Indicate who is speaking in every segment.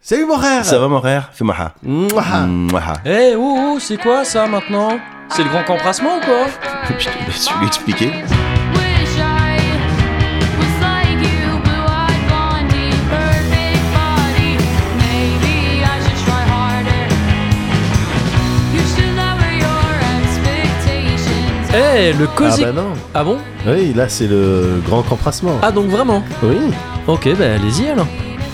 Speaker 1: Salut mon frère
Speaker 2: Ça Hmm. va mon frère Fais moi ha.
Speaker 1: Mouah.
Speaker 2: Mouah ha.
Speaker 3: Eh ouh, ouh, c'est quoi ça maintenant C'est le grand embrassement ou quoi
Speaker 2: Je te laisse lui expliquer.
Speaker 4: Wish I was like you, blue-eyed blondie, perfect body. Maybe I should try harder. You should lower your expectations.
Speaker 3: Eh, le
Speaker 1: Ah
Speaker 3: cosy
Speaker 1: bah non
Speaker 3: Ah bon
Speaker 1: Oui, là c'est le grand compressement.
Speaker 3: Ah donc vraiment
Speaker 1: Oui
Speaker 3: Ok, bah allez-y alors.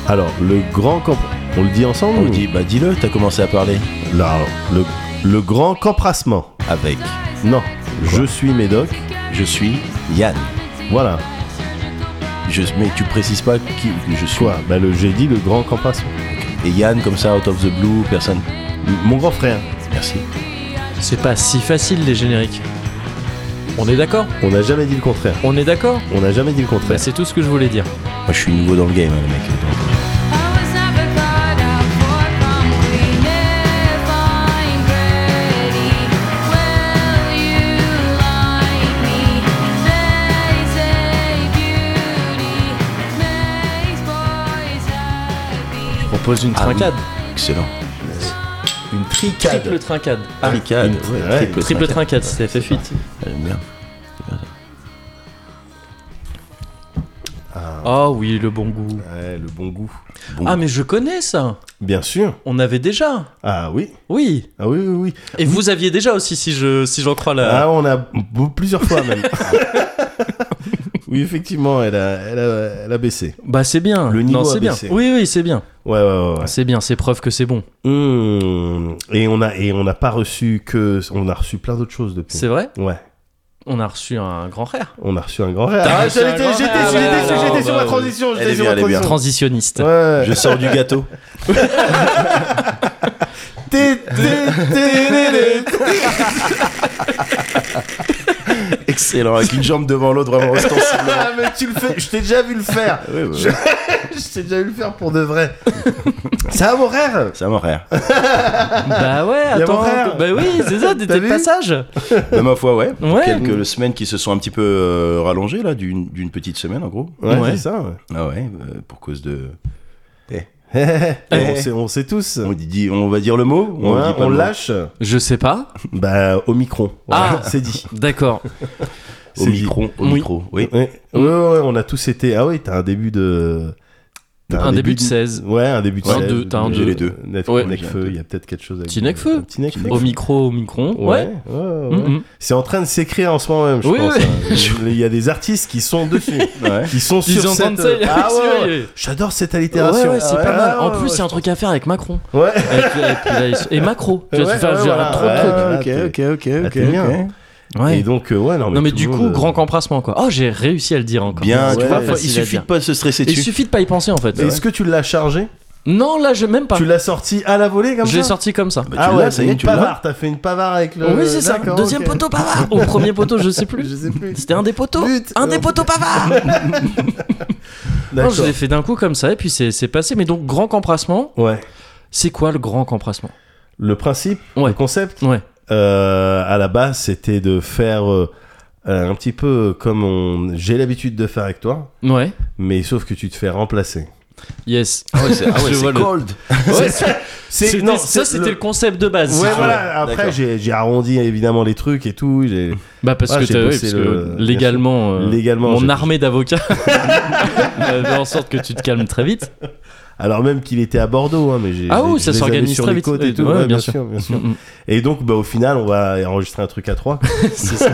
Speaker 1: Alors, le grand comp... On le dit ensemble
Speaker 2: On
Speaker 1: ou-
Speaker 2: lui dit, bah dis-le, t'as commencé à parler.
Speaker 1: Là, alors, le, le grand compressement.
Speaker 2: Avec,
Speaker 1: Non, je suis Médoc.
Speaker 2: je suis Yann.
Speaker 1: Voilà.
Speaker 2: Je, mais tu précises pas qui je suis.
Speaker 1: Quoi Bah le j'ai dit le grand compressement.
Speaker 2: Et Yann, comme ça, out of the blue, personne.
Speaker 1: Mon grand frère.
Speaker 2: Merci.
Speaker 3: C'est pas si facile les génériques. On est d'accord
Speaker 1: On n'a jamais dit le contraire.
Speaker 3: On est d'accord
Speaker 1: On n'a jamais dit le
Speaker 3: Bah
Speaker 1: contraire.
Speaker 3: c'est tout ce que je voulais dire.
Speaker 2: Moi, je suis nouveau dans le game, hein, les mecs. donc,
Speaker 4: I was never cut out for complete fine pretty. Will you like me? They say beauty makes boys happy.
Speaker 3: propose une
Speaker 2: Ah oui.
Speaker 3: trincade.
Speaker 2: Excellent.
Speaker 1: Une
Speaker 3: Triple
Speaker 1: tricade.
Speaker 3: trincade. Ah,
Speaker 2: Tricade,
Speaker 1: une-
Speaker 2: ouais,
Speaker 1: ouais,
Speaker 2: triple,
Speaker 3: triple
Speaker 2: trincade.
Speaker 3: trincade, c'était F8.
Speaker 2: J'aime bien.
Speaker 3: Ah oui, le bon goût.
Speaker 1: Ouais, le Ah, bon goût.
Speaker 2: Bon.
Speaker 3: Ah mais je connais ça
Speaker 1: Bien sûr.
Speaker 3: On avait déjà
Speaker 1: Ah oui.
Speaker 3: Oui
Speaker 1: Ah oui, oui, oui.
Speaker 3: Et vous aviez déjà aussi si je si j'en crois la...
Speaker 1: Ah, on a b- plusieurs fois même. oui, effectivement, elle a, elle a, elle a baissé.
Speaker 3: Bah c'est bien
Speaker 1: Le niveau
Speaker 3: Non, c'est
Speaker 1: a
Speaker 3: bien.
Speaker 1: baissé.
Speaker 3: Oui, oui, c'est bien.
Speaker 1: Ouais, ouais, ouais. ouais.
Speaker 3: C'est bien, c'est preuve que c'est bon.
Speaker 1: Mmh. Et on a, et on n'a pas reçu que, on a reçu plein d'autres choses depuis.
Speaker 3: C'est vrai
Speaker 1: Ouais.
Speaker 3: On a reçu un grand frère.
Speaker 1: On a reçu un grand frère.
Speaker 3: T'as
Speaker 1: Ah,
Speaker 3: reçu
Speaker 1: j'étais,
Speaker 3: un grand
Speaker 1: j'étais,
Speaker 3: frère,
Speaker 1: j'étais,
Speaker 3: ouais,
Speaker 1: j'étais
Speaker 3: non,
Speaker 1: sur
Speaker 2: bah
Speaker 1: la
Speaker 2: oui.
Speaker 1: transition.
Speaker 2: Elle
Speaker 1: J'étais
Speaker 2: est
Speaker 1: sur
Speaker 2: bien,
Speaker 1: la
Speaker 2: elle est bien.
Speaker 1: transition.
Speaker 3: Transitionniste.
Speaker 1: Ouais.
Speaker 2: Je sors du gâteau.
Speaker 1: Té, té, té, té, té.
Speaker 2: Excellent, avec une jambe devant l'autre, vraiment ostensiblement.
Speaker 1: Ah, mais tu le fais. Je t'ai déjà vu le faire.
Speaker 2: Ouais, ouais.
Speaker 1: Je je t'ai déjà vu le faire pour de vrai. Ça va, mon frère
Speaker 2: C'est mon frère.
Speaker 3: Bah ouais,
Speaker 1: mon
Speaker 3: attends.
Speaker 1: frère.
Speaker 3: Bah oui, c'est ça, des
Speaker 1: T'as
Speaker 3: des
Speaker 1: vu
Speaker 3: passages.
Speaker 2: Même ma foi, ouais.
Speaker 3: Ouais.
Speaker 2: Quelques semaines qui se sont un petit peu euh, rallongées, là, d'une d'une petite semaine, en gros.
Speaker 1: Ouais,
Speaker 3: Ouais.
Speaker 1: c'est ça. ouais.
Speaker 2: Ah ouais, euh, pour cause de.
Speaker 1: on, sait, on sait tous.
Speaker 2: On dit, on va dire le mot
Speaker 1: On,
Speaker 2: dit pas
Speaker 1: on
Speaker 2: le mot
Speaker 1: lâche
Speaker 3: Je sais pas.
Speaker 1: Bah, au micron.
Speaker 3: Ah.
Speaker 1: c'est dit.
Speaker 3: D'accord.
Speaker 2: Au
Speaker 1: C'est
Speaker 2: micro, au
Speaker 3: Oui.
Speaker 2: micro, oui.
Speaker 1: Ouais. Ouais, ouais, ouais, on a tous été. Ah oui, t'as un début de. t'as
Speaker 3: Un début de 16.
Speaker 1: Ouais, un début de
Speaker 3: Un
Speaker 1: 16.
Speaker 3: deux, t'as un
Speaker 1: Euh,
Speaker 3: deux.
Speaker 2: les deux.
Speaker 1: Net-
Speaker 3: Ouais.
Speaker 1: Necfeu, il y a peut-être quelque chose avec.
Speaker 3: Petit Necfeu.
Speaker 1: Un Petit Necfeu.
Speaker 3: Au micro, au micron. Ouais.
Speaker 1: Ouais. ouais, ouais.
Speaker 3: Mhm.
Speaker 1: C'est en train de s'écrire en ce moment même, je
Speaker 3: Oui,
Speaker 1: pense.
Speaker 3: oui.
Speaker 1: hein. Il y a des artistes qui sont dessus.
Speaker 2: Ouais.
Speaker 1: qui sont
Speaker 3: Ils
Speaker 1: sur cette.
Speaker 3: entendent ça. ils-
Speaker 1: Ah ouais,
Speaker 3: oui,
Speaker 1: ouais.
Speaker 3: oui.
Speaker 1: J'adore cette
Speaker 3: Ouais,
Speaker 1: allitération.
Speaker 3: ouais, c'est
Speaker 1: Ah
Speaker 3: pas
Speaker 1: ouais,
Speaker 3: mal. en
Speaker 1: ouais,
Speaker 3: plus, il y a un truc à faire avec Macron.
Speaker 1: ouais. Ouais.
Speaker 3: et, puis- et puis là, ils sont- et Macro. Tu vas
Speaker 1: Ouais,
Speaker 3: faire
Speaker 1: ouais,
Speaker 3: genre,
Speaker 1: voilà.
Speaker 3: trop de
Speaker 1: Ouais,
Speaker 3: trucs.
Speaker 1: ouais,
Speaker 2: Ok,
Speaker 1: t'es-
Speaker 2: ok, ok,
Speaker 1: ah,
Speaker 2: ok.
Speaker 1: t'es bien,
Speaker 2: ok.
Speaker 1: hein.
Speaker 3: Ouais,
Speaker 1: Et donc, euh, ouais, non, mais.
Speaker 3: non mais
Speaker 1: tout
Speaker 3: du
Speaker 1: le
Speaker 3: coup,
Speaker 1: monde, euh,
Speaker 3: grand emprassement quoi. Oh, j'ai réussi à le dire encore.
Speaker 2: Bien, tu
Speaker 1: Ouais,
Speaker 2: vois,
Speaker 1: ouais,
Speaker 2: il
Speaker 3: facile à
Speaker 2: suffit
Speaker 3: dire.
Speaker 2: de pas se stresser
Speaker 3: Il
Speaker 2: dessus.
Speaker 3: suffit de pas y penser en fait.
Speaker 1: Est-ce que tu l'as chargé
Speaker 3: Non, là, je même pas.
Speaker 1: Tu l'as sorti à la volée comme
Speaker 3: Je l'ai
Speaker 1: ça
Speaker 3: sorti comme ça.
Speaker 2: Bah, tu
Speaker 1: Ah
Speaker 2: l'as,
Speaker 1: ouais,
Speaker 2: ça y est,
Speaker 1: une
Speaker 2: tu l'as.
Speaker 1: pavard. T'as fait une pavard avec le.
Speaker 3: oui, c'est ça.
Speaker 1: Euh, D'accord,
Speaker 3: Deuxième
Speaker 1: ok.
Speaker 3: poteau pavard. Au premier poteau, je sais plus.
Speaker 1: Je sais plus.
Speaker 3: C'était un des poteaux.
Speaker 1: But. euh,
Speaker 3: Un des poteaux pavard. Non,
Speaker 1: D'accord.
Speaker 3: je l'ai fait d'un coup comme ça et puis c'est c'est passé. Mais donc, grand emprassement,
Speaker 1: Ouais.
Speaker 3: c'est quoi le grand emprassement
Speaker 1: Le principe,
Speaker 3: Ouais.
Speaker 1: le concept,
Speaker 3: Ouais.
Speaker 1: euh, à la base, c'était de faire euh, euh, un petit peu comme on... j'ai l'habitude de faire avec toi,
Speaker 3: Ouais.
Speaker 1: mais sauf que tu te fais remplacer.
Speaker 3: Yes.
Speaker 2: Ah ouais, c'est ah ouais,
Speaker 3: Je
Speaker 2: c'est
Speaker 3: vois le-
Speaker 2: cold.
Speaker 3: C'était- ça, c'était le... concept de base. si
Speaker 1: Ouais,
Speaker 3: tu veux.
Speaker 1: voilà. Après,
Speaker 2: D'accord.
Speaker 1: j'ai j'ai arrondi évidemment les trucs et tout. j'ai-
Speaker 3: Bah parce
Speaker 1: Ouais,
Speaker 3: que,
Speaker 1: j'ai
Speaker 3: t'as- ouais,
Speaker 1: bossé
Speaker 3: parce
Speaker 1: le-
Speaker 3: que légalement, euh,
Speaker 1: Légalement,
Speaker 3: mon
Speaker 1: j'ai-
Speaker 3: armée d'avocats euh, fait en sorte que tu te calmes très vite.
Speaker 1: Alors même qu'il était à Bordeaux, hein, mais j'ai.
Speaker 3: Ah
Speaker 1: j'ai-
Speaker 3: oui,
Speaker 1: je
Speaker 3: ça
Speaker 1: les avais
Speaker 3: s'organise
Speaker 1: sur
Speaker 3: très
Speaker 1: les
Speaker 3: vite.
Speaker 1: côtes et
Speaker 3: Ouais,
Speaker 1: tout,
Speaker 3: ouais, bien
Speaker 1: bien
Speaker 3: sûr.
Speaker 1: sûr, bien sûr.
Speaker 3: Mm, mm.
Speaker 1: Et donc, bah, au final, on va enregistrer un truc à trois.
Speaker 3: C'est ça.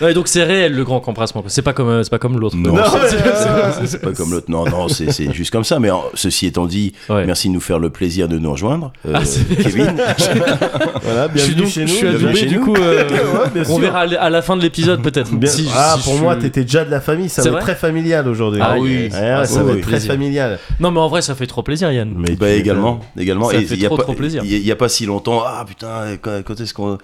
Speaker 3: Ouais, donc c'est réel le grand embrassement. quoi. C'est pas comme euh, c'est pas comme l'autre.
Speaker 2: Non,
Speaker 1: ouais,
Speaker 3: c'est-
Speaker 1: ouais, ouais.
Speaker 2: c'est pas comme l'autre. Non, non, c'est c'est juste comme ça. Mais en- ceci étant dit,
Speaker 3: Ouais.
Speaker 2: merci de nous faire le plaisir de nous rejoindre, euh,
Speaker 3: Ah, c'est-
Speaker 2: Kevin.
Speaker 1: Voilà,
Speaker 3: Je
Speaker 1: bienvenue
Speaker 3: suis donc
Speaker 1: chez
Speaker 3: je
Speaker 1: nous.
Speaker 3: suis
Speaker 2: bienvenue
Speaker 3: adoubé
Speaker 2: chez
Speaker 3: du
Speaker 2: nous.
Speaker 3: coup. euh,
Speaker 1: Ouais, bien
Speaker 3: on
Speaker 1: sûr.
Speaker 3: verra à l- à la fin de l'épisode peut-être.
Speaker 1: Bien-
Speaker 3: Si-
Speaker 1: ah,
Speaker 3: si
Speaker 1: pour
Speaker 3: je
Speaker 1: moi,
Speaker 3: suis-
Speaker 1: t'étais déjà de la famille, ça
Speaker 3: C'est
Speaker 1: va être
Speaker 3: vrai
Speaker 1: très familial aujourd'hui.
Speaker 3: Ah
Speaker 1: Ouais,
Speaker 3: oui.
Speaker 1: ouais,
Speaker 2: Ah,
Speaker 1: ça
Speaker 2: oui,
Speaker 1: va
Speaker 2: oui.
Speaker 1: être très familial.
Speaker 3: Non mais en vrai ça fait trop plaisir Yann.
Speaker 1: Mais
Speaker 2: Bah également, également.
Speaker 3: Ça
Speaker 2: et
Speaker 3: fait
Speaker 2: il y a
Speaker 3: trop,
Speaker 2: pas,
Speaker 3: trop plaisir.
Speaker 2: Il n'y a, pas si longtemps. Ah putain, quand, quand est-ce qu'on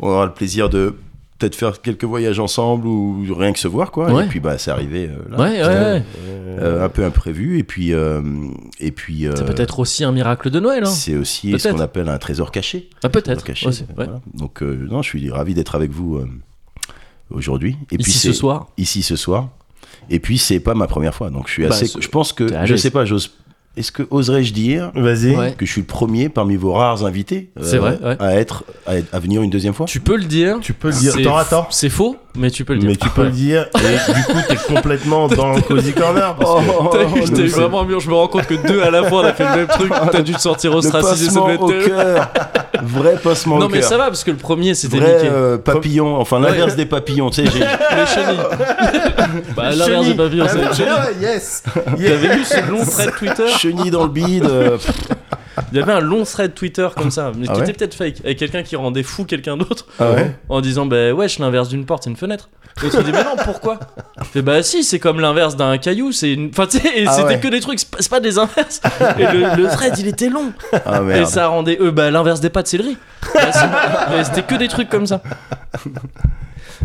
Speaker 2: on aura le plaisir de peut-être faire quelques voyages ensemble ou rien que se voir quoi.
Speaker 3: Ouais.
Speaker 2: Et puis bah c'est arrivé euh, là,
Speaker 3: Ouais, ouais, ouais.
Speaker 2: Euh, un peu imprévu. Et puis euh, et puis euh,
Speaker 3: C'est peut-être aussi un miracle de Noël. hein.
Speaker 2: c'est aussi
Speaker 3: Peut-être.
Speaker 2: ce qu'on appelle un trésor caché.
Speaker 3: Ah, peut-être.
Speaker 2: Trésor caché,
Speaker 3: aussi, ouais.
Speaker 2: voilà. Donc euh, non, je suis ravi d'être avec vous euh, aujourd'hui. Et puis
Speaker 3: Ici
Speaker 2: c'est-
Speaker 3: ce soir.
Speaker 2: Ici ce soir. Et puis c'est pas ma première fois, donc je suis
Speaker 3: Bah,
Speaker 2: assez.
Speaker 3: c'est-
Speaker 2: Je pense que
Speaker 3: t'es à
Speaker 2: je
Speaker 3: l'aise.
Speaker 2: sais pas, j'ose est-ce que oserais-je dire
Speaker 1: Vas-y.
Speaker 3: Ouais.
Speaker 2: que je suis le premier parmi vos rares invités euh,
Speaker 3: C'est vrai, ouais.
Speaker 2: à être à, être- à venir une deuxième fois
Speaker 3: Tu peux le dire.
Speaker 1: Tu peux le dire.
Speaker 3: C'est-
Speaker 1: Attends, attends.
Speaker 3: C'est faux, mais tu peux le dire.
Speaker 1: Mais tu peux le dire. Et du coup, t'es complètement dans le cozy corner. parce que-
Speaker 2: Oh,
Speaker 3: T'as eu, t'as eu
Speaker 1: Oh, c'est-
Speaker 3: vraiment un mur, je me rends compte que deux à la fois on a fait le même truc, t'as dû te sortir
Speaker 2: le
Speaker 3: ostracisé, ça
Speaker 2: pincement
Speaker 3: doit être
Speaker 2: au
Speaker 3: terrible.
Speaker 2: cœur vrai pincement
Speaker 3: Non
Speaker 2: au
Speaker 3: mais
Speaker 2: cœur
Speaker 3: ça va parce que le premier c'était
Speaker 2: vrai
Speaker 3: niqué.
Speaker 2: euh, papillon enfin l'inverse des papillons tu sais j'ai-
Speaker 3: Les chenilles. bah l'inverse
Speaker 1: Chenille.
Speaker 3: de papillon, c'est les
Speaker 1: Ah, ouais,
Speaker 3: chenilles.
Speaker 1: Yes.
Speaker 3: T'avais vu ce long thread Twitter
Speaker 2: chenille dans le bide euh, pff,
Speaker 3: Il y avait un long thread Twitter comme ça, mais
Speaker 2: Ah
Speaker 3: qui
Speaker 2: ouais
Speaker 3: était peut-être fake, avec quelqu'un qui rendait fou quelqu'un d'autre
Speaker 2: ah ouais
Speaker 3: en disant bah wesh l'inverse d'une porte c'est une fenêtre. L'autre il dit mais non pourquoi Il fait bah si c'est comme l'inverse d'un caillou c'est une. Enfin tu sais et
Speaker 2: Ah
Speaker 3: c'était
Speaker 2: ouais.
Speaker 3: que des trucs c'est pas- c'est pas des inverses. Et le, le thread il était long.
Speaker 2: ah merde
Speaker 3: Et ça rendait eux bah, l'inverse des pâtes céleri. Bah, c'est- mais C'était que des trucs comme ça.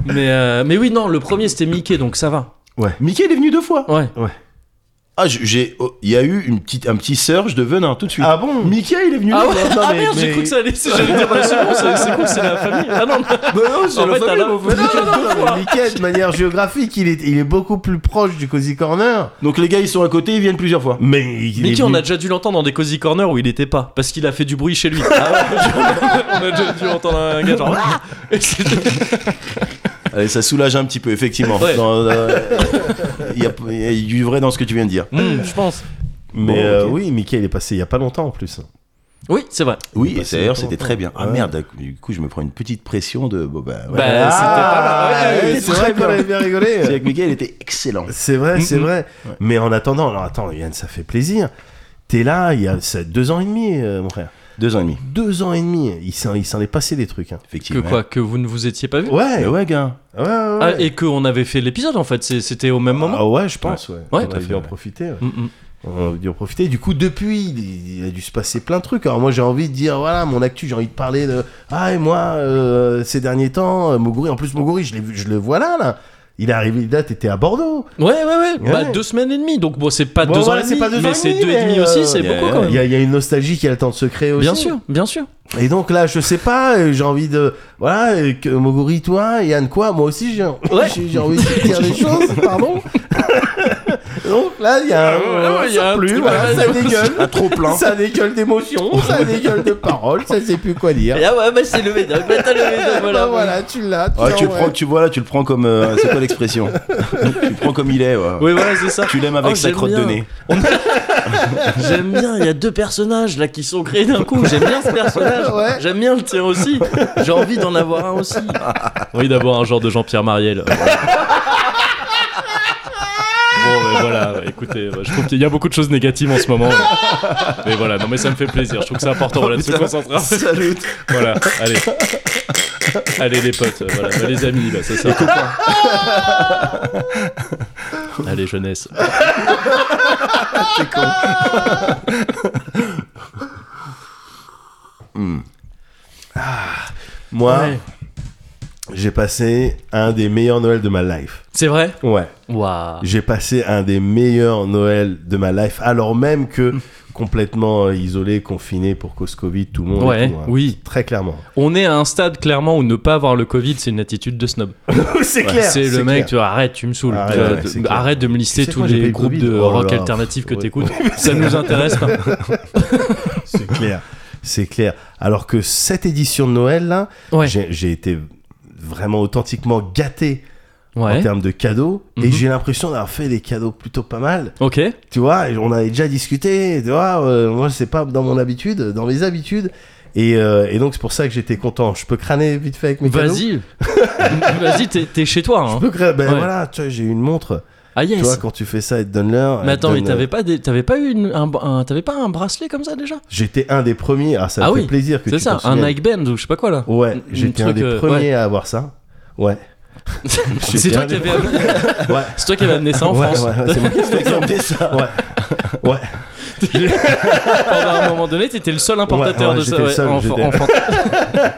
Speaker 3: Mais, euh, mais oui, non, le premier c'était Mickey, donc ça va.
Speaker 2: Mickey il est venu deux fois
Speaker 3: Ouais.
Speaker 2: ah j'ai- j'ai oh, il y a eu une petite un petit surge de venin tout de suite
Speaker 1: Ah bon
Speaker 2: Mickey il est venu
Speaker 3: Ah
Speaker 2: deux
Speaker 3: ouais,
Speaker 2: fois.
Speaker 3: ah
Speaker 1: mais-
Speaker 3: merde, j'ai
Speaker 1: mais-
Speaker 3: cru que ça allait. J'allais dire, bah, c'est bon, c'est c'est cool, c'est la famille. Ah non, non.
Speaker 2: Bah non, c'est
Speaker 3: En
Speaker 2: la
Speaker 3: fait,
Speaker 2: famille,
Speaker 3: t'as la-
Speaker 2: mon
Speaker 1: Mais
Speaker 2: pote.
Speaker 1: non, non, non, mais Mickey, de manière géographique, il est, il est beaucoup plus proche du Cozy Corner.
Speaker 2: donc les gars ils sont à côté ils viennent plusieurs fois
Speaker 1: Mais il est
Speaker 3: Mickey, on
Speaker 1: venu-
Speaker 3: a déjà dû l'entendre dans des cozy corners où il était pas, parce qu'il a fait du bruit chez lui. Ah on a déjà dû entendre un gars genre. Ah Et c'était-
Speaker 2: Allez, ça soulage un petit peu, effectivement.
Speaker 3: Ouais.
Speaker 2: Dans, euh, Il y, a- il y a du vrai dans ce que tu viens de dire.
Speaker 3: Hmm, je pense.
Speaker 1: Mais
Speaker 2: Bon,
Speaker 3: Oh,
Speaker 1: euh,
Speaker 2: ok.
Speaker 1: oui, Mickey, il est passé il y a pas longtemps en plus.
Speaker 3: Euh, Oui, c'est vrai.
Speaker 2: Oui,
Speaker 1: Bah,
Speaker 2: et
Speaker 1: c'est
Speaker 2: d'ailleurs,
Speaker 1: pas
Speaker 2: c'était
Speaker 1: longtemps.
Speaker 2: très bien. Ah
Speaker 1: Ouais.
Speaker 2: merde, du coup, je me prends une petite pression de. Bon, bah,
Speaker 3: Bah, euh,
Speaker 2: voilà.
Speaker 1: Ah,
Speaker 3: c'était pas mal. Ouais,
Speaker 1: ouais,
Speaker 3: ouais,
Speaker 1: c'est vrai qu'on avait bien
Speaker 2: C'est
Speaker 1: rigolé.
Speaker 2: avec Miguel, il était excellent.
Speaker 1: C'est vrai, c'est
Speaker 3: Mhm.
Speaker 1: vrai. Mais en attendant, alors attends, Yann, ça fait plaisir. T'es là, il y a ça- deux ans et demi, euh, mon frère.
Speaker 2: Deux ans et demi,
Speaker 1: Deux ans et demi, il s'en il s'en est passé des trucs. hein.
Speaker 3: Que
Speaker 2: effectivement.
Speaker 3: quoi Que vous ne vous étiez pas vu
Speaker 1: Ouais,
Speaker 2: Eh
Speaker 1: ouais,
Speaker 2: ouais, gars.
Speaker 1: ouais. ouais.
Speaker 3: Ah, Et qu'on avait fait l'épisode en fait, c'est- c'était au même moment.
Speaker 1: Ah ouais, je pense, ouais.
Speaker 3: Ouais,
Speaker 1: on
Speaker 2: tout à
Speaker 1: a
Speaker 2: fait,
Speaker 1: dû en
Speaker 2: ouais.
Speaker 1: profiter. ouais.
Speaker 3: Hmm, hmm.
Speaker 1: On a dû en profiter. Du coup, depuis, il, il a dû se passer plein de trucs. Alors moi, j'ai envie de dire, voilà, mon actu, j'ai envie de parler de... Ah, et moi, euh, ces derniers temps, euh, Moguri, en plus, Moguri, je, l'ai vu- je le vois là, là. Il est arrivé, date était à Bordeaux.
Speaker 3: Ouais, ouais, ouais.
Speaker 1: Ouais.
Speaker 3: Bah, deux semaines et demie. Donc, bon, c'est pas
Speaker 1: Bon,
Speaker 3: deux
Speaker 1: voilà,
Speaker 3: ans et
Speaker 1: c'est
Speaker 3: demi,
Speaker 1: pas deux ans
Speaker 3: mais
Speaker 1: et
Speaker 3: c'est
Speaker 1: demi,
Speaker 3: deux et demi
Speaker 1: mais,
Speaker 3: aussi,
Speaker 1: euh,
Speaker 3: c'est
Speaker 2: y a-
Speaker 3: beaucoup quand
Speaker 2: y
Speaker 3: même.
Speaker 1: Il y, a- il y a une nostalgie qui a le temps de se créer aussi.
Speaker 3: Bien sûr, bien sûr.
Speaker 1: Et donc là, je sais pas, euh, j'ai envie de. Voilà, euh, que Moguri, toi, et Anne, quoi, moi aussi, j'ai
Speaker 3: Ouais.
Speaker 1: j'ai- j'ai envie de dire des choses, pardon. donc là, il y a un.
Speaker 3: Ouais, ouais, il y a un
Speaker 1: surplus,
Speaker 3: petit
Speaker 1: voilà, ça
Speaker 3: malaise.
Speaker 1: dégueule.
Speaker 2: Un trop plein.
Speaker 1: Ça dégueule d'émotions, ça dégueule de paroles, ça sait plus quoi dire.
Speaker 3: ah ouais, bah c'est le médoc, bah t'as le médoc,
Speaker 1: Bah voilà, tu l'as. Tu
Speaker 2: Ah,
Speaker 1: l'as,
Speaker 2: tu, le
Speaker 1: ouais.
Speaker 2: prends, tu vois là, tu le prends comme. euh, c'est quoi l'expression Tu le prends comme il est, ouais.
Speaker 3: Oui, voilà, c'est ça.
Speaker 2: Tu l'aimes avec
Speaker 3: Oh,
Speaker 2: sa
Speaker 3: j'aime
Speaker 2: crotte de
Speaker 3: bien.
Speaker 2: nez.
Speaker 3: J'aime bien, il y a deux personnages là qui sont créés d'un coup. J'aime bien ce personnage.
Speaker 1: Ouais.
Speaker 3: J'aime bien le tien aussi. J'ai envie d'en avoir un aussi. Oui, d'avoir un genre de Jean-Pierre Mariel. bon, mais voilà, écoutez, bah, je trouve qu'il y a beaucoup de choses négatives en ce moment. Mais voilà, non, mais ça me fait plaisir. Je trouve que c'est important voilà, de se concentrer.
Speaker 2: Salut.
Speaker 3: Voilà, allez. Allez les potes, euh, voilà, Bah, les amis, là, ça sert. allez jeunesse.
Speaker 1: Moi, j'ai passé un des meilleurs Noëls de ma life.
Speaker 3: C'est vrai
Speaker 1: Ouais.
Speaker 3: Waouh.
Speaker 1: J'ai passé un des meilleurs Noëls de ma life, alors même que complètement euh, isolé, confiné pour cause Covid, tout le monde. et
Speaker 3: Ouais,
Speaker 1: tout, hein.
Speaker 3: oui.
Speaker 1: Très clairement.
Speaker 3: On est à un stade clairement où ne pas avoir le Covid, c'est une attitude de snob.
Speaker 1: c'est
Speaker 3: c'est le mec, tu vois, arrête, tu me saoules.
Speaker 1: Arrête,
Speaker 3: Tu vois,
Speaker 1: ouais,
Speaker 3: tu-
Speaker 1: c'est clair.
Speaker 3: arrête de me lister
Speaker 1: Tu sais
Speaker 3: tous
Speaker 1: quoi, j'ai pas eu
Speaker 3: les
Speaker 1: le
Speaker 3: groupes
Speaker 1: Covid.
Speaker 3: de
Speaker 1: Oh là
Speaker 3: rock
Speaker 1: là.
Speaker 3: alternatif que
Speaker 1: Ouais.
Speaker 3: t'écoutes. Ça nous intéresse hein. pas.
Speaker 1: C'est clair. C'est clair. Alors que cette édition de Noël, là,
Speaker 3: Ouais.
Speaker 1: j'ai j'ai été vraiment authentiquement gâté en
Speaker 3: Ouais.
Speaker 1: termes de cadeaux. Et
Speaker 3: Mhm.
Speaker 1: j'ai l'impression d'avoir fait des cadeaux plutôt pas mal.
Speaker 3: Ok.
Speaker 1: tu vois, et on avait déjà discuté, tu vois, euh, moi c'est pas dans mon habitude, dans mes habitudes. Et, euh, et donc c'est pour ça que j'étais content. Je peux crâner vite fait avec mes cadeaux.
Speaker 3: Vas-y. Vas-y, t'es- t'es chez toi.
Speaker 1: Je
Speaker 3: hein.
Speaker 1: peux crâner. Ben
Speaker 3: Ouais.
Speaker 1: voilà, tu vois, j'ai une montre.
Speaker 3: Ah
Speaker 1: Tu vois,
Speaker 3: yes.
Speaker 1: quand tu fais ça, elle te donne l'heure.
Speaker 3: Mais
Speaker 1: elle te
Speaker 3: attends, mais
Speaker 1: donne-
Speaker 3: t'avais pas, des- t'avais pas eu une- un, un- t'avais pas un bracelet comme ça déjà
Speaker 1: J'étais un des premiers. Ah, ça
Speaker 3: Ah
Speaker 1: me
Speaker 3: oui,
Speaker 1: fait plaisir que
Speaker 3: C'est
Speaker 1: tu Oh,
Speaker 3: ça,
Speaker 1: t'en
Speaker 3: un
Speaker 1: souviennes.
Speaker 3: Nike Band ou je sais pas quoi là.
Speaker 1: Ouais,
Speaker 3: un
Speaker 1: j'étais un
Speaker 3: truc,
Speaker 1: des
Speaker 3: euh,
Speaker 1: premiers
Speaker 3: ouais.
Speaker 1: à avoir ça. Ouais.
Speaker 3: C'est toi, qui avais amené-
Speaker 1: Ouais.
Speaker 3: c'est toi qui avais amené ça en
Speaker 1: ouais,
Speaker 3: France.
Speaker 1: ouais, ouais, c'est moi qui ai inventé ça. Ouais. Ouais.
Speaker 3: Pendant un moment donné, t'étais le seul importateur
Speaker 1: Ouais, ouais,
Speaker 3: de ça.
Speaker 1: j'étais le seul,
Speaker 3: en-
Speaker 1: j'étais-
Speaker 3: en- en-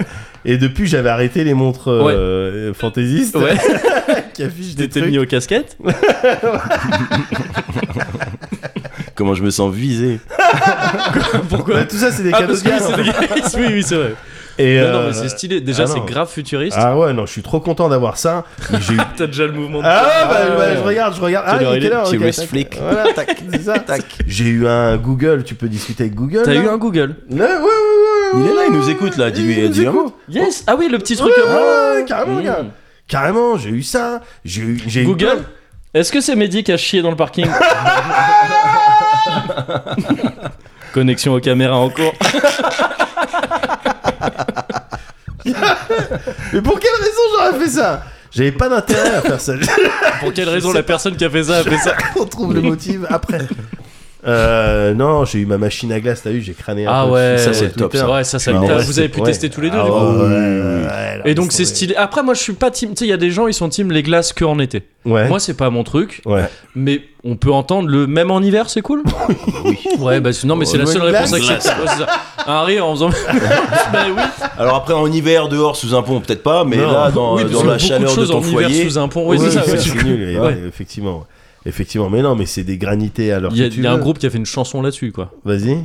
Speaker 1: Et depuis, j'avais arrêté les montres euh, fantaisistes
Speaker 3: ouais,
Speaker 1: qui affichent des
Speaker 3: t'étais
Speaker 1: trucs.
Speaker 3: mis aux casquettes.
Speaker 2: Comment je me sens visé.
Speaker 3: Pourquoi
Speaker 1: Ouais, tout ça, c'est des
Speaker 3: Ah
Speaker 1: cadeaux
Speaker 3: parce
Speaker 1: de
Speaker 3: que oui,
Speaker 1: gamme.
Speaker 3: c'est des- oui, oui, c'est vrai.
Speaker 1: Et,
Speaker 3: Non, non,
Speaker 1: euh,
Speaker 3: mais c'est stylé. Déjà,
Speaker 1: ah,
Speaker 3: c'est
Speaker 1: non.
Speaker 3: grave futuriste.
Speaker 1: Ah ouais, non, je suis trop content d'avoir ça. Et J'ai eu
Speaker 3: T'as déjà le mouvement de-
Speaker 1: Ah, bah,
Speaker 3: ouais,
Speaker 1: bah,
Speaker 3: ouais.
Speaker 1: je regarde, je regarde. Ah,
Speaker 2: Quelle heure
Speaker 1: il est
Speaker 2: il est
Speaker 1: quelle heure
Speaker 2: Petit
Speaker 1: Ok,
Speaker 2: wrist
Speaker 1: tac.
Speaker 2: flick.
Speaker 1: Voilà, tac, c'est ça. J'ai eu un Google, tu peux discuter avec Google.
Speaker 3: T'as
Speaker 1: là
Speaker 3: eu un Google.
Speaker 1: Ouais, ouais, ouais, ouais,
Speaker 2: Il est là,
Speaker 1: ouais,
Speaker 2: il nous
Speaker 1: ouais,
Speaker 2: écoute, là.
Speaker 1: il
Speaker 2: Dis-lui-
Speaker 1: nous
Speaker 2: dis-lui un
Speaker 1: écoute.
Speaker 3: Yes Ah oui, le petit truc.
Speaker 1: Ouais,
Speaker 3: euh,
Speaker 1: ouais, ouais, carrément,
Speaker 3: Mm.
Speaker 1: gars. Carrément, j'ai eu ça. J'ai eu. j'ai eu
Speaker 3: Google
Speaker 1: plein.
Speaker 3: Est-ce que c'est Mehdi qui a chié dans le parking Connexion aux caméras en cours.
Speaker 1: Mais pour quelle raison j'aurais fait ça J'avais pas d'intérêt à faire ça.
Speaker 3: Pour quelle raison la personne qui a fait ça a fait ça
Speaker 1: On trouve le motif après. Euh, non, j'ai eu ma machine à glace, t'as vu, j'ai crané un
Speaker 3: Ah
Speaker 1: peu
Speaker 3: ouais,
Speaker 1: dessus
Speaker 2: ça,
Speaker 1: sur
Speaker 2: c'est le top,
Speaker 1: Twitter.
Speaker 2: ça.
Speaker 3: Ouais, ça, ça.
Speaker 1: Ah ouais,
Speaker 3: vous
Speaker 1: c'est-
Speaker 3: avez pu
Speaker 1: ouais.
Speaker 3: tester tous les deux,
Speaker 1: Ah
Speaker 3: du
Speaker 1: ouais,
Speaker 3: coup.
Speaker 1: ouais, ouais, ouais,
Speaker 3: Mm. Et donc
Speaker 1: laisse
Speaker 3: c'est
Speaker 1: tomber.
Speaker 3: stylé. Après moi je suis pas team, tu sais il y a des gens ils sont team les glaces que en été.
Speaker 1: Ouais.
Speaker 3: Moi c'est pas mon truc,
Speaker 1: ouais.
Speaker 3: mais on peut entendre le même en hiver, c'est cool. Ouais bah c'est- non mais c'est la
Speaker 1: Ouais,
Speaker 3: seule
Speaker 1: une
Speaker 3: réponse
Speaker 2: glace.
Speaker 3: acceptable. Ouais, c'est ça. Un rire en faisant Bah oui.
Speaker 2: Alors après, en hiver, dehors, sous un pont, peut-être pas, mais
Speaker 1: Non.
Speaker 2: là, dans,
Speaker 3: oui, parce
Speaker 2: dans
Speaker 3: que
Speaker 2: la
Speaker 3: beaucoup
Speaker 2: chaleur
Speaker 3: de
Speaker 2: de,
Speaker 3: choses
Speaker 2: ton
Speaker 3: en
Speaker 2: foyer.
Speaker 3: hiver sous un pont. Oui,
Speaker 1: Ouais,
Speaker 3: c'est ça. ouais,
Speaker 1: c'est
Speaker 3: tu-
Speaker 1: nul, et
Speaker 3: Ouais.
Speaker 1: ouais, effectivement. ouais. Effectivement, mais non, mais c'est des granités à l'heure
Speaker 3: Il y a,
Speaker 1: que tu
Speaker 3: il y a un
Speaker 1: veux.
Speaker 3: groupe qui a fait une chanson là-dessus quoi.
Speaker 1: Vas-y.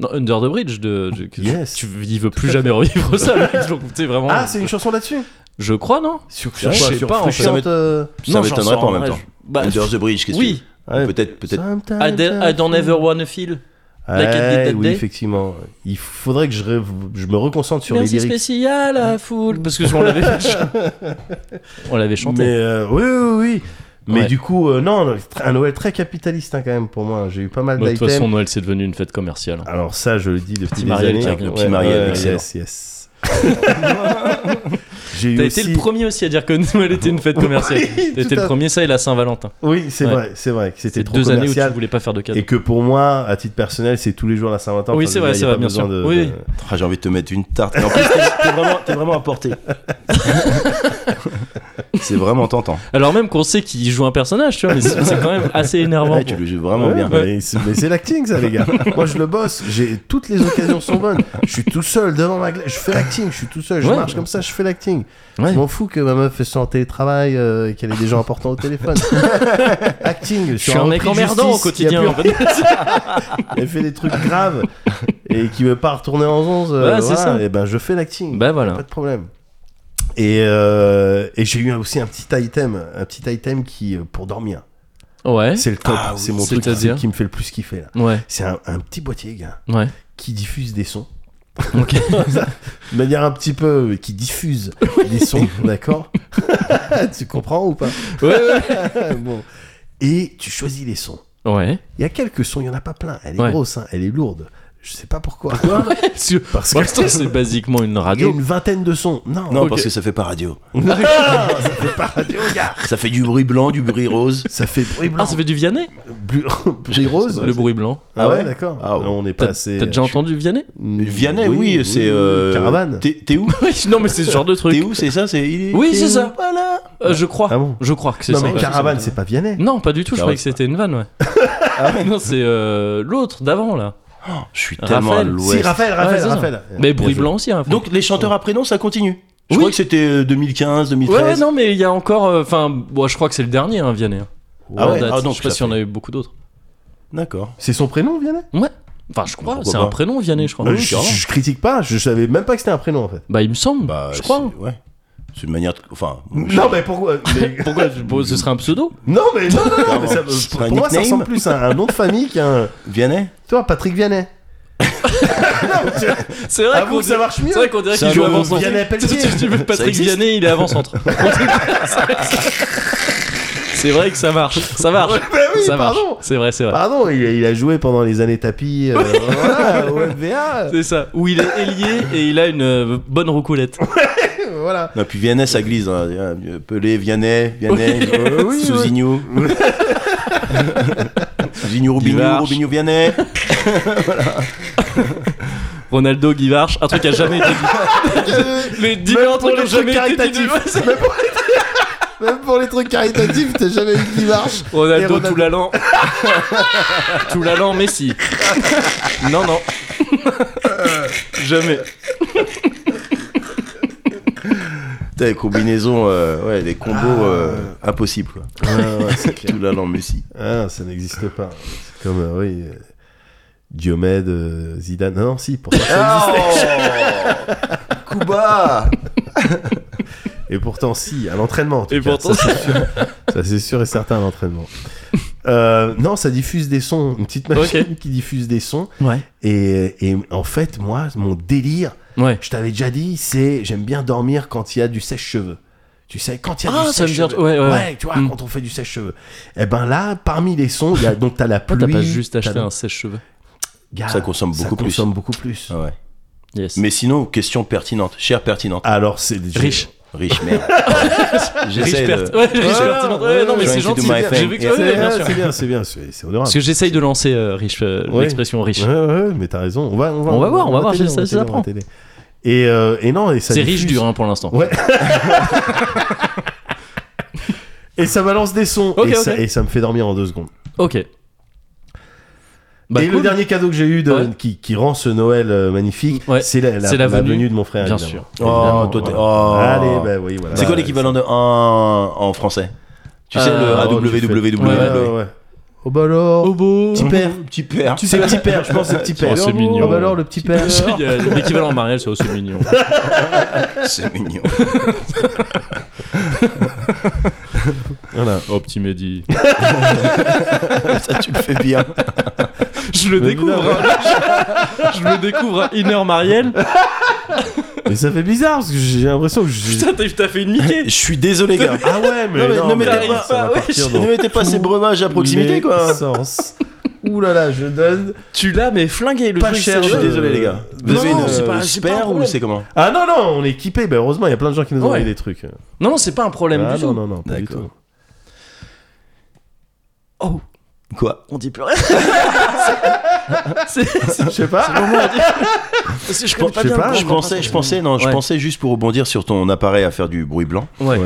Speaker 3: Non, Under the Bridge de, de- que-
Speaker 1: Yes.
Speaker 3: tu, il veut plus jamais revivre ça. le mec, donc, tu sais, vraiment.
Speaker 1: Ah, c'est une chanson là-dessus
Speaker 3: je crois non.
Speaker 1: Sur
Speaker 3: Je sais pas, en fait.
Speaker 1: Frustrante, euh,
Speaker 2: Ça m'étonnerait pas en même
Speaker 3: rage.
Speaker 2: temps.
Speaker 3: Bah,
Speaker 2: Under the Bridge, qu'est-ce que
Speaker 3: oui.
Speaker 1: ouais,
Speaker 2: Peut-être, peut-être.
Speaker 1: Sometimes
Speaker 3: I, don't- I don't ever wanna feel. like I did
Speaker 1: Ouais,
Speaker 3: that
Speaker 1: oui,
Speaker 3: day.
Speaker 1: effectivement. Il faudrait que je, rev- je me reconcentre sur les lyriques.
Speaker 3: spécial à la foule. Parce que on l'avait On l'avait chanté.
Speaker 1: Mais euh, oui, oui, oui. Mais
Speaker 3: Ouais.
Speaker 1: du coup, euh, non, non, un Noël très capitaliste hein, quand même pour moi. J'ai eu pas mal
Speaker 3: Bah, de toute façon,
Speaker 1: d'items.
Speaker 3: Noël, c'est devenu une fête commerciale.
Speaker 1: Alors ça, je le dis depuis
Speaker 3: Petit
Speaker 1: des
Speaker 3: Marielle,
Speaker 1: années.
Speaker 3: avec un
Speaker 2: petit Marielle, excellent.
Speaker 1: yes, yes. J'ai eu
Speaker 3: T'as
Speaker 1: aussi-
Speaker 3: été le premier aussi à dire que Noël était une fête commerciale.
Speaker 1: Oui,
Speaker 3: T'as
Speaker 1: tout
Speaker 3: été
Speaker 1: à-
Speaker 3: le premier, ça et la Saint-Valentin.
Speaker 1: Oui, c'est
Speaker 3: Ouais.
Speaker 1: vrai, c'est vrai que c'était
Speaker 3: C'est
Speaker 1: trop
Speaker 3: deux années où tu
Speaker 1: commercial.
Speaker 3: voulais pas faire de cadeaux.
Speaker 1: Et que pour moi, à titre personnel, c'est tous les jours la Saint-Valentin.
Speaker 3: Oui,
Speaker 1: Enfin,
Speaker 3: c'est
Speaker 1: je
Speaker 3: vrai,
Speaker 1: veux dire, y
Speaker 3: c'est
Speaker 1: a
Speaker 3: vrai,
Speaker 1: pas
Speaker 3: bien
Speaker 1: besoin
Speaker 3: sûr.
Speaker 1: de-
Speaker 3: Oui,
Speaker 1: de-
Speaker 2: Ah, J'ai envie de te mettre une tarte. Et en plus, t'es t'es vraiment, t'es vraiment à portée. C'est vraiment tentant.
Speaker 3: Alors même qu'on sait qu'il joue un personnage, tu vois, mais c'est c'est quand même assez énervant.
Speaker 2: Ouais, tu le joues vraiment
Speaker 1: Ouais,
Speaker 2: bien.
Speaker 1: Mais c'est mais c'est l'acting, ça, les gars. Moi, je le bosse. J'ai toutes les occasions sont bonnes. Je suis tout seul devant ma glace. Je fais l'acting. Je suis tout seul. Je
Speaker 3: Ouais.
Speaker 1: marche comme ça. Je fais l'acting.
Speaker 3: Ouais.
Speaker 1: Je m'en fous que ma meuf soit en télétravail euh, et qu'elle ait des gens importants au téléphone. acting.
Speaker 3: Je suis un mec emmerdant au quotidien. en fait.
Speaker 1: Elle fait des trucs graves et qui veut pas retourner en 11.
Speaker 3: Ouais, c'est ça.
Speaker 1: Et ben, je fais l'acting.
Speaker 3: Bah
Speaker 1: Pas
Speaker 3: voilà.
Speaker 1: de problème. Et, euh, et j'ai eu aussi un petit item, un petit item qui euh, pour dormir.
Speaker 3: Ouais.
Speaker 1: C'est le top,
Speaker 2: Ah oui,
Speaker 1: c'est mon truc
Speaker 3: c'est-à-dire
Speaker 1: qui me fait le plus kiffer là.
Speaker 3: Ouais.
Speaker 1: C'est un, un petit boîtier, gars,
Speaker 3: Ouais.
Speaker 1: qui diffuse des sons.
Speaker 3: Ok.
Speaker 1: De manière un petit peu. euh, qui diffuse des sons, d'accord Tu comprends ou pas
Speaker 3: Ouais.
Speaker 1: Bon. Et tu choisis les sons.
Speaker 3: Ouais.
Speaker 1: Il y a quelques sons, il n'y en a pas plein. Elle est
Speaker 3: Ouais.
Speaker 1: grosse, hein, elle est lourde. Je sais pas pourquoi.
Speaker 3: Parce que-
Speaker 1: Parce
Speaker 3: Pour
Speaker 1: que.
Speaker 3: l'instant, c'est basiquement une
Speaker 1: Il y a
Speaker 3: radio.
Speaker 1: une vingtaine de sons. Non,
Speaker 2: Non,
Speaker 3: Ok.
Speaker 2: parce que ça fait pas radio.
Speaker 1: Non, ça fait pas radio, gars.
Speaker 2: Ça fait du bruit blanc, du bruit rose.
Speaker 1: Ça fait bruit blanc.
Speaker 3: Ah, ça fait du Vianney
Speaker 1: Blu- bruit rose.
Speaker 3: Le bruit blanc.
Speaker 1: Ah ouais, d'accord.
Speaker 2: Ah ouais.
Speaker 1: Non, on euh, n'est
Speaker 3: T'as
Speaker 1: pas assez.
Speaker 3: t'as déjà entendu Vianney
Speaker 2: Vianney, oui, c'est. euh,
Speaker 1: Caravane.
Speaker 2: T'es t'es où
Speaker 3: Oui, non, mais c'est ce genre de truc.
Speaker 2: T'es où, c'est ça c'est il est-
Speaker 3: Oui,
Speaker 2: t'es
Speaker 3: c'est
Speaker 2: où
Speaker 3: ça.
Speaker 2: Voilà.
Speaker 3: Euh, je crois.
Speaker 1: Ah bon
Speaker 3: Je crois que c'est
Speaker 1: Non,
Speaker 3: ça.
Speaker 1: mais
Speaker 3: Ouais.
Speaker 1: Caravane, c'est pas Vianney.
Speaker 3: Non, pas du tout, je
Speaker 2: Ah
Speaker 3: croyais
Speaker 2: ouais,
Speaker 3: que c'était une vanne, Ah ouais. non, c'est euh, l'autre d'avant, là.
Speaker 2: Oh, Je suis tellement à
Speaker 3: Raphaël.
Speaker 1: Si,
Speaker 2: l'ouest.
Speaker 1: Raphaël,
Speaker 3: Ouais,
Speaker 1: Raphaël,
Speaker 3: c'est ça.
Speaker 1: Raphaël.
Speaker 3: Mais
Speaker 1: Bien
Speaker 3: Bruit
Speaker 1: joué.
Speaker 3: Blanc aussi, hein.
Speaker 2: Donc les chanteurs à prénom, ça continue. Je
Speaker 3: Oui.
Speaker 2: crois que c'était euh, 2015,
Speaker 3: ouais,
Speaker 2: 2013.
Speaker 3: ouais, non, mais il y a encore. euh, Enfin, bon, je crois que c'est le dernier, hein, Vianney. hein,
Speaker 2: Ah
Speaker 3: en
Speaker 2: ouais,
Speaker 3: date.
Speaker 2: ah non,
Speaker 3: je sais pas
Speaker 2: ça
Speaker 3: s'il y en a eu beaucoup d'autres.
Speaker 2: D'accord.
Speaker 1: C'est son prénom, Vianney
Speaker 3: Ouais. Enfin, je crois,
Speaker 2: Pourquoi
Speaker 3: c'est
Speaker 2: pas
Speaker 3: un prénom, Vianney, je crois.
Speaker 1: Euh, je, je critique pas, je savais même pas que c'était un prénom en fait.
Speaker 3: Bah, il me semble,
Speaker 2: Bah,
Speaker 3: je crois.
Speaker 2: c'est- Ouais. C'est une manière de. Enfin.
Speaker 1: Non, mais pourquoi mais-
Speaker 3: Pourquoi tu- bon, Ce serait un pseudo
Speaker 1: Non, mais non, non, non, mais ça,
Speaker 2: C'est
Speaker 1: pour,
Speaker 2: un
Speaker 1: pour moi ça
Speaker 2: nickname
Speaker 1: ressemble plus à un nom de famille qu'un.
Speaker 2: Vianney
Speaker 1: Toi, Patrick Vianney.
Speaker 3: C'est vrai
Speaker 1: Avoue que ça marche mieux.
Speaker 3: Ah C'est vrai qu'on dirait
Speaker 2: C'est
Speaker 3: qu'il
Speaker 2: un
Speaker 3: joue
Speaker 2: nom-
Speaker 3: avant-centre.
Speaker 1: Vianney Pelletier.
Speaker 3: Si tu veux Patrick
Speaker 2: existe
Speaker 3: Vianney, il est avant-centre. c'est vrai que ça marche. Ça marche.
Speaker 1: bah Ben oui,
Speaker 3: ça marche.
Speaker 1: pardon.
Speaker 3: C'est vrai, c'est vrai.
Speaker 1: Pardon, il, il a joué pendant les années tapis euh, voilà, au FVA.
Speaker 3: C'est ça. Où il est ailier et il a une euh, bonne roucoulette.
Speaker 1: Voilà.
Speaker 2: Non, puis Vianney, ça glisse. hein. Pelé, Vianney, Vianney, euh,
Speaker 1: Oui, oui,
Speaker 2: Sousignou. Sousignou, Robinho,
Speaker 3: Guivarch.
Speaker 2: Robinho, Vianney.
Speaker 3: Ronaldo, Guivarch, un truc qui a jamais été dit. Les
Speaker 1: Même
Speaker 3: divers
Speaker 1: pour
Speaker 3: trucs qui
Speaker 1: les
Speaker 3: ont jamais
Speaker 1: trucs
Speaker 3: été dit.
Speaker 1: caritatifs.
Speaker 3: Ouais, c'est-
Speaker 1: Même pour les trucs caritatifs, t'as jamais vu qui marche. Et
Speaker 3: Ronaldo,
Speaker 1: Ronaldo.
Speaker 3: Toulalan. Toulalan, Messi. Non, non. jamais.
Speaker 2: Putain, les combinaisons, euh, ouais, les combos euh, impossibles. Quoi.
Speaker 1: Ah. Ouais, ouais, c'est clair.
Speaker 2: Tout la langue Messi.
Speaker 1: Ah, ça n'existe pas. C'est comme, euh, oui, euh, Diomède, euh, Zidane. Ah non, si, pour ça, ça existe.
Speaker 2: Oh Kuba
Speaker 1: Et pourtant, si, à l'entraînement. en tout
Speaker 3: Et
Speaker 1: cas.
Speaker 3: pourtant-
Speaker 1: ça c'est sûr, Ça, c'est sûr et certain à l'entraînement. Euh, non, ça diffuse des sons, une petite machine qui diffuse des sons.
Speaker 3: Ouais.
Speaker 1: Et, et en fait, moi, mon délire,
Speaker 3: Ouais.
Speaker 1: je t'avais déjà dit, c'est j'aime bien dormir quand il y a du sèche-cheveux. Tu sais, quand il y a
Speaker 3: Ah,
Speaker 1: du
Speaker 3: ça me dit-
Speaker 1: sèche-cheveux.
Speaker 3: ouais, ouais, ouais.
Speaker 1: tu vois,
Speaker 3: Mm.
Speaker 1: quand on fait du sèche-cheveux. Et ben là, parmi les sons, il y a, donc t'as la pluie.
Speaker 3: Pourquoi t'as pas juste
Speaker 1: t'as-
Speaker 3: acheté un sèche-cheveux
Speaker 1: Gars,
Speaker 2: Ça consomme beaucoup plus.
Speaker 1: Ça consomme beaucoup plus.
Speaker 2: Ah ouais.
Speaker 3: Yes.
Speaker 2: Mais sinon, question pertinente, chère pertinente.
Speaker 1: Alors, c'est
Speaker 3: Riche.
Speaker 2: Riche, merde. J'essaie
Speaker 3: Riche
Speaker 2: de...
Speaker 3: perte. Ouais, riche
Speaker 1: Voilà,
Speaker 3: pertinente. Ouais, non, mais
Speaker 2: trying
Speaker 3: c'est
Speaker 2: to do
Speaker 3: gentil.
Speaker 2: my
Speaker 3: J'ai
Speaker 2: thing.
Speaker 3: vu que
Speaker 2: Yeah.
Speaker 3: ouais, ouais, bien
Speaker 1: C'est
Speaker 3: sûr.
Speaker 1: c'est bien, c'est bien, c'est c'est honorable.
Speaker 3: Parce que j'essaye de lancer euh, riche, euh,
Speaker 1: Ouais.
Speaker 3: l'expression riche.
Speaker 1: Ouais, ouais, mais t'as raison. On va, on va,
Speaker 3: On va voir, on va voir,
Speaker 1: t'aider,
Speaker 3: ça-
Speaker 1: va
Speaker 3: ça
Speaker 1: t'aider, on va t'aider. Et, euh, et non, et ça.
Speaker 3: C'est
Speaker 1: diffuse.
Speaker 3: riche dur hein, pour l'instant.
Speaker 1: Ouais. Et ça balance des sons.
Speaker 3: Ok,
Speaker 1: et, Ça,
Speaker 3: ok.
Speaker 1: et ça me fait dormir en deux secondes.
Speaker 3: Ok. Bah,
Speaker 1: et le
Speaker 3: cool.
Speaker 1: dernier cadeau que j'ai eu de,
Speaker 3: Ouais.
Speaker 1: qui, qui rend ce Noël euh, magnifique,
Speaker 3: Ouais.
Speaker 1: c'est la, la,
Speaker 3: C'est la
Speaker 1: la venue.
Speaker 3: venue.
Speaker 1: de mon frère.
Speaker 3: Bien
Speaker 1: évidemment.
Speaker 3: sûr.
Speaker 2: Oh, toi, t'es- oh.
Speaker 1: Allez, bah oui, voilà.
Speaker 2: C'est quoi
Speaker 1: Bah,
Speaker 2: l'équivalent de en, en français Tu sais,
Speaker 3: Euh,
Speaker 2: le
Speaker 1: oh, tu fais-
Speaker 2: AWWW.
Speaker 1: Ouais, ouais, ouais. Oh bah alors.
Speaker 3: Obo.
Speaker 1: Petit père.
Speaker 2: Petit père.
Speaker 1: C'est petit père, je pense, c'est petit père.
Speaker 3: Oh, c'est mignon.
Speaker 1: Oh bah alors, le petit père.
Speaker 3: Il y a L'équivalent en mariage, c'est aussi mignon.
Speaker 2: C'est mignon.
Speaker 1: Voilà.
Speaker 3: Oh, petit Mehdi.
Speaker 2: Ça, tu le fais bien.
Speaker 3: Je le
Speaker 1: Mais
Speaker 3: découvre.
Speaker 1: évidemment.
Speaker 3: hein. Je le découvre. hein. Inner Marielle.
Speaker 1: Mais ça fait bizarre parce que j'ai l'impression que j'ai-
Speaker 3: Putain, t'as t'as fait une Mickey.
Speaker 2: Je suis désolé, gars.
Speaker 1: Ah ouais, mais
Speaker 2: Non, mais
Speaker 1: non,
Speaker 2: ne
Speaker 1: mais
Speaker 2: mettez
Speaker 1: ça
Speaker 3: pas-
Speaker 1: va
Speaker 3: ouais,
Speaker 1: partir
Speaker 3: je-
Speaker 1: dans
Speaker 2: Ne mettez pas ces breuvages à proximité,
Speaker 1: mes
Speaker 2: quoi.
Speaker 1: sens. Ouh là là, je donne.
Speaker 3: Tu l'as, mais flingué le
Speaker 1: Pas
Speaker 3: truc.
Speaker 2: Je
Speaker 1: cher,
Speaker 3: c'est-
Speaker 2: suis
Speaker 1: Euh,
Speaker 2: désolé, les gars. Vous
Speaker 1: non,
Speaker 2: avez une
Speaker 3: c'est pas-
Speaker 2: euh,
Speaker 3: c'est pas un
Speaker 2: spare ou
Speaker 3: problème.
Speaker 2: c'est comment
Speaker 1: Ah non non, on est équipé. Ben heureusement, il y a plein de gens qui nous ont
Speaker 3: Ouais.
Speaker 1: envoyé des trucs.
Speaker 3: Non, non, c'est pas un problème
Speaker 1: Ah
Speaker 3: du
Speaker 1: non
Speaker 3: tout.
Speaker 1: non non, pas du
Speaker 2: D'accord.
Speaker 1: tout.
Speaker 3: Oh,
Speaker 2: Quoi
Speaker 3: on dit plus rien. C'est- c'est-
Speaker 1: Je sais pas.
Speaker 3: c'est- je
Speaker 1: pense-
Speaker 3: connais pas
Speaker 1: je sais
Speaker 3: bien.
Speaker 1: pas,
Speaker 3: le
Speaker 2: Je
Speaker 3: comprends
Speaker 2: pensais,
Speaker 3: pas
Speaker 2: je
Speaker 3: ton-
Speaker 2: pensais, non, je
Speaker 3: Ouais.
Speaker 2: pensais juste pour rebondir sur ton appareil à faire du bruit blanc.
Speaker 3: Ouais.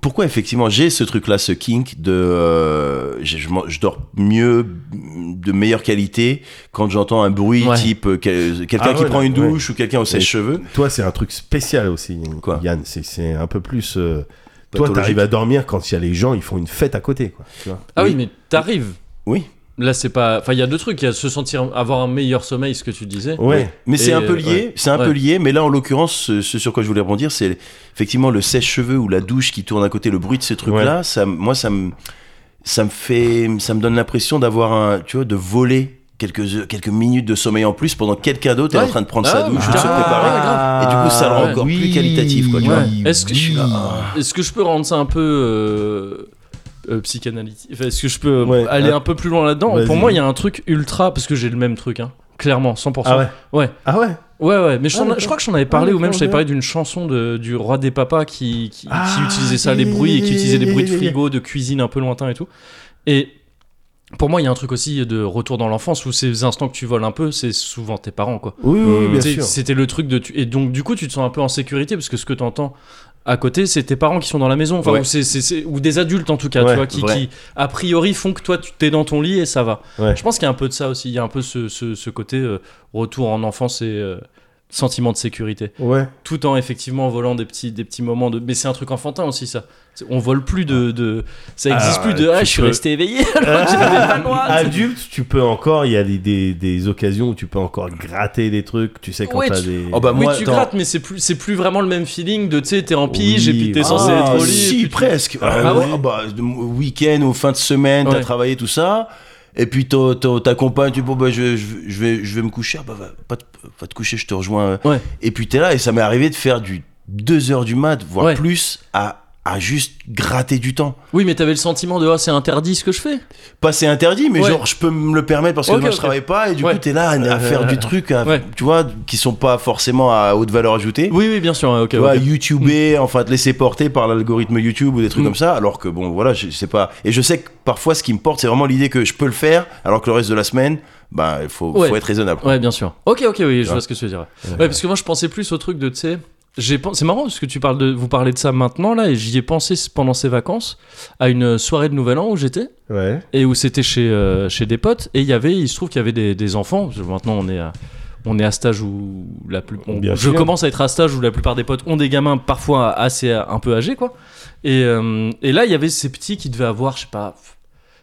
Speaker 2: Pourquoi effectivement j'ai ce truc-là, ce kink de, euh, je, je m'en- je dors mieux, de meilleure qualité quand j'entends un bruit
Speaker 3: Ouais.
Speaker 2: type euh, quel- quelqu'un
Speaker 1: Ah
Speaker 2: qui
Speaker 1: ouais,
Speaker 2: prend une
Speaker 1: ouais.
Speaker 2: douche ou quelqu'un au sèche-cheveux.
Speaker 1: Toi, c'est un truc spécial aussi,
Speaker 2: Quoi Bah,
Speaker 1: Yann. C'est c'est un peu plus. euh, Toi,
Speaker 2: Pathologique.
Speaker 1: t'arrives à dormir quand il y a les gens, ils font une fête à côté, quoi. Tu vois.
Speaker 3: Ah oui, mais t'arrives.
Speaker 2: Oui,
Speaker 3: Là, c'est pas. Enfin, il y a deux trucs. Il y a se sentir avoir un meilleur sommeil, ce que tu disais.
Speaker 1: Ouais.
Speaker 2: mais c'est
Speaker 3: Et,
Speaker 2: un peu
Speaker 3: euh,
Speaker 2: lié,
Speaker 3: ouais.
Speaker 2: c'est un peu
Speaker 3: Ouais.
Speaker 2: lié. Mais là, en l'occurrence, ce, ce sur quoi je voulais rebondir, c'est effectivement le sèche-cheveux ou la douche qui tourne à côté, le bruit de ce truc-là. Ça, m- moi, ça me, ça me fait, ça me donne l'impression d'avoir un, tu vois, de voler quelques quelques minutes de sommeil en plus pendant que quelqu'un d'autre est
Speaker 3: Ouais.
Speaker 2: en train de prendre sa
Speaker 3: Ah,
Speaker 2: douche ou de
Speaker 3: putain.
Speaker 2: se préparer. Et du coup, ça le rend
Speaker 3: Ouais.
Speaker 2: encore
Speaker 1: Oui.
Speaker 2: plus qualitatif, quoi, tu vois.
Speaker 1: Oui, Ah
Speaker 3: Est-ce que, je suis-
Speaker 1: oui.
Speaker 3: est-ce que je peux rendre ça un peu euh, euh, psychanalytique Enfin, Est-ce que je peux euh,
Speaker 1: Ouais.
Speaker 3: aller
Speaker 1: Ah.
Speaker 3: un peu plus loin là-dedans
Speaker 1: Vas-y.
Speaker 3: Pour moi, il y a un truc ultra. Parce que j'ai le même truc, hein. clairement, 100%.
Speaker 1: Ah ouais.
Speaker 3: Ouais.
Speaker 1: Ah ouais.
Speaker 3: Ouais, ouais, mais je,
Speaker 1: Ah,
Speaker 3: t'en-
Speaker 1: d'accord.
Speaker 3: je crois que j'en avais parlé,
Speaker 1: Ah,
Speaker 3: ou même je t'avais
Speaker 1: d'accord,
Speaker 3: parlé d'une chanson de, du roi des papas qui, qui, qui
Speaker 1: Ah,
Speaker 3: utilisait ça,
Speaker 1: oui,
Speaker 3: les bruits, et qui
Speaker 1: oui,
Speaker 3: utilisait des
Speaker 1: oui,
Speaker 3: bruits de
Speaker 1: oui, oui.
Speaker 3: frigo, de cuisine un peu lointain et tout. Et pour moi, il y a un truc aussi de retour dans l'enfance où ces instants que tu voles un peu, c'est souvent tes parents, quoi.
Speaker 1: Oui, oui,
Speaker 2: Mm.
Speaker 1: bien
Speaker 3: Euh, Tu sais,
Speaker 1: sûr.
Speaker 3: C'était le truc de. tu- Et donc, du coup, tu te sens un peu en sécurité parce que ce que tu entends à côté, c'est tes parents qui sont dans la maison, enfin,
Speaker 2: Ouais.
Speaker 3: ou, c'est- c'est- c'est- ou des adultes en tout cas,
Speaker 1: Ouais,
Speaker 3: tu vois, qui,
Speaker 2: vrai.
Speaker 3: qui, a priori font que toi, tu t'es dans ton lit et ça va.
Speaker 1: Ouais.
Speaker 3: Je pense qu'il y a un peu de ça aussi. Il y a un peu ce, ce- ce côté euh, retour en enfance et euh, sentiment de sécurité.
Speaker 1: Ouais.
Speaker 3: Tout en effectivement volant des petits, des petits moments de. Mais c'est un truc enfantin aussi, ça. C'est- On vole plus de. de- Ça existe
Speaker 1: Ah,
Speaker 3: plus de.
Speaker 1: tu
Speaker 3: Ah, je suis
Speaker 1: peux- Ah,
Speaker 3: resté éveillé. alors que j'avais pas le droit.
Speaker 2: Ah,
Speaker 1: Adulte, tu peux encore. Il y a des, des, des occasions où tu peux encore gratter des trucs. Tu sais quand
Speaker 3: Ouais,
Speaker 1: t'as
Speaker 3: tu-
Speaker 1: des.
Speaker 2: Oh bah
Speaker 3: Oui,
Speaker 2: moi,
Speaker 3: tu
Speaker 2: attends.
Speaker 3: grattes, mais c'est plus, c'est plus vraiment le même feeling de, tu sais, t'es en pige
Speaker 1: Oui.
Speaker 3: et puis t'es
Speaker 1: Ah,
Speaker 3: censé être au lit. et
Speaker 2: bah, si,
Speaker 3: puis tu-
Speaker 2: presque. Ah,
Speaker 3: Ah ouais
Speaker 2: oui, bah, de- Week-end ou fin de semaine, t'as
Speaker 3: Ouais.
Speaker 2: travaillé tout ça. Et puis t'o- t'o- t'accompagnes, tu dis bon bah je, je, je vais je vais me coucher, Ah, bah va, pas te, va te coucher, je te rejoins.
Speaker 3: Ouais.
Speaker 2: Et puis t'es là et ça m'est arrivé de faire du 2 heures du mat, voire
Speaker 3: Ouais.
Speaker 2: plus, à, à juste gratter du temps.
Speaker 3: Oui, mais t'avais le sentiment de, ah, c'est interdit ce que je fais.
Speaker 2: Pas c'est interdit, mais
Speaker 3: Ouais.
Speaker 2: genre je peux me le permettre parce que
Speaker 3: Ok,
Speaker 2: moi je
Speaker 3: ok.
Speaker 2: travaille pas et du
Speaker 3: Ouais. Euh,
Speaker 2: coup t'es là à, à faire du truc, à-
Speaker 3: Ouais.
Speaker 2: tu vois, qui sont pas forcément à haute valeur ajoutée.
Speaker 3: Oui, oui, bien sûr, ouais, ok.
Speaker 2: tu vois,
Speaker 3: ok.
Speaker 2: YouTuber, enfin te laisser porter par l'algorithme YouTube ou des trucs
Speaker 3: Mm.
Speaker 2: comme ça, alors que bon, voilà, je sais pas. Et je sais que parfois, ce qui me porte, c'est vraiment l'idée que je peux le faire, alors que le reste de la semaine, bah, il faut,
Speaker 3: Ouais.
Speaker 2: faut être raisonnable.
Speaker 3: Ouais, bien sûr. Ok, ok, oui, je
Speaker 2: vois.
Speaker 3: vois ce que tu veux dire. Ouais, parce que moi, je pensais plus au truc de, tu sais, j'ai pen- c'est marrant parce que tu parles de, vous parlez de ça maintenant là, et j'y ai pensé pendant ces vacances à une soirée de Nouvel An où j'étais
Speaker 1: Ouais.
Speaker 3: et où c'était chez euh, chez des potes et il y avait, il se trouve qu'il y avait des, des enfants. parce que Maintenant, on est à on est à stage où la plus, on-
Speaker 1: Bien
Speaker 3: je
Speaker 1: sûr.
Speaker 3: commence à être à stage où la plupart des potes ont des gamins parfois assez un peu âgés quoi. Et, euh, et là, il y avait ces petits qui devaient avoir, je sais pas,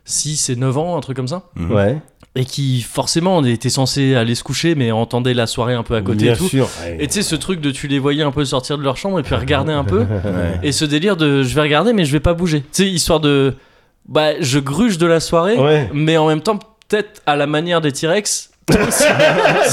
Speaker 3: 6 et 9 ans, un truc comme ça.
Speaker 2: Mhm.
Speaker 1: Ouais.
Speaker 3: et qui forcément on était censé aller se coucher mais on entendait la soirée un peu à côté
Speaker 1: Bien
Speaker 3: et tout.
Speaker 1: sûr.
Speaker 3: Et tu sais ce truc de tu les voyais un peu sortir de leur chambre et puis regarder un peu et ce délire de je vais regarder mais je vais pas bouger. Tu sais histoire de bah je gruge de la soirée
Speaker 1: Ouais.
Speaker 3: mais en même temps peut-être à la manière des T-Rex si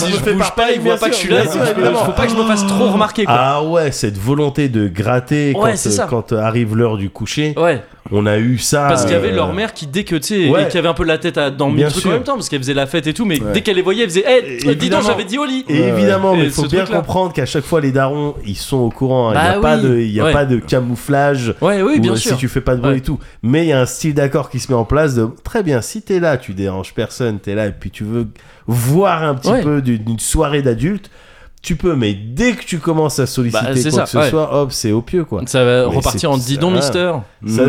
Speaker 3: je
Speaker 1: me fait
Speaker 3: bouge pas
Speaker 1: pareil,
Speaker 3: ils voient
Speaker 1: bien
Speaker 3: pas que je
Speaker 1: sûr,
Speaker 3: suis là
Speaker 1: bien sûr,
Speaker 3: donc, euh,
Speaker 1: évidemment.
Speaker 3: faut pas que je me fasse trop remarquer quoi.
Speaker 1: Ah ouais, cette volonté de gratter
Speaker 3: Ouais,
Speaker 1: quand,
Speaker 3: c'est
Speaker 1: euh,
Speaker 3: ça.
Speaker 1: quand arrive l'heure du coucher,
Speaker 3: Ouais,
Speaker 1: on a eu ça.
Speaker 3: parce qu'il y
Speaker 1: euh,
Speaker 3: avait leur mère qui dès que tu sais
Speaker 1: ouais.
Speaker 3: et qui avait un peu la tête à, dans mille
Speaker 1: Bien
Speaker 3: trucs
Speaker 1: sûr.
Speaker 3: en même temps parce qu'elle faisait la fête et tout mais dès qu'elle les voyait elle faisait hey, dis donc
Speaker 1: Évidemment.
Speaker 3: j'avais dit au lit.
Speaker 1: Et évidemment,
Speaker 3: ouais.
Speaker 1: mais
Speaker 3: Et
Speaker 1: il faut
Speaker 3: ce
Speaker 1: bien
Speaker 3: truc-là.
Speaker 1: comprendre qu'à chaque fois, les darons, ils sont au courant. hein. Il n'y a,
Speaker 3: Bah
Speaker 1: pas,
Speaker 3: oui.
Speaker 1: de, il y a
Speaker 3: Ouais.
Speaker 1: pas de camouflage.
Speaker 3: Ouais oui
Speaker 1: ou,
Speaker 3: bien
Speaker 1: euh,
Speaker 3: sûr.
Speaker 1: Si tu fais pas de bruit
Speaker 3: Ouais.
Speaker 1: et tout. Mais il y a un style d'accord qui se met en place de très bien, si t'es là, tu déranges personne, t'es là et puis tu veux voir un petit
Speaker 3: Ouais.
Speaker 1: peu d'une d'une soirée d'adultes, tu peux. Mais dès que tu commences à solliciter
Speaker 3: Bah,
Speaker 1: quoi
Speaker 3: c'est ça,
Speaker 1: que ce
Speaker 3: ouais.
Speaker 1: soit, hop, c'est au pieu quoi.
Speaker 3: Ça va
Speaker 1: Mais
Speaker 3: repartir
Speaker 1: c'est-
Speaker 3: en dis donc,
Speaker 1: ah.
Speaker 3: Mister.
Speaker 1: Ça-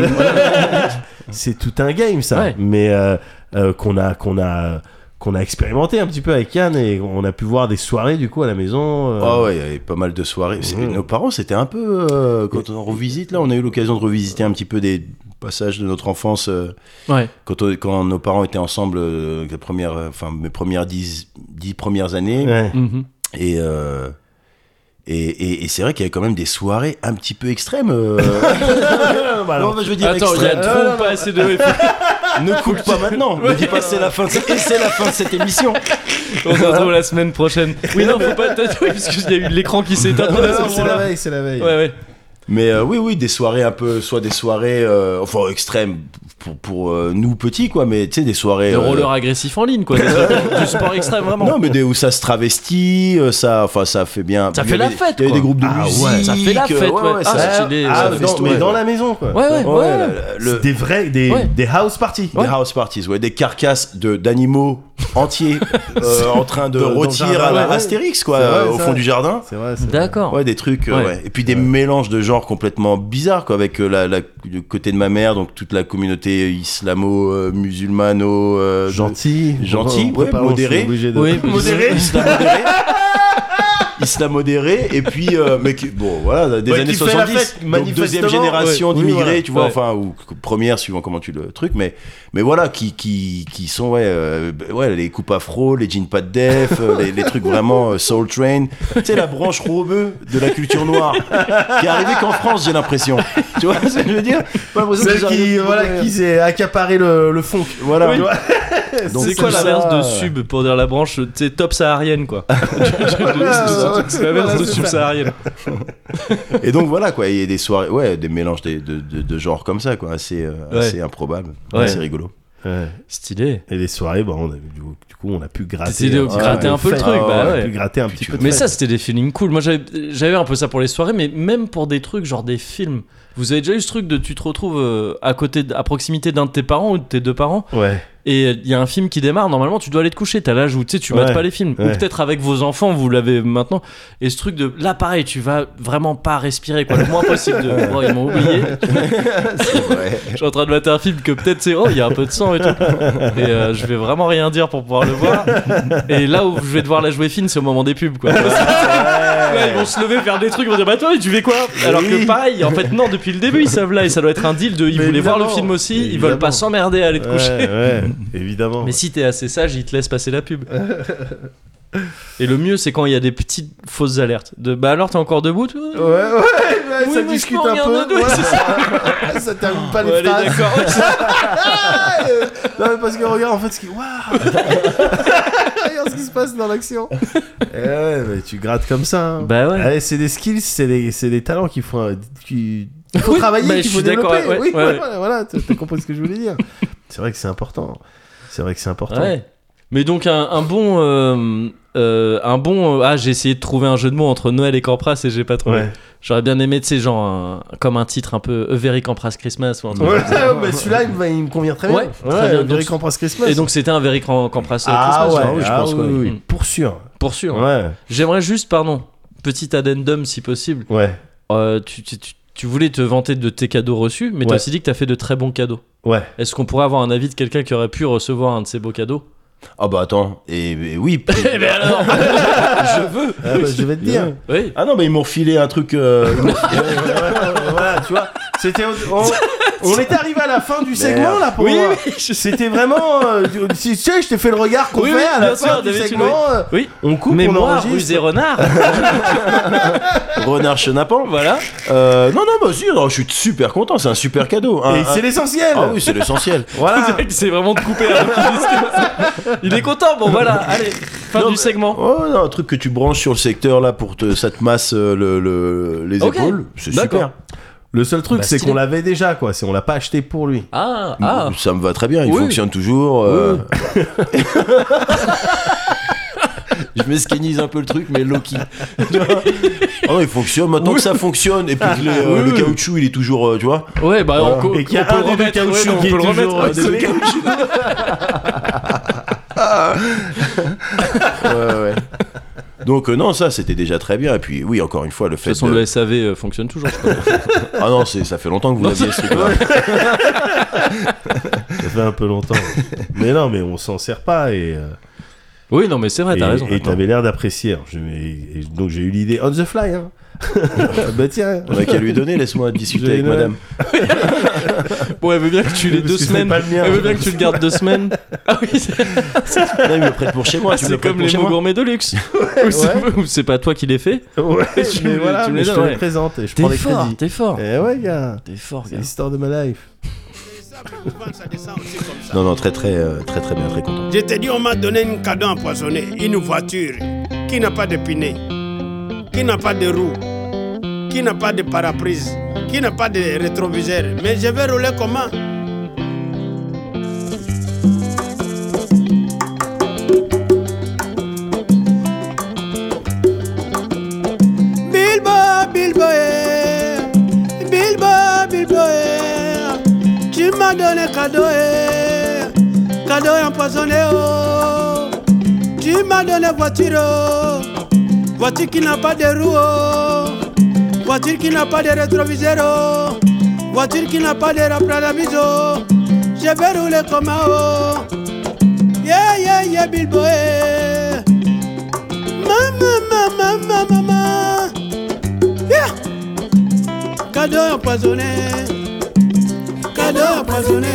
Speaker 1: c'est tout un game ça.
Speaker 3: Ouais.
Speaker 1: Mais euh, euh, qu'on a qu'on a qu'on a expérimenté un petit peu avec Yann et on a pu voir des soirées du coup à la maison. euh,
Speaker 2: Ah ouais, il y avait pas mal de soirées. C'est-
Speaker 3: Mm.
Speaker 1: Ouais.
Speaker 2: Nos parents, c'était un peu. euh, quand on revisite, là, on a eu l'occasion de revisiter un petit peu des passages de notre enfance. euh,
Speaker 3: Ouais.
Speaker 2: quand, on- quand nos parents étaient ensemble, euh, les premières, euh, enfin, mes premières dix, dix premières années.
Speaker 1: ouais.
Speaker 3: Mhm.
Speaker 2: Et, euh, et, et, et c'est vrai qu'il y avait quand même des soirées un petit peu extrêmes. euh.
Speaker 1: Bah alors,
Speaker 2: Non, mais je veux dire
Speaker 3: Attends, il y a
Speaker 2: extrêmes.
Speaker 3: trop pas assez de.
Speaker 2: Ne coupe pas maintenant. Ne dis pas c'est la fin. De... Et c'est la fin de cette émission.
Speaker 3: On se retrouve la semaine prochaine. Oui, non, faut pas tatouer parce qu'il y a eu l'écran qui s'est éteint.
Speaker 1: Non, non,
Speaker 3: Ouais,
Speaker 1: c'est la veille, c'est la veille.
Speaker 3: ouais.
Speaker 2: Mais euh, oui, oui, des soirées un peu, soit des soirées, euh, enfin extrêmes pour, pour euh, nous petits, quoi. Mais tu sais, des soirées.
Speaker 3: Le
Speaker 2: euh,
Speaker 3: roller agressif en ligne, quoi. Du sport extrême, vraiment.
Speaker 2: Non, mais des, où ça se travestit, euh, ça, enfin, ça fait bien.
Speaker 3: Ça
Speaker 2: Il y
Speaker 3: fait la
Speaker 2: avait-
Speaker 3: fête,
Speaker 2: Il y avait des
Speaker 3: quoi.
Speaker 2: groupes de
Speaker 1: Ah ouais.
Speaker 2: musique.
Speaker 3: Ça fait la
Speaker 2: euh,
Speaker 3: fête, ouais. Ah,
Speaker 2: ça-
Speaker 3: chez les-
Speaker 1: Ah,
Speaker 2: ça fait
Speaker 1: dans-
Speaker 2: fest-
Speaker 1: mais
Speaker 2: ouais.
Speaker 1: dans la maison quoi.
Speaker 3: Ouais,
Speaker 2: euh,
Speaker 3: ouais,
Speaker 2: Ouais, la-
Speaker 3: ouais.
Speaker 2: la-
Speaker 1: C'est
Speaker 2: le-
Speaker 1: Des vrais, des,
Speaker 3: Ouais.
Speaker 1: des house parties.
Speaker 2: Des house parties, ouais, des carcasses de d'animaux entiers euh, en train de
Speaker 1: Dans- dans le
Speaker 2: rôtir
Speaker 1: jardin,
Speaker 2: à la
Speaker 1: ouais.
Speaker 2: Astérix, quoi,
Speaker 1: C'est vrai,
Speaker 2: euh, au
Speaker 1: c'est
Speaker 2: fond
Speaker 1: vrai.
Speaker 2: du jardin.
Speaker 1: C'est vrai. c'est vrai.
Speaker 3: D'accord.
Speaker 2: Ouais, des trucs, euh,
Speaker 3: Ouais.
Speaker 2: ouais. Et puis des mélanges de genres complètement bizarres, quoi, avec euh, la, la- le côté de ma mère, donc toute la communauté islamo-musulmano. Euh,
Speaker 1: Gentil,
Speaker 2: Gentil,
Speaker 1: on
Speaker 2: ouais,
Speaker 1: prépare, on
Speaker 2: modéré.
Speaker 1: est obligé de-
Speaker 3: Oui,
Speaker 2: Modéré.
Speaker 3: Islam
Speaker 2: modéré. Islam modéré, et puis, euh, mais qui- bon, voilà, des
Speaker 1: Ouais,
Speaker 2: années
Speaker 1: qui fait la
Speaker 2: 70,
Speaker 1: fête,
Speaker 2: donc deuxième
Speaker 1: manifestement,
Speaker 2: génération
Speaker 1: ouais. Oui,
Speaker 2: d'immigrés,
Speaker 1: voilà.
Speaker 2: tu vois,
Speaker 3: Ouais.
Speaker 2: enfin, ou première, suivant comment tu le truc, mais, mais voilà, qui, qui, qui sont, ouais, euh, ouais, les coupes afro, les jeans pas de def, euh, les, les trucs vraiment euh, soul train, tu sais, la branche robeux de la culture noire, qui est arrivée qu'en France, j'ai l'impression, tu vois ce que je veux dire Pas l'impression
Speaker 1: Celle
Speaker 2: qu'ils
Speaker 1: qui,
Speaker 2: arrivent-
Speaker 1: voilà, qui s'est accaparé le, le fond.
Speaker 2: Voilà.
Speaker 1: Tu vois
Speaker 2: Donc,
Speaker 3: c'est
Speaker 2: tout
Speaker 3: quoi
Speaker 2: ça,
Speaker 3: l'inverse de
Speaker 2: euh,
Speaker 3: sub pour dire la branche tu sais, top saharienne quoi C'est l'inverse de sub saharienne.
Speaker 2: Et donc voilà quoi, il y a des soirées, ouais, des mélanges des- de, de, de genres comme ça quoi, assez, euh,
Speaker 3: Ouais.
Speaker 2: assez improbable,
Speaker 3: Ouais.
Speaker 2: assez rigolo.
Speaker 1: Ouais.
Speaker 3: Stylé.
Speaker 1: Et les soirées, bah, on a, du, coup- du coup, on a pu gratter. euh,
Speaker 3: T'essayais de
Speaker 1: Ouais,
Speaker 3: gratter
Speaker 1: de
Speaker 3: un peu le
Speaker 1: fait,
Speaker 3: truc, bah
Speaker 1: On a
Speaker 3: ouais.
Speaker 1: pu gratter un
Speaker 2: Puis
Speaker 1: petit
Speaker 2: tu
Speaker 1: peu. de
Speaker 3: Mais
Speaker 1: fait.
Speaker 3: ça, c'était des feelings cool. Moi, j'avais j'avais un peu ça pour les soirées, mais même pour des trucs, genre des films. Vous avez déjà eu ce truc de tu te retrouves euh, à côté, d- à proximité d'un de tes parents ou de tes deux parents,
Speaker 1: ouais.
Speaker 3: et il y a un film qui démarre. Normalement, tu dois aller te coucher. T'as l'âge où tu sais, tu mates
Speaker 1: Ouais,
Speaker 3: pas les films. Ou
Speaker 1: ouais.
Speaker 3: peut-être avec vos enfants, vous l'avez maintenant. Et ce truc de là, pareil, tu vas vraiment pas respirer, quoi, le moins possible. De, oh, ils m'ont oublié.
Speaker 2: Ouais.
Speaker 3: Je suis en train de mater un film que peut-être c'est oh il y a un peu de sang et tout et euh, je vais vraiment rien dire pour pouvoir le voir et là où je vais devoir la jouer fine c'est au moment des pubs quoi Là, ils vont se lever faire des trucs ils vont dire bah toi tu fais quoi alors que
Speaker 1: Oui.
Speaker 3: pareil en fait non depuis le début ils savent là et ça doit être un deal de ils
Speaker 1: Mais
Speaker 3: voulaient voir le
Speaker 1: évidemment.
Speaker 3: film aussi ils
Speaker 1: Évidemment.
Speaker 3: veulent pas s'emmerder à aller te
Speaker 1: Ouais,
Speaker 3: coucher
Speaker 1: ouais, évidemment.
Speaker 3: mais si t'es assez sage ils te laissent passer la pub et le mieux c'est quand il y a des petites fausses alertes de bah alors t'es encore debout toi
Speaker 1: Ouais, ouais, ouais,
Speaker 3: Oui,
Speaker 1: ça
Speaker 3: mais je
Speaker 1: discute
Speaker 3: peux
Speaker 1: un
Speaker 3: regarder
Speaker 1: peu.
Speaker 3: un autre,
Speaker 1: ouais.
Speaker 3: c'est
Speaker 1: ça termine pas
Speaker 3: Ouais,
Speaker 1: les
Speaker 3: allez,
Speaker 1: phrases.
Speaker 3: d'accord Ouais, c'est-
Speaker 1: non, mais parce que regarde, en fait, ce qui. Waouh Regarde ce qui se passe dans l'action. Eh ouais, mais tu grattes comme ça. hein.
Speaker 3: bah ouais
Speaker 1: Ouais, c'est des skills, c'est des, c'est des talents qu'il faut, euh, qu'il qu'il faut
Speaker 3: Oui,
Speaker 1: travailler,
Speaker 3: bah, je
Speaker 1: qu'il faut
Speaker 3: suis d'accord,
Speaker 1: développer.
Speaker 3: ouais,
Speaker 1: oui,
Speaker 3: ouais, ouais.
Speaker 1: voilà, voilà, t'as t'as compris ce que je voulais dire. C'est vrai que c'est important. C'est vrai que c'est important.
Speaker 3: Ouais. Mais donc un, un bon, euh, euh, un bon. euh, ah, j'ai essayé de trouver un jeu de mots entre Noël et Campras et j'ai pas trouvé.
Speaker 1: Ouais.
Speaker 3: J'aurais bien aimé, tu sais, genre un- comme un titre un peu A Very Campras Christmas ou un truc
Speaker 1: Ouais,
Speaker 3: comme ça.
Speaker 1: mais celui-là, il, me va- il me convient très bien.
Speaker 3: Ouais, très bien.
Speaker 1: le
Speaker 3: Donc,
Speaker 1: Merry Christmas Christmas.
Speaker 3: Et donc c'était un Very Cam- Campras euh,
Speaker 1: ah
Speaker 3: Christmas,
Speaker 1: ouais,
Speaker 3: genre, oui,
Speaker 1: ah oui, oui,
Speaker 3: Mm.
Speaker 1: pour sûr.
Speaker 3: pour sûr.
Speaker 1: Ouais,
Speaker 3: J'aimerais juste, pardon, petit addendum si possible.
Speaker 1: ouais,
Speaker 3: Euh, tu, tu- tu- tu voulais te vanter de tes cadeaux reçus, mais t'as
Speaker 1: Ouais.
Speaker 3: aussi dit que t'as fait de très bons cadeaux.
Speaker 1: ouais.
Speaker 3: Est-ce qu'on pourrait avoir un avis de quelqu'un qui aurait pu recevoir un de ces beaux cadeaux
Speaker 2: Ah bah attends, et, et oui. euh,
Speaker 3: Eh ben alors Je veux
Speaker 1: Ah, bah, je vais te dire.
Speaker 3: Oui
Speaker 2: Ah non mais ils m'ont filé un truc. euh,
Speaker 1: Ouais, ouais, ouais, ouais, voilà, tu vois. Ah, C'était au- on- On est arrivé à la fin du segment là pour
Speaker 3: Oui,
Speaker 1: moi.
Speaker 3: oui, je-
Speaker 1: C'était vraiment. euh, du- si tu sais, je t'ai fait le regard qu'on
Speaker 3: Oui,
Speaker 1: fait
Speaker 3: oui,
Speaker 1: à la
Speaker 3: bien
Speaker 1: fin
Speaker 3: sûr,
Speaker 1: du
Speaker 3: d'habitude,
Speaker 1: segment. euh,
Speaker 3: Oui.
Speaker 1: On coupe, on
Speaker 3: Mémoire,
Speaker 1: enregistre.
Speaker 3: ruse et renard.
Speaker 2: Renard chenapan.
Speaker 3: hein, voilà.
Speaker 2: Euh, non, non, bah si, non, je suis super content, c'est un super cadeau. Un-
Speaker 1: Et
Speaker 2: un-
Speaker 1: c'est l'essentiel.
Speaker 2: Ah oui, c'est l'essentiel.
Speaker 1: Voilà.
Speaker 3: C'est vraiment de couper. avant qu'il dise ça. Il est content. Bon, voilà. Allez, fin
Speaker 2: Non,
Speaker 3: du
Speaker 2: mais-
Speaker 3: segment.
Speaker 2: Oh, non, un truc que tu branches sur le secteur là pour te, ça te masse euh, le, le- les
Speaker 3: Ok.
Speaker 2: épaules, c'est
Speaker 3: D'accord.
Speaker 2: super.
Speaker 1: Le seul truc,
Speaker 3: Bah,
Speaker 1: c'est
Speaker 3: stylé.
Speaker 1: qu'on l'avait déjà, quoi. C'est on l'a pas acheté pour lui.
Speaker 3: Ah, ah.
Speaker 2: Ça me va très bien, il
Speaker 3: Oui.
Speaker 2: fonctionne toujours. euh. Je mesquinise un peu le truc, mais Loki. Ah non, il fonctionne. Maintenant que ça fonctionne, et puis que le, euh, le caoutchouc, il est toujours, euh, tu vois.
Speaker 3: Ouais, bah on, co-
Speaker 1: Et qu'il y a
Speaker 3: on peut
Speaker 1: un
Speaker 3: le
Speaker 1: des deux
Speaker 3: remettre.
Speaker 1: caoutchoucs
Speaker 3: ouais, non, on
Speaker 1: qui est
Speaker 3: peut le
Speaker 1: toujours,
Speaker 3: remettre.
Speaker 1: euh, désolé.
Speaker 2: Ouais, ouais. Donc euh, non, ça c'était déjà très bien. Et puis oui, encore une fois, le fait.
Speaker 3: De toute façon,
Speaker 2: de-
Speaker 3: le SAV euh, fonctionne toujours. je crois.
Speaker 2: Ah non, c'est- ça fait longtemps que vous
Speaker 3: Non,
Speaker 2: l'aviez ce truc-là.
Speaker 1: Ça fait un peu longtemps. mais non, mais on s'en sert pas et. euh,
Speaker 3: oui, non, mais c'est vrai,
Speaker 1: Et-
Speaker 3: t'as raison.
Speaker 1: Et t'avais l'air d'apprécier. Je- et- et donc j'ai eu l'idée on the fly. Hein. bah tiens.
Speaker 2: On a qu'à lui donner, laisse-moi discuter
Speaker 1: J'ai
Speaker 2: avec
Speaker 1: une-
Speaker 2: madame.
Speaker 3: Bon, elle veut bien que tu l'aies
Speaker 1: Parce
Speaker 3: deux
Speaker 1: que c'est
Speaker 3: semaines.
Speaker 1: pas le mien.
Speaker 3: Elle veut bien que tu le gardes deux semaines. Ah oui, c'est-
Speaker 2: Là, il me prête pour chez moi. tu me
Speaker 3: c'est
Speaker 2: prêtes
Speaker 3: comme
Speaker 2: pour
Speaker 3: les
Speaker 2: chez
Speaker 3: mots
Speaker 2: moi.
Speaker 3: gourmets de luxe. Ou c'est- ou c'est pas toi qui les fais.
Speaker 1: Ouais,
Speaker 3: Tu
Speaker 1: mais
Speaker 3: me-
Speaker 1: voilà,
Speaker 3: tu me
Speaker 1: mais
Speaker 3: les
Speaker 1: je
Speaker 3: donnes,
Speaker 1: te les
Speaker 3: ouais.
Speaker 1: présente et je prends
Speaker 3: T'es
Speaker 1: les
Speaker 3: fort,
Speaker 1: crédits.
Speaker 3: t'es fort.
Speaker 1: Eh ouais, gars.
Speaker 3: T'es fort,
Speaker 1: C'est
Speaker 3: gars.
Speaker 1: l'histoire de ma life.
Speaker 2: Non, non, très très euh, très très bien, très content.
Speaker 5: Je t'ai dit, on m'a donné une cadeau empoisonnée, une voiture qui n'a pas de pneu, qui n'a pas de roue, qui n'a pas de paraprise, qui n'a pas de rétroviseur. Mais je vais rouler comment Bilbo, Bilbo, eh. Bilbo, Bilbo, eh. tu m'as donné cadeau, eh. cadeau empoisonné, oh. tu m'as donné voiture, oh. voiture qui n'a pas de roue, oh. voiture qui n'a pas de rétroviseur, oh. voiture qui n'a pas de rappel oh. je vais rouler comme un oh. Yeah, yeah, yeah, Bilbo, eh. Maman, maman, maman, maman. Yeah. Cadeau empoisonné. Cadeau empoisonné.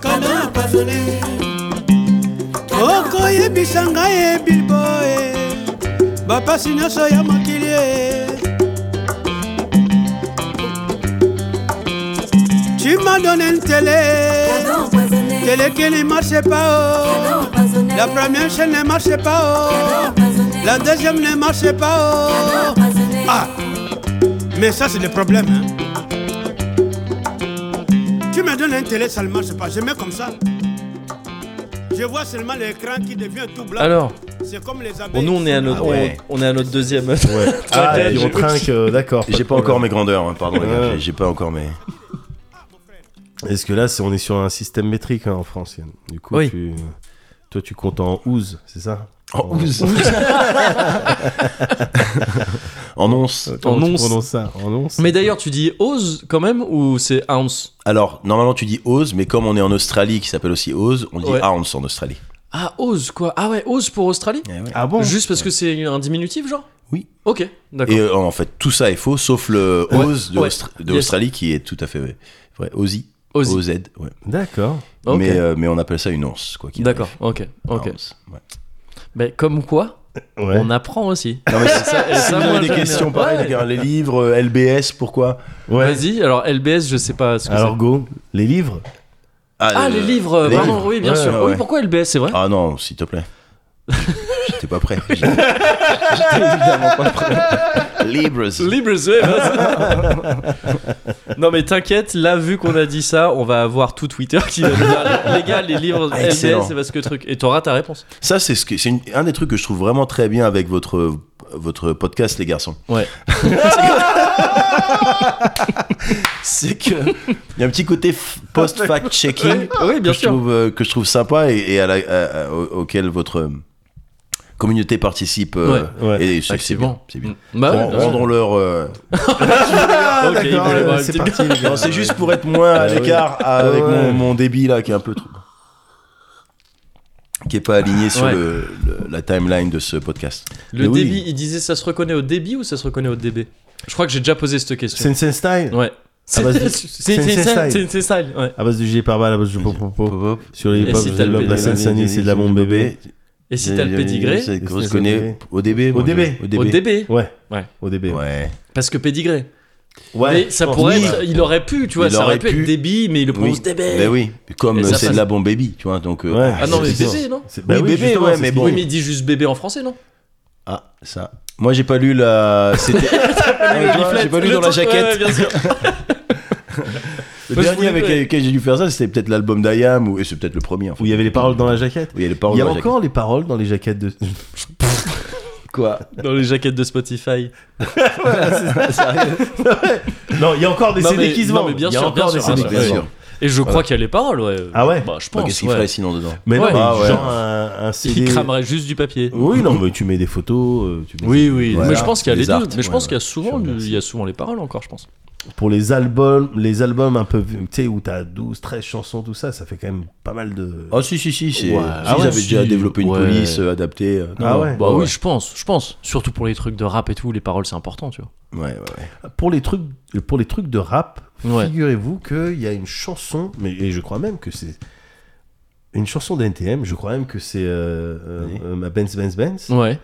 Speaker 5: Cadeau empoisonné. Oko yebisa ngai ye bilbo e bapasi nyonso ya mokili e Tu m'as donné une télé,
Speaker 4: Cadeau empoisonné.
Speaker 5: télé qui ne marchait pas.
Speaker 4: Cadeau
Speaker 5: Oh.
Speaker 4: empoisonné.
Speaker 5: La première chaîne ne marchait pas,
Speaker 4: Cadeau
Speaker 5: oh.
Speaker 4: empoisonné.
Speaker 5: la deuxième ne marchait pas.
Speaker 4: Cadeau
Speaker 5: Oh.
Speaker 4: empoisonné.
Speaker 5: Ah, mais ça c'est le problème. hein. Tu me donnes un télé, ça ne marche pas. Je mets comme ça. Je vois seulement l'écran qui devient tout blanc.
Speaker 3: Alors,
Speaker 5: c'est comme les abeilles.
Speaker 3: bon, nous on est à notre,
Speaker 2: Ah ouais.
Speaker 3: on, on est à notre deuxième.
Speaker 1: Ah,
Speaker 3: Ouais,
Speaker 1: et
Speaker 3: j'ai-
Speaker 1: on trinque, euh, d'accord.
Speaker 2: J'ai
Speaker 1: de
Speaker 2: pas encore
Speaker 1: problème.
Speaker 2: mes grandeurs, hein, pardon les gars,
Speaker 1: Ouais.
Speaker 2: j'ai- j'ai pas encore mes.
Speaker 1: Est-ce que là, c'est- on est sur un système métrique hein, en France Yann Du coup,
Speaker 3: Oui.
Speaker 1: tu- toi, tu comptes en ouz, c'est ça
Speaker 2: En once. en once.
Speaker 1: Comment tu
Speaker 3: once.
Speaker 1: prononces ça En once
Speaker 3: Mais d'ailleurs, tu dis ose quand même ou c'est ounce
Speaker 2: Alors, normalement tu dis Oz, mais comme on est en Australie, qui s'appelle aussi Oz, on dit
Speaker 3: Ouais.
Speaker 2: ounce en Australie.
Speaker 3: Ah, ose quoi Ah Eh ouais, ose pour Australie
Speaker 1: Ah bon
Speaker 3: Juste parce que c'est un diminutif, genre
Speaker 2: Oui.
Speaker 3: Ok, d'accord.
Speaker 2: Et euh, en fait, tout ça est faux, sauf le
Speaker 3: Ouais.
Speaker 2: Oz de
Speaker 3: Ouais.
Speaker 2: Austra- de
Speaker 3: Yes.
Speaker 2: l'Australie qui est tout à fait vrai. vrai. Ozzy.
Speaker 3: Ozzy.
Speaker 2: OZ, ouais.
Speaker 1: D'accord.
Speaker 3: Ok.
Speaker 2: Mais, euh, mais on appelle ça une once, quoi. qu'il
Speaker 3: D'accord,
Speaker 2: arrive.
Speaker 3: ok, ok.
Speaker 2: Once, ouais.
Speaker 3: Mais comme quoi,
Speaker 1: Ouais.
Speaker 3: on apprend aussi.
Speaker 2: Non, mais c'est-
Speaker 3: Ça, et
Speaker 2: si
Speaker 3: ça,
Speaker 2: vous
Speaker 3: moi,
Speaker 2: avez des
Speaker 3: j'aime
Speaker 2: questions
Speaker 3: bien.
Speaker 2: pareilles,
Speaker 3: Ouais.
Speaker 2: les gars, les livres, euh, LBS, pourquoi
Speaker 1: Ouais.
Speaker 3: Vas-y, alors LBS, je sais pas ce que
Speaker 1: Alors, go. Les livres
Speaker 3: c'est. Ah, les livres, euh,
Speaker 2: les
Speaker 3: vraiment,
Speaker 2: livres.
Speaker 3: oui, bien
Speaker 2: Ouais,
Speaker 3: sûr.
Speaker 2: ouais.
Speaker 3: Oui, pourquoi LBS, c'est vrai
Speaker 2: Ah non, s'il te plaît. J'étais pas prêt. J'étais évidemment pas prêt. Libres.
Speaker 3: Libre, ouais, vas-y. Non mais t'inquiète, là vu qu'on a dit ça, on va avoir tout Twitter qui va nous dire les gars, les livres
Speaker 2: Ah, excellent.
Speaker 3: LBS, c'est parce que truc. Et t'auras ta réponse.
Speaker 2: Ça, c'est ce que- c'est une- un des trucs que je trouve vraiment très bien avec votre, votre podcast, les garçons.
Speaker 3: Ouais.
Speaker 2: C'est que. Il y a un petit côté f- post-fact-checking
Speaker 3: Oui, bien
Speaker 2: que, je
Speaker 3: sûr.
Speaker 2: trouve, euh, que je trouve sympa et, et à la- à- à- au- auquel votre euh, communauté participe. euh,
Speaker 1: Ouais, ouais.
Speaker 2: Et c'est- c'est bien.
Speaker 3: Activement.
Speaker 2: C'est bien.
Speaker 3: Bah ouais, bien sûr.
Speaker 2: Rendons-leur. euh,
Speaker 1: Ah,
Speaker 3: Ok, il
Speaker 1: d'accord,
Speaker 3: voulait voir
Speaker 1: euh,
Speaker 3: une
Speaker 1: c'est
Speaker 3: petite-
Speaker 1: parti. les gars.
Speaker 2: Non, c'est juste pour être moins à
Speaker 1: Ah, oui.
Speaker 2: l'écart avec
Speaker 1: Ouais.
Speaker 2: mon, mon débit là qui est un peu trop. qui est pas aligné sur
Speaker 3: Ouais.
Speaker 2: le- le- la timeline de ce podcast.
Speaker 3: Le
Speaker 2: Mais oui.
Speaker 3: débit, il disait ça se reconnaît au débit ou ça se reconnaît au DB Je crois que j'ai déjà posé cette question.
Speaker 1: Sensei Style
Speaker 3: Ouais.
Speaker 1: Ah bah, c'est- c'est
Speaker 3: C'est c'est- c'est-
Speaker 1: Style.
Speaker 3: c'est- c'est style, ouais.
Speaker 1: À base de gilet pare-balles, à base de pop pop pop. Sur les hip-hop,
Speaker 3: si
Speaker 1: je
Speaker 3: t'as le
Speaker 1: développe la
Speaker 3: pédigré,
Speaker 1: scène Sani, c'est de la bombe bébé.
Speaker 3: Et si t'as le pédigré,
Speaker 2: C'est
Speaker 1: Qu'est-ce
Speaker 2: qu'on se
Speaker 1: que
Speaker 2: connaît au DB.
Speaker 1: Au
Speaker 2: moi, je-
Speaker 1: DB.
Speaker 2: Au
Speaker 3: au
Speaker 2: DB.
Speaker 3: DB.
Speaker 1: Ouais.
Speaker 3: Ouais.
Speaker 1: Au DB.
Speaker 2: Ouais.
Speaker 3: Parce que pédigré.
Speaker 1: Ouais.
Speaker 3: mais ça
Speaker 1: je pense.
Speaker 3: pourrait
Speaker 1: Oui.
Speaker 3: être, euh, il aurait pu, tu vois,
Speaker 2: Il
Speaker 3: ça aurait
Speaker 2: aurait
Speaker 3: pu
Speaker 2: pu.
Speaker 3: être débit, mais il le prononce
Speaker 2: Oui.
Speaker 3: débé.
Speaker 2: Ben oui. Comme
Speaker 3: Et
Speaker 2: euh,
Speaker 3: ça
Speaker 2: c'est de
Speaker 3: passe.
Speaker 2: la bombe baby, tu vois. Donc. euh,
Speaker 1: Ouais.
Speaker 3: Ah non, mais
Speaker 1: c'est-
Speaker 3: bébé, non
Speaker 1: c'est- bah
Speaker 2: Oui, bébé,
Speaker 1: justement,
Speaker 2: ouais,
Speaker 1: c'est
Speaker 2: mais
Speaker 1: ce
Speaker 2: bon.
Speaker 1: qui-
Speaker 3: Oui, mais il dit juste bébé en français, non
Speaker 2: Ah, ça. Moi, j'ai pas lu la. C'était. Ouais, tu vois, j'ai pas lu dans la jaquette. Le
Speaker 3: Moi, je
Speaker 2: dernier
Speaker 3: voulais-
Speaker 2: avec lequel j'ai dû faire ça, c'était peut-être l'album d'Ayam, ou et c'est peut-être le premier. En fait.
Speaker 1: Où il y avait les paroles dans la jaquette.
Speaker 2: Où il y a les paroles
Speaker 1: Il y a
Speaker 2: dans la
Speaker 1: encore les paroles dans les jaquettes de.
Speaker 2: jaquette. Ah, Quoi
Speaker 3: Dans les jaquettes de Spotify.
Speaker 1: Non, il y a encore des
Speaker 3: Non,
Speaker 1: CD
Speaker 3: mais-
Speaker 1: qui se
Speaker 3: non,
Speaker 1: vendent.
Speaker 3: mais bien
Speaker 1: Il y a
Speaker 3: sûr,
Speaker 1: encore
Speaker 3: bien
Speaker 1: des
Speaker 3: sûr,
Speaker 1: CD
Speaker 3: bien
Speaker 1: qui
Speaker 2: sûr.
Speaker 1: se vendent.
Speaker 3: Et je crois qu'il y a les paroles, ouais.
Speaker 1: Ah ouais
Speaker 3: Bah, je
Speaker 2: Bah,
Speaker 3: pense.
Speaker 2: Qu'est-ce qu'il
Speaker 3: ouais.
Speaker 2: ferait sinon dedans
Speaker 1: Mais non,
Speaker 3: Ouais.
Speaker 1: mais
Speaker 2: Ah ouais.
Speaker 1: genre un, un
Speaker 3: Il
Speaker 1: CD.
Speaker 3: cramerait juste du papier.
Speaker 1: Oui, non, mais tu mets des photos. euh, tu mets-
Speaker 3: Oui, oui.
Speaker 2: Voilà.
Speaker 3: Mais je pense qu'il y a les,
Speaker 2: Les
Speaker 3: deux.
Speaker 2: arts,
Speaker 3: mais je pense
Speaker 2: ouais,
Speaker 3: qu'il y a
Speaker 1: Je
Speaker 3: souvent,
Speaker 1: te
Speaker 3: du-
Speaker 1: remercie.
Speaker 3: il y a souvent les paroles encore, je pense.
Speaker 1: Pour les albums, les albums un peu. Tu sais, où t'as 12, 13 chansons, tout ça, ça fait quand même pas mal de.
Speaker 3: Oh.
Speaker 2: Ah si si si, c'est
Speaker 1: Ouais. Ah
Speaker 2: ils
Speaker 1: ouais,
Speaker 2: avaient déjà
Speaker 3: si.
Speaker 2: développé une
Speaker 3: Ouais.
Speaker 2: police euh, adaptée. euh,
Speaker 1: Ah ouais.
Speaker 3: Bah oui, je pense, je pense. Surtout pour les trucs de rap et tout, les paroles c'est important, tu vois.
Speaker 2: Ouais, ouais, ouais.
Speaker 1: Pour les trucs, pour les trucs de rap,
Speaker 3: Ouais.
Speaker 1: figurez-vous qu'il y a une chanson, mais et je crois même que c'est une chanson d'NTM. Je crois même que c'est euh, euh,
Speaker 2: Oui.
Speaker 1: euh, ma Benz Benz Benz.
Speaker 3: Ouais.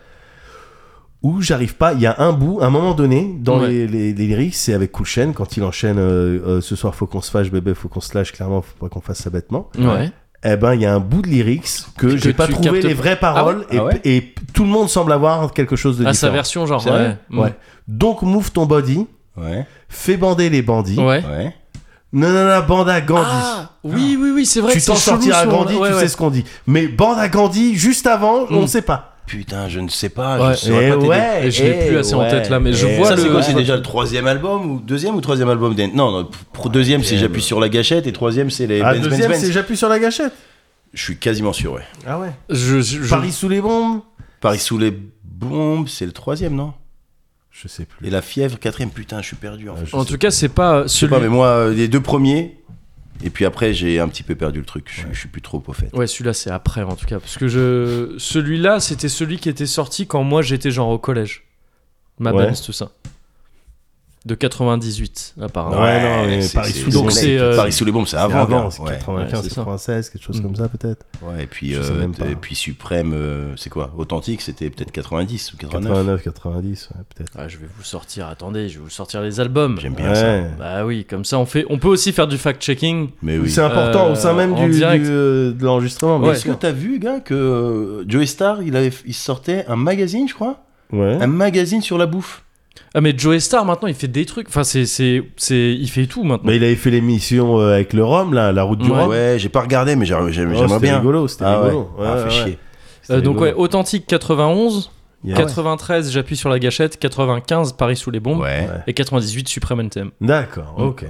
Speaker 1: Où j'arrive pas. Il y a un bout, un moment donné dans
Speaker 3: Ouais.
Speaker 1: les, les- les lyrics, c'est avec Cool Chain quand il enchaîne. euh, euh, ce soir, faut qu'on se fâche, bébé, faut qu'on se lâche. Clairement, faut pas qu'on fasse ça bêtement.
Speaker 3: Ouais.
Speaker 1: Eh ben, il y a un bout de lyrics que,
Speaker 3: Que
Speaker 1: j'ai pas
Speaker 3: tu
Speaker 1: trouvé
Speaker 3: captes-
Speaker 1: les vraies paroles
Speaker 2: Ah ouais
Speaker 1: et, et tout le monde semble avoir quelque chose de
Speaker 3: À sa
Speaker 1: différent.
Speaker 3: version, genre.
Speaker 2: C'est
Speaker 3: Ouais.
Speaker 2: vrai
Speaker 3: Mm.
Speaker 1: Ouais. Donc, move ton body,
Speaker 2: Ouais,
Speaker 1: fais bander les bandits.
Speaker 3: Mm. Ouais.
Speaker 2: ouais.
Speaker 1: Non, non, non, bande à Gandhi.
Speaker 3: Ah, oui, oui, oui, c'est vrai.
Speaker 1: tu
Speaker 3: que
Speaker 1: t'en
Speaker 3: c'est chelou,
Speaker 1: sortiras
Speaker 3: ce
Speaker 1: grandi,
Speaker 3: moment-là.
Speaker 1: tu
Speaker 3: Ouais,
Speaker 1: sais
Speaker 3: Mm. ouais.
Speaker 1: ce qu'on dit. Mais bande à Gandhi, juste avant, on ne sait pas.
Speaker 2: Putain, je ne sais pas.
Speaker 3: Ouais.
Speaker 2: Je saurais
Speaker 1: Eh
Speaker 2: pas t'aider.
Speaker 1: ouais.
Speaker 3: Et je l'ai
Speaker 1: Eh
Speaker 3: plus assez en
Speaker 1: ouais.
Speaker 3: tête là, mais je
Speaker 1: Eh
Speaker 3: vois
Speaker 2: ça
Speaker 3: le. Ah,
Speaker 2: c'est quoi C'est déjà le troisième album ou deuxième ou troisième album des- Non, non pro- deuxième c'est j'appuie sur la gâchette et troisième c'est les
Speaker 1: Ah,
Speaker 2: Benz,
Speaker 1: deuxième,
Speaker 2: Benz,
Speaker 1: c'est
Speaker 2: Benz.
Speaker 1: j'appuie sur la gâchette.
Speaker 2: Je suis quasiment sûr, ouais.
Speaker 1: Ah ouais.
Speaker 3: Je, je- je-
Speaker 1: Paris sous les bombes.
Speaker 2: Paris sous les bombes, c'est le troisième, non
Speaker 1: Je sais plus.
Speaker 2: Et la fièvre, quatrième. Putain, je suis perdu. En fait.
Speaker 1: Ah, je
Speaker 3: En
Speaker 1: sais
Speaker 3: tout cas, c'est pas euh,
Speaker 2: Je sais
Speaker 3: celui.
Speaker 2: pas, mais moi euh, les deux premiers. Et puis après, j'ai un petit peu perdu le truc. Je, je suis plus trop au fait.
Speaker 3: Ouais, celui-là c'est après en tout cas, parce que je celui-là c'était celui qui était sorti quand moi j'étais genre au collège. Ma
Speaker 1: Ouais.
Speaker 3: Benz, tout ça. De 98 apparemment.
Speaker 1: Ouais, non, mais
Speaker 2: c'est-
Speaker 1: Paris
Speaker 2: c'est-
Speaker 1: sous
Speaker 2: c'est-
Speaker 1: les bombes.
Speaker 3: C'est, euh,
Speaker 2: Paris sous les bombes, c'est
Speaker 1: C'est
Speaker 2: avant.
Speaker 1: avant,
Speaker 2: gars.
Speaker 1: c'est
Speaker 2: Ouais.
Speaker 1: 95,
Speaker 3: ouais, c'est ça.
Speaker 1: 96, quelque chose
Speaker 3: Mm.
Speaker 1: comme ça peut-être.
Speaker 2: Ouais, et puis,
Speaker 1: Je sais
Speaker 2: euh,
Speaker 1: même pas.
Speaker 2: et puis Suprême, euh, c'est quoi Authentique, c'était peut-être 90 ou 89.
Speaker 1: 89, 90, ouais, peut-être.
Speaker 3: Ah, je vais vous sortir, attendez, je vais vous sortir les albums.
Speaker 2: J'aime bien ça.
Speaker 1: Ouais.
Speaker 3: Bah oui, comme ça on fait on peut aussi faire du fact-checking.
Speaker 2: Mais oui.
Speaker 1: C'est important
Speaker 3: Euh,
Speaker 1: au sein même
Speaker 3: en
Speaker 1: du,
Speaker 3: direct.
Speaker 1: du, euh, de l'enregistrement.
Speaker 3: Ouais.
Speaker 1: bien
Speaker 2: Est-ce que
Speaker 1: sûr.
Speaker 2: t'as vu, gars, que euh, Joey Star, il, avait, il sortait un magazine, je crois
Speaker 1: Ouais.
Speaker 2: Un magazine sur la bouffe.
Speaker 3: Ah mais Joe Star maintenant, il fait des trucs. Enfin c'est c'est c'est il fait tout maintenant.
Speaker 1: Bah, il avait fait l'émission euh, avec le Rhum, là, la route du
Speaker 3: Ouais.
Speaker 1: Rhum.
Speaker 2: Ouais, j'ai pas regardé, mais j'aimerais
Speaker 1: Oh,
Speaker 2: j'aimerais
Speaker 1: c'était
Speaker 2: bien.
Speaker 1: rigolo, c'était
Speaker 2: ah ouais.
Speaker 1: rigolo. Ouais,
Speaker 2: ah, fait
Speaker 1: ouais, ouais.
Speaker 2: chier.
Speaker 1: C'était
Speaker 3: Euh, donc ouais,
Speaker 1: rigolo.
Speaker 3: authentique 91,
Speaker 1: Il y a-
Speaker 3: 93 j'appuie sur la gâchette, 95 Paris sous les bombes
Speaker 2: Ouais.
Speaker 3: et 98 Supreme NTM.
Speaker 1: D'accord,
Speaker 3: Mm.
Speaker 1: ok. Ouais,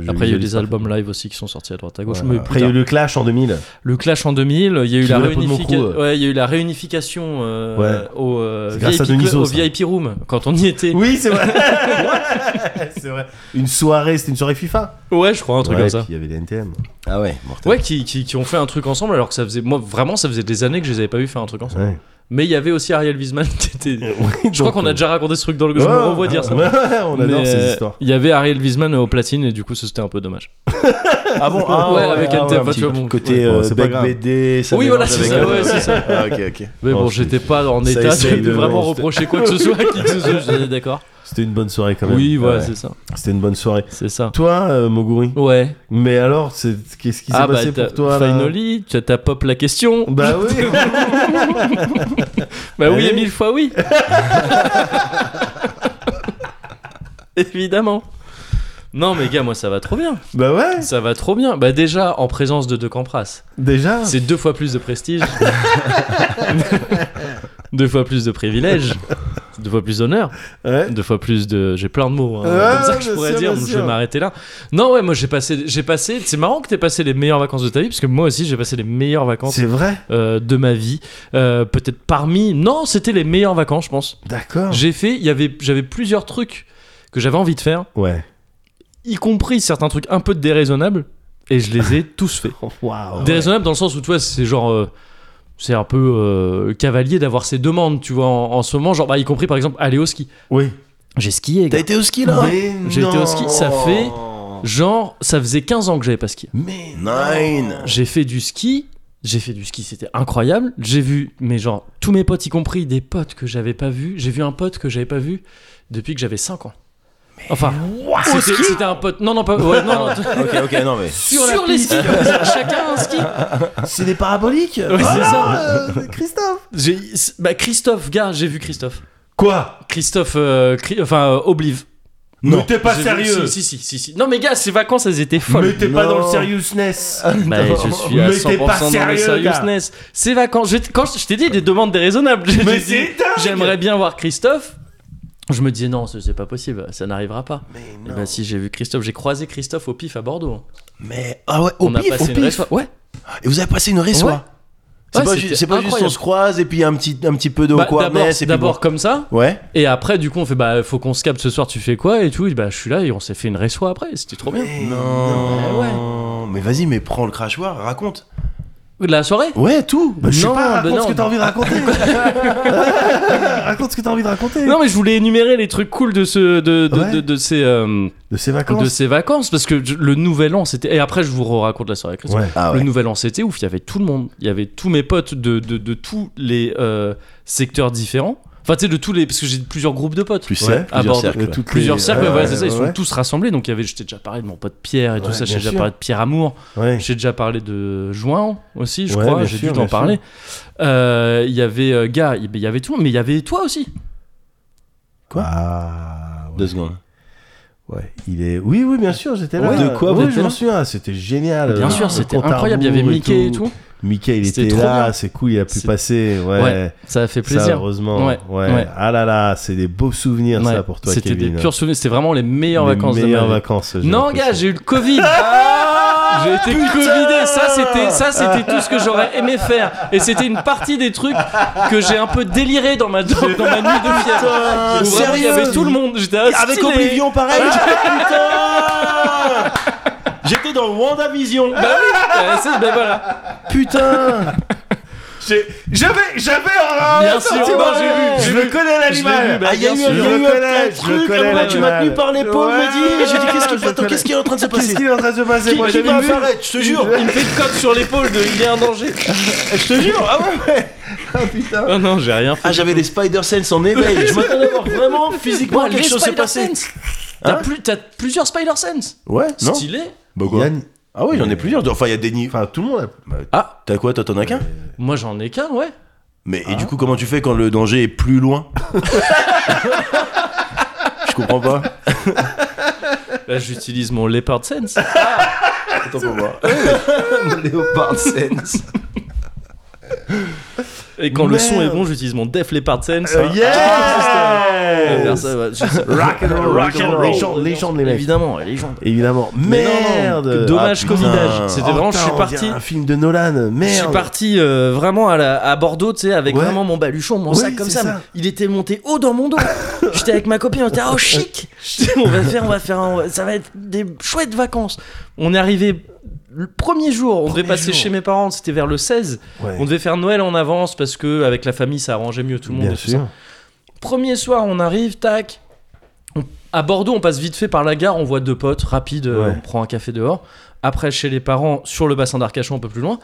Speaker 1: je- je
Speaker 3: Après il y a eu
Speaker 1: visualise
Speaker 3: des
Speaker 1: pas.
Speaker 3: albums live aussi qui sont sortis à droite à gauche.
Speaker 1: Ouais.
Speaker 3: mais plus
Speaker 1: Après, il y a
Speaker 3: tard.
Speaker 1: eu le Clash en 2000.
Speaker 3: Le clash en 2000, il y a eu
Speaker 1: Qui
Speaker 3: la,
Speaker 1: veut la peau de mon
Speaker 3: réunifica-
Speaker 1: crew, euh.
Speaker 3: ouais, il y a eu la réunification euh,
Speaker 1: Ouais.
Speaker 3: au, euh,
Speaker 1: C'est grâce
Speaker 3: VIP
Speaker 1: à hein.
Speaker 3: club-
Speaker 1: Dionysos,
Speaker 3: au
Speaker 1: ça.
Speaker 3: VIP Room quand on y était.
Speaker 1: Oui, c'est vrai. c'est vrai. Une soirée, c'était une soirée FIFA.
Speaker 3: Ouais, je crois, un truc
Speaker 1: Ouais,
Speaker 3: comme ça.
Speaker 1: puis Il y avait les NTM.
Speaker 2: Ah ouais, mortel.
Speaker 3: Ouais, qui, qui, qui ont fait un truc ensemble alors que ça faisait. Moi, vraiment, ça faisait des années que je les avais pas eu faire un truc ensemble.
Speaker 1: Ouais.
Speaker 3: Mais il y avait aussi Ariel Wiesman qui était. Je crois
Speaker 1: Donc,
Speaker 3: qu'on a
Speaker 1: euh,
Speaker 3: déjà raconté ce truc dans le. Je
Speaker 1: ouais,
Speaker 3: me revois dire ça.
Speaker 1: ouais, ouais, on adore
Speaker 3: Mais,
Speaker 1: ces
Speaker 3: euh,
Speaker 1: histoires.
Speaker 3: Il y avait Ariel Wiesman au platine et du coup, ça, c'était un peu dommage.
Speaker 2: Ah bon
Speaker 3: Ouais, avec
Speaker 2: un
Speaker 3: NTM, tu vois, bon.
Speaker 2: Côté
Speaker 1: Ouais,
Speaker 2: euh,
Speaker 1: bon, c'est pas
Speaker 2: Bec
Speaker 1: grave.
Speaker 2: BD, ça
Speaker 3: Oui,
Speaker 2: mélange
Speaker 3: voilà,
Speaker 2: avec-
Speaker 3: c'est ça, ouais, c'est ça.
Speaker 2: Ah, ok, ok.
Speaker 3: Mais
Speaker 1: Oh,
Speaker 3: bon,
Speaker 1: c'est-
Speaker 3: j'étais pas en
Speaker 2: ça
Speaker 3: état de-
Speaker 2: essaye
Speaker 3: de
Speaker 2: de-
Speaker 3: vraiment
Speaker 2: ouais,
Speaker 3: reprocher quoi que ce soit à qui que ce soit. Je suis d'accord.
Speaker 1: C'était une bonne soirée quand même.
Speaker 3: Oui, voilà,
Speaker 1: Ouais.
Speaker 3: c'est ça.
Speaker 1: C'était une bonne soirée.
Speaker 3: C'est ça.
Speaker 1: Toi, euh, Moguri.
Speaker 3: Ouais.
Speaker 1: Mais alors, c'est- qu'est-ce qui s'est
Speaker 3: Ah bah,
Speaker 1: passé
Speaker 3: t'as-
Speaker 1: pour toi là
Speaker 3: finally, tu as- t'as pop la question.
Speaker 1: Bah oui.
Speaker 3: Bah oui,
Speaker 1: Allez.
Speaker 3: et mille fois oui. Évidemment. Non mais gars, moi ça va trop bien.
Speaker 1: bah ouais.
Speaker 3: Ça va trop bien. Bah déjà en présence de De Campras,
Speaker 1: Déjà.
Speaker 3: c'est deux fois plus de prestige, deux fois plus de privilèges, deux fois plus d'honneur,
Speaker 1: Ouais.
Speaker 3: deux fois plus de. J'ai plein de mots. hein,
Speaker 1: Ouais,
Speaker 3: comme ça que je
Speaker 1: bien
Speaker 3: pourrais
Speaker 1: sûr,
Speaker 3: dire.
Speaker 1: bien
Speaker 3: donc Je
Speaker 1: sûr.
Speaker 3: vais m'arrêter là. Non ouais, moi j'ai passé, j'ai passé. C'est marrant que t'aies passé les meilleures vacances de ta vie parce que moi aussi j'ai passé les meilleures vacances
Speaker 1: C'est vrai.
Speaker 3: euh, de ma vie. Euh, Peut-être parmi. Non, c'était les meilleures vacances, je pense.
Speaker 1: D'accord.
Speaker 3: J'ai fait. il y avait- J'avais plusieurs trucs que j'avais envie de faire,
Speaker 1: Ouais.
Speaker 3: y compris certains trucs un peu déraisonnables, et je les ai tous faits.
Speaker 1: Waouh.
Speaker 3: Déraisonnables dans le sens où, tu vois, c'est genre. euh, c'est un peu euh, cavalier d'avoir ces demandes, tu vois, en, en ce moment, genre, bah, y compris par exemple aller au ski.
Speaker 1: Oui.
Speaker 3: J'ai skié,
Speaker 2: T'as
Speaker 3: gars.
Speaker 2: été au ski là
Speaker 1: Mais
Speaker 3: J'ai été au ski, ça
Speaker 1: non.
Speaker 3: fait Genre, ça faisait 15 ans que j'avais pas skié.
Speaker 1: Mais
Speaker 2: Nine
Speaker 3: J'ai fait du ski. J'ai fait du ski, c'était incroyable. J'ai vu, mais genre, tous mes potes, y compris des potes que j'avais pas vus. J'ai vu un pote que j'avais pas vu depuis que j'avais 5 ans. Enfin, c'était- c'était un pote. Non, non, pas. ouais, non, non,
Speaker 2: Ok, ok, non mais.
Speaker 3: sur les skis. Chacun un ski.
Speaker 1: c'est des paraboliques
Speaker 3: Ouais, c'est
Speaker 1: Voilà, euh, Christophe
Speaker 3: J'ai- Bah, Christophe, gars, j'ai vu Christophe.
Speaker 1: Quoi
Speaker 3: Christophe, euh, Cri- enfin, euh, Oblive.
Speaker 1: Non.
Speaker 6: Mais t'es pas
Speaker 3: J'ai vu-
Speaker 6: sérieux.
Speaker 3: si, si, si, si, si. Non, mais gars, ces vacances, elles étaient folles.
Speaker 6: Mais t'es pas dans le
Speaker 1: Non.
Speaker 6: seriousness.
Speaker 3: Bah, je suis à
Speaker 6: Mais t'es
Speaker 3: 100%
Speaker 6: pas
Speaker 3: dans le
Speaker 6: sérieux, gars.
Speaker 3: seriousness. C'est vacances. Je, quand je, je t'ai dit des demandes déraisonnables. J'ai-
Speaker 6: Mais
Speaker 3: j'ai
Speaker 6: c'est
Speaker 3: dit,
Speaker 6: dingue.
Speaker 3: J'aimerais bien voir Christophe. Je me disais non, c'est c'est pas possible, ça n'arrivera pas.
Speaker 1: Mais
Speaker 3: Et bah si j'ai vu Christophe, j'ai croisé Christophe au pif à Bordeaux.
Speaker 2: Mais. Ah ouais, au
Speaker 3: On a
Speaker 2: pif,
Speaker 3: passé
Speaker 2: au
Speaker 3: une
Speaker 2: pif.
Speaker 3: vraie soirée. Ouais.
Speaker 2: Et vous avez passé une hein. raison
Speaker 3: Ouais.
Speaker 2: C'est
Speaker 3: Ouais,
Speaker 2: pas,
Speaker 3: c'était
Speaker 2: ju- c'est pas juste on
Speaker 3: incroyable.
Speaker 2: se croise et puis un petit, un petit peu de
Speaker 3: Bah,
Speaker 2: quoi
Speaker 3: d'abord-
Speaker 2: mais c'est
Speaker 3: D'abord comme ça,
Speaker 2: Ouais.
Speaker 3: et après du coup on fait bah faut qu'on se capte ce soir. Tu fais quoi et tout. Et bah je suis là et on s'est fait une resto après. C'était trop bien.
Speaker 2: Non.
Speaker 3: Ah Ouais,
Speaker 2: Mais vas-y, mais prends le crachoir, raconte.
Speaker 3: De la soirée.
Speaker 2: Ouais, tout.
Speaker 1: Bah, je sais
Speaker 3: Non,
Speaker 1: pas, raconte
Speaker 3: bah
Speaker 1: ce
Speaker 3: non.
Speaker 1: que t'as envie de raconter Raconte ce que t'as envie de raconter
Speaker 3: Non mais je voulais énumérer les trucs cool de ce de de,
Speaker 1: Ouais.
Speaker 3: de- de ces euh,
Speaker 1: De ces
Speaker 3: de
Speaker 1: vacances
Speaker 3: ces vacances parce que je- le nouvel an c'était et après je vous raconte la soirée avec Christophe.
Speaker 1: Ouais.
Speaker 2: Ah
Speaker 3: Le nouvel an c'était ouf, il y avait tout le monde, il y avait tous mes potes de, de, de tous les euh, secteurs différents. Enfin tu sais de tous les parce que j'ai plusieurs groupes de potes.
Speaker 2: Plus
Speaker 1: Ouais.
Speaker 2: c'est
Speaker 3: À
Speaker 2: plusieurs
Speaker 3: bord de-
Speaker 2: cercles.
Speaker 1: Toutes les-
Speaker 3: Plusieurs cercles,
Speaker 1: Ouais,
Speaker 3: ouais, voilà, c'est ça, ils
Speaker 1: ouais.
Speaker 3: sont tous rassemblés. Donc il y avait, j'étais déjà parlé de mon pote Pierre et tout
Speaker 1: Ouais,
Speaker 3: ça, j'ai
Speaker 1: bien
Speaker 3: déjà
Speaker 1: sûr.
Speaker 3: parlé de Pierre Amour,
Speaker 1: Ouais.
Speaker 3: j'ai déjà parlé de Join aussi, je
Speaker 1: Ouais,
Speaker 3: crois,
Speaker 1: bien
Speaker 3: j'ai
Speaker 1: sûr,
Speaker 3: dû
Speaker 1: bien
Speaker 3: t'en
Speaker 1: sûr.
Speaker 3: parler. Euh, Il y avait, euh, gars, il y avait tout, le monde, mais il y avait toi aussi.
Speaker 1: Quoi Ah, ouais.
Speaker 2: Deux secondes.
Speaker 1: Ouais, il est. Oui, oui, bien sûr, j'étais là.
Speaker 3: Ouais, de quoi vous
Speaker 1: Oui,
Speaker 3: étiez
Speaker 1: je m'en
Speaker 3: là
Speaker 1: souviens, c'était génial.
Speaker 3: Bien
Speaker 1: Euh,
Speaker 3: sûr,
Speaker 1: le
Speaker 3: c'était
Speaker 1: compte à
Speaker 3: incroyable, il y avait
Speaker 1: rebours
Speaker 3: Mickey et tout.
Speaker 1: Mickey, il
Speaker 3: C'était
Speaker 1: était
Speaker 3: trop
Speaker 1: là,
Speaker 3: bien.
Speaker 1: c'est cool, il a pu
Speaker 3: C'est-
Speaker 1: passer. Ouais.
Speaker 3: Ouais, ça a fait
Speaker 1: Ça,
Speaker 3: plaisir.
Speaker 1: heureusement. Ouais.
Speaker 3: Ouais, ouais.
Speaker 1: Ah là là, c'est des beaux souvenirs,
Speaker 3: Ouais,
Speaker 1: ça, pour toi,
Speaker 3: C'était des
Speaker 1: Kevin.
Speaker 3: purs souvenirs, c'était vraiment les meilleures
Speaker 1: Les
Speaker 3: vacances
Speaker 1: meilleures
Speaker 3: de ma vie.
Speaker 1: vacances. j'ai Ah
Speaker 3: Non,
Speaker 1: l'impression.
Speaker 3: gars, j'ai eu le Covid. Ah, J'ai été covidé, ça c'était ça c'était tout ce que j'aurais aimé faire et c'était une partie des trucs que j'ai un peu déliré dans ma dans, dans ma nuit de fièvre. Où vraiment, il y
Speaker 2: sérieux
Speaker 3: avait tout le monde, j'étais ah,
Speaker 2: Avec
Speaker 3: stylé. Ah,
Speaker 2: Oblivion, pareil. Putain J'étais dans WandaVision.
Speaker 3: Bah oui, bah, c'est- bah voilà.
Speaker 2: Putain
Speaker 6: J'ai- J'avais, j'avais
Speaker 1: Ah
Speaker 6: un
Speaker 3: Bien
Speaker 6: un
Speaker 3: sûr,
Speaker 6: sentiment,
Speaker 3: ouais.
Speaker 6: j'ai vu. Je le connais l'animal.
Speaker 2: Ah, il y a eu,
Speaker 6: sûr.
Speaker 2: il y a
Speaker 6: Je
Speaker 2: eu
Speaker 6: le
Speaker 2: un
Speaker 6: connais,
Speaker 2: petit
Speaker 6: je le
Speaker 2: truc
Speaker 6: connais,
Speaker 2: comme là, tu m'as
Speaker 6: l'animal.
Speaker 2: tenu par l'épaule,
Speaker 6: Ouais,
Speaker 2: me dit, et j'ai dit qu'est-ce
Speaker 6: je
Speaker 2: qui,
Speaker 6: le
Speaker 2: attends,
Speaker 6: connais.
Speaker 2: qu'est-ce qui est en train de se
Speaker 1: Qu'est-ce
Speaker 2: passer
Speaker 1: qu'il est en train de se passer Moi,
Speaker 2: Moi,
Speaker 1: j'avais
Speaker 2: j'avais
Speaker 1: vu-
Speaker 2: Arrête, je te jure
Speaker 3: Il me fait une cote sur l'épaule de il y a un danger.
Speaker 2: Je te jure Ah ouais
Speaker 1: Ah, putain.
Speaker 3: Non non, j'ai rien fait.
Speaker 2: Ah, j'avais les Spider-Sense en éveil, Eh ben, je m'attendais à voir vraiment physiquement
Speaker 3: Bon, les
Speaker 2: quelque chose s'est
Speaker 3: Spider
Speaker 2: passé.
Speaker 3: Sense. T'as plus- t'as plusieurs Spider Sense.
Speaker 2: Ouais, non
Speaker 3: Stylé.
Speaker 2: Bah
Speaker 1: Yann-
Speaker 2: Ah ouais, j'en ai plusieurs. Enfin, il y a des nids.
Speaker 1: Enfin, tout le monde a.
Speaker 2: Ah, t'as quoi Toi, t'en as qu'un
Speaker 3: Moi j'en ai qu'un, ouais.
Speaker 2: Mais et du coup, comment tu fais quand le danger est plus loin Je comprends pas.
Speaker 3: Là, j'utilise mon Leopard Sense.
Speaker 2: Ah. Attends pour voir. Léopard Sense.
Speaker 3: Et quand le son est
Speaker 1: Merde.
Speaker 3: bon, j'utilise mon Def Leopard Sense.
Speaker 1: Euh,
Speaker 3: Ah,
Speaker 1: yeah
Speaker 3: personne, ouais, je sais.
Speaker 1: Rock and roll,
Speaker 3: Rock and roll.
Speaker 1: légende, légende, les mecs.
Speaker 3: Évidemment, les gens.
Speaker 1: Évidemment.
Speaker 3: Mais non, non,
Speaker 1: Merde.
Speaker 3: que Dommage
Speaker 2: Ah,
Speaker 3: Covid
Speaker 2: putain.
Speaker 3: âge. C'était
Speaker 1: Oh,
Speaker 3: vraiment, je
Speaker 1: putain,
Speaker 3: suis
Speaker 1: on
Speaker 3: parti.
Speaker 1: dirait Un film de Nolan.
Speaker 3: Je suis
Speaker 1: Merde.
Speaker 3: parti euh, vraiment à, la- à Bordeaux, tu sais, avec
Speaker 1: Ouais.
Speaker 3: vraiment mon baluchon, mon
Speaker 1: Oui,
Speaker 3: sac comme
Speaker 1: c'est
Speaker 3: ça.
Speaker 1: ça.
Speaker 3: Il était monté haut dans mon dos. J'étais avec ma copine, on était oh chic. on va faire, on va faire, un- ça va être des chouettes vacances. On est arrivé le premier jour. On devait passer
Speaker 1: jour.
Speaker 3: chez mes parents. C'était vers le 16.
Speaker 1: Ouais.
Speaker 3: On devait faire Noël en avance parce que avec la famille, ça arrangeait mieux tout le monde.
Speaker 1: Bien
Speaker 3: et tout ça.
Speaker 1: sûr.
Speaker 3: Premier soir, on arrive, tac. On- à Bordeaux, on passe vite fait par la gare, on voit deux potes, rapide, euh,
Speaker 1: Ouais.
Speaker 3: on prend un café dehors. Après, chez les parents, sur le bassin d'Arcachon, un peu plus loin.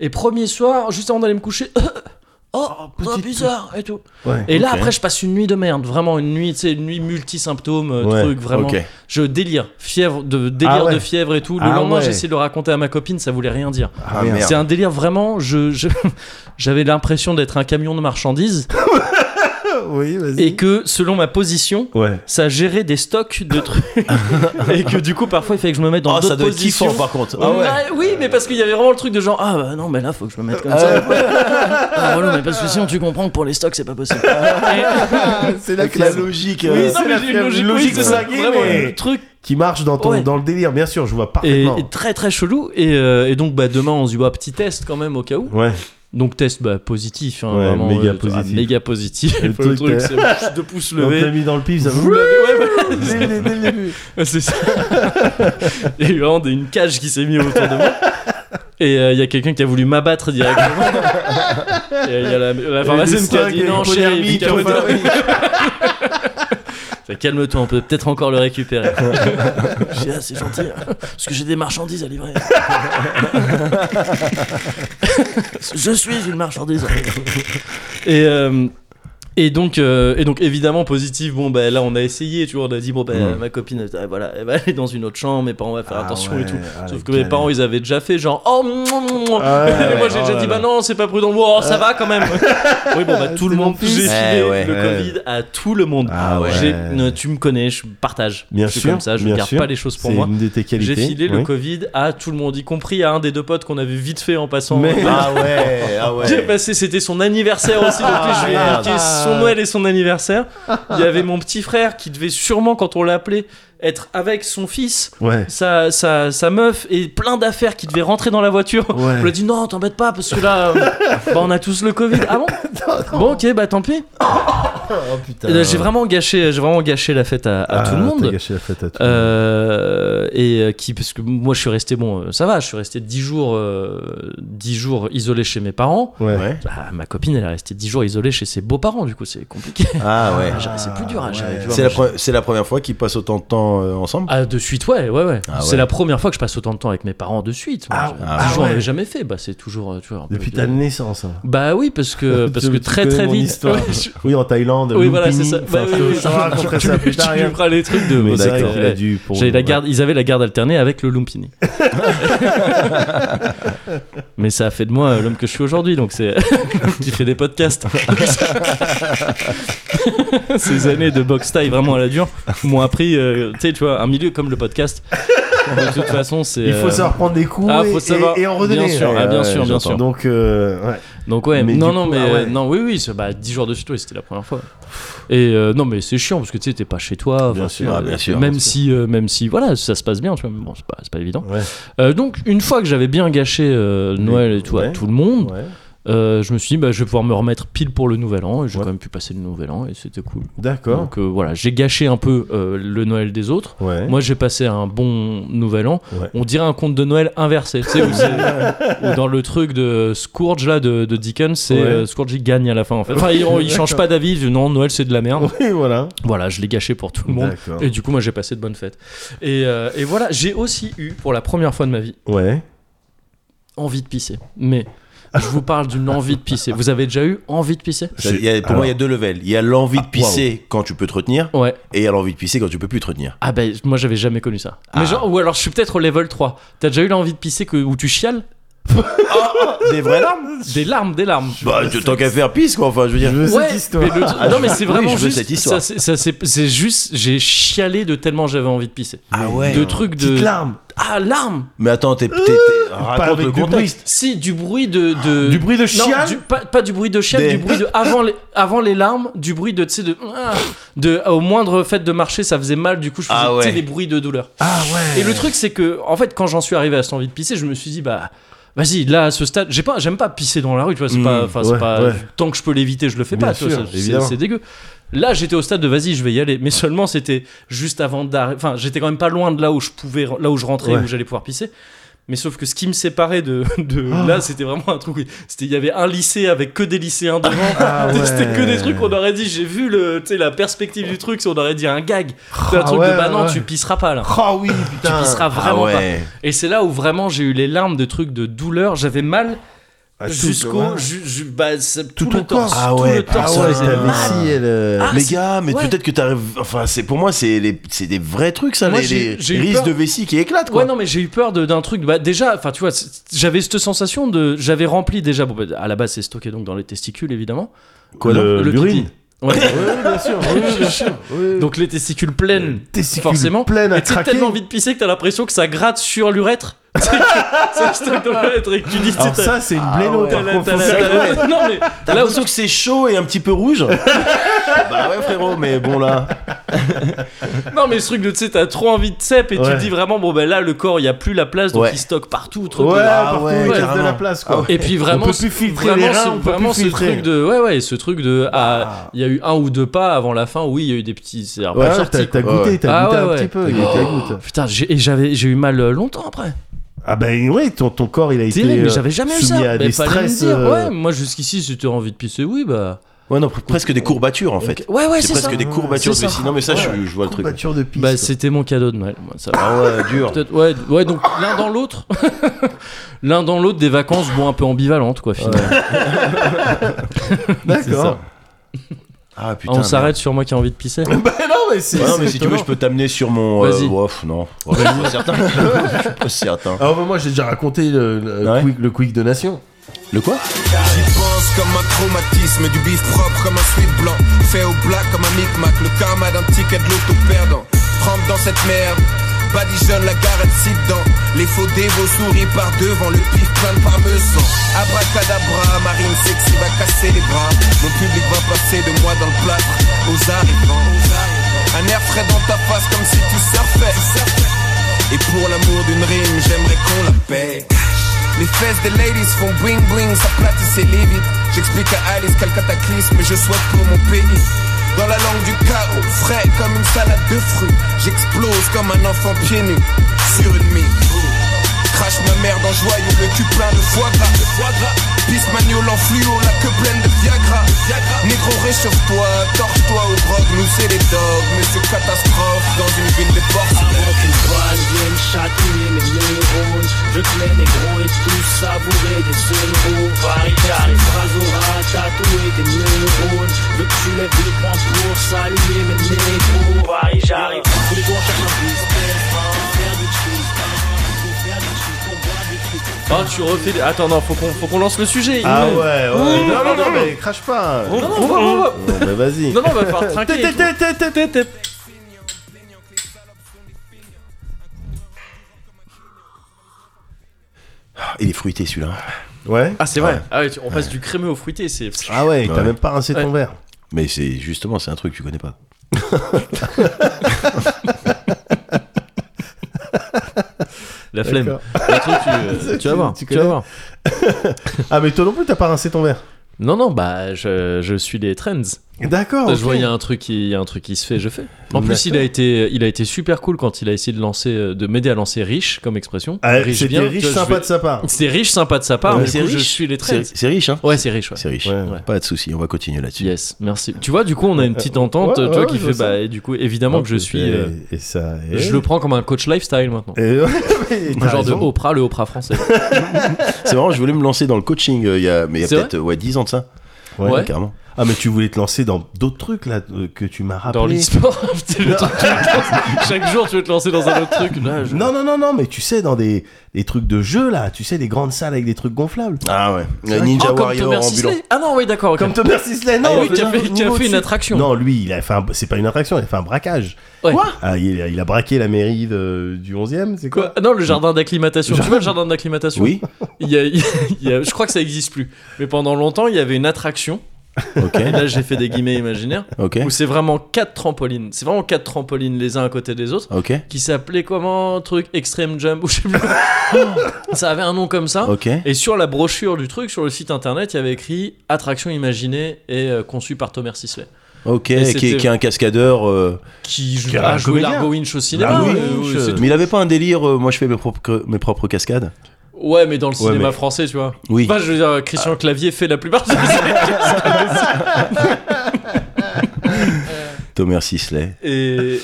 Speaker 3: Et premier soir, juste avant d'aller me coucher, oh,
Speaker 1: petite
Speaker 3: oh, bizarre et tout.
Speaker 1: Ouais.
Speaker 3: Et là,
Speaker 2: Ok.
Speaker 3: après, je passe une nuit de merde, vraiment une nuit, tu sais, une nuit multi-symptômes, euh,
Speaker 1: Ouais,
Speaker 3: truc, vraiment.
Speaker 2: Ok.
Speaker 3: Je délire, fièvre, de, délire
Speaker 1: Ah ouais.
Speaker 3: de fièvre et tout. Le
Speaker 1: Ah
Speaker 3: lendemain,
Speaker 1: ouais.
Speaker 3: j'essaie de le raconter à ma copine, ça voulait rien dire.
Speaker 2: Ah merde.
Speaker 3: C'est un délire vraiment, je, je- j'avais l'impression d'être un camion de marchandises
Speaker 1: Oui, vas-y.
Speaker 3: et que selon ma position,
Speaker 1: Ouais.
Speaker 3: ça gérait des stocks de trucs et que du coup parfois il fallait que je me mette dans
Speaker 2: Ah, ça
Speaker 3: d'autres
Speaker 2: doit être
Speaker 3: positions.
Speaker 2: kiffant par contre.
Speaker 3: On a- Oui, mais parce qu'il y avait vraiment le truc de genre ah bah non mais là faut que je me mette comme ça. ah, voilà, mais parce que sinon tu comprends que pour les stocks c'est pas possible.
Speaker 1: C'est la
Speaker 2: La logique.
Speaker 1: Oui,
Speaker 2: euh,
Speaker 1: c'est la
Speaker 3: j'ai
Speaker 1: logique de
Speaker 3: ça,
Speaker 1: Saguier,
Speaker 3: vraiment,
Speaker 1: mais-
Speaker 3: le truc
Speaker 1: Qui marche dans, ton,
Speaker 3: Ouais.
Speaker 1: dans le délire, bien sûr, je vois
Speaker 3: est,
Speaker 1: parfaitement.
Speaker 3: est très très chelou et, euh, et donc bah demain on se dit bah petit test quand même au cas où.
Speaker 1: Ouais.
Speaker 3: Donc test bah positif hein,
Speaker 1: Ouais,
Speaker 3: vraiment
Speaker 1: méga
Speaker 3: euh,
Speaker 1: positif.
Speaker 3: ah, méga positif.
Speaker 1: Le
Speaker 3: Le truc,
Speaker 1: truc,
Speaker 3: c'est de pouces
Speaker 1: On te l'a
Speaker 3: levés.
Speaker 1: mis dans le pif, ça
Speaker 3: Vous l'avez- ouais, ouais.
Speaker 1: Dès le- dès le début.
Speaker 3: Ouais, C'est ça. Il y a eu vraiment des- une cage qui s'est mise autour de moi. Et euh, il y a quelqu'un qui a voulu m'abattre directement. Et euh, il y a la, la
Speaker 1: Et
Speaker 3: pharmacienne
Speaker 1: des
Speaker 3: qui a
Speaker 1: seringues
Speaker 3: dit
Speaker 1: et
Speaker 3: non,
Speaker 1: des polydermiques,
Speaker 3: chérie, pique à
Speaker 1: enfin,
Speaker 3: votre-
Speaker 1: oui.
Speaker 3: Fait, calme-toi, on peut peut-être encore le récupérer. J'ai dit, ah, c'est gentil, hein, parce que j'ai des marchandises à livrer. Je suis une marchandise. et, euh, et, donc, euh, et donc, évidemment, positif, bon, bah, là, on a essayé, tu vois, on a dit, bon, bah,
Speaker 2: Mm.
Speaker 3: ma copine, elle, ah, voilà, elle va aller dans une autre chambre, mes parents vont faire
Speaker 1: Ah
Speaker 3: attention
Speaker 1: ouais,
Speaker 3: et tout.
Speaker 1: ah,
Speaker 3: Sauf que
Speaker 1: calme.
Speaker 3: mes parents, ils avaient déjà fait, genre, oh, mouah, mouah.
Speaker 1: Ah ouais,
Speaker 3: Et moi, j'ai
Speaker 1: oh
Speaker 3: déjà dit,
Speaker 1: là
Speaker 3: bah non, c'est pas prudent, Bon, oh, ça va quand même. oui, bon, bah, tout le
Speaker 1: C'est
Speaker 3: monde,
Speaker 1: mon
Speaker 3: j'ai
Speaker 1: fils.
Speaker 3: filé
Speaker 2: Eh ouais,
Speaker 3: le
Speaker 1: ouais.
Speaker 3: Covid à tout le monde.
Speaker 1: Ah ouais.
Speaker 3: J'ai- ne- tu me connais, je partage.
Speaker 1: Bien
Speaker 3: je suis
Speaker 1: sûr,
Speaker 3: comme ça, je ne
Speaker 1: bien
Speaker 3: garde
Speaker 1: sûr.
Speaker 3: pas les choses pour
Speaker 1: C'est
Speaker 3: moi.
Speaker 1: une de tes
Speaker 3: J'ai
Speaker 1: qualités.
Speaker 3: filé le
Speaker 1: oui.
Speaker 3: Covid à tout le monde, y compris à un des deux potes qu'on avait vite fait en passant.
Speaker 1: Mais-
Speaker 2: Ah ouais, ah ouais.
Speaker 3: J'ai passé, c'était son anniversaire aussi, donc
Speaker 2: Ah,
Speaker 3: je lui ai
Speaker 2: merde.
Speaker 3: marqué son Noël et son anniversaire. Il y avait mon petit frère qui devait sûrement, quand on l'appelait, être avec son fils,
Speaker 1: Ouais.
Speaker 3: sa, sa, sa meuf et plein d'affaires qui devaient rentrer dans la voiture.
Speaker 1: Ouais.
Speaker 3: Je lui ai dit non, t'embête pas parce que là, euh, bah, on a tous le Covid. Ah bon Bon, ok, bah tant pis.
Speaker 1: putain.
Speaker 3: Et là, J'ai vraiment gâché, j'ai vraiment gâché la fête à, à tout le monde.
Speaker 1: Euh. Ah, T'as gâché la fête à tout le monde.
Speaker 3: Euh, et euh, qui parce que moi je suis resté bon euh, ça va je suis resté 10 jours euh, 10 jours isolé chez mes parents
Speaker 1: Ah Ouais.
Speaker 2: Ouais.
Speaker 3: Bah, ma copine elle est restée 10 jours isolée chez ses beaux-parents du coup c'est compliqué
Speaker 2: Ah ouais.
Speaker 3: Genre, c'est plus dur hein, à gérer, tu vois,
Speaker 2: C'est la,
Speaker 3: moi,
Speaker 2: pre- c'est la première fois qu'ils passent autant de temps euh, ensemble.
Speaker 3: Ah, de suite, ouais, ouais, ouais.
Speaker 2: Ah ouais.
Speaker 3: C'est la première fois que je passe autant de temps avec mes parents de suite.
Speaker 1: Ah,
Speaker 3: Moi, j'ai-
Speaker 2: ah
Speaker 3: j'en
Speaker 1: ouais.
Speaker 3: avais jamais fait. Bah, c'est toujours, euh, tu vois. un peu
Speaker 1: Depuis
Speaker 3: de-
Speaker 1: ta naissance. hein.
Speaker 3: Bah oui, parce que, parce
Speaker 1: Tu-
Speaker 3: que
Speaker 1: tu
Speaker 3: très
Speaker 1: connais
Speaker 3: très
Speaker 1: mon
Speaker 3: vite.
Speaker 1: histoire.
Speaker 3: Ouais, je-
Speaker 1: Oui, en Thaïlande.
Speaker 3: Oui, voilà, c'est
Speaker 1: Lumpini,
Speaker 3: ça. Bah
Speaker 1: enfin,
Speaker 3: oui, oui,
Speaker 1: ça va,
Speaker 3: tu-
Speaker 1: raconterai
Speaker 3: tu-
Speaker 1: ça plus
Speaker 3: tu
Speaker 1: tard,
Speaker 3: lui
Speaker 1: rien.
Speaker 3: feras les trucs de.
Speaker 1: Mais c'est vrai
Speaker 3: D'accord,
Speaker 1: qu'il a
Speaker 3: ouais.
Speaker 1: dû pour.
Speaker 3: J'avais la garde, ils avaient la garde alternée avec le Lumpini. Mais ça a fait de moi euh, l'homme que je suis aujourd'hui, donc c'est qui fait des podcasts. Ces années de box taille vraiment à la dure m'ont appris, euh, tu sais, tu vois, un milieu comme le podcast. De toute façon, c'est.
Speaker 1: Il faut
Speaker 3: euh,
Speaker 1: savoir prendre des coups
Speaker 3: Ah,
Speaker 1: et,
Speaker 3: faut savoir.
Speaker 1: et- et en redonner.
Speaker 3: Bien sûr, ah, bien
Speaker 2: ouais,
Speaker 3: sûr, bien
Speaker 2: j'entends.
Speaker 3: sûr.
Speaker 1: Donc, euh, ouais.
Speaker 3: Donc ouais,
Speaker 1: Mais
Speaker 3: non,
Speaker 1: du
Speaker 3: non,
Speaker 1: coup,
Speaker 3: mais
Speaker 1: ah
Speaker 3: euh,
Speaker 1: ouais.
Speaker 3: non, oui, oui, c'est- bah, 10 jours de suite, oui, c'était la première fois. Et euh, non, mais c'est chiant parce que tu sais, t'es pas chez toi.
Speaker 1: Bien
Speaker 3: enfin,
Speaker 1: sûr,
Speaker 3: c'est,
Speaker 2: ah, bien
Speaker 3: euh,
Speaker 2: sûr,
Speaker 3: Même
Speaker 1: bien
Speaker 3: si, euh, même si, voilà, ça se passe bien, tu vois. mais Bon, c'est pas, c'est pas évident.
Speaker 1: Ouais.
Speaker 3: Euh, donc une fois que j'avais bien gâché euh, Noël et tout à
Speaker 1: ouais.
Speaker 3: tout le monde,
Speaker 1: ouais.
Speaker 3: euh, je me suis dit, bah, je vais pouvoir me remettre pile pour le Nouvel An. Et j'ai
Speaker 1: Ouais.
Speaker 3: quand même pu passer le Nouvel An et c'était cool.
Speaker 1: D'accord.
Speaker 3: Donc euh, voilà, j'ai gâché un peu euh, le Noël des autres.
Speaker 1: Ouais.
Speaker 3: Moi, j'ai passé un bon nouvel an.
Speaker 1: Ouais.
Speaker 3: On dirait un conte de Noël inversé. Tu sais, où c'est- où dans le truc de Scourge, là, de, de Dickens, c'est
Speaker 1: Ouais.
Speaker 3: euh, Scourge, il gagne à la fin, en fait. Enfin, il, il change pas d'avis. il dit, Non, Noël, c'est de la merde.
Speaker 1: Oui, voilà.
Speaker 3: Voilà, je l'ai gâché pour tout le monde.
Speaker 1: D'accord.
Speaker 3: Et du coup, moi, j'ai passé de bonnes fêtes. Et, euh, et voilà, j'ai aussi eu, pour la première fois de ma vie,
Speaker 1: Ouais.
Speaker 3: envie de pisser. Mais je vous parle d'une envie de pisser. Vous avez déjà eu envie de pisser
Speaker 2: Ça- il y a- pour moi, il y a deux levels. Il y a l'envie de pisser quand tu peux te retenir
Speaker 3: Ouais.
Speaker 2: et il y a l'envie de pisser quand tu peux plus te retenir.
Speaker 3: Ah ben, moi, j'avais jamais connu ça. Mais
Speaker 2: Ah.
Speaker 3: genre, ou alors, je suis peut-être au level 3. T'as déjà eu l'envie de pisser que, où tu chiales
Speaker 2: Des vraies larmes
Speaker 3: Des larmes, des larmes.
Speaker 2: Bah, tu- tant qu'à faire pisse, quoi. Enfin, je veux dire.
Speaker 1: Je veux
Speaker 3: Ouais,
Speaker 1: cette histoire.
Speaker 3: mais le-
Speaker 2: Ah,
Speaker 3: non
Speaker 2: je-
Speaker 3: mais c'est
Speaker 2: oui,
Speaker 3: vraiment
Speaker 2: je veux
Speaker 3: juste
Speaker 2: cette histoire.
Speaker 3: ça, c'est- ça, c'est- c'est juste j'ai chialé de tellement j'avais envie de pisser.
Speaker 2: Ah ouais.
Speaker 3: de trucs de
Speaker 1: Petite larme.
Speaker 3: ah larme
Speaker 2: Mais attends, t'es. t'es- t'es-
Speaker 1: Pas
Speaker 2: Raconte
Speaker 1: avec
Speaker 2: le
Speaker 1: du
Speaker 2: contexte.
Speaker 1: bruit.
Speaker 3: si du bruit de, de...
Speaker 1: Du bruit de
Speaker 3: non,
Speaker 1: chien.
Speaker 3: du- pas, pas du bruit de chial,
Speaker 2: Des-
Speaker 3: du bruit de avant les, avant les larmes, du bruit de tu sais de ah, de au moindre fait de marcher, ça faisait mal du coup je faisais
Speaker 2: Ah ouais.
Speaker 3: tu sais, des bruits de douleur.
Speaker 1: Ah ouais.
Speaker 3: Et le truc c'est que en fait quand j'en suis arrivé à cette envie de pisser, je me suis dit bah Vas-y, là, à ce stade, j'ai pas, j'aime pas pisser dans la rue, tu vois, c'est
Speaker 2: Mm,
Speaker 3: pas, enfin, c'est
Speaker 1: Hmm, ouais,
Speaker 3: pas-
Speaker 1: ouais.
Speaker 3: tant que je peux l'éviter, je le fais
Speaker 1: Bien
Speaker 3: pas, tu vois,
Speaker 1: sûr,
Speaker 3: c'est- c'est
Speaker 1: évidemment.
Speaker 3: c'est dégueu. Là, j'étais au stade de vas-y, je vais y aller, mais seulement c'était juste avant d'arriver, enfin, j'étais quand même pas loin de là où je pouvais, là où je rentrais,
Speaker 1: Ouais.
Speaker 3: où j'allais pouvoir pisser. Mais sauf que ce qui me séparait de, de
Speaker 1: Ah.
Speaker 3: là, c'était vraiment un truc. où- C'était, il y avait un lycée avec que des lycéens devant.
Speaker 1: Ah
Speaker 3: C'était que
Speaker 1: ouais.
Speaker 3: des trucs qu'on aurait dit. J'ai vu le, tu sais, la perspective du truc, on aurait dit un gag. C'est un
Speaker 1: Ah
Speaker 3: truc
Speaker 1: ouais,
Speaker 3: de bah non,
Speaker 1: ouais.
Speaker 3: tu pisseras pas là.
Speaker 1: Ah oui,
Speaker 3: Tu
Speaker 1: putain.
Speaker 3: pisseras
Speaker 2: Ah
Speaker 3: vraiment pas.
Speaker 2: ouais.
Speaker 3: Et c'est là où vraiment j'ai eu les larmes de trucs de douleur. J'avais mal
Speaker 1: Ah, tout,
Speaker 3: jusqu'au.
Speaker 1: ouais.
Speaker 3: ju- ju- bah, c'est- tout,
Speaker 1: ton
Speaker 3: le torse.
Speaker 1: corps.
Speaker 2: Ah
Speaker 3: tout
Speaker 2: ouais,
Speaker 3: le
Speaker 1: Ah
Speaker 3: torse
Speaker 1: ouais,
Speaker 3: faisait
Speaker 1: ta
Speaker 3: mal.
Speaker 1: vessie, elle. euh,
Speaker 3: Ah,
Speaker 2: les
Speaker 3: c'est-
Speaker 2: gars, mais
Speaker 3: ouais.
Speaker 2: peut-être que t'arrives. Enfin, c'est pour moi, c'est les- c'est des vrais trucs, ça,
Speaker 3: Moi,
Speaker 2: les,
Speaker 3: j'ai-
Speaker 2: les
Speaker 3: j'ai eu
Speaker 2: risques
Speaker 3: peur.
Speaker 2: de vessie qui éclatent, quoi.
Speaker 3: Ouais non mais j'ai eu peur de- d'un truc bah déjà enfin tu vois c'est- j'avais cette sensation de j'avais rempli déjà bon, bah, à la base c'est stocké donc dans les testicules évidemment
Speaker 1: Quoi, le-
Speaker 3: le
Speaker 1: l'urine
Speaker 3: pipi. Ouais.
Speaker 1: Oui, bien sûr. Oui, bien sûr. Oui.
Speaker 3: donc les testicules pleines
Speaker 1: Testicules
Speaker 3: forcément
Speaker 1: pleines à
Speaker 3: et t'as
Speaker 1: craquer.
Speaker 3: tellement envie de pisser que t'as l'impression que ça gratte sur l'urètre C'est que ça stocke dans l'urètre et que tu dis
Speaker 1: Alors
Speaker 3: t'as-
Speaker 1: ça, c'est une bléno,
Speaker 3: t'as
Speaker 1: par
Speaker 3: la-
Speaker 1: contre,
Speaker 3: t'as
Speaker 1: faut
Speaker 3: la-
Speaker 1: faire
Speaker 3: t'as la- non mais
Speaker 2: T'as
Speaker 3: là où
Speaker 2: l'impression que c'est chaud et un petit peu rouge Bah ouais, frérot, mais bon, là.
Speaker 3: Non mais ce truc de tu sais t'as trop envie de cep et tu
Speaker 1: Ouais.
Speaker 3: te dis vraiment bon ben là le corps il y a plus la place donc
Speaker 2: Ouais.
Speaker 3: il stocke partout trop
Speaker 1: Ouais,
Speaker 3: de...
Speaker 2: Ah
Speaker 1: partout,
Speaker 2: ouais,
Speaker 1: il reste de
Speaker 2: carrément.
Speaker 1: la place, quoi.
Speaker 3: et puis vraiment
Speaker 1: on peut plus filtrer
Speaker 3: vraiment,
Speaker 1: les reins,
Speaker 3: ce,
Speaker 1: on peut
Speaker 3: vraiment
Speaker 1: plus
Speaker 3: ce
Speaker 1: filtrer.
Speaker 3: truc de ouais ouais ce truc de ah, il y a eu un ou deux pas avant la fin oui il y a eu des petits c'est un peu
Speaker 1: Ouais,
Speaker 3: sorti,
Speaker 1: t'as
Speaker 3: quoi.
Speaker 1: t'as goûté, t'as
Speaker 3: Ah
Speaker 1: goûté
Speaker 3: ouais,
Speaker 1: un
Speaker 3: ouais. Oh.
Speaker 1: petit peu, il y a ta goutte.
Speaker 3: putain j'ai et j'avais j'ai eu mal euh, longtemps après
Speaker 1: Ah ben oui, ton, ton corps, il a été
Speaker 3: terrible mais
Speaker 1: euh,
Speaker 3: j'avais jamais eu ça
Speaker 1: soumis à
Speaker 3: mais
Speaker 1: des
Speaker 3: fallait me
Speaker 1: stress.
Speaker 3: dire
Speaker 1: euh,
Speaker 3: ouais moi jusqu'ici si t'as envie de pisser oui bah
Speaker 2: Ouais, non, pre- presque des courbatures en fait.
Speaker 3: Ouais, ouais,
Speaker 2: C'est presque des courbatures
Speaker 3: C'est
Speaker 2: de
Speaker 3: ça.
Speaker 2: vessie. Non, mais ça, je, je vois le truc.
Speaker 1: Courbature de piste.
Speaker 3: Bah, c'était mon cadeau de Noël, moi, ça va.
Speaker 2: Ah ouais, dur.
Speaker 3: Peut-être- Ouais, ouais, donc l'un dans l'autre, l'un dans l'autre des vacances, bon, un peu ambivalentes, quoi, finalement. Ah,
Speaker 1: D'accord.
Speaker 2: Ah putain.
Speaker 3: Ah, on
Speaker 2: merde.
Speaker 3: s'arrête sur moi qui ai envie de pisser.
Speaker 1: bah non, mais c'est.
Speaker 2: Ouais, non, mais si tu veux, je peux t'amener sur mon. euh,
Speaker 3: Vas-y.
Speaker 2: ouais, pff, non. Ouais, je suis pas certain. Je suis pas certain.
Speaker 1: Alors, bah, moi, j'ai déjà raconté le, le,
Speaker 2: Ouais.
Speaker 1: quick, le quick de Nation.
Speaker 2: Le quoi
Speaker 7: J'y pense comme un traumatisme, du bif propre comme un sweat blanc, fait au black comme un micmac, le karma d'un ticket de l'auto perdant. Trempe dans cette merde, badigeonne la garette six dents, les faux dévots sourient par devant, le pif plein de fameux sang. Abracadabra, marine sexy va casser les bras, mon public va passer de moi dans le plâtre aux arrivants. Un air frais dans ta face comme si tu surfais. Et pour l'amour d'une rime, j'aimerais qu'on la paie. Les fesses des ladies font bling bling, ça platisse ses limites. J'explique à Alice quel cataclysme je souhaite pour mon pays. Dans la langue du chaos, frais comme une salade de fruits. J'explose comme un enfant pieds nus sur une mine. Crache ma mère dans joyeux, le cul plein de foie gras. De foie gras. Pisse en fluo, la queue pleine de Viagra. Négro, réchauffe-toi, torche-toi aux drogues. Nous, c'est les dogs, monsieur catastrophe. Dans une ville de porcs,
Speaker 8: Avec une poêle, viennent chatouiller mes neurones. Je que les négros et tous savourer des euros. Varicar, les phrases orales, tatouer des neurones. Je que tu lèves les poings pour saluer mes négros. Paris, j'arrive. Tous les jours, on cherche un business. Faire du cheese, faire du cheese, pour boire du cheese.
Speaker 3: Ah, tu refais. des- Attends, non, faut qu'on faut qu'on lance le sujet.
Speaker 1: Ah ouais,
Speaker 3: Yves.
Speaker 1: ouais.
Speaker 3: Mmh.
Speaker 1: non, non, non, mais crache pas.
Speaker 3: Non, non, non, non, non,
Speaker 1: Bon, bah, vas-y.
Speaker 3: non, non, va falloir trinquer. et tout.
Speaker 2: Ah, Il est fruité celui-là.
Speaker 1: Ouais.
Speaker 3: Ah, c'est vrai. Ah ouais, tu- on passe du crémeux au fruité, c'est.
Speaker 1: Ah ouais, t'as
Speaker 2: Ouais.
Speaker 1: même pas rincé ton verre.
Speaker 2: Mais c'est justement, c'est un truc que tu connais pas.
Speaker 3: La flemme.
Speaker 1: D'accord.
Speaker 3: Le truc, tu, tu vas voir.
Speaker 1: Tu
Speaker 3: Tu,
Speaker 1: connais
Speaker 3: vas voir.
Speaker 1: Ah, mais toi non plus, t'as pas rincé ton verre.
Speaker 3: Non, non, bah, je, je suis les trends.
Speaker 1: D'accord.
Speaker 3: Je
Speaker 1: Ah, ok.
Speaker 3: vois, il y a un truc qui, il y a un truc qui se fait, je fais. En plus, il a été, il a été super cool quand il a essayé de lancer, euh, de m'aider à lancer riche comme expression.
Speaker 1: Ah,
Speaker 3: riche
Speaker 1: C'était
Speaker 3: bien.
Speaker 1: riche,
Speaker 3: Tu vois, je
Speaker 1: sympa
Speaker 3: vais-
Speaker 1: de sa part.
Speaker 3: C'était riche, sympa de sa part.
Speaker 2: Ouais,
Speaker 3: mais
Speaker 2: c'est
Speaker 3: du coup, je
Speaker 2: riche.
Speaker 3: suis les trends.
Speaker 2: C'est c'est riche, hein
Speaker 3: Ouais, c'est riche. Ouais.
Speaker 2: C'est riche.
Speaker 1: Ouais.
Speaker 3: Ouais.
Speaker 2: Pas de souci, on va continuer là-dessus.
Speaker 3: Yes, merci. Tu vois, du coup, on a une petite entente,
Speaker 1: Ouais,
Speaker 3: tu vois,
Speaker 1: ouais,
Speaker 3: qui
Speaker 1: je
Speaker 3: fait,
Speaker 1: vois ça.
Speaker 3: bah, et du coup, évidemment que je suis.
Speaker 1: Et,
Speaker 3: euh,
Speaker 1: et ça. et-
Speaker 3: je le prends comme un coach lifestyle maintenant.
Speaker 1: et- ouais, mais
Speaker 3: Un
Speaker 1: t'as
Speaker 3: genre de
Speaker 1: raison.
Speaker 3: Oprah, le Oprah français.
Speaker 2: C'est marrant, je voulais me lancer dans le coaching euh, il y a, mais il y a
Speaker 3: C'est
Speaker 2: peut-être euh, ouais, 10 ans de ça.
Speaker 1: Ouais.
Speaker 3: Ouais.
Speaker 2: Carrément.
Speaker 1: Ah, mais tu voulais te lancer dans d'autres trucs là euh, que tu m'as rappelé.
Speaker 3: Dans l'e-sport, c'est le truc que tu te lances. Chaque jour, tu veux te lancer dans un autre truc. Là, je-
Speaker 1: Non, non, non, non, mais tu sais, dans des, des trucs de jeu là, tu sais, des grandes salles avec des trucs gonflables.
Speaker 2: Ah ouais.
Speaker 1: vrai
Speaker 2: Ninja
Speaker 3: Oh, comme
Speaker 2: Warrior
Speaker 3: Thomas
Speaker 2: ambulant.
Speaker 3: Sisley. Ah non, oui, d'accord. ok.
Speaker 1: Comme Thomas Sisley, non
Speaker 3: Ah oui,
Speaker 1: je-
Speaker 3: qui a fait, qui a
Speaker 1: niveau
Speaker 3: fait une
Speaker 1: dessus.
Speaker 3: attraction.
Speaker 1: Non, lui, il a fait un- c'est pas une attraction, il a fait un braquage.
Speaker 3: Ouais.
Speaker 1: Ah, il, il a braqué la mairie de- du 11 e c'est quoi,
Speaker 3: Quoi Ah non, le jardin d'acclimatation. Tu vois le jardin d'acclimatation
Speaker 2: Oui.
Speaker 3: Il y a- il y a- je crois que ça existe plus. Mais pendant longtemps, il y avait une attraction.
Speaker 2: Ok.
Speaker 3: Et là, j'ai fait des guillemets imaginaires.
Speaker 2: Ok.
Speaker 3: Où c'est vraiment quatre trampolines. C'est vraiment quatre trampolines les uns à côté des autres.
Speaker 2: Ok.
Speaker 3: Qui s'appelait comment Truc Extreme Jump ou je sais plus. ça avait un nom comme ça.
Speaker 2: Ok.
Speaker 3: Et sur la brochure du truc, sur le site internet, il y avait écrit Attraction imaginée et euh, conçue par Thomas Sisley.
Speaker 2: Ok. Qui
Speaker 3: Et
Speaker 2: est, qui est un cascadeur. euh,
Speaker 3: Qui joue-
Speaker 1: Qui est un
Speaker 3: a joué
Speaker 1: comédien.
Speaker 3: Largo Winch au
Speaker 2: Ah
Speaker 3: cinéma.
Speaker 1: Largo
Speaker 3: Ouais,
Speaker 1: Winch,
Speaker 3: ouais, c'est
Speaker 1: euh,
Speaker 3: tout.
Speaker 2: Mais il avait pas un délire. euh, moi, je fais mes propres mes propres cascades.
Speaker 3: Ouais, mais dans le cinéma
Speaker 1: mais- Ah.
Speaker 3: français, tu vois.
Speaker 2: Oui.
Speaker 3: Enfin, je veux dire, Christian Clavier fait la plupart des
Speaker 2: Thomas Sisley.
Speaker 3: Et,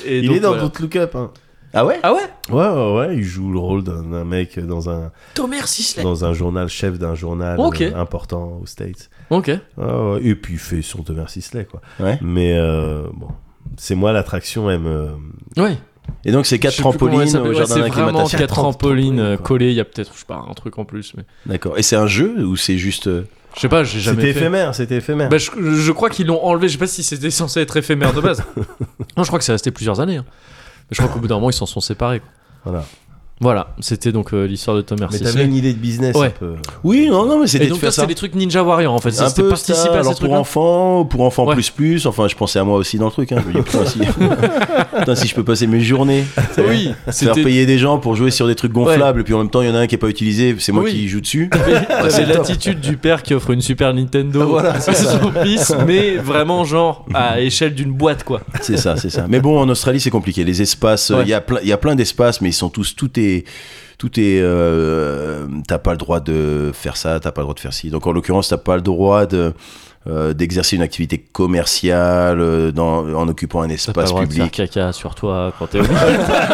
Speaker 3: et
Speaker 1: Il
Speaker 3: donc,
Speaker 1: est dans
Speaker 3: voilà.
Speaker 1: Don't Look Up. hein.
Speaker 2: Ah ouais.
Speaker 3: Ah ouais
Speaker 1: Ouais, ouais, ouais, il joue le rôle d'un d'un mec dans un,
Speaker 3: Thomas Sisley.
Speaker 1: dans un journal, chef d'un journal
Speaker 3: Ok.
Speaker 1: euh, important aux States.
Speaker 3: Ok.
Speaker 1: Ouais, ouais, Et puis il fait son Thomas Sisley, quoi.
Speaker 2: Ouais.
Speaker 1: Mais euh, bon, c'est moi l'attraction, elle me.
Speaker 3: Ouais.
Speaker 2: Et donc c'est quatre
Speaker 3: Je sais plus comment
Speaker 2: trampolines
Speaker 3: elle
Speaker 2: euh,
Speaker 3: s'appelle.
Speaker 2: au
Speaker 3: Ouais,
Speaker 2: jardin
Speaker 3: C'est vraiment
Speaker 2: d'acclimatation.
Speaker 3: quatre trampolines euh,
Speaker 1: quoi.
Speaker 3: collées. Il y a peut-être, je sais pas, un truc en plus. Mais...
Speaker 2: D'accord. Et c'est un jeu ou c'est juste euh,
Speaker 3: Je sais pas, j'ai jamais
Speaker 1: C'était
Speaker 3: fait.
Speaker 1: éphémère, c'était éphémère.
Speaker 3: Bah, je, je crois qu'ils l'ont enlevé. Je sais pas si c'était censé être éphémère de base. non, je crois que c'est resté plusieurs années. hein. Mais Je crois qu'au bout d'un moment, ils s'en sont séparés. quoi.
Speaker 1: Voilà.
Speaker 3: Voilà. C'était donc euh, l'histoire de Thomas
Speaker 1: Mais t'avais
Speaker 3: Sisley.
Speaker 1: une idée de business
Speaker 3: Ouais.
Speaker 1: un peu.
Speaker 2: Oui, non, non, mais
Speaker 3: Et
Speaker 2: c'était de
Speaker 3: donc, toi,
Speaker 2: faire ça.
Speaker 3: c'était des trucs Ninja Warrior en fait.
Speaker 2: un
Speaker 3: C'était
Speaker 2: peu
Speaker 3: participer
Speaker 2: ça,
Speaker 3: à ces
Speaker 2: alors pour
Speaker 3: trucs-là.
Speaker 2: enfants, pour enfants
Speaker 3: Ouais.
Speaker 2: plus plus. Enfin, je pensais à moi aussi dans le truc. Hein. Je me dis, putain, si... putain, si je peux passer mes journées,
Speaker 3: Oui.
Speaker 2: faire
Speaker 3: C'était
Speaker 2: payer des gens pour jouer sur des trucs gonflables, et puis en même temps, il y en a un qui est pas utilisé, c'est moi
Speaker 3: Oui.
Speaker 2: qui joue dessus.
Speaker 3: T'avais l'attitude du père qui offre une Super Nintendo à son fils, mais vraiment genre à échelle d'une boîte quoi.
Speaker 2: C'est ça, c'est ça. Mais bon, en Australie, c'est compliqué. Les espaces, euh,
Speaker 3: Ouais.
Speaker 2: il y a plein, il y a plein d'espaces, mais ils sont tous, tout est, tout est, euh, t'as pas le droit de faire ça, t'as pas le droit de faire ci. Donc en l'occurrence, t'as pas le droit de euh, d'exercer une activité commerciale euh, dans, en occupant un
Speaker 3: T'as pas le
Speaker 2: espace
Speaker 3: droit de faire
Speaker 2: public.
Speaker 3: caca sur toi quand t'es au milieu,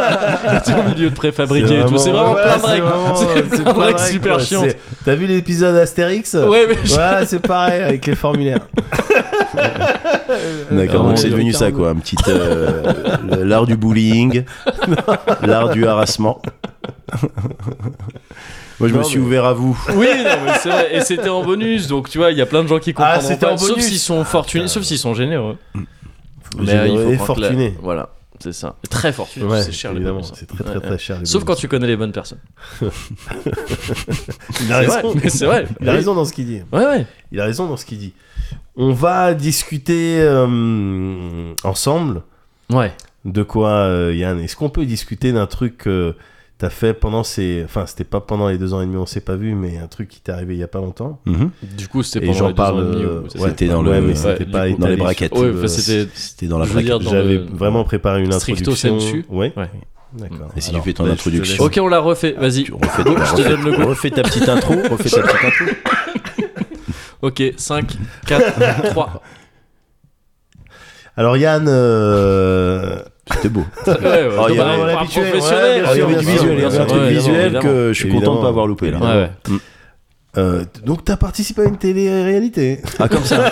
Speaker 3: t'es au milieu de préfabriqué et tout. C'est vraiment
Speaker 1: Ouais,
Speaker 3: plein de
Speaker 1: c'est
Speaker 3: règles.
Speaker 1: vraiment-
Speaker 3: C'est
Speaker 1: c'est
Speaker 3: plein de
Speaker 1: plein
Speaker 3: règles
Speaker 1: de règles,
Speaker 3: super
Speaker 1: quoi.
Speaker 3: chiantes.
Speaker 1: C'est- T'as vu l'épisode Astérix
Speaker 3: Ouais, mais je-
Speaker 1: Voilà, c'est pareil avec les formulaires.
Speaker 2: D'accord,
Speaker 3: Euh,
Speaker 2: donc c'est
Speaker 3: Ricardo.
Speaker 2: devenu ça, quoi. Un petit. euh, le- l'art du bullying, l'art du harassement. Moi, je
Speaker 1: Non,
Speaker 2: me suis
Speaker 1: mais-
Speaker 2: ouvert à vous.
Speaker 3: Oui, non, mais c'est vrai. Et c'était en bonus, donc tu vois, il y a plein de gens qui
Speaker 1: Ah,
Speaker 3: comprennent
Speaker 1: c'était
Speaker 3: pas,
Speaker 1: en
Speaker 3: sauf
Speaker 1: bonus.
Speaker 3: s'ils sont fortunés, sauf s'ils sont généreux.
Speaker 1: J'ai
Speaker 3: euh, il faut
Speaker 1: et
Speaker 3: prendre la-
Speaker 1: fortuné.
Speaker 3: Voilà, c'est ça. Très fortuné,
Speaker 1: Ouais,
Speaker 3: c'est cher les
Speaker 1: évidemment,
Speaker 3: bonus.
Speaker 1: c'est très très
Speaker 3: Ouais,
Speaker 1: très cher. les
Speaker 3: Sauf quand
Speaker 1: bonus.
Speaker 3: tu connais les bonnes personnes.
Speaker 1: il a
Speaker 3: C'est vrai,
Speaker 1: raison.
Speaker 3: mais c'est vrai.
Speaker 1: Ah, Il a raison dans ce qu'il dit.
Speaker 3: Ouais, ouais.
Speaker 1: Il a raison dans ce qu'il dit. On va discuter euh, ensemble
Speaker 3: Ouais.
Speaker 1: de quoi, euh, Yann. Est-ce qu'on peut discuter d'un truc que t'as fait pendant ces, enfin c'était pas pendant les deux ans et demi, on s'est pas vu, mais un truc qui t'est arrivé il y a pas longtemps.
Speaker 2: Mhm. Euh,
Speaker 3: Du coup, c'était
Speaker 1: Et
Speaker 3: pendant
Speaker 1: j'en
Speaker 3: les deux ans
Speaker 1: parle.
Speaker 3: et demi.
Speaker 1: euh,
Speaker 3: ou- c'est-
Speaker 1: ouais,
Speaker 2: C'était dans
Speaker 1: ouais,
Speaker 2: le-
Speaker 1: mais c'était
Speaker 3: ouais,
Speaker 1: pas
Speaker 3: du coup,
Speaker 2: Dans les
Speaker 1: étalé sur-
Speaker 2: braquettes.
Speaker 3: Ouais,
Speaker 1: de-
Speaker 3: enfin, c'était.
Speaker 2: C'était dans la
Speaker 3: Je veux dire,
Speaker 2: braquette.
Speaker 3: euh, dans
Speaker 1: J'avais
Speaker 3: le-
Speaker 1: vraiment préparé une
Speaker 3: Stricto
Speaker 1: introduction.
Speaker 3: sensu.
Speaker 1: Ouais.
Speaker 3: Ouais.
Speaker 1: D'accord.
Speaker 2: Et si tu
Speaker 1: Alors,
Speaker 2: fais ton
Speaker 1: bah, je Ah, te
Speaker 2: introduction.
Speaker 1: laisse.
Speaker 3: Ok, on la refait. Vas-y.
Speaker 2: Tu refais,
Speaker 3: Go, je te
Speaker 2: refais-
Speaker 3: donne le
Speaker 2: refais ta petite intro, refais ta petite intro.
Speaker 3: Ok, 5, 4, 3.
Speaker 1: Oh, Alors Yann, euh,
Speaker 2: C'était beau.
Speaker 3: Ouais, ouais.
Speaker 2: Oh, il y
Speaker 3: bah,
Speaker 2: avait-
Speaker 3: on est pas
Speaker 1: l'habitué,
Speaker 3: professionnel.
Speaker 1: ouais, bien
Speaker 2: Ah, il y
Speaker 1: sûr,
Speaker 2: avait du
Speaker 1: bien sûr,
Speaker 2: visuel, il y
Speaker 1: bien
Speaker 2: avait
Speaker 1: sûr,
Speaker 2: un truc
Speaker 3: ouais,
Speaker 2: visuel
Speaker 3: évidemment,
Speaker 2: que je suis content de
Speaker 1: évidemment.
Speaker 2: pas avoir loupé là.
Speaker 3: Ouais, ouais.
Speaker 1: euh, t- donc t'as participé à une télé-réalité.
Speaker 2: Ah comme ça.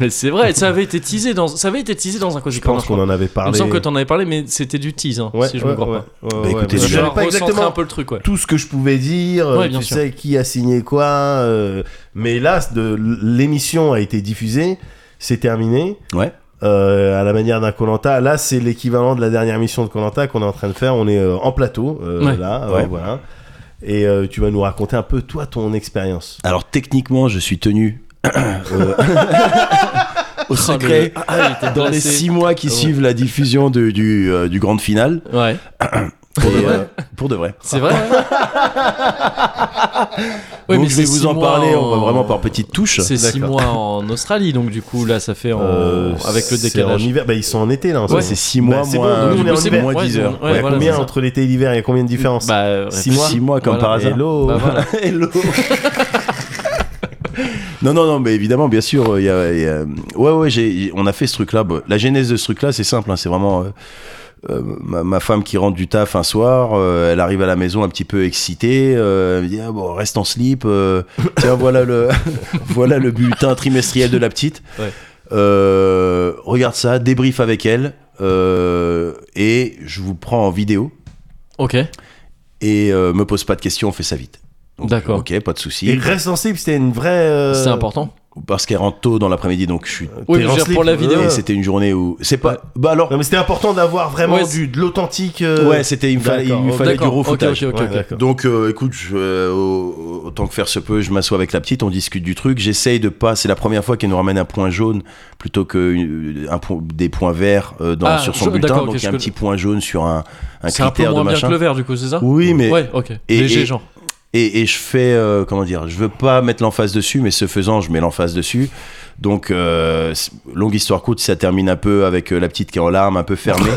Speaker 3: Mais c'est vrai, ça avait été teasé dans, ça avait été teasé dans un quoi du
Speaker 1: Je pense qu'on en avait
Speaker 3: Il me
Speaker 1: parlé.
Speaker 3: semble que t'en avais parlé, mais c'était du tease, hein,
Speaker 1: Ouais,
Speaker 3: si je
Speaker 1: ouais,
Speaker 3: me gourre
Speaker 1: ouais,
Speaker 3: pas.
Speaker 1: ouais,
Speaker 2: Bah,
Speaker 1: ouais,
Speaker 2: écoutez,
Speaker 1: ouais.
Speaker 2: je
Speaker 1: je savais
Speaker 3: Genre,
Speaker 1: pas
Speaker 3: recentrer
Speaker 1: exactement
Speaker 3: un peu le truc, ouais.
Speaker 1: tout ce que je pouvais dire,
Speaker 3: Ouais,
Speaker 1: euh,
Speaker 3: bien
Speaker 1: tu
Speaker 3: sûr.
Speaker 1: sais qui a signé quoi, euh, mais là de- l'émission a été diffusée, c'est terminé.
Speaker 2: Ouais.
Speaker 1: Euh, à la manière d'un Colanta. Là, c'est l'équivalent de la dernière mission de Colanta qu'on est en train de faire. On est euh, en plateau euh,
Speaker 3: Ouais.
Speaker 1: là, euh,
Speaker 2: Ouais.
Speaker 1: voilà. Et euh, tu vas nous raconter un peu toi ton expérience.
Speaker 2: Alors techniquement, je suis tenu
Speaker 3: Oh,
Speaker 2: euh, au secret
Speaker 3: Ah, il était
Speaker 2: dans les
Speaker 3: placé.
Speaker 2: six mois qui
Speaker 3: Ouais.
Speaker 2: suivent la diffusion de- du euh, du grand final.
Speaker 3: Ouais,
Speaker 2: Pour de vrai. Pour de vrai.
Speaker 3: c'est vrai. ouais. Ouais, mais
Speaker 2: donc je
Speaker 3: c'est
Speaker 2: vais vous
Speaker 3: six
Speaker 2: en
Speaker 3: mois
Speaker 2: parler, on va
Speaker 3: en-
Speaker 2: vraiment par petites touches.
Speaker 3: C'est 6 mois en Australie, donc du coup, là, ça fait en-
Speaker 1: Euh,
Speaker 3: avec le
Speaker 1: c'est En
Speaker 3: décalage.
Speaker 1: hiver, bah, ils sont en été là. En ce
Speaker 3: Ouais,
Speaker 2: Ouais,
Speaker 1: moment.
Speaker 2: c'est six mois
Speaker 1: Bah, c'est
Speaker 2: moins
Speaker 1: bon, nous, on est en
Speaker 2: moins
Speaker 1: hiver.
Speaker 2: moins dix
Speaker 3: Ouais,
Speaker 2: heures.
Speaker 3: ouais,
Speaker 1: Il y a
Speaker 3: voilà,
Speaker 1: combien
Speaker 3: c'est ça.
Speaker 1: entre l'été et l'hiver Il y a combien de différence
Speaker 3: Bah, euh,
Speaker 1: Six mois
Speaker 2: Six mois comme
Speaker 3: Voilà.
Speaker 2: par hasard.
Speaker 1: Hello.
Speaker 3: Bah, voilà.
Speaker 2: Hello. non, non, non, mais évidemment, bien sûr, euh, il y a, il y a- ouais, ouais, j'ai, on a fait ce truc-là. Bon, la genèse de ce truc-là, c'est simple, hein, c'est vraiment euh, euh, ma, ma femme qui rentre du taf un soir, euh, elle arrive à la maison un petit peu excitée, euh, elle me dit ah, bon, reste en slip, euh, tiens, voilà le, voilà le bulletin trimestriel de la petite.
Speaker 3: Ouais.
Speaker 2: Euh, regarde ça, débrief avec elle, euh, et je vous prends en vidéo
Speaker 3: Ok,
Speaker 2: et euh, me pose pas de questions, on fait ça vite. Donc,
Speaker 3: D'accord.
Speaker 2: Ok, pas de souci.
Speaker 1: Et reste sensible, c'était une vraie. euh,
Speaker 3: c'est important.
Speaker 2: Parce qu'elle rentre tôt dans l'après-midi, donc je suis.
Speaker 3: Oui,
Speaker 1: t'es
Speaker 3: mais
Speaker 1: en
Speaker 3: je veux dire,
Speaker 1: slip,
Speaker 3: pour la
Speaker 1: euh,
Speaker 3: vidéo,
Speaker 2: Et c'était une journée où c'est pas. Bah alors.
Speaker 1: Non, mais c'était important d'avoir vraiment
Speaker 3: Ouais,
Speaker 1: du, de l'authentique. euh,
Speaker 2: Ouais, c'était il me fallait, il
Speaker 1: d'accord,
Speaker 2: me
Speaker 1: oh,
Speaker 2: fallait du
Speaker 3: d'accord,
Speaker 2: gros
Speaker 3: ok,
Speaker 2: footage.
Speaker 3: ok, ok,
Speaker 1: ouais,
Speaker 3: ok.
Speaker 1: d'accord.
Speaker 2: Donc euh, écoute, je, euh, au- autant que faire se peut, je m'assois avec la petite, on discute du truc. J'essaye de pas. C'est la première fois qu'elle nous ramène un point jaune plutôt que euh, un point- des points verts euh, dans,
Speaker 3: Ah,
Speaker 2: sur son
Speaker 3: je-
Speaker 2: bulletin.
Speaker 3: d'accord,
Speaker 2: Donc
Speaker 3: ok,
Speaker 2: il y a un
Speaker 3: je
Speaker 2: petit point jaune sur un, un
Speaker 3: C'est un peu
Speaker 2: critère
Speaker 3: moins
Speaker 2: de
Speaker 3: bien que
Speaker 2: machin.
Speaker 3: le verre, du coup, c'est ça
Speaker 2: Oui, mais
Speaker 3: Ouais, ok.
Speaker 2: Et-
Speaker 3: Léger,
Speaker 2: et-
Speaker 3: genre.
Speaker 2: et, et je fais euh, comment dire je veux pas mettre l'emphase dessus mais ce faisant je mets l'emphase dessus donc euh, c- longue histoire courte ça termine un peu avec euh, la petite qui est en larmes un peu fermée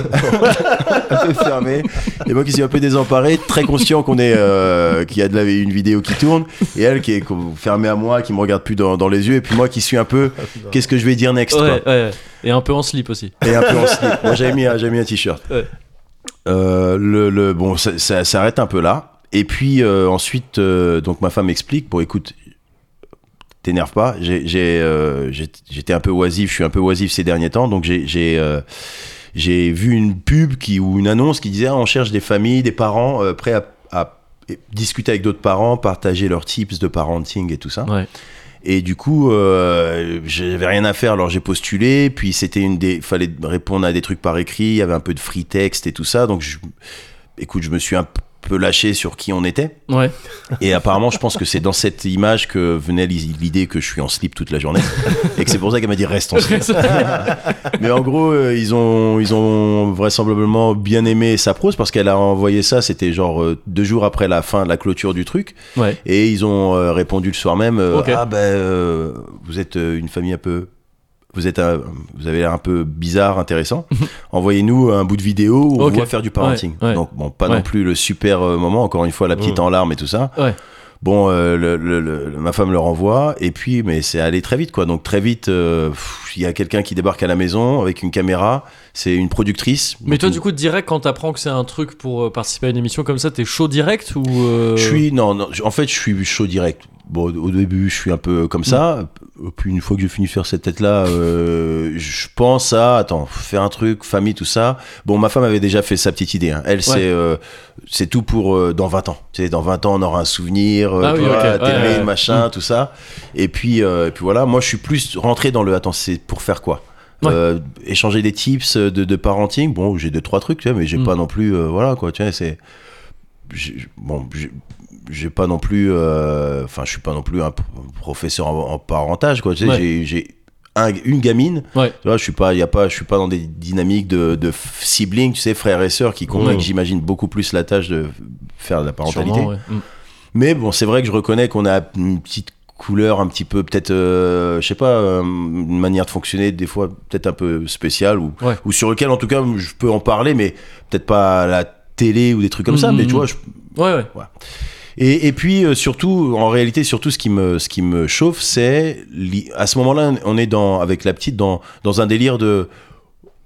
Speaker 2: un peu fermée et moi qui suis un peu désemparé très conscient qu'on est euh, qu'il y a de la, une vidéo qui tourne et elle qui est co- fermée à moi qui me regarde plus dans, dans les yeux et puis moi qui suis un peu qu'est-ce que je vais dire next
Speaker 3: Ouais,
Speaker 2: quoi.
Speaker 3: ouais, ouais. Et un peu en slip aussi.
Speaker 2: et un peu en slip moi j'avais mis un, j'avais mis un t-shirt
Speaker 3: Ouais.
Speaker 2: Euh, le, le- bon, ça, ça s'arrête un peu là. Et puis euh, ensuite, euh, donc ma femme explique, bon écoute, t'énerve pas, j'ai, j'ai, euh, j'ai- j'étais un peu oisif, je suis un peu oisif ces derniers temps, donc j'ai, j'ai, euh, j'ai vu une pub qui, ou une annonce qui disait, ah, on cherche des familles, des parents euh, prêts à, à discuter avec d'autres parents, partager leurs tips de parenting et tout ça.
Speaker 3: Ouais.
Speaker 2: Et du coup, euh, j'avais rien à faire, alors j'ai postulé. Puis c'était une des, fallait répondre à des trucs par écrit. Il y avait un peu de free text et tout ça. Donc, je, écoute, je me suis un peu lâché sur qui on était.
Speaker 3: Ouais.
Speaker 2: Et apparemment, je pense que c'est dans cette image que venait l'idée que je suis en slip toute la journée. Et que c'est pour ça qu'elle m'a dit reste en slip. Mais en gros, euh, ils ont, ils ont vraisemblablement bien aimé sa prose parce qu'elle a envoyé ça. C'était genre euh, deux jours après la fin, la clôture du truc.
Speaker 3: ouais.
Speaker 2: Et ils ont euh, répondu le soir même euh,
Speaker 3: Ok.
Speaker 2: Ah ben, euh, vous êtes euh, une famille un peu. Vous, êtes un- vous avez l'air un peu bizarre, intéressant. Envoyez-nous un bout de vidéo où on
Speaker 3: Ok.
Speaker 2: voit faire du parenting.
Speaker 3: Ouais, ouais.
Speaker 2: Donc, bon, pas
Speaker 3: Ouais.
Speaker 2: non plus le super euh, moment. Encore une fois, la petite en larmes et tout ça.
Speaker 3: Ouais.
Speaker 2: Bon, euh, le- le- le- le- ma femme le renvoie, et puis, mais c'est allé très vite, quoi. Donc, très vite, euh, pff, il y a quelqu'un qui débarque à la maison avec une caméra, c'est une productrice.
Speaker 3: Mais
Speaker 2: Donc,
Speaker 3: toi,
Speaker 2: une-
Speaker 3: du coup, direct, quand t'apprends que c'est un truc pour euh, participer à une émission comme ça, t'es chaud direct ou. euh,
Speaker 2: Je suis, non, non, je- en fait, je suis chaud direct. Bon, au début, je suis un peu comme ça.
Speaker 3: Mm.
Speaker 2: Puis une fois que j'ai fini de faire cette tête-là, euh, je pense à, attends, faire un truc, famille, tout ça. Bon, ma femme avait déjà fait sa petite idée. hein. Elle, c'est, euh, c'est tout pour euh, dans 20 ans. Tu sais, dans 20 ans, on aura un souvenir, euh,
Speaker 3: Ah
Speaker 2: tu
Speaker 3: oui,
Speaker 2: vois,
Speaker 3: ok. Ouais,
Speaker 2: télé,
Speaker 3: ouais, Mm. ouais.
Speaker 2: machin, tout ça. Et puis, euh, et puis voilà, moi, je suis plus rentré dans le, attends, c'est pour faire quoi
Speaker 3: Ouais.
Speaker 2: Euh, échanger des tips euh, de, de parenting bon j'ai deux trois trucs tu vois mais j'ai
Speaker 3: Mm.
Speaker 2: pas non plus euh, voilà quoi tu vois c'est j'ai- bon, j'ai- j'ai pas non plus, euh, enfin, je suis pas non plus un p- professeur en, en parentage, quoi. Tu sais,
Speaker 3: Ouais.
Speaker 2: j'ai- j'ai un- une gamine.
Speaker 3: Ouais.
Speaker 2: Tu vois, je suis pas, y a pas, je suis pas dans des dynamiques de, de f- siblings, tu sais, frères et sœurs qui comprennent,
Speaker 3: Ouais.
Speaker 2: j'imagine, beaucoup plus la tâche de faire de la parentalité.
Speaker 3: sûrement, ouais. Mm.
Speaker 2: Mais bon, c'est vrai que je reconnais qu'on a une petite couleur un petit peu peut-être euh, je sais pas euh, une manière de fonctionner des fois peut-être un peu spéciale ou
Speaker 3: Ouais.
Speaker 2: ou sur lequel en tout cas je peux en parler mais peut-être pas à la télé ou des trucs comme ça
Speaker 3: Mhm.
Speaker 2: mais tu vois je,
Speaker 3: Ouais, ouais.
Speaker 2: et, et puis euh, surtout, en réalité, surtout ce qui me, ce qui me chauffe, c'est li- à ce moment-là, on est dans, avec la petite dans, dans un délire de.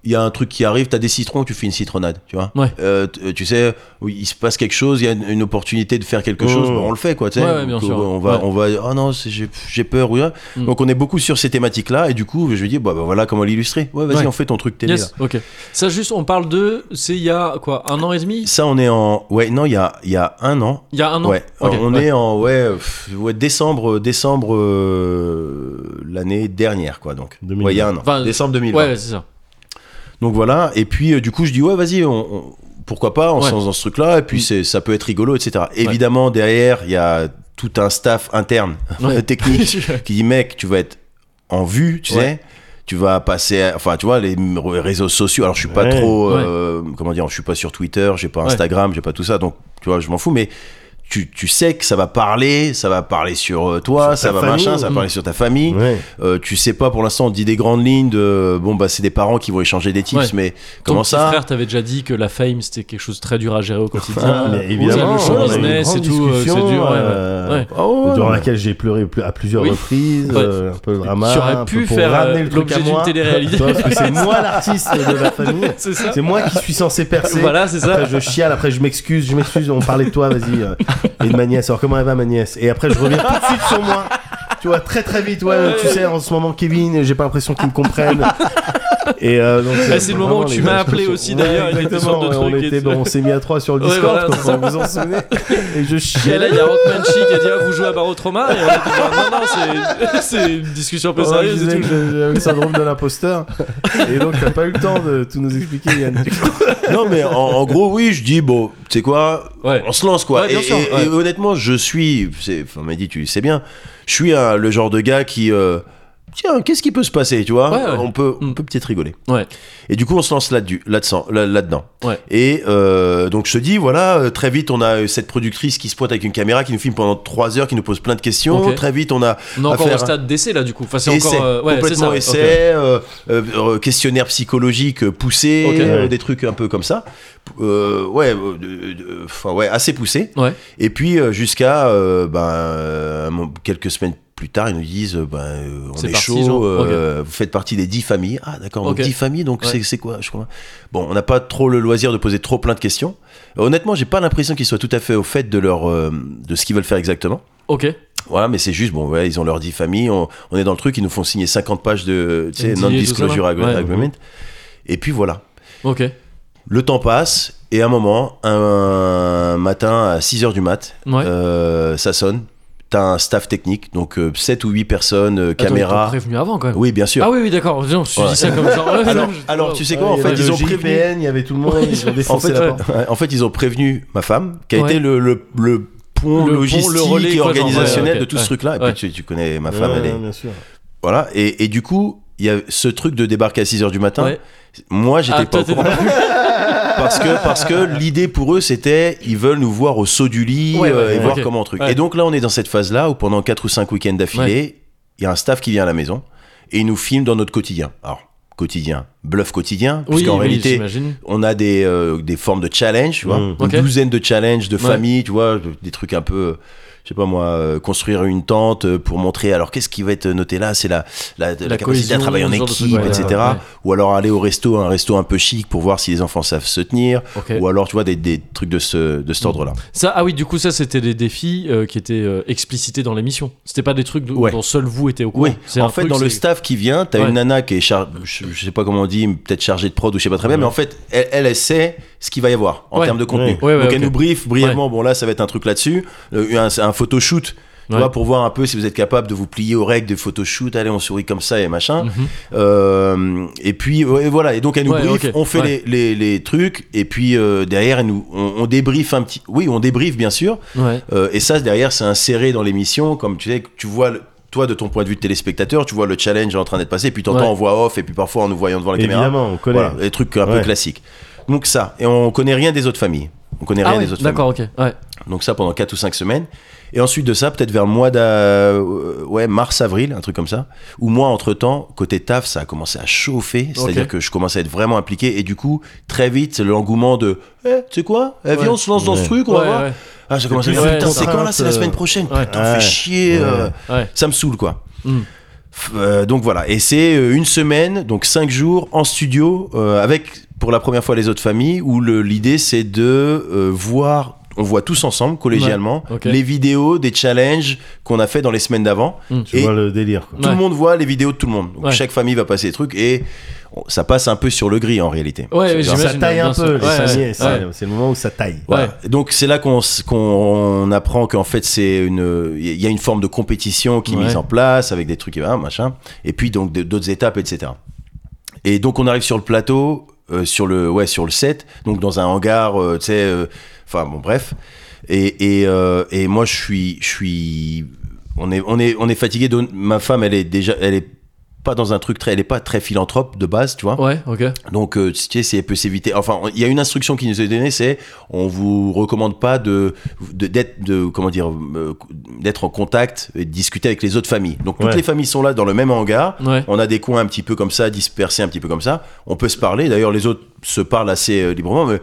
Speaker 2: Il y a un truc qui arrive, t'as des citrons, tu fais une citronnade, tu vois.
Speaker 3: Ouais.
Speaker 2: Euh, t- euh, tu sais, où il se passe quelque chose, il y a une, une opportunité de faire quelque
Speaker 1: Oh.
Speaker 2: chose, bon, on le fait, quoi. tu sais.
Speaker 3: Ouais, ouais, bien
Speaker 2: Donc,
Speaker 3: sûr.
Speaker 2: On va,
Speaker 3: Ouais.
Speaker 2: on va. Oh non, c'est- j'ai j'ai peur ou rien.
Speaker 3: Mm.
Speaker 2: Donc on est beaucoup sur ces thématiques-là, et du coup, je lui dis, bah, bah, voilà comment l'illustrer. Ouais, vas-y,
Speaker 3: Ouais.
Speaker 2: on fait ton truc télé. là.
Speaker 3: Yes, ok. Ça, juste, on parle de. C'est il y a quoi Un an et demi
Speaker 2: Ça, on est en. Ouais, non, il y a, il y a un an,
Speaker 3: Il y a un an
Speaker 2: Ouais,
Speaker 3: Ok,
Speaker 2: on
Speaker 3: ouais.
Speaker 2: est en ouais, pff, ouais, décembre euh, décembre euh, l'année dernière quoi donc. Ouais,
Speaker 1: 2020.
Speaker 2: il y a un an.
Speaker 3: Enfin,
Speaker 2: décembre
Speaker 3: Ouais,
Speaker 2: 2020.
Speaker 1: hein.
Speaker 3: ouais, c'est ça.
Speaker 2: Donc voilà et puis euh, du coup je dis ouais vas-y on- on- pourquoi pas on
Speaker 3: Ouais.
Speaker 2: se lance dans ce truc là et puis
Speaker 3: Mm.
Speaker 2: c'est ça peut être rigolo etc. Évidemment derrière il y a tout un staff interne
Speaker 3: Ouais.
Speaker 2: technique qui dit mec tu vas être en vue tu
Speaker 3: Ouais.
Speaker 2: sais tu vas passer à- enfin tu vois les m- réseaux sociaux alors je suis pas
Speaker 1: Ouais.
Speaker 2: trop euh, comment dire je suis pas sur Twitter j'ai pas
Speaker 3: Ouais.
Speaker 2: Instagram j'ai pas tout ça donc tu vois je m'en fous mais tu, tu sais que ça va parler ça va parler sur euh, toi
Speaker 1: Sur
Speaker 2: ça
Speaker 1: ta
Speaker 2: va
Speaker 1: famille.
Speaker 2: machin ça va
Speaker 3: Mm.
Speaker 2: parler sur ta famille
Speaker 1: Ouais.
Speaker 2: Euh, tu sais pas pour l'instant on dit des grandes lignes de bon bah c'est des parents qui vont échanger des tips
Speaker 3: Ouais.
Speaker 2: mais
Speaker 3: Ton
Speaker 2: comment
Speaker 3: petit
Speaker 2: ça
Speaker 3: frère, t'avais déjà dit que la fame c'était quelque chose de très dur à gérer au quotidien.
Speaker 1: Ah, mais évidemment,
Speaker 3: le show
Speaker 1: on a eu une
Speaker 3: business et
Speaker 1: grande
Speaker 3: tout, euh, c'est
Speaker 1: discussion,
Speaker 3: dur. ouais, ouais.
Speaker 1: euh,
Speaker 3: Ouais.
Speaker 2: Ah ouais,
Speaker 1: durant
Speaker 2: non, mais-
Speaker 1: laquelle j'ai pleuré pl- à plusieurs
Speaker 3: Oui.
Speaker 1: reprises,
Speaker 3: Ouais.
Speaker 1: euh, un peu le drama,
Speaker 3: J'aurais
Speaker 1: un
Speaker 3: pu
Speaker 1: peu pour
Speaker 3: faire,
Speaker 1: ramener
Speaker 3: euh,
Speaker 1: le truc à
Speaker 3: l'objet d'une
Speaker 1: moi.
Speaker 3: télé-réalité.
Speaker 1: Tu vois, parce que c'est moi l'artiste de la famille.
Speaker 3: C'est ça.
Speaker 1: C'est moi qui suis censé percer.
Speaker 3: Voilà, c'est ça.
Speaker 1: Après, je chiale, après, je m'excuse, je m'excuse, on parlait de toi, vas-y. euh, et de ma nièce, alors comment elle va, ma nièce Et après, je reviens tout de suite sur moi. Tu vois, très très vite, ouais, tu sais, en ce moment, Kevin, j'ai pas l'impression qu'il me comprenne. Et euh, donc,
Speaker 3: Ah, c'est le moment
Speaker 1: vraiment,
Speaker 3: où tu
Speaker 1: les-
Speaker 3: m'as appelé aussi, d'ailleurs, il était
Speaker 1: exactement,
Speaker 3: sur de
Speaker 1: ouais, on
Speaker 3: trucs et
Speaker 1: était-
Speaker 3: tout.
Speaker 1: bon, on s'est mis à trois sur le
Speaker 3: Ouais,
Speaker 1: Discord,
Speaker 3: voilà,
Speaker 1: comme
Speaker 3: c'est
Speaker 1: ça,
Speaker 3: ça.
Speaker 1: vous vous en souvenez Et je
Speaker 3: Et là, il y
Speaker 1: chialais.
Speaker 3: a Rockman Chi qui a dit Ah, vous jouez à Barreau Trauma Et on était genre, Non, non, c'est- c'est une discussion un peu
Speaker 1: Ouais, Oh, je
Speaker 3: sérieuse
Speaker 1: disais
Speaker 3: et
Speaker 1: que
Speaker 3: tout.
Speaker 1: je- j'avais le syndrome de l'imposteur et donc t'as pas eu le temps de tout nous expliquer Yann.
Speaker 2: non mais en, en gros oui je dis bon tu sais quoi
Speaker 3: Ouais.
Speaker 2: on se lance quoi
Speaker 3: Ouais,
Speaker 2: et,
Speaker 3: bien sûr,
Speaker 2: et-
Speaker 3: ouais.
Speaker 2: et honnêtement je suis c'est enfin m'a dit tu sais bien je suis un- le genre de gars qui euh, tiens qu'est-ce qui peut se passer tu vois
Speaker 3: Ouais, ouais.
Speaker 2: on peut
Speaker 3: Mm.
Speaker 2: on peut peut-être rigoler
Speaker 3: Ouais.
Speaker 2: et du coup on se lance là dessus là dedans là, dedans
Speaker 3: Ouais.
Speaker 2: et euh, donc je te dis voilà euh, très vite on a euh, cette productrice qui se pointe avec une caméra qui nous filme pendant trois heures qui nous pose plein de questions
Speaker 3: Ok.
Speaker 2: très vite on a
Speaker 3: On est encore
Speaker 2: faire
Speaker 3: au stade d'essai là, du coup. Enfin, c'est
Speaker 2: essai,
Speaker 3: encore. euh, ouais, c'est
Speaker 2: complètement
Speaker 3: ça,
Speaker 2: essai,
Speaker 3: ok.
Speaker 2: euh, euh, euh, questionnaire psychologique euh, poussé,
Speaker 3: Ok.
Speaker 2: euh, des trucs un peu comme ça. Euh, ouais, euh, de- de- enfin, ouais, assez poussé.
Speaker 3: Ouais.
Speaker 2: Et puis euh, jusqu'à euh, ben, euh, un moment- quelques semaines plus tard, ils nous disent euh, ben, euh, on
Speaker 3: C'est
Speaker 2: est,
Speaker 3: parti, genre.
Speaker 2: chaud, euh, vous faites partie des 10 familles. Ah d'accord, donc
Speaker 3: Ok.
Speaker 2: 10 familles, donc
Speaker 3: Ouais.
Speaker 2: c'est- c'est quoi je crois Bon, on n'a pas trop le loisir de poser trop plein de questions. Honnêtement, j'ai pas l'impression qu'ils soient tout à fait au fait de, leur, euh, de ce qu'ils veulent faire exactement.
Speaker 3: Ok.
Speaker 2: Voilà, mais c'est juste, bon, ouais, ils ont leurs 10 familles, on, on est dans le truc, ils nous font signer 50 pages de tu sais,
Speaker 3: NDA, tout
Speaker 2: non-disclosure
Speaker 3: ça, là.
Speaker 2: ag-
Speaker 3: Ouais.
Speaker 2: agreement. Et puis voilà.
Speaker 3: Ok.
Speaker 2: Euh, Le temps passe, et à un moment, un matin à 6 h du mat,
Speaker 3: Ouais.
Speaker 2: euh, ça sonne. T'as un staff technique, donc 7 ou 8 personnes, euh,
Speaker 3: Attends, ils t'ont
Speaker 2: caméra.
Speaker 3: prévenu avant quand même.
Speaker 2: Oui, bien sûr.
Speaker 3: Ah oui, oui, d'accord. Je me suis
Speaker 2: Ouais.
Speaker 3: dit ça comme genre. ouais,
Speaker 2: alors,
Speaker 3: non, je- oh.
Speaker 2: alors,
Speaker 3: wow.
Speaker 2: tu sais quoi, en
Speaker 1: Il y
Speaker 2: fait,
Speaker 1: avait
Speaker 2: ils
Speaker 1: le
Speaker 2: ont prévenu.
Speaker 1: JPN, il y avait tout le monde,
Speaker 3: Ouais,
Speaker 1: ils ont
Speaker 2: En
Speaker 1: défoncé
Speaker 2: fait,
Speaker 1: la
Speaker 2: ouais,
Speaker 1: porte.
Speaker 2: ouais, en fait, ils ont prévenu ma femme, qui a
Speaker 3: Ouais.
Speaker 2: été le, le- le pont
Speaker 3: Le pont,
Speaker 2: logistique
Speaker 3: le relais,
Speaker 2: et
Speaker 3: quoi, genre, ouais,
Speaker 2: organisationnel
Speaker 3: ok,
Speaker 2: de tout
Speaker 3: ouais.
Speaker 2: ce truc-là. Et
Speaker 3: Ouais.
Speaker 2: puis tu, tu connais ma femme, elle est,
Speaker 1: Ouais, bien sûr.
Speaker 2: Voilà, et, et du coup, il y a ce truc de débarquer à 6h du matin.
Speaker 3: Ouais.
Speaker 2: Moi, j'étais
Speaker 3: Ah,
Speaker 2: pas
Speaker 3: toi,
Speaker 2: au
Speaker 3: t'es
Speaker 2: courant. parce que, parce que l'idée pour eux, c'était ils veulent nous voir au saut du lit
Speaker 3: Ouais, ouais,
Speaker 2: euh, et
Speaker 3: ouais,
Speaker 2: voir
Speaker 3: ok.
Speaker 2: comment on truc.
Speaker 3: Ouais.
Speaker 2: Et donc là, on est dans cette phase-là où pendant 4 ou 5 week-ends d'affilée, il y a un staff qui vient à la maison et il nous filme dans notre quotidien. Alors, quotidien, bluff quotidien,
Speaker 3: Oui,
Speaker 2: puisqu'en
Speaker 3: oui,
Speaker 2: réalité,
Speaker 3: j'imagine.
Speaker 2: on a des, euh, des formes de challenge, tu vois.
Speaker 1: Mm.
Speaker 2: Une
Speaker 3: Ok.
Speaker 2: douzaine de challenges de
Speaker 3: Ouais.
Speaker 2: famille, tu vois, de- des trucs un peu. je sais pas moi, euh, construire une tente euh, pour montrer. Alors qu'est-ce qui va être noté là C'est la, la, la capacité
Speaker 3: cohésion,
Speaker 2: à travailler en
Speaker 3: ce genre de truc,
Speaker 2: équipe,
Speaker 3: ouais,
Speaker 2: etc.
Speaker 3: ouais.
Speaker 2: Ou alors aller au resto, un resto un peu chic pour voir si les enfants savent se tenir.
Speaker 3: Ok.
Speaker 2: Ou alors, tu vois, des, des trucs de, ce, de cet ordre-là.
Speaker 3: Ça, ah oui, du coup, ça, c'était des défis euh, qui étaient euh, explicités dans l'émission. C'était pas des trucs dont-
Speaker 2: Ouais.
Speaker 3: dont seul vous étiez au courant.
Speaker 2: Oui,
Speaker 3: C'est
Speaker 2: en
Speaker 3: un
Speaker 2: fait,
Speaker 3: truc,
Speaker 2: dans le
Speaker 3: c'est-
Speaker 2: staff qui vient, t'as
Speaker 3: Ouais.
Speaker 2: une nana qui est, char- je, je sais pas comment on dit, peut-être chargée de prod ou je sais pas très bien, mais en fait, elle, elle, elle sait ce qu'il va y avoir en
Speaker 3: Ouais.
Speaker 2: termes de contenu.
Speaker 3: Ouais, ouais,
Speaker 2: Donc,
Speaker 3: ok.
Speaker 2: elle nous briefe brièvement, bon là, ça va être un truc là-dessus, euh, un, un photoshoot. Tu
Speaker 3: Ouais.
Speaker 2: vois, pour voir un peu si vous êtes capable de vous plier aux règles de photoshoot, allez, on sourit comme ça et machin.
Speaker 3: Mhm.
Speaker 2: Euh, et puis, ouais, voilà, et donc elle nous
Speaker 3: Ouais,
Speaker 2: briefe,
Speaker 3: ok.
Speaker 2: on fait
Speaker 3: Ouais.
Speaker 2: les, les, les trucs, et puis euh, derrière, elle nous, on, on débriefe un petit. Oui, on débriefe, bien sûr,
Speaker 3: Ouais.
Speaker 2: euh, et ça, derrière, c'est inséré dans l'émission, comme tu sais, que tu vois, le- toi, de ton point de vue de téléspectateur, tu vois le challenge en train d'être passé, puis t'entends
Speaker 3: Ouais.
Speaker 2: en voix off, et puis parfois en nous voyant devant la caméra.
Speaker 1: Évidemment, on connaît.
Speaker 2: Voilà, les trucs un peu
Speaker 1: Ouais.
Speaker 2: classiques. Donc ça, et on connaît rien des autres familles. On connaît
Speaker 3: Ah
Speaker 2: rien
Speaker 3: ouais,
Speaker 2: des autres familles.
Speaker 3: d'accord, ok. Ouais.
Speaker 2: Donc ça pendant 4 ou 5 semaines. Et ensuite de ça, peut-être vers le mois d'a- euh, ouais, mars-avril, un truc comme ça, où moi, entre-temps, côté taf, ça a commencé à chauffer, c'est-à-dire
Speaker 3: Ok.
Speaker 2: que je commençais à être vraiment impliqué, et du coup, très vite, l'engouement de Eh, tu sais quoi Eh, Viens,
Speaker 3: Ouais.
Speaker 2: on se lance dans ce
Speaker 1: Ouais.
Speaker 2: truc, on va
Speaker 3: Ouais,
Speaker 2: voir.
Speaker 3: ouais.
Speaker 2: Ah, j'ai commencé à
Speaker 3: plus
Speaker 2: dire,
Speaker 3: de
Speaker 2: putain, c'est quand là
Speaker 1: contraintes,
Speaker 2: C'est la semaine prochaine
Speaker 3: euh, ouais.
Speaker 2: Putain, fais
Speaker 1: Ouais.
Speaker 2: chier euh,
Speaker 3: Ouais.
Speaker 2: Ça me saoule, quoi.
Speaker 3: Mm.
Speaker 2: F- euh, donc voilà, et c'est euh, une semaine, donc cinq jours en studio euh, avec pour la première fois les autres familles où le- l'idée c'est de euh, voir, on voit tous ensemble collégialement
Speaker 3: Ouais, ok.
Speaker 2: les vidéos des challenges qu'on a fait dans les semaines d'avant.
Speaker 3: Mm.
Speaker 1: Tu
Speaker 2: Et-
Speaker 1: vois le délire, quoi.
Speaker 2: tout
Speaker 3: Ouais.
Speaker 2: le monde voit les vidéos de tout le monde. Donc
Speaker 3: Ouais.
Speaker 2: chaque famille va passer des trucs et on- ça passe un peu sur le gris en réalité.
Speaker 3: Ouais, ouais,
Speaker 2: Ça
Speaker 1: Ça
Speaker 3: j'imagine,
Speaker 1: taille
Speaker 3: bien
Speaker 1: un
Speaker 3: sûr.
Speaker 1: peu, les
Speaker 3: Ouais,
Speaker 1: familles,
Speaker 3: ouais.
Speaker 1: c'est c'est le moment où ça taille.
Speaker 3: Ouais.
Speaker 2: Voilà. Donc c'est là qu'on s- qu'on apprend qu'en fait c'est une il y a une forme de compétition qui est
Speaker 3: Ouais.
Speaker 2: mise en place avec des trucs et voilà, machin et puis donc de- d'autres étapes etc. Et donc on arrive sur le plateau euh, sur le ouais sur le set donc dans un hangar euh, tu sais euh, enfin bon bref et et, euh, et moi je suis je suis on est on est on est fatigué de, ma femme elle est déjà elle est pas dans un truc très elle est pas très philanthrope de base tu vois
Speaker 3: Ouais, ok.
Speaker 2: donc, euh, tu sais, si elle peut s'éviter. Enfin, il y a une instruction qui nous est donnée, c'est on vous recommande pas de de- d'être de, comment dire euh, d'être en contact et de discuter avec les autres familles. Donc toutes
Speaker 1: Ouais.
Speaker 2: les familles sont là dans le même hangar.
Speaker 3: Ouais.
Speaker 2: On a des coins un petit peu comme ça, dispersés un petit peu comme ça. On peut se parler. D'ailleurs, les autres se parlent assez euh, librement. Mais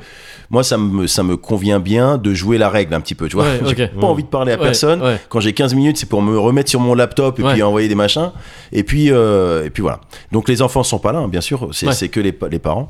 Speaker 2: moi, ça me ça me convient bien de jouer la règle un petit peu. Tu vois,
Speaker 3: Ouais,
Speaker 2: j'ai
Speaker 3: ok.
Speaker 2: pas envie de parler à
Speaker 3: Ouais,
Speaker 2: personne.
Speaker 3: ouais.
Speaker 2: Quand j'ai 15 minutes, c'est pour me remettre sur mon laptop et
Speaker 3: Ouais.
Speaker 2: puis envoyer des machins. Et puis euh, et puis voilà. Donc les enfants sont pas là, hein, bien sûr. C'est
Speaker 3: Ouais.
Speaker 2: c'est que les, pa- les parents.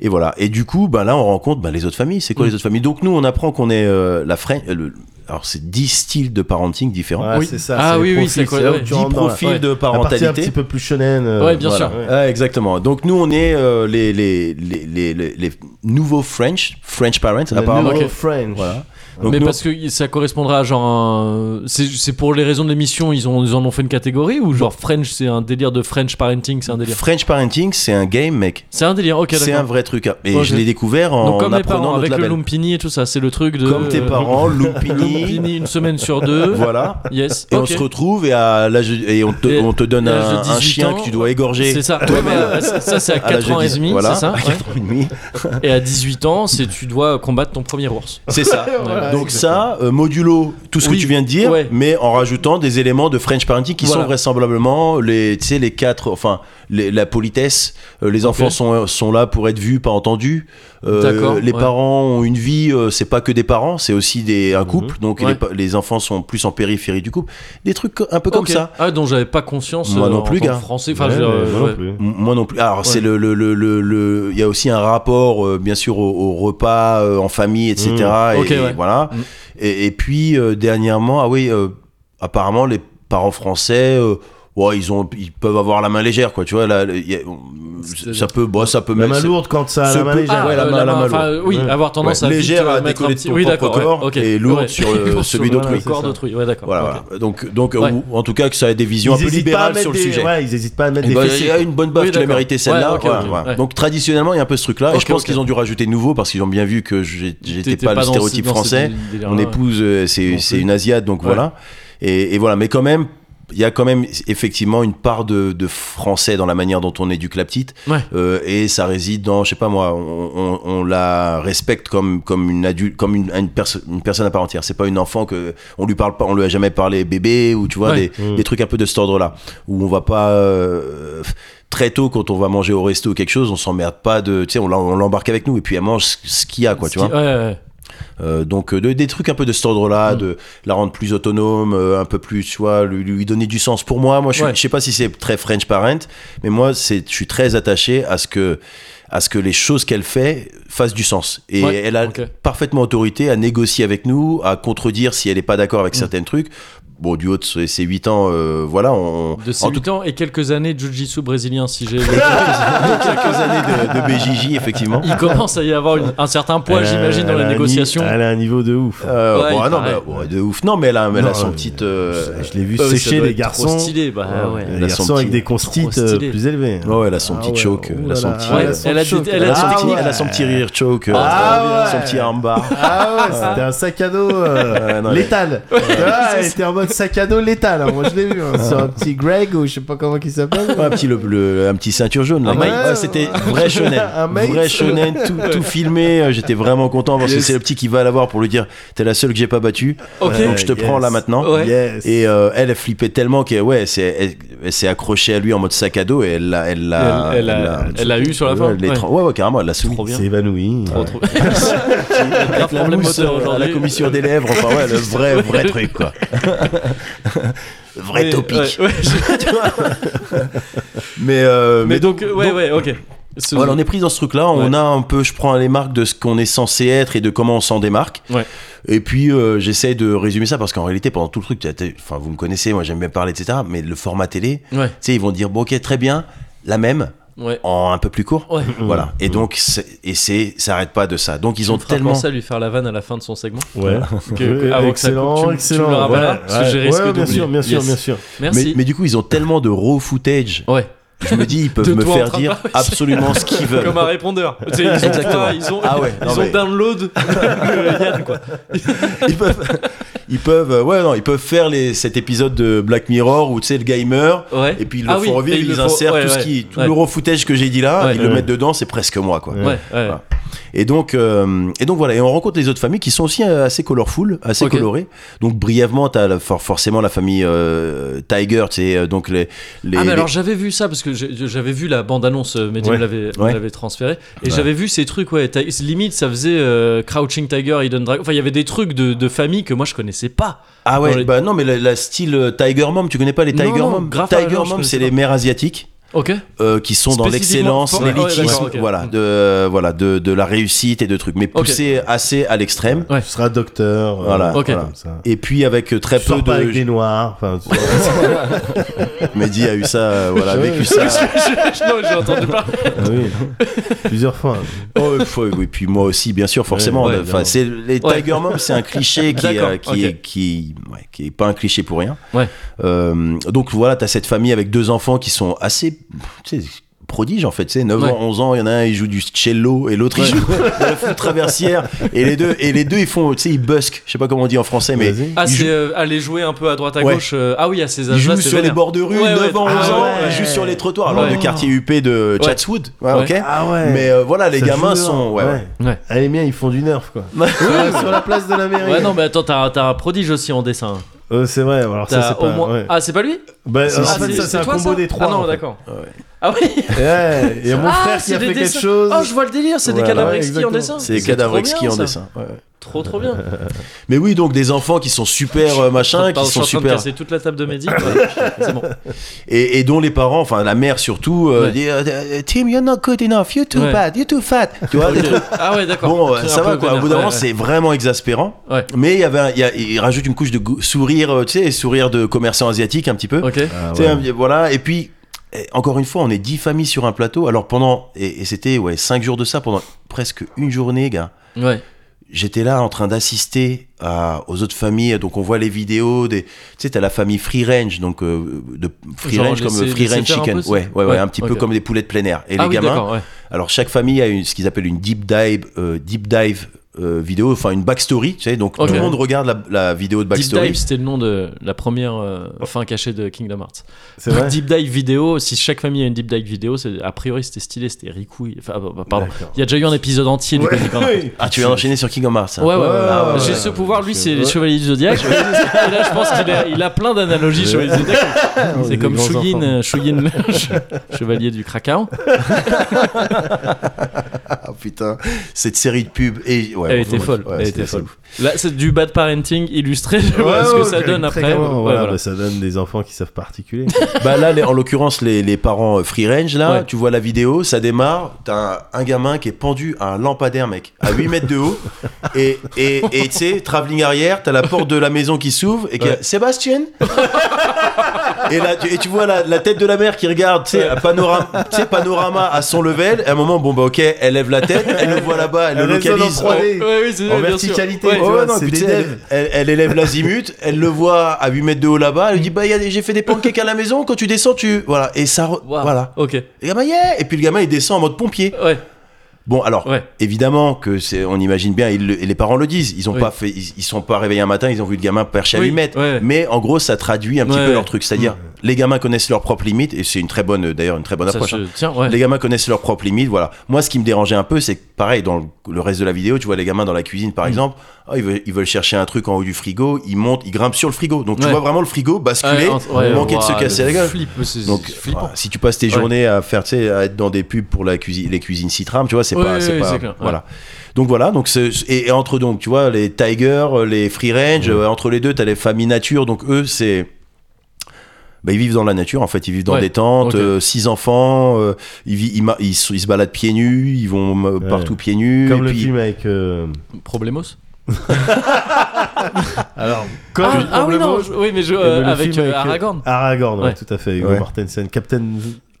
Speaker 2: Et voilà. Et du coup, ben là, on rencontre ben, les autres familles. C'est
Speaker 3: Mm.
Speaker 2: quoi les autres familles Donc nous, on apprend qu'on est euh, la French. euh, le- alors c'est 10 styles de parenting différents.
Speaker 1: Voilà,
Speaker 3: Oui.
Speaker 1: c'est ça.
Speaker 3: Ah
Speaker 1: c'est les
Speaker 3: oui, oui,
Speaker 1: profils,
Speaker 3: c'est quoi,
Speaker 1: là
Speaker 3: ouais.
Speaker 1: où tu
Speaker 2: 10
Speaker 1: rentres dans la-
Speaker 2: profils
Speaker 3: ouais.
Speaker 2: de
Speaker 1: la partie un petit
Speaker 2: parentalité.
Speaker 1: peu plus shonen. euh,
Speaker 3: Ouais, bien sûr.
Speaker 2: Ah, exactement. Donc nous, on est euh, les, les, les, les, les- les nouveaux French, French parents,
Speaker 1: Le
Speaker 2: apparemment.
Speaker 1: nouveau
Speaker 3: Ok.
Speaker 1: French.
Speaker 2: Voilà. Donc,
Speaker 3: mais
Speaker 2: nous-
Speaker 3: parce que ça correspondra à genre un... c'est, c'est pour les raisons de l'émission ils, ont, ils en ont fait une catégorie ou genre French c'est un délire de French parenting c'est un délire
Speaker 2: French parenting, c'est un game, mec.
Speaker 3: c'est un délire ok d'accord
Speaker 2: c'est un vrai truc. hein. Et
Speaker 3: Ok.
Speaker 2: je l'ai découvert en
Speaker 3: donc comme les
Speaker 2: apprenant
Speaker 3: parents
Speaker 2: notre
Speaker 3: avec le
Speaker 2: label.
Speaker 3: Lumpini et tout ça c'est le truc de
Speaker 2: Comme tes
Speaker 3: euh,
Speaker 2: parents, Loupini.
Speaker 3: Lumpini une semaine sur deux
Speaker 2: voilà.
Speaker 3: yes
Speaker 2: Et on
Speaker 3: ok.
Speaker 2: se retrouve et, à l'âge- et on te,
Speaker 3: Et
Speaker 2: on te donne
Speaker 3: à l'âge
Speaker 2: un,
Speaker 3: de
Speaker 2: un
Speaker 3: 18
Speaker 2: chien
Speaker 3: ans,
Speaker 2: que tu dois égorger.
Speaker 3: c'est ça Ouais, bah, ça, ça, c'est à
Speaker 2: à l'âge
Speaker 3: 4 ans
Speaker 2: de
Speaker 3: et
Speaker 2: 10
Speaker 3: demi
Speaker 2: voilà,
Speaker 3: c'est ça
Speaker 2: à
Speaker 3: ouais.
Speaker 2: 4 ans et demi.
Speaker 3: et à 18 ans c'est tu dois combattre ton premier ours
Speaker 2: C'est ça.
Speaker 3: Voilà,
Speaker 2: Donc ça, euh, modulo tout ce
Speaker 3: Oui,
Speaker 2: que tu viens de dire,
Speaker 3: ouais.
Speaker 2: mais en rajoutant des éléments de French parenting qui
Speaker 3: Voilà.
Speaker 2: sont vraisemblablement les, tu sais, les quatre, enfin, les- la politesse. euh, les enfants sont, sont là pour être vus, pas entendus. Euh,
Speaker 3: D'accord,
Speaker 2: les
Speaker 3: ouais.
Speaker 2: parents ont une vie, euh, c'est pas que des parents, c'est aussi des, un couple. Donc
Speaker 3: Mhm. Ouais.
Speaker 2: les pa- les, enfants sont plus en périphérie du couple. Des trucs un peu comme
Speaker 3: Ok.
Speaker 2: ça.
Speaker 3: ah dont j'avais pas conscience
Speaker 2: Moi
Speaker 3: euh,
Speaker 2: non
Speaker 3: en
Speaker 2: plus,
Speaker 3: tant que
Speaker 2: gars.
Speaker 3: français enfin
Speaker 1: Ouais,
Speaker 3: je veux
Speaker 1: mais
Speaker 3: dire, euh,
Speaker 1: moi
Speaker 3: ouais.
Speaker 1: non plus.
Speaker 2: M- Moi non plus. Alors c'est
Speaker 3: Ouais.
Speaker 2: le le le le le- il y a aussi un rapport euh, bien sûr au, au repas euh, en famille etc. Et,
Speaker 3: Ok,
Speaker 2: et
Speaker 3: ouais.
Speaker 2: voilà.
Speaker 3: Mm.
Speaker 2: Et, et puis euh, dernièrement ah oui euh, apparemment les parents français euh, ouais ils ont ils peuvent avoir la main légère quoi tu vois là le- il y a-
Speaker 3: C'est-à-dire-
Speaker 2: ça peut bah, ça peut
Speaker 1: La
Speaker 2: même
Speaker 1: main
Speaker 2: c'est-
Speaker 1: lourde quand ça.
Speaker 2: ce
Speaker 1: La main
Speaker 2: peu-
Speaker 1: légère.
Speaker 2: Ah, ouais, la main- la main
Speaker 3: enfin,
Speaker 1: lourde.
Speaker 3: oui,
Speaker 1: Ouais.
Speaker 3: avoir tendance
Speaker 2: Ouais.
Speaker 3: à vite,
Speaker 2: Légère
Speaker 3: euh,
Speaker 2: à
Speaker 3: mettre un
Speaker 2: décoller de
Speaker 3: petit-
Speaker 2: ton
Speaker 3: oui,
Speaker 2: propre
Speaker 3: d'accord,
Speaker 2: corps
Speaker 3: ouais, ok.
Speaker 2: et lourde
Speaker 3: Ouais.
Speaker 2: sur, euh,
Speaker 3: Lourde
Speaker 2: celui
Speaker 3: sur
Speaker 2: d'autrui.
Speaker 3: le corps d'autrui. Ouais, d'accord.
Speaker 2: voilà,
Speaker 3: ok.
Speaker 2: voilà. donc donc
Speaker 3: Ouais.
Speaker 2: ou- en tout cas que ça ait des visions un peu
Speaker 1: Ils hésitent pas à
Speaker 2: libérales
Speaker 1: mettre
Speaker 2: sur le
Speaker 1: des-
Speaker 2: sujet
Speaker 1: Ouais, ils hésitent pas à mettre
Speaker 2: Eh
Speaker 1: des
Speaker 2: ben,
Speaker 1: fessiers.
Speaker 2: il y a une bonne baffe,
Speaker 3: Oui,
Speaker 2: tu l'as
Speaker 3: d'accord.
Speaker 2: mérité celle-là.
Speaker 3: Ouais, ok,
Speaker 2: Voilà,
Speaker 3: ok,
Speaker 2: voilà.
Speaker 3: ouais.
Speaker 2: Donc traditionnellement, il y a un peu ce truc-là. et
Speaker 3: Ok,
Speaker 2: je pense
Speaker 3: ok.
Speaker 2: qu'ils ont dû rajouter de nouveau parce qu'ils ont bien vu que j'ai- j'étais
Speaker 3: T'étais
Speaker 2: pas, le
Speaker 3: dans ce-
Speaker 2: stéréotype
Speaker 3: dans ce
Speaker 2: français.
Speaker 3: délire-là,
Speaker 2: Mon
Speaker 3: ouais.
Speaker 2: épouse, euh, c'est
Speaker 3: Non
Speaker 2: c'est
Speaker 3: plus.
Speaker 2: une Asiate, donc
Speaker 3: Ouais.
Speaker 2: voilà. Et, et voilà, mais quand même. Il y a quand même effectivement une part de, de français dans la manière dont on éduque la petite,
Speaker 3: Ouais.
Speaker 2: Euh, et ça réside dans, je sais pas moi, on, on- on la respecte comme comme une adulte, comme une, une, perso- une personne à part entière. C'est pas une enfant que on lui parle pas, on lui a jamais parlé bébé ou tu vois
Speaker 3: Ouais. Mm.
Speaker 2: des, des trucs un peu de cet ordre-là, où on va pas euh, très tôt quand on va manger au resto ou quelque chose, on s'emmerde pas de, tu sais, on l'en- on l'embarque avec nous et puis elle mange ce ce qu'il y a quoi,
Speaker 3: Ce
Speaker 2: tu
Speaker 3: qui-
Speaker 2: vois.
Speaker 3: ouais, ouais, ouais.
Speaker 2: Euh, donc euh, de- des trucs un peu de cet
Speaker 3: Mm.
Speaker 2: ordre-là, de la rendre plus autonome, euh, un peu plus, tu vois, lui, lui donner du sens. Pour moi, moi, je, suis-
Speaker 3: Ouais.
Speaker 2: je sais pas si c'est très French parent, mais moi, c'est, je suis très attaché à ce que à ce que les choses qu'elle fait fassent du sens. Et
Speaker 3: Ouais,
Speaker 2: elle a
Speaker 3: ok.
Speaker 2: parfaitement autorité à négocier avec nous, à contredire si elle n'est pas d'accord
Speaker 3: Mm.
Speaker 2: avec certains trucs. Bon, du haut de ses- ses 8 ans, euh, voilà, on,
Speaker 3: De ces
Speaker 2: en tout
Speaker 3: huit ans et quelques années de Jiu-Jitsu brésilien, si j'ai.
Speaker 2: quelques années de, de BJJ, effectivement.
Speaker 3: Il commence à y avoir une- un certain poids,
Speaker 1: Elle a-
Speaker 3: j'imagine, dans
Speaker 1: elle a
Speaker 3: les
Speaker 1: un ni-
Speaker 3: négociations.
Speaker 1: Elle a un niveau de ouf.
Speaker 2: Euh,
Speaker 3: Ouais,
Speaker 2: bon,
Speaker 3: il
Speaker 2: ah non,
Speaker 3: paraît.
Speaker 2: mais, ouais, de ouf. Non, mais elle a, mais elle a
Speaker 1: Non,
Speaker 2: son
Speaker 1: euh,
Speaker 2: petit. euh,
Speaker 1: je l'ai vu
Speaker 3: Ah oui, ça
Speaker 1: sécher
Speaker 3: doit
Speaker 1: les
Speaker 3: être trop
Speaker 1: garçons.
Speaker 3: stylé, bah, ouais.
Speaker 1: Les
Speaker 2: Elle a son
Speaker 1: garçons avec
Speaker 2: petit-
Speaker 1: des constites
Speaker 3: trop
Speaker 1: euh,
Speaker 3: stylé.
Speaker 1: plus élevées.
Speaker 2: ouais, elle a son petit
Speaker 1: Ah ouais,
Speaker 2: choke. Elle a son
Speaker 1: oulala.
Speaker 2: petit.
Speaker 1: Ouais,
Speaker 2: euh,
Speaker 1: son
Speaker 3: elle a
Speaker 1: choke,
Speaker 3: des- elle
Speaker 1: là.
Speaker 3: a des
Speaker 1: Ah
Speaker 2: son petit-
Speaker 1: ouais.
Speaker 2: elle a son petit rire choke, euh,
Speaker 1: Ah
Speaker 2: son
Speaker 1: ouais.
Speaker 2: petit armbar.
Speaker 1: Ah ouais, c'était un sac à dos euh,
Speaker 2: Ouais, non,
Speaker 1: létal. Ah, elle était en mode sac à dos létal. hein. Moi, je l'ai vu. hein. Sur un petit Greg ou je sais pas comment il s'appelle.
Speaker 2: Ouais, un petit le, le- un petit ceinture jaune là.
Speaker 1: Un mate.
Speaker 2: Ouais, c'était vrai shonen
Speaker 1: Un mate.
Speaker 2: vrai shonen tout, tout filmé Euh, j'étais vraiment content parce que
Speaker 3: Yes.
Speaker 2: c'est le petit qui va la voir pour lui dire t'es la seule que j'ai pas battue
Speaker 3: Ok.
Speaker 2: donc je te
Speaker 1: yes.
Speaker 2: prends là maintenant
Speaker 3: Ouais.
Speaker 1: Yes.
Speaker 2: et euh, elle elle flippait tellement qu'elle ouais c'est elle, elle s'est accrochée à lui en mode sac à dos et elle l'a elle l'a
Speaker 3: Elle- elle a- elle l'a eu sur la
Speaker 2: ouais,
Speaker 3: fin.
Speaker 2: elle l'a
Speaker 3: Ouais.
Speaker 2: étran- ouais. ouais carrément elle l'a soumis
Speaker 3: Trop bien.
Speaker 1: C'est évanoui.
Speaker 3: Trop, trop- Grave problème
Speaker 2: mousse,
Speaker 3: moteur
Speaker 2: euh, à
Speaker 3: aujourd'hui.
Speaker 2: la commission des lèvres enfin ouais le vrai vrai truc quoi vrai
Speaker 3: Mais,
Speaker 2: topic
Speaker 3: ouais, ouais, je-
Speaker 2: mais euh,
Speaker 3: Mais donc, ouais, ouais, ok. Ce-
Speaker 2: Voilà, on est pris dans ce truc-là. On
Speaker 3: Ouais.
Speaker 2: a un peu, je prends les marques de ce qu'on est censé être et de comment on s'en démarque.
Speaker 3: Ouais.
Speaker 2: Et puis euh, j'essaie de résumer ça parce qu'en réalité, pendant tout le truc, t'as- t'as- enfin, vous me connaissez, moi j'aime bien parler, etc. Mais le format télé,
Speaker 3: Ouais,
Speaker 2: tu sais, ils vont dire bon, ok, très bien, la même
Speaker 3: ouais.
Speaker 2: en un peu plus court.
Speaker 3: Ouais.
Speaker 2: Voilà. Et donc, c'est- et c'est, ça arrête pas de ça. Donc ils ont
Speaker 3: Fera
Speaker 2: tellement.
Speaker 3: penser à lui Mmh. faire la vanne à la fin de son segment.
Speaker 1: Ouais.
Speaker 3: Que- avant que ça
Speaker 1: excellent,
Speaker 3: coupe, tu me- tu me
Speaker 1: excellent.
Speaker 3: le rappelles,
Speaker 1: Ouais,
Speaker 3: hein, parce que
Speaker 1: ouais.
Speaker 3: j'ai risqué
Speaker 1: Ouais, bien
Speaker 3: d'oublier.
Speaker 1: sûr, bien sûr,
Speaker 3: Yes.
Speaker 1: bien sûr.
Speaker 2: Mais,
Speaker 3: Merci.
Speaker 2: mais du coup, ils ont tellement de raw footage.
Speaker 3: Ouais.
Speaker 2: Je me dis, ils peuvent
Speaker 3: De
Speaker 2: me
Speaker 3: toi en
Speaker 2: faire
Speaker 3: train de
Speaker 2: dire
Speaker 3: parler.
Speaker 2: absolument ce qu'ils veulent.
Speaker 3: Comme un répondeur. Tu sais, ils ont,
Speaker 2: Exactement.
Speaker 3: pas- ils ont,
Speaker 2: Ah ouais, non,
Speaker 3: ils ont
Speaker 2: mais-
Speaker 3: download le Yann, quoi.
Speaker 2: ils peuvent, ils peuvent, euh, ouais, non, ils peuvent faire les, cet épisode de Black Mirror où tu sais le gamer.
Speaker 3: Ouais.
Speaker 2: Et puis ils le
Speaker 3: Ah
Speaker 2: font
Speaker 3: oui,
Speaker 2: revivre,
Speaker 3: et
Speaker 2: ils,
Speaker 3: le font-
Speaker 2: insèrent
Speaker 3: ouais,
Speaker 2: tout ce
Speaker 3: ouais,
Speaker 2: qui, tout
Speaker 3: ouais.
Speaker 2: le raw footage que j'ai dit là,
Speaker 3: Ouais.
Speaker 2: ils le
Speaker 1: Ouais.
Speaker 2: mettent dedans, c'est presque moi quoi.
Speaker 3: Ouais, ouais.
Speaker 2: Voilà. Et donc, euh, et donc voilà, et on rencontre les autres familles qui sont aussi euh, assez colorful, assez
Speaker 3: Ok.
Speaker 2: colorées. Donc brièvement, t'as la- for- forcément la famille euh, Tiger, tu sais, euh, donc les, les,
Speaker 3: ah mais
Speaker 2: les-
Speaker 3: alors j'avais vu ça parce que j'ai- j'avais vu la bande annonce Mehdi
Speaker 1: Ouais.
Speaker 3: me l'avait me
Speaker 2: Ouais.
Speaker 3: l'avait transféré et j'avais vu ces trucs ouais t'as- limite ça faisait euh, Crouching Tiger Hidden Dragon enfin il y avait des trucs de, de famille que moi je connaissais pas
Speaker 2: ah ouais,
Speaker 3: dans les-
Speaker 2: bah non, mais la, la style euh, Tiger Mom, tu connais pas les
Speaker 3: Non,
Speaker 2: Tiger
Speaker 3: non,
Speaker 2: Mom
Speaker 3: grave, ah,
Speaker 2: Tiger
Speaker 3: non, je
Speaker 2: Mom, c'est
Speaker 3: connaissais
Speaker 2: les
Speaker 3: pas.
Speaker 2: mères asiatiques.
Speaker 3: ok
Speaker 2: euh, qui sont dans
Speaker 3: Spécifiquement
Speaker 2: l'excellence,
Speaker 3: pour- ouais,
Speaker 2: l'élitisme,
Speaker 3: d'accord, ok.
Speaker 2: voilà,
Speaker 3: Mm.
Speaker 2: de, euh, voilà de, de la réussite et de trucs, mais
Speaker 3: Ok.
Speaker 2: poussés assez à l'extrême.
Speaker 1: Tu seras docteur. euh,
Speaker 2: Voilà.
Speaker 3: Ok.
Speaker 1: voilà, comme ça.
Speaker 2: Et puis avec euh, très
Speaker 1: Tu sors
Speaker 2: peu de...
Speaker 1: pas avec des noirs. Enfin, tu-
Speaker 2: Mehdi a eu ça, euh, voilà, a
Speaker 1: Ouais.
Speaker 2: vécu ça.
Speaker 3: non j'ai entendu parler
Speaker 1: Ah oui. Plusieurs fois. hein.
Speaker 2: Oh, une fois, oui, puis moi aussi, bien sûr, forcément.
Speaker 1: Ouais, ouais,
Speaker 2: Enfin,
Speaker 1: évidemment.
Speaker 2: c'est les
Speaker 3: Ouais.
Speaker 2: Tiger Mom, c'est un cliché qui, est,
Speaker 3: D'accord,
Speaker 2: euh, qui,
Speaker 3: ok.
Speaker 2: est, qui, ouais, qui est pas un cliché pour rien.
Speaker 3: Ouais.
Speaker 2: Euh, donc voilà, t'as cette famille avec deux enfants qui sont assez, tu sais, prodiges en fait. C'est 9
Speaker 3: Ouais.
Speaker 2: ans, 11 ans. Il y en a un, il joue du cello et l'autre il joue de la flûte traversière. Et les deux, et les deux, ils font, tu sais, ils busquent. Je sais pas comment on dit en français, mais
Speaker 1: Vas-y.
Speaker 3: ah
Speaker 2: Ils
Speaker 3: c'est
Speaker 2: jouent-
Speaker 3: euh, aller jouer un peu à droite à
Speaker 2: Ouais.
Speaker 3: gauche euh, ah oui à ces
Speaker 2: ils
Speaker 3: âges là
Speaker 2: jouent
Speaker 3: c'est
Speaker 2: sur les
Speaker 3: vénère.
Speaker 2: bords de rue,
Speaker 3: Ouais,
Speaker 2: 9
Speaker 3: ouais,
Speaker 2: ans,
Speaker 3: ah
Speaker 2: 11 ans,
Speaker 1: ouais.
Speaker 2: ils jouent sur les trottoirs. Alors
Speaker 3: Ouais.
Speaker 2: du quartier huppé de
Speaker 3: Ouais.
Speaker 2: Chatswood, ouais, ok.
Speaker 3: Ouais.
Speaker 1: Ah ouais.
Speaker 2: Mais euh, voilà, les
Speaker 1: Ça
Speaker 2: gamins
Speaker 1: joue hein. dehors.
Speaker 2: sont, ouais, ouais.
Speaker 3: Ouais.
Speaker 1: Ah, les miens, ils font du nerf, quoi.
Speaker 3: Ouais,
Speaker 1: Sur la place de la mairie.
Speaker 3: ouais non mais attends t'as t'as un prodige aussi en dessin
Speaker 1: Euh, c'est vrai. Alors ça,
Speaker 3: T'as
Speaker 1: c'est
Speaker 3: au
Speaker 1: pas.
Speaker 3: moins-
Speaker 1: ouais.
Speaker 3: ah c'est pas lui
Speaker 1: Bah,
Speaker 2: c'est-
Speaker 1: en
Speaker 3: Ah,
Speaker 1: fait, ça, c'est un
Speaker 3: toi,
Speaker 1: combo des trois.
Speaker 3: ah
Speaker 1: en
Speaker 3: non
Speaker 1: fait.
Speaker 3: d'accord
Speaker 2: ouais.
Speaker 3: ah oui
Speaker 1: Ouais, il y a mon
Speaker 3: Ah,
Speaker 1: frère qui
Speaker 3: c'est
Speaker 1: a
Speaker 3: des
Speaker 1: fait quelque
Speaker 3: dessins.
Speaker 1: chose.
Speaker 3: oh je vois le délire c'est des
Speaker 2: Voilà,
Speaker 3: cadavres
Speaker 1: ouais,
Speaker 3: exquis en
Speaker 1: exactement.
Speaker 3: dessin
Speaker 2: C'est des
Speaker 3: trop
Speaker 2: cadavres
Speaker 3: bien,
Speaker 2: exquis en
Speaker 3: ça.
Speaker 2: dessin. ouais.
Speaker 3: trop trop bien
Speaker 2: Mais oui, donc des enfants qui sont super euh, machin,
Speaker 3: Pardon,
Speaker 2: qui
Speaker 3: je suis
Speaker 2: sont
Speaker 3: en train de
Speaker 2: super.
Speaker 3: casser toute la table de Mehdi Ouais, c'est bon
Speaker 2: Et, et dont les parents, enfin la mère surtout, euh,
Speaker 3: Ouais.
Speaker 2: dit euh, Tim, you're not good enough, you're too
Speaker 3: Ouais.
Speaker 2: bad, you're too fat. Tu vois, des
Speaker 3: Ok.
Speaker 2: trucs.
Speaker 3: Ah ouais, d'accord.
Speaker 2: Bon,
Speaker 3: Un
Speaker 2: euh,
Speaker 3: peu
Speaker 2: ça va quoi. Au
Speaker 3: connard,
Speaker 2: bout d'un
Speaker 3: ouais,
Speaker 2: moment,
Speaker 3: ouais.
Speaker 2: c'est vraiment exaspérant.
Speaker 3: Ouais.
Speaker 2: Mais il y avait, un- il y a- il rajoute une couche de go- sourire, euh, tu sais, sourire de commerçant asiatique un petit peu.
Speaker 3: Ok.
Speaker 1: Ah,
Speaker 2: Tu sais,
Speaker 1: ouais.
Speaker 2: un- Voilà. Et puis, eh, encore une fois, on est 10 familles sur un plateau. Alors pendant, et, et c'était ouais 5 jours de ça, pendant presque une journée, gars.
Speaker 3: Ouais.
Speaker 2: j'étais là en train d'assister à- aux autres familles. Donc on voit les vidéos des, tu sais, t'as la famille free range, donc euh, de free
Speaker 3: Genre
Speaker 2: range comme
Speaker 3: laisser-
Speaker 2: free
Speaker 3: laisser
Speaker 2: range
Speaker 3: faire un
Speaker 2: chicken,
Speaker 3: peu, c'est-
Speaker 2: ouais, ouais, ouais,
Speaker 3: Ouais,
Speaker 2: un petit peu
Speaker 3: ok.
Speaker 2: comme des poulets de plein air. Et
Speaker 3: ah
Speaker 2: les
Speaker 3: oui,
Speaker 2: gamins,
Speaker 3: d'accord, ouais.
Speaker 2: alors chaque famille a une, ce qu'ils appellent une deep dive, euh, deep dive euh, vidéo, enfin une backstory, tu sais. Donc
Speaker 3: Ok.
Speaker 2: tout le monde regarde la, la vidéo de
Speaker 3: Deep
Speaker 2: backstory.
Speaker 3: Dive, c'était le nom de la première euh, fin cachée de Kingdom Hearts.
Speaker 1: C'est vrai.
Speaker 3: Deep Dive vidéo, si chaque famille a une Deep Dive vidéo, c'est- a priori c'était stylé, c'était ricouille. Enfin, ah, bah, pardon.
Speaker 1: D'accord.
Speaker 3: Il y a déjà eu un épisode entier du Kingdom Hearts.
Speaker 2: Ah, tu viens enchaîner sur King of Mars. hein.
Speaker 3: Ouais, ouais, ouais,
Speaker 1: ouais, ouais,
Speaker 3: J'ai
Speaker 1: ouais.
Speaker 3: ce pouvoir, lui, c'est les
Speaker 1: Ouais.
Speaker 3: Chevaliers du Zodiac. Et là, je pense qu'il a, il a plein d'analogies Chevaliers du Zodiac.
Speaker 1: on est
Speaker 3: C'est comme
Speaker 1: Ah, des grands
Speaker 3: Shuyin,
Speaker 1: enfants.
Speaker 3: euh, Shuyin, le che- Chevalier du Krakow.
Speaker 2: Ah, putain, cette série de pubs. Et, ouais, enfin,
Speaker 3: Elle était
Speaker 2: bref,
Speaker 3: folle,
Speaker 2: ouais,
Speaker 3: elle
Speaker 2: c'était
Speaker 3: était
Speaker 2: assez
Speaker 3: folle.
Speaker 2: ouf.
Speaker 3: Là, c'est du bad parenting illustré, je vois
Speaker 1: Ouais,
Speaker 3: ce que
Speaker 1: ouais,
Speaker 3: ça
Speaker 1: très-
Speaker 3: donne
Speaker 1: très
Speaker 3: après.
Speaker 1: clairement,
Speaker 3: Ouais,
Speaker 1: voilà,
Speaker 3: voilà.
Speaker 1: bah, ça donne des enfants qui savent pas articuler.
Speaker 2: Bah là, les- en l'occurrence, les, les parents euh, free range, là,
Speaker 3: Ouais.
Speaker 2: tu vois la vidéo, ça démarre, t'as un, un gamin qui est pendu à un lampadaire, mec, à 8 mètres de haut, et et- et, tu sais, travelling arrière, t'as la porte de la maison qui s'ouvre, et qui a, Sébastien et, là, tu, et tu vois la, la tête de la mère qui regarde, tu sais, un panorama, tu sais, panorama à son level, et à un moment, bon bah ok, elle lève la tête, elle le voit là-bas, elle,
Speaker 1: Elle
Speaker 2: le
Speaker 1: laisse en
Speaker 2: localise. Oh,
Speaker 1: 3D.
Speaker 3: Ouais, oui, c'est
Speaker 1: En
Speaker 3: bien sûr.
Speaker 1: verticalité, Oh,
Speaker 3: Ouais.
Speaker 1: tu vois,
Speaker 2: Ouais, non,
Speaker 1: c'est
Speaker 2: puis
Speaker 1: des
Speaker 2: tu sais,
Speaker 1: devs.
Speaker 2: elle, elle- elle élève l'azimut, elle le voit à 8 mètres de haut là-bas, elle lui dit Bah, il y a des- j'ai fait des pancakes à la maison, quand tu descends, tu. Voilà, et ça. re-
Speaker 3: Wow.
Speaker 2: Voilà.
Speaker 3: Ok.
Speaker 2: Et, le gamin, yeah et puis le gamin, il descend en mode pompier.
Speaker 3: Ouais.
Speaker 2: Bon, alors,
Speaker 3: Ouais.
Speaker 2: évidemment que c'est, on imagine bien, ils le- et les parents le disent, ils ont
Speaker 3: Oui.
Speaker 2: pas fait, ils, ils sont pas réveillés un matin, ils ont vu le gamin perché à
Speaker 3: Oui,
Speaker 2: 8 mètres.
Speaker 3: ouais.
Speaker 2: Mais en gros, ça traduit un petit
Speaker 3: Ouais,
Speaker 2: peu
Speaker 3: ouais.
Speaker 2: leur truc. C'est-à-dire, les gamins connaissent leurs propres limites, et c'est une très bonne, d'ailleurs, une très bonne
Speaker 3: Ça
Speaker 2: approche.
Speaker 3: se-
Speaker 2: hein.
Speaker 3: Tiens, ouais.
Speaker 2: Les gamins connaissent leurs propres limites, voilà. Moi, ce qui me dérangeait un peu, c'est que pareil, dans le- le reste de la vidéo, tu vois les gamins dans la cuisine,
Speaker 3: Mm.
Speaker 2: par exemple, oh, ils, veulent, ils veulent chercher un truc en haut du frigo, ils montent, ils grimpent sur le frigo. Donc tu
Speaker 3: Ouais.
Speaker 2: vois vraiment le frigo basculer,
Speaker 3: Ouais, en- ouais,
Speaker 2: manquer de se
Speaker 3: ouah,
Speaker 2: casser
Speaker 3: le
Speaker 2: la gueule.
Speaker 3: flip, c'est-
Speaker 2: Donc
Speaker 3: c'est flippant.
Speaker 2: voilà, si tu passes tes journées à faire, tu sais, à être dans des pubs pour la cuisine, les cuisines Citram, tu vois, c'est
Speaker 3: Ouais,
Speaker 2: pas,
Speaker 3: ouais,
Speaker 2: c'est
Speaker 3: ouais,
Speaker 2: pas-
Speaker 3: c'est clair, ouais.
Speaker 2: voilà. Donc voilà, donc c'est- et, et entre donc, tu vois, les Tiger, les Free Range, euh, entre les deux, t'as les familles nature, donc eux, c'est bah, ils vivent dans la nature, en fait. Ils vivent dans
Speaker 3: Ouais,
Speaker 2: des tentes,
Speaker 3: ok.
Speaker 2: euh, six enfants, euh, ils, vi- ils, ma- ils se- ils se baladent pieds nus, ils vont euh,
Speaker 1: Ouais.
Speaker 2: partout pieds nus. et
Speaker 1: Comme le
Speaker 2: puis-
Speaker 1: film avec. euh,
Speaker 3: Problemos
Speaker 1: Alors, comme
Speaker 3: ah,
Speaker 1: le
Speaker 3: ah oui, non,
Speaker 1: Problemos,
Speaker 3: je- oui, mais je,
Speaker 1: et
Speaker 3: euh,
Speaker 1: le
Speaker 3: avec,
Speaker 1: film
Speaker 3: euh, Aragorn.
Speaker 1: Aragorn, ouais,
Speaker 3: Ouais.
Speaker 1: tout à fait. Hugo
Speaker 2: Ouais.
Speaker 1: Mortensen, Captain.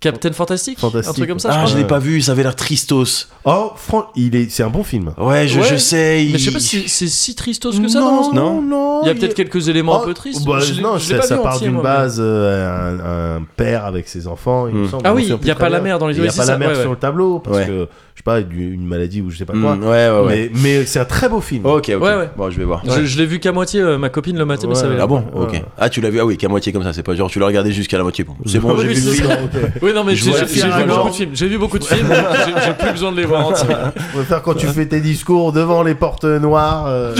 Speaker 3: Captain Fantastic,
Speaker 1: Fantastique.
Speaker 3: Un truc comme ça, je
Speaker 2: Ah,
Speaker 3: crois.
Speaker 2: je l'ai pas vu, ça avait l'air tristos.
Speaker 1: Oh, Franck, il est, c'est un bon film.
Speaker 2: Ouais, je,
Speaker 3: Ouais.
Speaker 2: je sais.
Speaker 1: Ah,
Speaker 3: Mais
Speaker 2: il-
Speaker 3: je sais pas si c'est si tristos que ça, dans le-
Speaker 2: non.
Speaker 3: Il y
Speaker 1: Oh,
Speaker 3: a peut-être quelques éléments un peu tristes.
Speaker 1: Bah,
Speaker 3: Je l'ai-
Speaker 1: non,
Speaker 3: je l'ai
Speaker 1: ça,
Speaker 3: pas
Speaker 1: ça
Speaker 3: vu
Speaker 1: part
Speaker 3: entier,
Speaker 1: d'une
Speaker 3: moi, mais-
Speaker 1: base, euh, un, un père avec ses enfants, il me
Speaker 2: Hmm.
Speaker 1: semble.
Speaker 3: Ah
Speaker 1: Je me
Speaker 3: oui,
Speaker 1: souviens plus
Speaker 3: y a
Speaker 1: très
Speaker 3: pas la
Speaker 1: bien.
Speaker 3: mère dans les
Speaker 1: Il y a
Speaker 3: Oasis,
Speaker 1: pas la
Speaker 3: ça,
Speaker 1: mère
Speaker 3: ouais,
Speaker 1: sur
Speaker 3: ouais.
Speaker 1: le tableau, parce
Speaker 2: Ouais.
Speaker 1: que, je sais pas, du- une maladie ou je sais pas quoi.
Speaker 2: Mm, ouais, ouais, ouais. Oh,
Speaker 1: Mais, mais c'est un très beau film.
Speaker 2: Ok, ok.
Speaker 3: Ouais, ouais.
Speaker 2: Bon, je vais voir.
Speaker 3: Je, je l'ai vu qu'à moitié, euh, ma copine le matin, mais ça
Speaker 1: Ouais.
Speaker 3: avait
Speaker 2: Ah
Speaker 3: l'air-
Speaker 2: bon
Speaker 1: Ouais.
Speaker 2: Ok. Ah, tu l'as vu Ah oui, qu'à moitié comme ça. C'est pas genre tu l'as regardé jusqu'à la moitié. Bon, c'est bon,
Speaker 3: Ah Oui,
Speaker 2: j'ai
Speaker 3: oui,
Speaker 2: vu le
Speaker 3: c'est
Speaker 2: film.
Speaker 3: ça. Oui, non, mais
Speaker 2: Je
Speaker 3: j'ai
Speaker 2: vois
Speaker 3: j'ai-
Speaker 2: le
Speaker 3: j'ai vu
Speaker 1: Aragorn.
Speaker 3: beaucoup de films. J'ai vu beaucoup de films, j'ai j'ai plus besoin de les voir entiers.
Speaker 1: On va faire quand tu fais tes discours devant les portes noires. euh.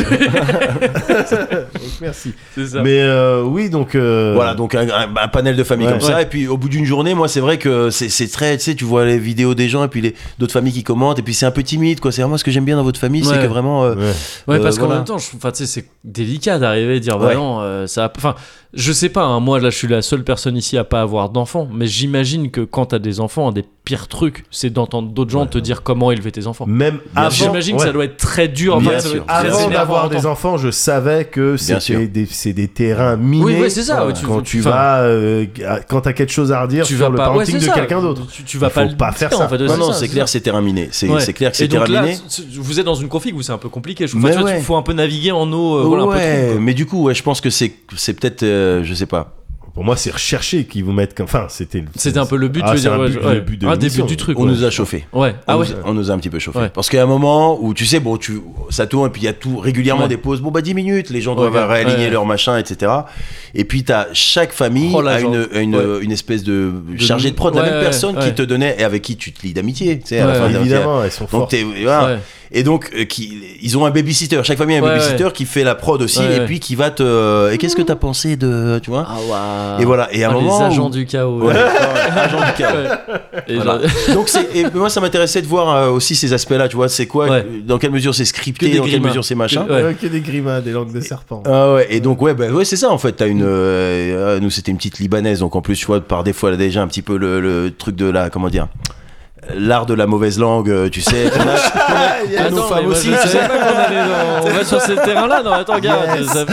Speaker 1: Donc, merci.
Speaker 3: C'est ça.
Speaker 1: Mais euh, oui, donc. euh,
Speaker 2: Voilà, donc un, un- un panel de familles
Speaker 1: Ouais.
Speaker 2: comme ça. Et puis au bout d'une journée, moi, c'est vrai que c'est c'est très, tu sais, tu vois les vidéos des gens et puis les d'autres familles qui commentent. Et puis c'est un peu timide, quoi. C'est vraiment ce que j'aime bien dans votre famille, c'est
Speaker 3: Ouais.
Speaker 2: que vraiment. euh,
Speaker 1: Ouais.
Speaker 3: Ouais,
Speaker 2: Euh,
Speaker 3: parce qu'en
Speaker 2: voilà.
Speaker 3: même temps, je, enfin, tu sais, c'est délicat d'arriver et dire, bah
Speaker 2: Ouais.
Speaker 3: non, euh, ça a- Enfin, je sais pas, hein, moi, là, je suis la seule personne ici à pas avoir d'enfants, mais j'imagine que quand t'as des enfants, un des pires trucs, c'est d'entendre d'autres gens te dire comment élever tes enfants.
Speaker 1: Même avant.
Speaker 3: J'imagine que
Speaker 1: ouais.
Speaker 3: ça doit être très dur.
Speaker 2: Bien
Speaker 3: enfin, ça doit
Speaker 2: sûr.
Speaker 3: être très
Speaker 1: Avant
Speaker 3: énervant à
Speaker 1: d'avoir des
Speaker 3: entendre.
Speaker 1: enfants, je savais que c'était
Speaker 2: sûr.
Speaker 1: des, c'est des terrains minés.
Speaker 3: Oui, oui, c'est ça,
Speaker 1: Voilà.
Speaker 3: ouais, tu-
Speaker 1: quand tu
Speaker 3: enfin-
Speaker 1: vas, euh, quand t'as quelque chose à redire
Speaker 3: tu
Speaker 1: sur
Speaker 3: vas
Speaker 1: le
Speaker 3: pas ouais,
Speaker 1: parenting
Speaker 3: c'est
Speaker 1: de
Speaker 3: ça.
Speaker 1: quelqu'un d'autre.
Speaker 3: Tu, tu vas
Speaker 1: Il faut
Speaker 3: pas, le
Speaker 1: pas faire
Speaker 3: dire,
Speaker 1: ça.
Speaker 3: en fait, ouais,
Speaker 2: Non,
Speaker 3: c'est
Speaker 2: non,
Speaker 3: ça,
Speaker 2: c'est clair, c'est terrain miné. C'est
Speaker 3: Ouais.
Speaker 2: c'est clair que
Speaker 3: Et
Speaker 2: c'est
Speaker 3: donc
Speaker 2: terrain
Speaker 3: là,
Speaker 2: miné.
Speaker 3: c- c- vous êtes dans une config où c'est un peu compliqué. Je enfin,
Speaker 2: Mais
Speaker 3: tu vois, tu-
Speaker 2: ouais.
Speaker 3: faut un peu naviguer en eau, euh, voilà, un peu
Speaker 2: Ouais,
Speaker 3: trop, quoi.
Speaker 2: mais du coup, ouais, je pense que c'est c'est peut-être, euh, je sais pas.
Speaker 1: Pour moi, c'est recherché qu'ils vous mettent comme. Enfin, c'était.
Speaker 3: C'était un peu le but,
Speaker 1: Ah,
Speaker 3: je veux
Speaker 1: c'est
Speaker 3: dire,
Speaker 1: un
Speaker 3: ouais,
Speaker 1: but-
Speaker 3: ouais.
Speaker 1: le but de
Speaker 3: un des buts
Speaker 1: l'émission.
Speaker 3: du truc.
Speaker 2: On
Speaker 3: ouais.
Speaker 2: nous a chauffé.
Speaker 3: Ouais. Ah
Speaker 2: on,
Speaker 3: ouais.
Speaker 2: nous, on nous a un petit peu chauffé.
Speaker 3: Ouais.
Speaker 2: Parce qu'à un moment où, tu sais, bon, tu, ça tourne, puis il y a tout régulièrement
Speaker 3: Ouais.
Speaker 2: des pauses. Bon, bah, 10 minutes, les gens doivent
Speaker 3: Ouais, ouais,
Speaker 2: réaligner
Speaker 3: ouais.
Speaker 2: leur machin, etc. Et puis, t'as chaque famille
Speaker 3: Oh, la
Speaker 2: a
Speaker 3: jambe.
Speaker 2: une, une,
Speaker 3: Ouais.
Speaker 2: une espèce de chargée de prod, la
Speaker 3: Ouais,
Speaker 2: même
Speaker 3: ouais,
Speaker 2: personne
Speaker 3: ouais.
Speaker 2: qui te donnait et avec qui tu te lis d'amitié, tu sais, à la
Speaker 3: Ouais,
Speaker 2: fin de la-
Speaker 1: Évidemment, elles sont
Speaker 2: Donc,
Speaker 1: fortes.
Speaker 2: t'es, voilà.
Speaker 3: Ouais.
Speaker 2: Et donc, euh, qui, ils ont un babysitter. Chaque famille a un
Speaker 3: Ouais,
Speaker 2: babysitter qui fait la prod aussi,
Speaker 3: Ouais,
Speaker 2: et
Speaker 3: ouais.
Speaker 2: puis qui va te. euh, Et qu'est-ce que t'as pensé de. Tu vois
Speaker 3: Ah, ouais.
Speaker 2: Et voilà. Et à un
Speaker 3: Ah,
Speaker 2: moment.
Speaker 3: les agents
Speaker 2: où-
Speaker 3: du chaos.
Speaker 2: Ouais,
Speaker 3: ouais.
Speaker 2: agents du chaos.
Speaker 3: Et
Speaker 2: Voilà.
Speaker 3: genre-
Speaker 2: Donc c'est et moi ça m'intéressait de voir euh, aussi ces aspects-là, tu vois, c'est quoi,
Speaker 3: Ouais.
Speaker 2: dans quelle mesure c'est
Speaker 3: Que
Speaker 2: scripté,
Speaker 3: des
Speaker 2: dans quelle
Speaker 3: grimaces.
Speaker 2: mesure c'est machin.
Speaker 3: Que- ouais.
Speaker 1: Euh, Que des grimaces, des langues de serpent.
Speaker 2: Ah ouais, et donc ouais, bah, ouais c'est ça en fait. T'as une, euh, euh, nous c'était une petite libanaise, donc en plus tu vois par défaut elle a déjà un petit peu le, le truc de la, comment dire, l'art de la mauvaise langue, euh, tu sais. qu'on a-
Speaker 1: Yes.
Speaker 2: nos femmes
Speaker 3: Attends, Ah mais moi,
Speaker 2: aussi,
Speaker 3: je
Speaker 2: tu
Speaker 3: savais
Speaker 2: sais.
Speaker 3: pas qu'on allait dans- On va sur ce terrain-là. Non, attends, regarde. ça fait-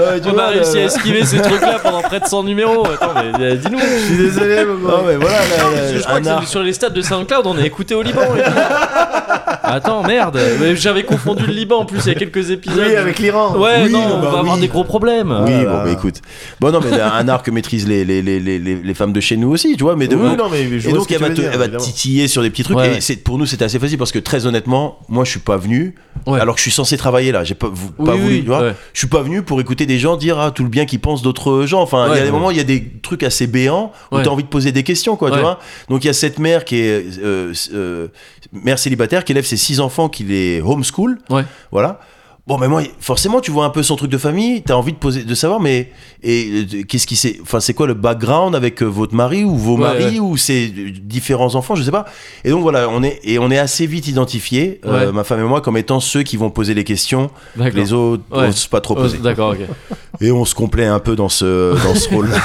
Speaker 2: Ouais, tu
Speaker 3: On
Speaker 2: vois, euh.
Speaker 3: a réussi
Speaker 2: le-
Speaker 3: à esquiver ces trucs-là pendant près de 100 numéros. Attends, mais euh, dis-nous.
Speaker 1: Je suis désolé, mais
Speaker 2: Non mais voilà, la- la-
Speaker 3: Je crois
Speaker 2: un
Speaker 3: que c'est
Speaker 2: art.
Speaker 3: sur les stades de SoundCloud, on a écouté au Liban. les gars. Attends, merde. Mais J'avais confondu le Liban en plus il y a quelques épisodes.
Speaker 1: Oui, avec l'Iran.
Speaker 3: Ouais,
Speaker 1: Oui,
Speaker 3: non, on
Speaker 1: bah
Speaker 3: va avoir
Speaker 1: oui.
Speaker 3: des gros problèmes.
Speaker 2: Oui,
Speaker 1: Ah,
Speaker 2: bon,
Speaker 1: bah.
Speaker 2: bah écoute. Bon, non, mais là, un art que maîtrisent les, les, les, les, les les femmes de chez nous aussi, tu vois, mais de
Speaker 1: Oui, non, mais je
Speaker 2: Et
Speaker 1: vois
Speaker 2: donc
Speaker 1: ce que
Speaker 2: elle
Speaker 1: tu
Speaker 2: va,
Speaker 1: veux
Speaker 2: te-
Speaker 1: dire,
Speaker 2: elle va
Speaker 1: évidemment.
Speaker 2: titiller sur des petits trucs.
Speaker 3: Ouais.
Speaker 2: Et c'est, pour nous c'était assez facile parce que très honnêtement, moi je suis pas venu
Speaker 3: Ouais.
Speaker 2: alors que je suis censé travailler là. J'ai pas, vou-
Speaker 3: Oui,
Speaker 2: pas
Speaker 3: oui,
Speaker 2: voulu, tu vois.
Speaker 3: ouais.
Speaker 2: Je suis pas venu pour écouter des gens dire ah, tout le bien qu'ils pensent d'autres gens. Enfin, il y a
Speaker 3: Ouais.
Speaker 2: des moments, il y a des trucs assez béants où
Speaker 3: Ouais.
Speaker 2: t'as envie de poser des questions, quoi,
Speaker 3: Ouais.
Speaker 2: tu vois. Donc il y a cette mère qui est euh, euh, mère célibataire qui élève ses six enfants qui les homeschool.
Speaker 3: Ouais.
Speaker 2: Voilà. Bon, mais moi, forcément, tu vois un peu son truc de famille, t'as envie de poser, de savoir, mais et euh, qu'est-ce qui c'est, enfin, c'est quoi le background avec euh, votre mari ou vos
Speaker 3: Ouais,
Speaker 2: maris ou ses euh, différents enfants, je sais pas. Et donc voilà, on est et on est assez vite identifié,
Speaker 3: Ouais.
Speaker 2: ma femme et moi, comme étant ceux qui vont poser les questions,
Speaker 3: D'accord.
Speaker 2: les autres
Speaker 3: Ouais.
Speaker 2: n'osent pas trop
Speaker 3: Oh,
Speaker 2: poser.
Speaker 3: D'accord, ok.
Speaker 2: Et on se complaît un peu dans ce, dans ce rôle-là.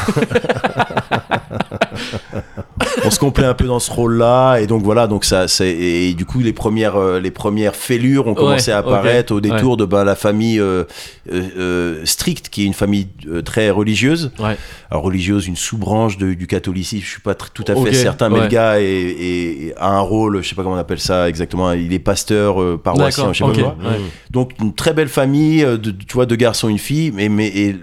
Speaker 2: on se complaît un peu dans ce rôle-là. Et donc voilà, donc ça, c'est, et du coup, les premières, euh, les premières fêlures ont commencé à
Speaker 3: ok.
Speaker 2: apparaître au détour de ben, la famille euh, euh, euh, stricte, qui est une famille euh, très religieuse.
Speaker 3: Ouais.
Speaker 2: Alors, religieuse, une sous-branche de- du catholicisme, je suis pas tr- tout à fait
Speaker 3: Ok,
Speaker 2: certain, mais
Speaker 3: ouais.
Speaker 2: le gars est- est- a un rôle, je sais pas comment on appelle ça exactement, il est pasteur euh, paroissien,
Speaker 3: D'accord,
Speaker 2: je sais pas
Speaker 3: ok,
Speaker 2: quoi.
Speaker 3: ouais.
Speaker 2: Donc une très belle famille, euh, de, tu vois, deux garçons, une fille, mais, mais et,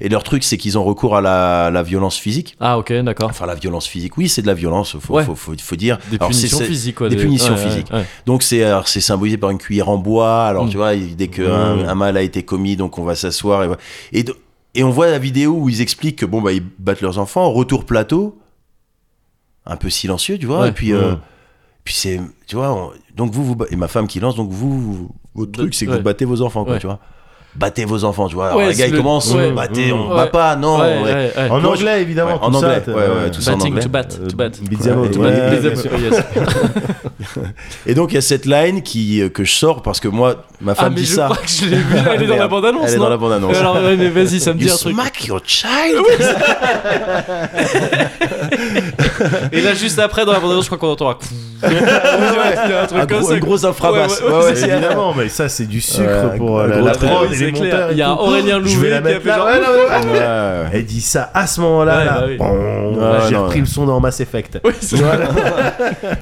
Speaker 2: et leur truc, c'est qu'ils ont recours à la, à la violence physique.
Speaker 3: Ah, ok, d'accord.
Speaker 2: Enfin, la violence physique, oui, c'est de la violence, faut,
Speaker 3: Ouais.
Speaker 2: faut, faut, faut dire.
Speaker 3: Des
Speaker 2: Alors, c'est-
Speaker 3: punitions
Speaker 2: c'est-
Speaker 3: physiques, quoi.
Speaker 2: des punitions
Speaker 3: ouais, ouais,
Speaker 2: physiques.
Speaker 3: ouais.
Speaker 2: Donc c'est alors, c'est symbolisé par une cuillère en bois. Alors
Speaker 3: Mm.
Speaker 2: tu vois, il- dès qu'un un mal a été commis, donc on va s'asseoir et voilà. et, do- et on voit la vidéo où ils expliquent que bon bah ils battent leurs enfants. Retour plateau, un peu silencieux, tu vois.
Speaker 3: Ouais.
Speaker 2: Et puis euh, puis c'est tu vois on- donc vous, vous ba- et ma femme qui lance donc vous, vous- votre
Speaker 3: De-
Speaker 2: truc c'est que
Speaker 3: Bah, ouais.
Speaker 2: vous battez vos enfants quoi,
Speaker 3: Ouais.
Speaker 2: tu vois. Battez vos enfants, tu vois. Alors,
Speaker 3: Ouais,
Speaker 2: les gars
Speaker 3: c'est
Speaker 2: ils
Speaker 3: le-
Speaker 2: commencent,
Speaker 3: ouais. Mm.
Speaker 2: battez, on
Speaker 3: Ouais.
Speaker 2: bat pas, non.
Speaker 3: Ouais,
Speaker 2: Oh, ouais.
Speaker 3: ouais, ouais.
Speaker 1: En
Speaker 2: Moi, je-
Speaker 1: anglais, évidemment.
Speaker 2: ouais, en
Speaker 1: tout
Speaker 2: anglais,
Speaker 1: ça,
Speaker 2: ouais, ouais, tout ça en
Speaker 3: Batting
Speaker 2: anglais.
Speaker 3: to bat,
Speaker 1: Euh,
Speaker 3: to bat.
Speaker 1: Bizarro,
Speaker 2: Ouais,
Speaker 1: tout
Speaker 2: ouais,
Speaker 1: bat.
Speaker 3: Les
Speaker 1: bien
Speaker 3: apps,
Speaker 1: sûr.
Speaker 3: yes.
Speaker 2: Et donc il y a cette line qui euh, que je sors parce que moi ma
Speaker 3: Ah,
Speaker 2: femme
Speaker 3: mais
Speaker 2: dit
Speaker 3: je
Speaker 2: ça.
Speaker 3: crois que je l'ai vu, là, elle est dans
Speaker 2: Merde,
Speaker 3: la bande-annonce,
Speaker 2: Elle est dans la
Speaker 3: non
Speaker 2: bande annonce.
Speaker 3: Alors, ouais, mais vas-y, ça me dit
Speaker 2: You
Speaker 3: un truc.
Speaker 2: smack your child.
Speaker 3: Et là, juste après, dans la bande-annonce, je crois qu'on entend un coup. un truc
Speaker 2: Un
Speaker 3: comme
Speaker 2: gros-
Speaker 3: ça.
Speaker 2: une grosse infrabasse.
Speaker 3: Ouais, ouais,
Speaker 2: Ouais, ouais,
Speaker 3: c'est ça.
Speaker 2: évidemment.
Speaker 1: Ah Évidemment, mais ça, c'est du sucre
Speaker 2: Ouais,
Speaker 1: pour
Speaker 2: un
Speaker 1: euh, la
Speaker 2: gros
Speaker 1: la
Speaker 2: trailer.
Speaker 1: prod et
Speaker 3: C'est
Speaker 1: les
Speaker 3: clair.
Speaker 1: monteurs. et
Speaker 3: Il y a
Speaker 1: tout.
Speaker 3: Aurélien
Speaker 1: Je vais
Speaker 3: Louvet
Speaker 1: la
Speaker 3: qui a
Speaker 1: mettre
Speaker 3: fait
Speaker 1: là.
Speaker 3: genre-
Speaker 1: Ouais, non, mais-
Speaker 2: Ouais.
Speaker 1: Elle dit ça à ce moment-là.
Speaker 3: Ouais,
Speaker 1: là.
Speaker 3: bah oui.
Speaker 1: Bon,
Speaker 2: Ouais,
Speaker 1: J'ai
Speaker 2: non,
Speaker 1: repris
Speaker 2: ouais.
Speaker 1: le son dans Mass Effect.
Speaker 3: Oui, c'est
Speaker 1: Voilà.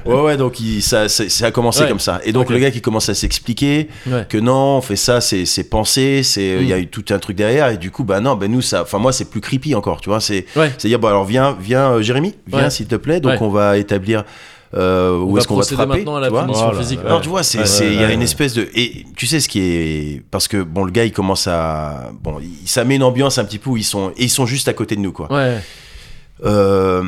Speaker 2: Ouais, ouais, donc il- ça, c'est- ça a commencé
Speaker 3: Ouais.
Speaker 2: comme ça. Et donc
Speaker 3: Ok.
Speaker 2: le gars qui commence à s'expliquer
Speaker 3: Ouais.
Speaker 2: que non, on fait ça, c'est c'est pensé, c'est il y
Speaker 3: Mm.
Speaker 2: a eu tout un truc derrière. Et du coup, bah non, ben nous, ça, enfin moi, c'est plus creepy encore, tu vois. C'est
Speaker 3: Ouais.
Speaker 2: c'est dire, bon alors viens, viens, euh, Jérémy, viens
Speaker 3: Ouais.
Speaker 2: s'il te plaît. Donc
Speaker 3: Ouais.
Speaker 2: on va établir euh, où
Speaker 3: va
Speaker 2: est-ce qu'on va te
Speaker 3: procéder
Speaker 2: frapper.
Speaker 3: maintenant à la
Speaker 2: tu vois. Oh
Speaker 3: punition
Speaker 1: Voilà.
Speaker 3: physique.
Speaker 2: Non,
Speaker 3: ouais.
Speaker 2: tu vois, c'est,
Speaker 1: Ouais,
Speaker 2: c'est- il y a
Speaker 1: ouais,
Speaker 2: une
Speaker 1: ouais.
Speaker 2: espèce de, et tu sais ce qui est, parce que bon, le gars, il commence à, bon, il- ça met une ambiance un petit peu où ils sont, et ils sont juste à côté de nous, quoi.
Speaker 3: Ouais.
Speaker 2: Euh,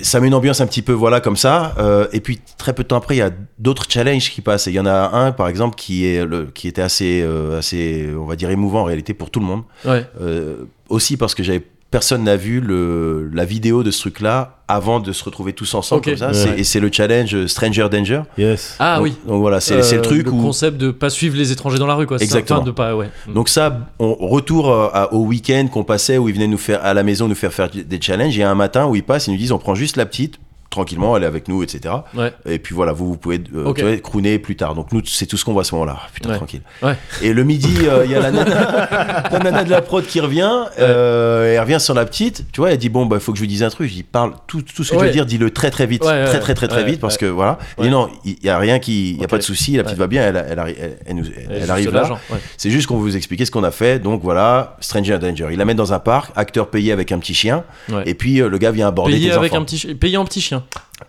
Speaker 2: ça met une ambiance un petit peu, voilà, comme ça. Euh, et puis très peu de temps après, il y a d'autres challenges qui passent. Et il y en a un, par exemple, qui est le, qui était assez, euh, assez, on va dire émouvant en réalité pour tout le monde.
Speaker 3: Ouais.
Speaker 2: Euh, aussi parce que j'avais personne n'a vu le, la vidéo de ce truc-là avant de se retrouver tous ensemble
Speaker 3: Ok.
Speaker 2: comme ça.
Speaker 1: Ouais.
Speaker 2: C'est- et c'est le challenge euh, Stranger Danger.
Speaker 1: Yes.
Speaker 3: Ah
Speaker 2: Donc-
Speaker 3: oui.
Speaker 2: Donc voilà, c'est, c'est le
Speaker 3: Euh,
Speaker 2: truc
Speaker 3: le
Speaker 2: où
Speaker 3: concept de pas suivre les étrangers dans la rue, quoi. c'est ça,
Speaker 2: Exactement.
Speaker 3: enfin, de pas, ouais.
Speaker 2: Mm. Donc ça, on retour euh, à- au week-end qu'on passait où ils venaient nous faire à la maison nous faire faire des challenges. Et un matin où ils passent, ils nous disent on prend juste la petite tranquillement, elle est avec nous, etc.
Speaker 3: Ouais.
Speaker 2: Et puis voilà, vous vous pouvez euh,
Speaker 3: Ok.
Speaker 2: tu vois, crooner plus tard. Donc nous, c'est tout ce qu'on voit à ce moment-là. Putain,
Speaker 3: Ouais.
Speaker 2: tranquille.
Speaker 3: Ouais.
Speaker 2: Et le midi, euh, il y a la nana, la nana de la prod qui revient. euh, et elle revient sur la petite. Tu vois, elle dit bon, bah faut que je lui dise un truc. Je dis parle tout, tout ce que tu
Speaker 3: Ouais.
Speaker 2: veux dire, dis-le très très vite,
Speaker 3: Ouais, ouais,
Speaker 2: très très très très
Speaker 3: ouais,
Speaker 2: vite parce
Speaker 3: ouais.
Speaker 2: que voilà.
Speaker 3: Ouais.
Speaker 2: Et non, il y a rien qui, il y a
Speaker 3: Ok.
Speaker 2: pas de souci. La petite
Speaker 3: Ouais.
Speaker 2: va bien. Elle, elle, arri- elle- elle nous- elle
Speaker 3: Et juste
Speaker 2: arrive là.
Speaker 3: l'agent, ouais.
Speaker 2: C'est juste qu'on veut vous expliquer ce qu'on a fait. Donc voilà, Stranger Danger. Il la met dans un parc, acteur payé avec un petit chien.
Speaker 3: Ouais.
Speaker 2: Et puis euh, le gars vient aborder
Speaker 3: Payé
Speaker 2: tes
Speaker 3: avec
Speaker 2: enfants.
Speaker 3: un petit, chi- payé en petit chien.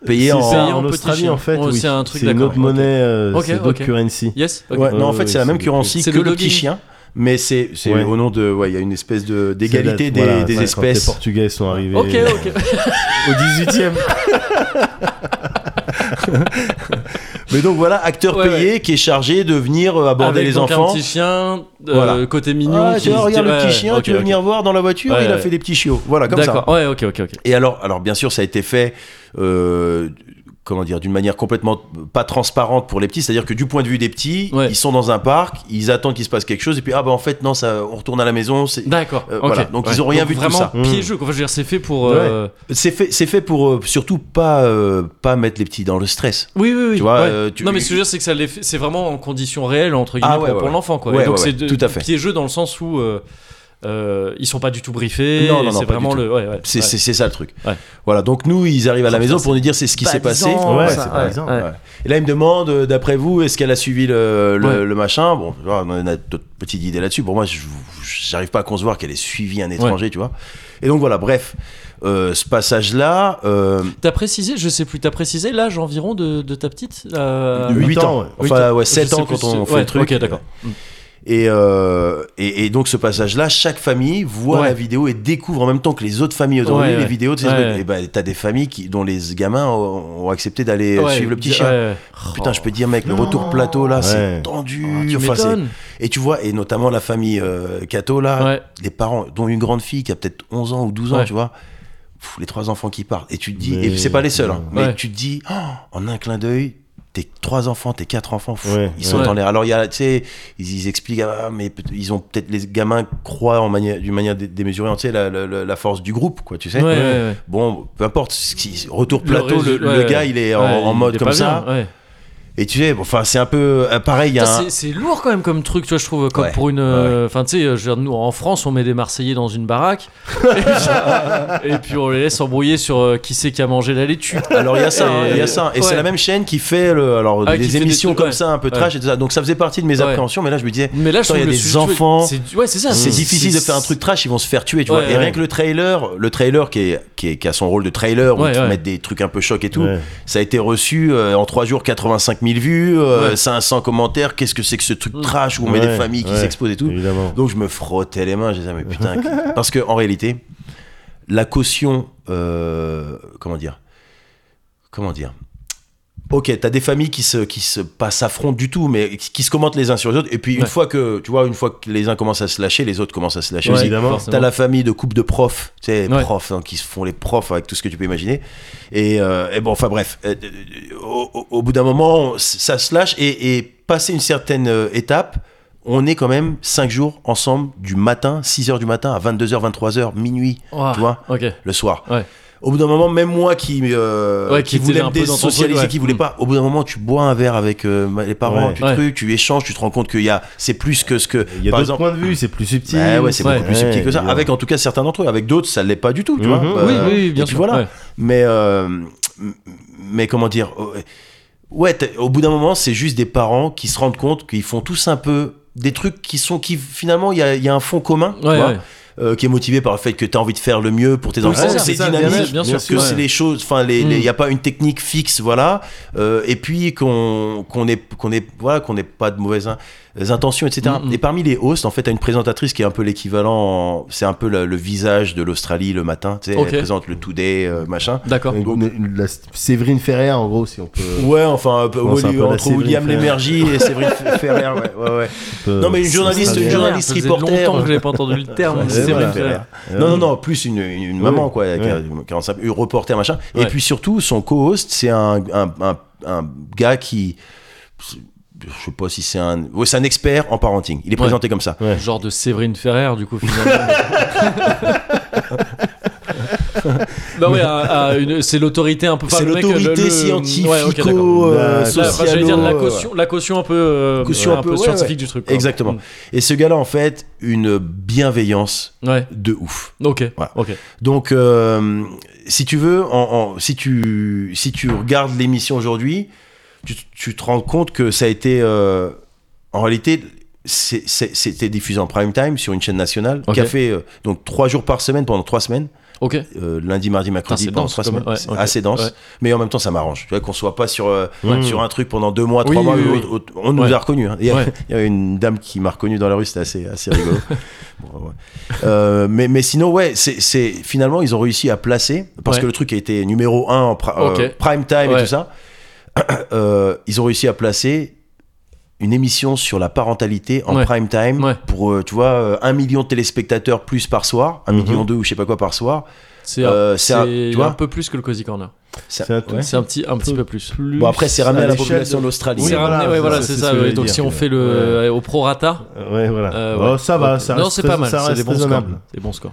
Speaker 2: Payé
Speaker 1: C'est
Speaker 2: en.
Speaker 1: ça,
Speaker 3: en
Speaker 1: en
Speaker 3: petit
Speaker 1: Australie,
Speaker 3: chien.
Speaker 1: en fait.
Speaker 3: Oh,
Speaker 1: oui.
Speaker 3: c'est un truc,
Speaker 1: une
Speaker 3: d'accord,
Speaker 1: autre
Speaker 3: ok.
Speaker 1: monnaie, euh,
Speaker 3: Ok,
Speaker 1: c'est d'autres
Speaker 3: ok.
Speaker 1: currency.
Speaker 3: Yes. ok.
Speaker 2: Ouais, non, en
Speaker 1: Ouais,
Speaker 2: fait, c'est la
Speaker 1: ouais,
Speaker 2: même
Speaker 1: c'est
Speaker 2: currency
Speaker 3: des-
Speaker 2: que
Speaker 3: Euh, C'est le
Speaker 2: le petit
Speaker 3: dogging.
Speaker 2: chien. Mais c'est c'est
Speaker 1: Ouais.
Speaker 2: au nom de. Ouais, il y a une espèce de-
Speaker 1: C'est
Speaker 2: d'égalité
Speaker 1: la-
Speaker 2: des,
Speaker 1: voilà,
Speaker 2: des
Speaker 1: ouais,
Speaker 2: espèces.
Speaker 1: Quand les Portugais sont arrivés
Speaker 3: Ok,
Speaker 1: euh,
Speaker 3: ok.
Speaker 1: au 18ème.
Speaker 2: Mais donc voilà, acteur
Speaker 3: Ouais,
Speaker 2: payé qui est chargé de venir euh, aborder
Speaker 3: Avec
Speaker 2: les
Speaker 3: donc
Speaker 2: enfants.
Speaker 3: Un petit chien, euh,
Speaker 2: Voilà.
Speaker 3: côté
Speaker 2: Ah,
Speaker 3: mignon. qui
Speaker 2: tiens,
Speaker 3: se
Speaker 2: regarde
Speaker 3: dit-
Speaker 2: le petit
Speaker 3: ouais,
Speaker 2: chien,
Speaker 3: ouais,
Speaker 2: tu
Speaker 3: ok,
Speaker 2: veux
Speaker 3: ok.
Speaker 2: venir voir dans la voiture,
Speaker 3: Ouais,
Speaker 2: il a
Speaker 3: ouais.
Speaker 2: fait des petits chiots. Voilà, comme ça.
Speaker 3: D'accord. Ouais, ok, ok, ok.
Speaker 2: Et alors, alors bien sûr, ça a été fait. euh, comment dire, d'une manière complètement pas transparente pour les petits, c'est-à-dire que du point de vue des petits,
Speaker 3: Ouais.
Speaker 2: ils sont dans un parc, ils attendent qu'il se passe quelque chose, et puis ah bah en fait non, ça, on retourne à la maison, c'est
Speaker 3: D'accord.
Speaker 2: Euh,
Speaker 3: ok.
Speaker 2: voilà. Donc, ils ont rien vu de tout
Speaker 3: vraiment
Speaker 2: ça.
Speaker 3: piégeux. quoi. Enfin, je veux dire, c'est fait pour.
Speaker 1: Ouais.
Speaker 3: euh,
Speaker 2: c'est fait, c'est fait pour euh, surtout pas euh, pas mettre les petits dans le stress.
Speaker 3: Oui, oui, oui.
Speaker 2: Tu vois,
Speaker 3: ouais.
Speaker 2: euh, tu-
Speaker 3: Non, mais ce que je veux dire, c'est que ça les fait- c'est vraiment en conditions réelles, entre guillemets,
Speaker 2: Ah, ouais,
Speaker 3: pour,
Speaker 2: ouais,
Speaker 3: pour
Speaker 2: ouais.
Speaker 3: l'enfant, quoi.
Speaker 2: Ouais,
Speaker 3: Et donc,
Speaker 2: ouais,
Speaker 3: c'est
Speaker 2: ouais,
Speaker 3: de-
Speaker 2: tout à fait.
Speaker 3: piégeux dans le sens où euh, euh, ils sont pas du tout briefés.
Speaker 2: Non, non,
Speaker 3: et
Speaker 2: non,
Speaker 3: C'est
Speaker 2: pas du
Speaker 3: vraiment
Speaker 2: tout.
Speaker 3: le. ouais, ouais,
Speaker 2: C'est
Speaker 3: ouais.
Speaker 2: c'est- c'est ça le truc.
Speaker 3: Ouais.
Speaker 2: Voilà, donc nous, ils arrivent à la maison pour nous dire c'est ce qui s'est passé.
Speaker 1: Ouais,
Speaker 2: Ouais.
Speaker 1: c'est par exemple.
Speaker 2: Ouais. Et là, ils me demandent, euh, d'après vous, est-ce qu'elle a suivi le, le-
Speaker 3: Ouais.
Speaker 2: le machin Bon, tu vois, on en a d'autres petites idées là-dessus. Pour moi, je- j'arrive pas à concevoir qu'elle ait suivi un étranger, tu vois. Et donc voilà, bref, euh, ce passage-là, euh,
Speaker 3: T'as précisé, je sais plus, t'as précisé l'âge environ de, de ta petite euh,
Speaker 1: Huit
Speaker 2: huit
Speaker 1: ans, ouais.
Speaker 2: Enfin, ouais,
Speaker 3: Je
Speaker 2: 7
Speaker 3: sais
Speaker 2: ans
Speaker 3: plus
Speaker 2: quand on
Speaker 3: si-
Speaker 2: fait
Speaker 3: ouais,
Speaker 2: le truc.
Speaker 3: ok, d'accord. Mm.
Speaker 2: Et, euh, et, et donc ce passage-là, chaque famille voit
Speaker 3: Ouais.
Speaker 2: la vidéo et découvre en même temps que les autres familles autour de
Speaker 3: Ouais,
Speaker 2: lui les
Speaker 3: ouais.
Speaker 2: vidéos. Tu sais,
Speaker 3: Ouais,
Speaker 2: ce truc.
Speaker 3: ouais.
Speaker 2: Et ben, t'as des familles qui, dont les gamins ont, ont accepté d'aller
Speaker 3: Ouais,
Speaker 2: suivre le petit
Speaker 3: ouais,
Speaker 2: chien. Ah,
Speaker 3: ouais.
Speaker 2: Putain, je peux te dire, mec, le retour plateau là,
Speaker 1: Ouais.
Speaker 2: c'est tendu.
Speaker 3: Oh, Tu
Speaker 2: Enfin, c'est-
Speaker 3: m'étonnes.
Speaker 2: et tu vois, et notamment la famille euh, Cato, là,
Speaker 3: Ouais.
Speaker 2: les parents, dont une grande fille qui a peut-être 11 ans ou 12 ans,
Speaker 3: Ouais.
Speaker 2: tu vois, Pff, les trois enfants qui partent. Et tu te dis,
Speaker 1: Mais-
Speaker 2: et c'est pas les seuls, hein, mais
Speaker 3: Ouais.
Speaker 2: tu te dis, oh, en un clin d'œil, tes trois enfants, tes quatre enfants, pff,
Speaker 1: Ouais,
Speaker 2: ils sont
Speaker 3: ouais.
Speaker 2: en l'air. Alors, il y a, tu sais, ils, ils expliquent, ah, mais peut- ils ont peut-être, les gamins croient en manière, d'une manière dé- démesurée, hein, tu sais, la, la- la- la force du groupe, quoi, tu sais.
Speaker 3: Ouais, ouais, ouais.
Speaker 2: Bon, peu importe, ce qui- retour
Speaker 3: Le
Speaker 2: plateau, le,
Speaker 3: résu-
Speaker 2: le
Speaker 3: ouais.
Speaker 2: gars, il est en,
Speaker 3: Ouais,
Speaker 2: en
Speaker 3: il
Speaker 2: mode
Speaker 3: est
Speaker 2: comme
Speaker 3: pas
Speaker 2: ça.
Speaker 3: bien, ouais.
Speaker 2: Et tu sais, bon, enfin, c'est un peu euh, pareil, il y a
Speaker 3: Putain,
Speaker 2: un-
Speaker 3: c'est- C'est lourd quand même comme truc, tu vois, je trouve, comme
Speaker 2: Ouais.
Speaker 3: pour une... euh, Enfin, tu sais, euh, je veux dire, nous, en France, on met des Marseillais dans une baraque, et, et puis on les laisse embrouiller sur euh, qui c'est qui a mangé la laitue.
Speaker 2: Alors il y a ça, hein, il y a ça. Et
Speaker 3: Ouais.
Speaker 2: c'est la même chaîne qui fait le, alors,
Speaker 3: Ah, qui
Speaker 2: des
Speaker 3: fait des
Speaker 2: émissions
Speaker 3: trucs,
Speaker 2: comme
Speaker 3: ouais.
Speaker 2: ça, un peu trash et tout ça. Donc ça faisait partie de mes
Speaker 3: Ouais.
Speaker 2: appréhensions, mais là je me disais,
Speaker 3: Mais là, je
Speaker 2: Attends,
Speaker 3: trouve
Speaker 2: il y a
Speaker 3: le
Speaker 2: des
Speaker 3: sujet-
Speaker 2: enfants.
Speaker 3: c'est- Ouais, c'est ça.
Speaker 2: c'est difficile de faire un truc trash, ils vont se faire tuer, tu vois.
Speaker 3: Ouais,
Speaker 2: Et
Speaker 3: ouais.
Speaker 2: rien que le trailer, le trailer qui, est, qui, est- qui a son rôle de trailer, où
Speaker 3: Ouais,
Speaker 2: ils te
Speaker 3: ouais.
Speaker 2: mettent des trucs un peu chocs et tout,
Speaker 1: Ouais.
Speaker 2: ça a été reçu euh, en trois jours 85 000 vues, euh,
Speaker 3: Ouais. Mmh.
Speaker 2: 500 commentaires, qu'est-ce que c'est que ce truc trash où on met
Speaker 1: Ouais,
Speaker 2: des familles qui
Speaker 1: ouais,
Speaker 2: s'exposent et tout.
Speaker 1: Évidemment.
Speaker 2: Donc je me frottais les mains, je disais mais putain, que- parce que en réalité, la caution, euh, comment dire, comment dire. Ok, t'as des familles qui se, qui se pas s'affrontent du tout, mais qui se commentent les uns sur les autres. Et puis une
Speaker 3: Ouais.
Speaker 2: fois que tu vois, une fois que les uns commencent à se lâcher, les autres commencent à se lâcher.
Speaker 3: Ouais,
Speaker 2: aussi.
Speaker 1: évidemment.
Speaker 3: forcément.
Speaker 2: T'as la famille de couple de profs, tu sais,
Speaker 3: Ouais.
Speaker 2: profs hein, qui se font les profs avec tout ce que tu peux imaginer. Et, euh, et bon, enfin bref, euh, euh, au, au- au bout d'un moment, on- ça se lâche et, et passer une certaine euh, étape, on est quand même 5 jours ensemble du matin, 6 heures du matin à 22h, 23h, minuit,
Speaker 3: Ouah,
Speaker 2: tu vois, Euh,
Speaker 3: Ok.
Speaker 2: le soir.
Speaker 3: Ouais.
Speaker 2: Au bout d'un moment, même moi qui, euh,
Speaker 3: Ouais, qui
Speaker 2: qui,
Speaker 3: était
Speaker 2: voulais
Speaker 3: un
Speaker 2: me
Speaker 3: peu dans ton truc,
Speaker 2: désocialiser,
Speaker 3: ouais.
Speaker 2: qui voulait
Speaker 3: Mm.
Speaker 2: pas, au bout d'un moment, tu bois un verre avec euh, ma- les parents,
Speaker 1: Ouais.
Speaker 2: tu
Speaker 3: Ouais.
Speaker 2: trucs, tu échanges, tu te rends compte qu'il y a, c'est plus que ce que,
Speaker 1: Il y a
Speaker 2: par
Speaker 1: d'autres
Speaker 2: exemple,
Speaker 1: points de vue, c'est plus subtil.
Speaker 2: Bah Ouais, ouais, c'est
Speaker 3: Ouais.
Speaker 2: beaucoup plus subtil que ça.
Speaker 1: évidemment.
Speaker 2: Avec en tout cas certains d'entre eux. Avec d'autres, ça l'est pas du tout, tu vois.
Speaker 1: Mhm.
Speaker 2: Bah,
Speaker 3: Oui, oui, bien
Speaker 2: et puis
Speaker 3: sûr,
Speaker 2: Voilà.
Speaker 3: ouais.
Speaker 2: Mais, euh, m- mais comment dire euh, Ouais, t'as- au bout d'un moment, c'est juste des parents qui se rendent compte qu'ils font tous un peu des trucs qui sont qui finalement il y a, il y a un fond commun tu
Speaker 3: Ouais,
Speaker 2: vois,
Speaker 3: ouais.
Speaker 2: euh, qui est motivé par le fait que tu as envie de faire le mieux pour tes
Speaker 3: Oui,
Speaker 2: enfants
Speaker 3: c'est ça,
Speaker 2: c'est
Speaker 3: c'est ça,
Speaker 2: dynamique
Speaker 3: bien sûr, bien sûr,
Speaker 2: que
Speaker 3: ouais.
Speaker 2: c'est les choses enfin les-
Speaker 3: Mm.
Speaker 2: les- il n'y a pas une technique fixe voilà Euh, et puis qu'on qu'on est qu'on est voilà qu'on n'ait pas de mauvaises les intentions, etc.
Speaker 3: Mm, mm.
Speaker 2: Et parmi les hosts, en fait, t'as une présentatrice qui est un peu l'équivalent, en- c'est un peu le, le visage de l'Australie le matin, tu sais,
Speaker 3: Ok.
Speaker 2: elle présente le Today, euh, machin.
Speaker 3: D'accord.
Speaker 1: Une- une- la Séverine Ferrer, en gros, si on peut.
Speaker 2: Ouais, enfin, un peu-
Speaker 1: Non, c'est un
Speaker 2: Willi-
Speaker 1: peu la
Speaker 2: entre
Speaker 1: Séverine
Speaker 2: William
Speaker 1: Ferrer.
Speaker 2: Lémergie et Séverine F- Ferrer, ouais, ouais, ouais.
Speaker 1: peut-
Speaker 2: Non, mais une journaliste, une
Speaker 1: Ferrer,
Speaker 2: journaliste
Speaker 3: Euh, Ça faisait
Speaker 2: reporter.
Speaker 3: longtemps que je n'ai pas entendu le terme.
Speaker 2: Ouais,
Speaker 3: c'est
Speaker 2: Séverine
Speaker 3: vrai.
Speaker 2: Ferrer. Non, non, non, plus une, une- une maman, quoi, qui a
Speaker 1: Ouais.
Speaker 2: 45, une reporter, machin. Et
Speaker 3: Ouais.
Speaker 2: puis surtout, son co-host, c'est un, un, un, un gars qui. Je sais pas si c'est un. ouais, c'est un expert en parenting. Il est présenté comme ça.
Speaker 3: Genre de Séverine Ferrer, du coup, finalement. non, ouais, un- un- une- c'est l'autorité un peu. enfin,
Speaker 2: C'est
Speaker 3: le mec, euh,
Speaker 2: l'autorité
Speaker 3: le- le-
Speaker 2: scientifico,
Speaker 3: Ouais, ok, d'accord.
Speaker 2: euh,
Speaker 1: Là,
Speaker 3: Là, enfin, j'allais dire la
Speaker 2: socialo, euh,
Speaker 3: caution, la caution un peu, euh,
Speaker 2: Caution
Speaker 3: ouais,
Speaker 2: un
Speaker 3: un
Speaker 2: peu,
Speaker 3: peu
Speaker 2: ouais,
Speaker 3: scientifique
Speaker 2: ouais.
Speaker 3: du truc. quoi.
Speaker 2: Exactement. euh. Et ce gars-là, en fait, une bienveillance
Speaker 3: Mm. Ouais.
Speaker 2: de ouf.
Speaker 3: Ok.
Speaker 2: Voilà.
Speaker 3: Ok.
Speaker 2: Donc, euh, si tu veux, en, en- si, tu, si tu regardes l'émission aujourd'hui, tu, tu te rends compte que ça a été. euh, en réalité, c'est- c'est- c'était diffusé en prime time sur une chaîne nationale
Speaker 3: Ok.
Speaker 2: qui a fait euh, donc trois jours par semaine pendant trois semaines.
Speaker 3: Ok.
Speaker 2: Euh, lundi, mardi, mercredi,
Speaker 3: Putain, c'est
Speaker 2: pendant
Speaker 3: dense,
Speaker 2: trois
Speaker 3: quand
Speaker 2: semaines,
Speaker 3: même. Ouais,
Speaker 2: c'est
Speaker 3: ok.
Speaker 2: assez dense.
Speaker 3: Ouais.
Speaker 2: Mais en même temps, ça m'arrange. Tu vois qu'on soit pas sur euh,
Speaker 1: Ouais.
Speaker 2: sur un truc pendant deux mois,
Speaker 3: Oui,
Speaker 2: trois mois.
Speaker 3: oui,
Speaker 2: ou
Speaker 3: oui.
Speaker 2: autre- autre- On nous
Speaker 3: Ouais.
Speaker 2: a reconnus. hein. Il, y a,
Speaker 3: Ouais.
Speaker 2: il y a une dame qui m'a reconnu dans la rue. C'était assez assez rigolo. Bon, ouais. Euh, mais mais sinon, ouais, c'est c'est finalement ils ont réussi à placer parce
Speaker 3: Ouais.
Speaker 2: que le truc a été numéro un en pri-
Speaker 3: Ok.
Speaker 2: euh, prime time et
Speaker 3: Ouais.
Speaker 2: tout ça. Euh, ils ont réussi à placer une émission sur la parentalité en
Speaker 3: Ouais.
Speaker 2: prime time
Speaker 3: Ouais.
Speaker 2: pour euh, tu vois euh, un million de téléspectateurs plus par soir, un
Speaker 3: Mhm.
Speaker 2: million deux ou je sais pas quoi par soir.
Speaker 3: C'est
Speaker 2: Euh,
Speaker 3: un,
Speaker 2: c'est un-
Speaker 3: c'est
Speaker 2: tu vois
Speaker 3: un peu plus que le Cozy Corner.
Speaker 2: Ça-
Speaker 1: C'est un tout.
Speaker 2: ouais.
Speaker 3: C'est un petit, un petit
Speaker 1: Peu
Speaker 3: peu plus.
Speaker 2: Bon après c'est ramené à la population de l'Australie.
Speaker 1: Oui,
Speaker 3: c'est
Speaker 1: voilà,
Speaker 3: ramené,
Speaker 1: c'est
Speaker 3: ouais, voilà,
Speaker 1: ça,
Speaker 3: c'est
Speaker 1: c'est
Speaker 3: ça.
Speaker 1: ce que
Speaker 3: ouais.
Speaker 1: j'allais
Speaker 3: donc
Speaker 1: dire,
Speaker 3: si on
Speaker 1: que-
Speaker 3: fait le euh, au prorata,
Speaker 1: Ouais, voilà.
Speaker 3: euh,
Speaker 1: Oh,
Speaker 3: ouais.
Speaker 1: ça va,
Speaker 3: Ok.
Speaker 1: ça
Speaker 3: Non,
Speaker 1: reste
Speaker 3: c'est pas mal.
Speaker 1: ça
Speaker 3: C'est
Speaker 1: reste
Speaker 3: des bons scores.
Speaker 1: raisonnable.
Speaker 3: C'est des bons scores.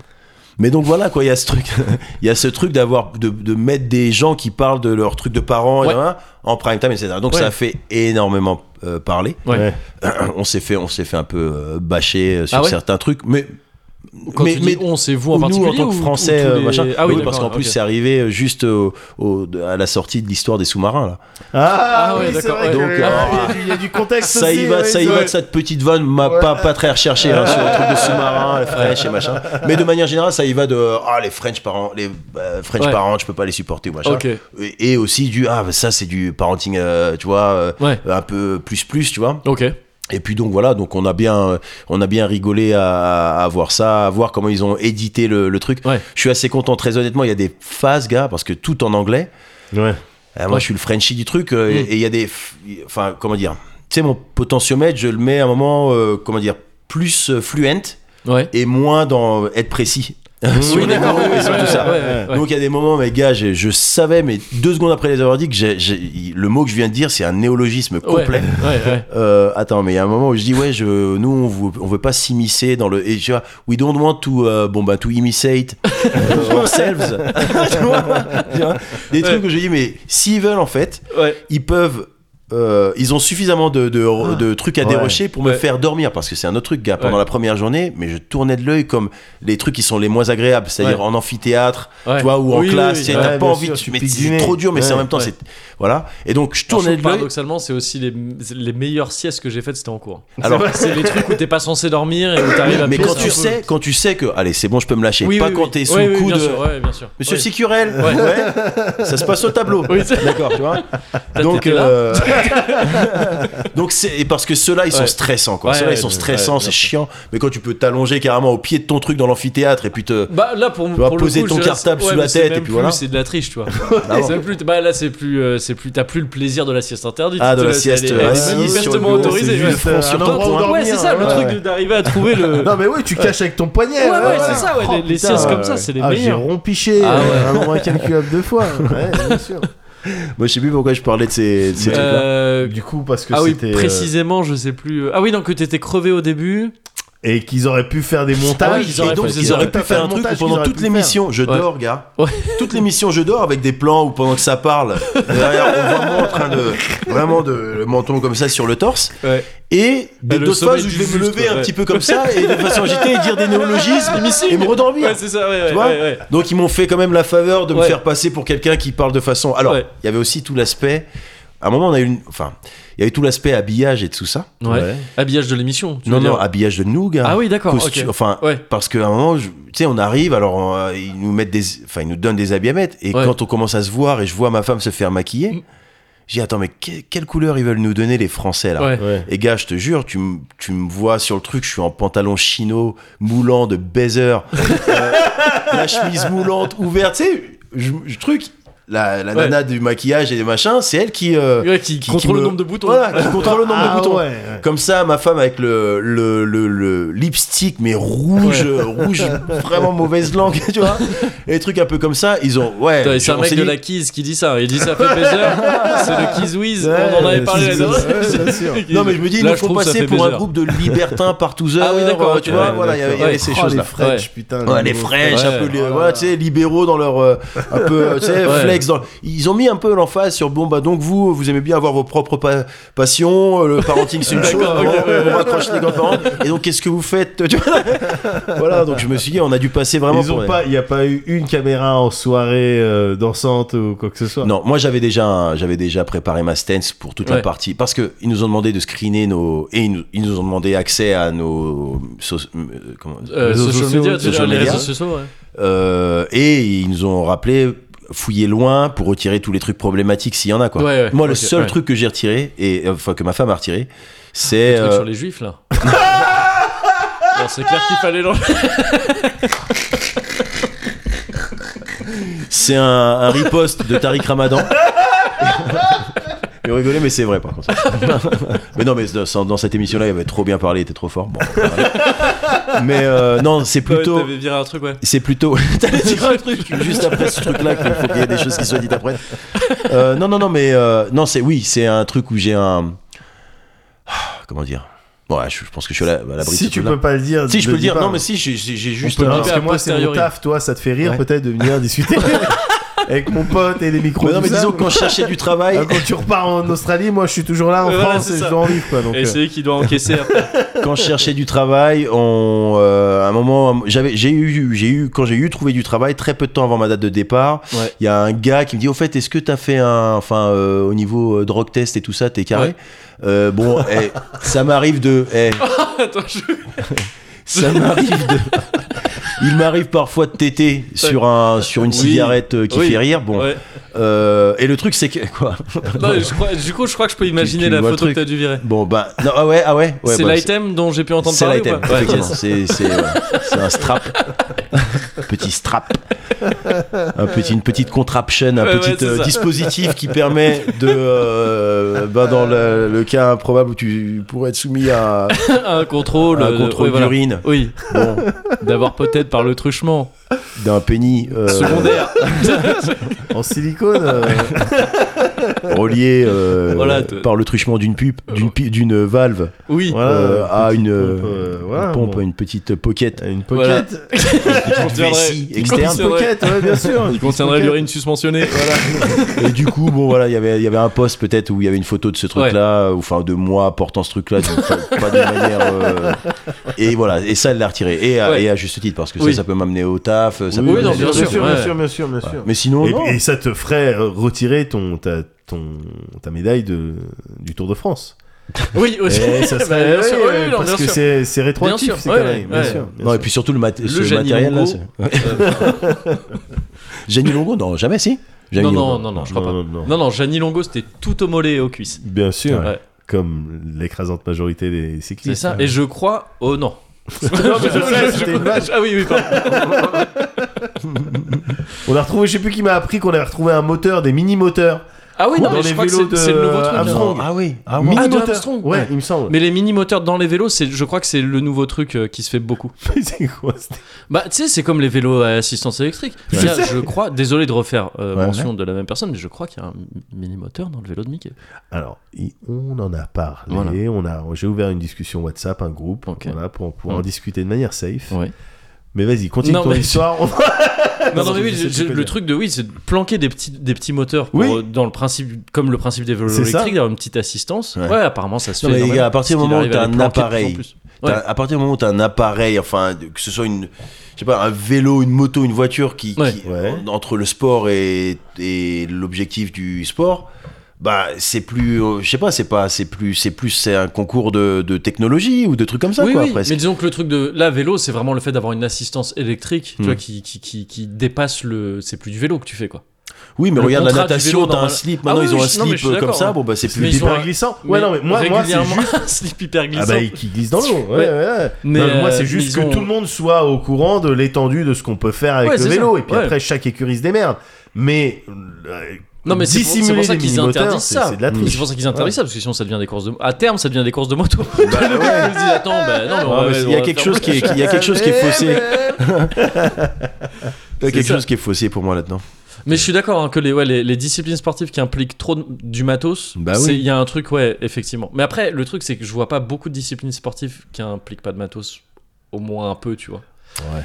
Speaker 2: Mais donc voilà quoi, il y a ce truc, il y a ce truc d'avoir de, de mettre des gens qui parlent de leurs trucs de parents et
Speaker 3: Ouais.
Speaker 2: nan, nan, en prime time etc. Donc
Speaker 3: Ouais.
Speaker 2: ça a fait énormément euh, parler.
Speaker 3: Ouais.
Speaker 1: Ouais.
Speaker 2: On s'est fait, on s'est fait un peu euh, bâcher euh, sur
Speaker 3: Ah ouais
Speaker 2: certains trucs, mais
Speaker 3: Quand
Speaker 2: mais,
Speaker 3: tu
Speaker 2: mais
Speaker 3: dis on, c'est vous en
Speaker 2: ou nous
Speaker 3: particulier
Speaker 2: en tant que
Speaker 3: ou- ou
Speaker 2: Français,
Speaker 3: tous
Speaker 2: euh,
Speaker 3: les-
Speaker 2: machin.
Speaker 3: Ah oui,
Speaker 2: oui, parce qu'en
Speaker 3: d'accord,
Speaker 2: plus
Speaker 3: ok.
Speaker 2: c'est arrivé euh, juste au- au- à la sortie de l'histoire des sous-marins là.
Speaker 1: Ah,
Speaker 3: Ah ouais,
Speaker 1: oui, c'est
Speaker 3: d'accord,
Speaker 1: vrai.
Speaker 3: ouais.
Speaker 1: que-
Speaker 2: Donc,
Speaker 1: ah,
Speaker 2: euh,
Speaker 1: il y a du- il y a du contexte
Speaker 2: ça y
Speaker 1: aussi,
Speaker 2: va,
Speaker 1: ouais,
Speaker 2: ça y
Speaker 1: c'est
Speaker 2: va
Speaker 1: vrai.
Speaker 2: de cette petite vanne, m'a pas, pas très recherchée hein, sur le truc de sous-marin, les French et machin. Mais de manière générale, ça y va de ah les French parents, les euh, French
Speaker 3: Ouais.
Speaker 2: parents, je peux pas les supporter ou machin.
Speaker 3: Ok.
Speaker 2: Et, et aussi du ah bah, ça c'est du parenting, euh, tu vois, euh,
Speaker 3: Ouais.
Speaker 2: un peu plus plus, tu vois.
Speaker 3: Ok.
Speaker 2: Et puis donc voilà, donc on a bien, euh, on a bien rigolé à, à voir ça, à voir comment ils ont édité le, le truc.
Speaker 3: Ouais.
Speaker 2: Je suis assez content, très honnêtement. Il y a des phases, gars, parce que tout en anglais.
Speaker 1: Ouais.
Speaker 2: Euh, moi, je suis le Frenchie du truc.
Speaker 3: Mm.
Speaker 2: euh, Et et il y a des. f- y- Enfin, comment dire Tu sais, mon potentiomètre, je le mets à un moment, euh, comment dire, plus euh, fluent
Speaker 3: Ouais.
Speaker 2: et moins dans euh, être précis. sur
Speaker 3: Mm, Oui,
Speaker 2: les
Speaker 3: d'accord,
Speaker 2: mots
Speaker 3: oui,
Speaker 2: et sur
Speaker 3: ouais,
Speaker 2: tout ça.
Speaker 3: ouais, ouais, ouais.
Speaker 2: Donc il y a des moments, mes gars, je, je savais, mais deux secondes après les avoir dit, que j'ai- j'ai- il- le mot que je viens de dire, c'est un néologisme
Speaker 3: Ouais,
Speaker 2: complet.
Speaker 3: ouais, ouais.
Speaker 2: Euh, attends, mais il y a un moment où je dis ouais, je, nous on, vou- on veut pas s'immiscer dans le, et tu vois, we don't want to, euh, bon bah to imitate euh, ourselves, Tu vois, tu vois. des trucs
Speaker 3: Ouais.
Speaker 2: où je dis mais s'ils veulent en fait,
Speaker 3: Ouais.
Speaker 2: ils peuvent. euh, ils ont suffisamment de, de- de trucs à
Speaker 1: Ah. Ouais.
Speaker 2: dérocher pour me
Speaker 3: Ouais.
Speaker 2: faire dormir parce que c'est un autre truc, gars. Pendant
Speaker 3: Ouais.
Speaker 2: la première journée, mais je tournais de l'œil comme les trucs qui sont les moins agréables, c'est-à-dire
Speaker 3: Ouais.
Speaker 2: en amphithéâtre,
Speaker 3: Ouais.
Speaker 2: tu vois, ou en
Speaker 3: Oui, oui,
Speaker 2: classe.
Speaker 3: oui.
Speaker 2: tu sais,
Speaker 1: Ouais,
Speaker 2: T'as pas
Speaker 1: bien
Speaker 2: envie,
Speaker 1: sûr,
Speaker 2: de-
Speaker 1: tu
Speaker 2: mais
Speaker 1: piques du
Speaker 2: c'est
Speaker 1: nez.
Speaker 2: trop dur, mais c'est en
Speaker 1: Ouais.
Speaker 2: même temps,
Speaker 3: Ouais.
Speaker 2: c'est voilà. Et donc je
Speaker 3: Alors, je
Speaker 2: tournais
Speaker 3: trouve
Speaker 2: de l'œil.
Speaker 3: paradoxalement, c'est aussi les, les meilleures siestes que j'ai faites, c'était en cours.
Speaker 2: Alors
Speaker 3: C'est les trucs où t'es pas censé dormir et où t'arrives à
Speaker 2: Mais
Speaker 3: pied,
Speaker 2: quand
Speaker 3: c'est un
Speaker 2: tu
Speaker 3: peu-
Speaker 2: sais, quand tu sais que, allez, c'est bon, je peux me lâcher.
Speaker 3: Oui,
Speaker 2: pas
Speaker 3: oui,
Speaker 2: quand
Speaker 3: oui.
Speaker 2: t'es sous
Speaker 3: Oui,
Speaker 2: le
Speaker 3: oui,
Speaker 2: coup
Speaker 3: bien
Speaker 2: de
Speaker 3: sûr, ouais, bien sûr.
Speaker 2: Monsieur
Speaker 3: Oui.
Speaker 2: Sicurel,
Speaker 3: Ouais.
Speaker 2: ouais, ça se passe au tableau.
Speaker 3: Oui, c'est-
Speaker 2: D'accord, tu vois.
Speaker 3: T'as-
Speaker 2: Donc,
Speaker 3: t'étais là
Speaker 2: euh, donc c'est et parce que ceux-là ils sont
Speaker 3: Ouais.
Speaker 2: stressants quoi.
Speaker 3: Ouais,
Speaker 2: ceux-là
Speaker 3: ouais,
Speaker 2: ils sont
Speaker 3: je-
Speaker 2: stressants, c'est chiant. Mais quand tu peux t'allonger carrément au pied de ton truc dans l'amphithéâtre et puis te ah,
Speaker 3: Bah là pour,
Speaker 2: vas
Speaker 3: pour le
Speaker 2: poser
Speaker 3: coup,
Speaker 2: ton
Speaker 3: je dirais,
Speaker 2: cartable
Speaker 3: c'est-
Speaker 2: sous
Speaker 3: ouais,
Speaker 2: la
Speaker 3: mais c'est
Speaker 2: tête, et
Speaker 3: même
Speaker 2: puis
Speaker 3: plus,
Speaker 2: voilà.
Speaker 3: C'est de la triche, tu vois.
Speaker 2: Ah bon
Speaker 3: C'est plus, bah là c'est plus, euh, c'est plus, t'as plus le plaisir de la sieste interdite.
Speaker 2: ah de
Speaker 3: Tu
Speaker 2: la
Speaker 3: vois,
Speaker 2: sieste
Speaker 3: elle est- elle est
Speaker 1: assise
Speaker 2: assise
Speaker 1: sur le
Speaker 3: manifestement
Speaker 2: bureau,
Speaker 3: autorisée.
Speaker 2: c'est
Speaker 3: euh, ouais.
Speaker 2: juste le front sur
Speaker 1: Un
Speaker 2: ton
Speaker 1: endroit où
Speaker 2: poing.
Speaker 1: dormir,
Speaker 3: Ouais, c'est ça le
Speaker 1: ouais.
Speaker 3: truc de- d'arriver à trouver le.
Speaker 1: Non mais oui, tu caches avec ton poignet.
Speaker 3: Ouais, ouais,
Speaker 1: voilà.
Speaker 3: c'est ça, ouais, les- les
Speaker 1: putain,
Speaker 3: siestes comme ça, c'est les
Speaker 1: ah, J'ai
Speaker 3: meilleures.
Speaker 1: rompiché
Speaker 3: Ah
Speaker 1: euh,
Speaker 3: ouais.
Speaker 1: un nombre incalculable de fois. Ouais, bien sûr.
Speaker 2: Moi je sais plus pourquoi je parlais de ces, de ces trucs-là.
Speaker 3: Euh,
Speaker 1: Du coup, parce que
Speaker 3: Ah oui,
Speaker 1: c'était euh,
Speaker 3: précisément, je sais plus. euh, Ah oui, non, que t'étais crevé au début.
Speaker 1: et qu'ils auraient pu faire des
Speaker 3: Ah
Speaker 1: montages.
Speaker 3: oui, ils auraient
Speaker 2: et donc,
Speaker 3: pu-
Speaker 2: ils auraient pu
Speaker 1: faire
Speaker 2: faire
Speaker 1: le
Speaker 2: un truc
Speaker 1: montage
Speaker 2: où
Speaker 1: qu'ils
Speaker 2: pendant
Speaker 1: auraient
Speaker 2: toute
Speaker 1: pu faire.
Speaker 2: l'émission, je
Speaker 3: Ouais.
Speaker 2: dors, gars.
Speaker 3: Ouais.
Speaker 2: Toute l'émission, je dors avec des plans où pendant que ça parle, derrière, on voit moi en train de vraiment de le menton comme ça sur le torse.
Speaker 3: Ouais.
Speaker 2: Et
Speaker 3: Bah,
Speaker 2: des
Speaker 3: le
Speaker 2: d'autres
Speaker 3: sommeil
Speaker 2: phases où je
Speaker 3: du
Speaker 2: vais me
Speaker 3: juste,
Speaker 2: lever
Speaker 3: quoi,
Speaker 2: un
Speaker 3: ouais.
Speaker 2: petit peu comme ça et de façon agitée et dire des néologismes et me redormir.
Speaker 3: Ouais, c'est ça. Ouais, ouais,
Speaker 2: vois
Speaker 3: ouais, ouais.
Speaker 2: Donc ils m'ont fait quand même la faveur de me
Speaker 3: Ouais.
Speaker 2: faire passer pour quelqu'un qui parle de façon. Alors
Speaker 3: Ouais.
Speaker 2: il y avait aussi tout l'aspect. À un moment on a eu une, enfin il y avait tout l'aspect habillage et tout ça.
Speaker 3: Ouais. Habillage de l'émission. tu
Speaker 2: Non
Speaker 3: veux
Speaker 2: non
Speaker 3: dire.
Speaker 2: habillage de nous gars.
Speaker 3: Ah oui, d'accord.
Speaker 2: Costu-
Speaker 3: ok.
Speaker 2: Enfin
Speaker 3: Ouais.
Speaker 2: parce qu'à un moment, je- tu sais, on arrive, alors euh, ils nous mettent des, enfin ils nous donnent des habits à mettre, et
Speaker 3: Ouais.
Speaker 2: quand on commence à se voir et je vois ma femme se faire
Speaker 3: Mm.
Speaker 2: maquiller, j'ai dit attends mais que- quelle couleur ils veulent nous donner les Français là
Speaker 3: Ouais.
Speaker 1: Ouais.
Speaker 2: Et gars, je te jure, tu m- tu me vois sur le truc, je suis en pantalon chino moulant de baiser, euh, la chemise moulante ouverte, tu sais, je, je- truc. La, la
Speaker 3: Ouais.
Speaker 2: nana du maquillage et des machins, c'est elle qui, euh,
Speaker 3: Ouais, qui,
Speaker 2: qui- qui
Speaker 3: contrôle
Speaker 2: me-
Speaker 3: le nombre de boutons.
Speaker 2: voilà, qui contrôle le nombre
Speaker 1: Ah
Speaker 2: de boutons.
Speaker 1: ouais, ouais.
Speaker 2: Comme ça, ma femme avec le, le, le, le lipstick, mais rouge,
Speaker 3: Ouais.
Speaker 2: euh, rouge, vraiment mauvaise langue, tu vois. Et des trucs un peu comme ça, ils ont. Ouais,
Speaker 3: Putain, et C'est
Speaker 2: je-
Speaker 3: un
Speaker 2: on
Speaker 3: mec
Speaker 2: s'est
Speaker 3: de
Speaker 2: dit-
Speaker 3: la Kiz qui dit ça. Il dit ça fait baiser. C'est le Kiz Wiz. on en
Speaker 1: Ouais,
Speaker 3: avait parlé la
Speaker 1: c'est-
Speaker 3: dernière
Speaker 1: ouais, bien sûr.
Speaker 2: Non, mais je me dis, ils
Speaker 3: Là,
Speaker 2: nous
Speaker 3: je
Speaker 2: font
Speaker 3: trouve ça
Speaker 2: passer
Speaker 3: fait
Speaker 2: pour un
Speaker 3: baiser.
Speaker 2: groupe de libertins partouzeurs,
Speaker 3: Ah oui, d'accord,
Speaker 2: euh,
Speaker 3: ok.
Speaker 2: tu vois,
Speaker 1: Ouais,
Speaker 2: voilà, il y avait, il y avait
Speaker 3: ouais.
Speaker 2: ces
Speaker 1: Oh,
Speaker 2: choses-là.
Speaker 1: Les French, putain.
Speaker 2: Ouais,
Speaker 1: les
Speaker 2: les
Speaker 1: nouveaux
Speaker 2: fraîches,
Speaker 3: Ouais.
Speaker 2: un peu, les- voilà, tu sais, libéraux dans leur, euh, un peu, euh, tu sais,
Speaker 3: Ouais.
Speaker 2: flex. Dans, ils ont mis un peu l'emphase sur, bon, bah, donc vous, vous aimez bien avoir vos propres pa- passions, euh, le parenting, c'est une chose,
Speaker 3: D'accord, ok, ouais,
Speaker 2: on, on accroche les grands-parents, et donc qu'est-ce que vous faites, tu vois Voilà, donc je me suis dit, on a dû passer vraiment
Speaker 1: Ils
Speaker 2: pour
Speaker 1: ont
Speaker 2: des-
Speaker 1: pas, il n'y a pas eu une caméra en soirée euh, dansante ou quoi que ce soit.
Speaker 2: Non, moi j'avais déjà, un- j'avais déjà préparé ma stance pour toute
Speaker 3: Ouais.
Speaker 2: la partie parce que ils nous ont demandé de screener nos et ils nous, ils nous ont demandé accès à nos so- euh, comment-
Speaker 3: Euh,
Speaker 1: Réseaux
Speaker 3: social
Speaker 1: sociaux,
Speaker 3: media, tu veux dire,
Speaker 2: social
Speaker 3: les
Speaker 2: media.
Speaker 3: réseaux sociaux, ouais.
Speaker 2: Euh, et ils nous ont rappelé fouiller loin pour retirer tous les trucs problématiques s'il y en a quoi.
Speaker 3: Ouais, ouais,
Speaker 2: Moi le
Speaker 3: ok,
Speaker 2: seul
Speaker 3: ouais.
Speaker 2: truc que j'ai retiré et euh, enfin que ma femme a retiré, c'est
Speaker 3: Le truc
Speaker 2: euh,
Speaker 3: sur les juifs là. Bon, c'est clair qu'il fallait l'enlever.
Speaker 2: c'est un, un riposte de Tariq Ramadan. Et rigolez, mais c'est vrai par contre. mais non, mais dans, dans cette émission-là, il avait trop bien parlé, il était trop fort. Bon, voilà. mais euh, non, c'est plutôt.
Speaker 3: T'avais viré un truc, ouais.
Speaker 2: c'est plutôt t'allais dire
Speaker 3: un truc.
Speaker 2: juste après ce truc là qu'il faut qu'il y ait des choses qui soient dites après Euh, non non non mais euh, non c'est oui c'est un truc où j'ai un Ah, comment dire ouais je, je pense que je suis à la- à l'abri de
Speaker 1: si
Speaker 2: ce
Speaker 1: tu
Speaker 2: truc-là.
Speaker 1: peux pas le dire.
Speaker 2: si je
Speaker 1: ne
Speaker 2: peux le dire
Speaker 1: pas.
Speaker 2: non mais si j'ai j'ai- j'ai
Speaker 1: On
Speaker 2: juste euh,
Speaker 1: peut le dire,
Speaker 2: un-
Speaker 1: parce
Speaker 3: à
Speaker 1: que moi c'est mon
Speaker 3: posteriori.
Speaker 1: taf, toi ça te fait rire
Speaker 2: Ouais.
Speaker 1: peut-être de venir discuter avec mon pote et les micros.
Speaker 2: Mais non
Speaker 1: tout
Speaker 2: mais
Speaker 1: ça.
Speaker 2: disons que quand je cherchais du travail
Speaker 1: Ah, quand tu repars en Australie, moi je suis toujours là en
Speaker 3: Ouais, voilà,
Speaker 1: France
Speaker 3: c'est
Speaker 1: et je
Speaker 3: ça.
Speaker 1: dois en vivre quoi. Donc,
Speaker 3: Et
Speaker 1: euh,
Speaker 3: c'est lui qui doit encaisser après.
Speaker 2: quand je cherchais du travail, on, euh, à un moment, j'avais, j'ai eu, j'ai eu, quand j'ai eu trouvé du travail, très peu de temps avant ma date de départ, il
Speaker 3: Ouais.
Speaker 2: y a un gars qui me dit, au fait, est-ce que t'as fait un, enfin, euh, au niveau euh, drug test et tout ça, t'es carré
Speaker 3: Ouais.
Speaker 2: Euh, Bon, eh, ça m'arrive de, eh,
Speaker 3: Attends, je...
Speaker 2: ça m'arrive de. Il m'arrive parfois de téter sur, un, sur une
Speaker 3: Oui.
Speaker 2: cigarette euh, qui
Speaker 3: Oui.
Speaker 2: fait rire. Bon.
Speaker 3: Ouais.
Speaker 2: Euh, et le truc, c'est que. Quoi
Speaker 3: Non, je crois- du coup, je crois que je peux imaginer
Speaker 2: tu
Speaker 3: la
Speaker 2: vois le
Speaker 3: photo que
Speaker 2: truc.
Speaker 3: t'as dû virer.
Speaker 2: Bon, bah. Non, ah ouais, ah ouais. ouais,
Speaker 3: c'est
Speaker 2: bah,
Speaker 3: l'item dont j'ai pu entendre
Speaker 2: C'est
Speaker 3: parler.
Speaker 2: l'item,
Speaker 3: ou pas Ouais,
Speaker 2: effectivement.
Speaker 3: yes.
Speaker 2: C'est- c'est euh, c'est un strap. petit strap. Un petit, une petite contraption, un
Speaker 3: Ouais, ouais,
Speaker 2: petit
Speaker 3: c'est
Speaker 2: euh,
Speaker 3: ça.
Speaker 2: dispositif qui permet de. euh, bah, dans le, le cas improbable où tu pourrais être soumis à
Speaker 3: Un contrôle,
Speaker 2: un
Speaker 3: euh,
Speaker 2: contrôle
Speaker 3: ouais, voilà.
Speaker 2: d'urine
Speaker 3: Oui,
Speaker 2: bon,
Speaker 3: d'avoir peut-être par le truchement
Speaker 2: d'un pénis euh,
Speaker 3: secondaire.
Speaker 1: En silicone. euh,
Speaker 2: relié euh,
Speaker 3: Voilà, t-
Speaker 2: par le truchement d'une pub, d'une pi- d'une valve
Speaker 3: Oui,
Speaker 1: Voilà,
Speaker 2: euh, à une,
Speaker 1: pompe,
Speaker 2: euh,
Speaker 1: euh, voilà,
Speaker 2: une pompe,
Speaker 1: bon.
Speaker 2: une petite pocket,
Speaker 1: Une
Speaker 3: Voilà.
Speaker 1: pocket.
Speaker 3: il contiendrait-
Speaker 2: vessie
Speaker 3: il
Speaker 2: externe.
Speaker 3: contiendrait-
Speaker 1: Pocket, ouais, bien sûr.
Speaker 3: Il contiendrait l'urine suspentionnée.
Speaker 2: Et du coup, bon voilà, il y avait- il y avait un post peut-être où il y avait une photo de ce truc-là, ou enfin de moi portant ce truc-là, d'une fa- pas d'une manière. euh, Et voilà, et ça, elle l'a retiré. Et à,
Speaker 3: Ouais.
Speaker 2: et à juste titre, parce que
Speaker 3: Oui.
Speaker 2: ça, ça peut m'amener au taf. euh, Ça
Speaker 3: Oui,
Speaker 2: peut
Speaker 3: non,
Speaker 2: m'amener-
Speaker 3: bien
Speaker 1: bien,
Speaker 3: sûr,
Speaker 1: sûr,
Speaker 3: ouais.
Speaker 1: bien sûr, bien sûr, bien sûr.
Speaker 2: Mais sinon, non.
Speaker 1: Et, et ça te ferait euh, retirer ton, ta, ton, ta médaille de, du Tour de France.
Speaker 3: Oui, aussi.
Speaker 1: Et ça
Speaker 3: Bah,
Speaker 1: serait,
Speaker 3: bien
Speaker 1: ouais,
Speaker 3: sûr, oui, non,
Speaker 1: parce
Speaker 3: bien
Speaker 1: que
Speaker 3: sûr.
Speaker 1: c'est c'est rétroactif,
Speaker 3: Bien sûr,
Speaker 1: ces
Speaker 3: ouais,
Speaker 1: conneries, bien
Speaker 3: ouais.
Speaker 1: sûr, bien
Speaker 2: non, et
Speaker 1: sûr.
Speaker 2: puis surtout le, mat- ce
Speaker 3: Gianni
Speaker 2: matériel-là.
Speaker 3: Longo.
Speaker 2: Jenny Longo, non, jamais si. Gianni
Speaker 3: Non, non,
Speaker 2: Longo.
Speaker 3: non, non, je crois
Speaker 1: Non,
Speaker 3: pas.
Speaker 1: non, non.
Speaker 3: Non, non, Gianni Longo, c'était tout au mollet et aux cuisses.
Speaker 1: Bien sûr,
Speaker 3: Ouais.
Speaker 1: comme l'écrasante majorité des cyclistes. Euh,
Speaker 3: C'est ça. Et je crois. Oh non.
Speaker 1: c'était une
Speaker 3: ah oui, oui, pardon.
Speaker 1: On a retrouvé, je sais plus qui m'a appris qu'on avait retrouvé un moteur, des mini-moteurs.
Speaker 3: Ah oui, non,
Speaker 1: Dans
Speaker 3: mais
Speaker 1: les
Speaker 3: je crois que
Speaker 1: vélos
Speaker 3: c'est c'est le
Speaker 1: de
Speaker 3: nouveau truc. là.
Speaker 1: Armstrong.
Speaker 2: Non, Ah oui, ah, ouais.
Speaker 3: de
Speaker 1: Mini-moteurs.
Speaker 3: Armstrong,
Speaker 1: ouais,
Speaker 3: ouais.
Speaker 1: il me semble.
Speaker 3: Mais les mini-moteurs dans les vélos, c'est, je crois que c'est le nouveau truc euh, qui se fait beaucoup.
Speaker 1: Mais c'est quoi c'était-
Speaker 3: Bah, tu sais, c'est comme les vélos à assistance électrique. Il y a, je crois, désolé de refaire euh,
Speaker 2: Ouais,
Speaker 3: mention de la même personne, mais je crois qu'il y a un mi- mini-moteur dans le vélo de Mickey.
Speaker 1: Alors, il- on en a parlé.
Speaker 3: Voilà.
Speaker 1: On a, j'ai ouvert une discussion WhatsApp, un groupe,
Speaker 3: Ok.
Speaker 1: voilà, pour pouvoir en
Speaker 3: Mm.
Speaker 1: discuter de manière safe.
Speaker 3: Ouais.
Speaker 1: Mais vas-y, continue
Speaker 3: Non,
Speaker 1: ton
Speaker 3: mais-
Speaker 1: histoire. on-
Speaker 3: Non, non,
Speaker 1: Parce
Speaker 3: mais
Speaker 1: que
Speaker 3: oui,
Speaker 1: je sais
Speaker 3: je-
Speaker 1: plus quoi
Speaker 3: le
Speaker 1: dire.
Speaker 3: truc de oui, c'est de planquer des petits, des petits moteurs pour,
Speaker 1: Oui.
Speaker 3: euh, dans le principe, comme le principe des vélos
Speaker 1: C'est ça.
Speaker 3: électriques, d'avoir une petite assistance. Ouais,
Speaker 2: Ouais.
Speaker 3: apparemment, ça se
Speaker 2: Non,
Speaker 3: fait.
Speaker 2: mais les gars,
Speaker 3: énormément,
Speaker 2: à partir du
Speaker 3: parce qu'il
Speaker 2: moment où
Speaker 3: arrive à
Speaker 2: t'as
Speaker 3: les
Speaker 2: un
Speaker 3: planquer de
Speaker 2: appareil,
Speaker 3: plus en plus.
Speaker 2: T'as-
Speaker 3: Ouais.
Speaker 2: À partir du moment où tu as un appareil, enfin, de- que ce soit une, je sais pas, un vélo, une moto, une voiture qui,
Speaker 3: Ouais.
Speaker 2: qui-
Speaker 1: Ouais.
Speaker 2: en- entre le sport et, et l'objectif du sport, bah c'est plus, euh, je sais pas, c'est pas, c'est plus, c'est plus, c'est un concours de, de technologie ou de trucs comme ça,
Speaker 3: oui,
Speaker 2: quoi,
Speaker 3: oui.
Speaker 2: presque.
Speaker 3: mais disons que le truc de la vélo, c'est vraiment le fait d'avoir une assistance électrique, tu
Speaker 2: Hmm.
Speaker 3: vois, qui, qui, qui, qui dépasse le. C'est plus du vélo que tu fais, quoi.
Speaker 2: Oui, mais
Speaker 3: Le
Speaker 2: regarde la
Speaker 3: contrat du vélo
Speaker 2: natation, t'as un
Speaker 3: normal.
Speaker 2: slip.
Speaker 3: Ah
Speaker 2: Maintenant,
Speaker 3: oui,
Speaker 2: ils ont
Speaker 3: je-
Speaker 2: un
Speaker 3: non, mais je
Speaker 2: slip
Speaker 3: suis
Speaker 2: euh, comme
Speaker 3: d'accord,
Speaker 2: ça.
Speaker 3: hein.
Speaker 2: Bon, bah c'est
Speaker 3: Mais
Speaker 2: plus.
Speaker 3: ils ont
Speaker 1: Hyper
Speaker 3: un-
Speaker 1: glissant. Ouais,
Speaker 3: Mais
Speaker 1: non, mais moi, moi c'est
Speaker 3: régulièrement,
Speaker 1: juste.
Speaker 3: un slip hyper glissant.
Speaker 1: Ah bah, qui glisse dans l'eau. Ouais,
Speaker 3: Ouais.
Speaker 1: ouais.
Speaker 3: Mais,
Speaker 1: Non, mais moi,
Speaker 3: euh,
Speaker 1: c'est
Speaker 3: mais
Speaker 1: juste
Speaker 3: ils
Speaker 1: que
Speaker 3: ont-
Speaker 1: tout le monde soit au courant de l'étendue de ce qu'on peut faire avec
Speaker 3: Ouais,
Speaker 1: le
Speaker 3: c'est
Speaker 1: vélo.
Speaker 3: ça.
Speaker 1: Et puis
Speaker 3: Ouais.
Speaker 1: après, chaque écurie se démerde. Mais. euh,
Speaker 3: Non, mais c'est pour-
Speaker 1: dissimuler
Speaker 3: c'est pour ça
Speaker 1: les
Speaker 3: qu'ils
Speaker 1: mini-moteurs,
Speaker 3: interdisent
Speaker 1: c'est-
Speaker 3: ça.
Speaker 1: C'est de la
Speaker 3: Mais C'est
Speaker 1: triche.
Speaker 3: pour ça qu'ils interdisent ça, parce que sinon ça devient des courses de. À terme, ça devient des courses de moto. Le gars, il se dit, attends, bah non, mais on
Speaker 2: Ah,
Speaker 3: va-
Speaker 2: mais
Speaker 3: on
Speaker 2: Il y a
Speaker 3: va
Speaker 2: quelque
Speaker 3: faire-
Speaker 2: chose qui est, il y a quelque chose qui est faussé. Il y a
Speaker 3: C'est
Speaker 2: quelque
Speaker 3: ça.
Speaker 2: chose qui est faussé pour moi là-dedans.
Speaker 3: Mais je suis d'accord hein, que les, ouais, les, les disciplines sportives qui impliquent trop de- du matos,
Speaker 2: Bah
Speaker 3: c'est-
Speaker 2: oui.
Speaker 3: il y a un truc, ouais, effectivement. Mais après, le truc, c'est que je vois pas beaucoup de disciplines sportives qui impliquent pas de matos, au moins un peu, tu vois.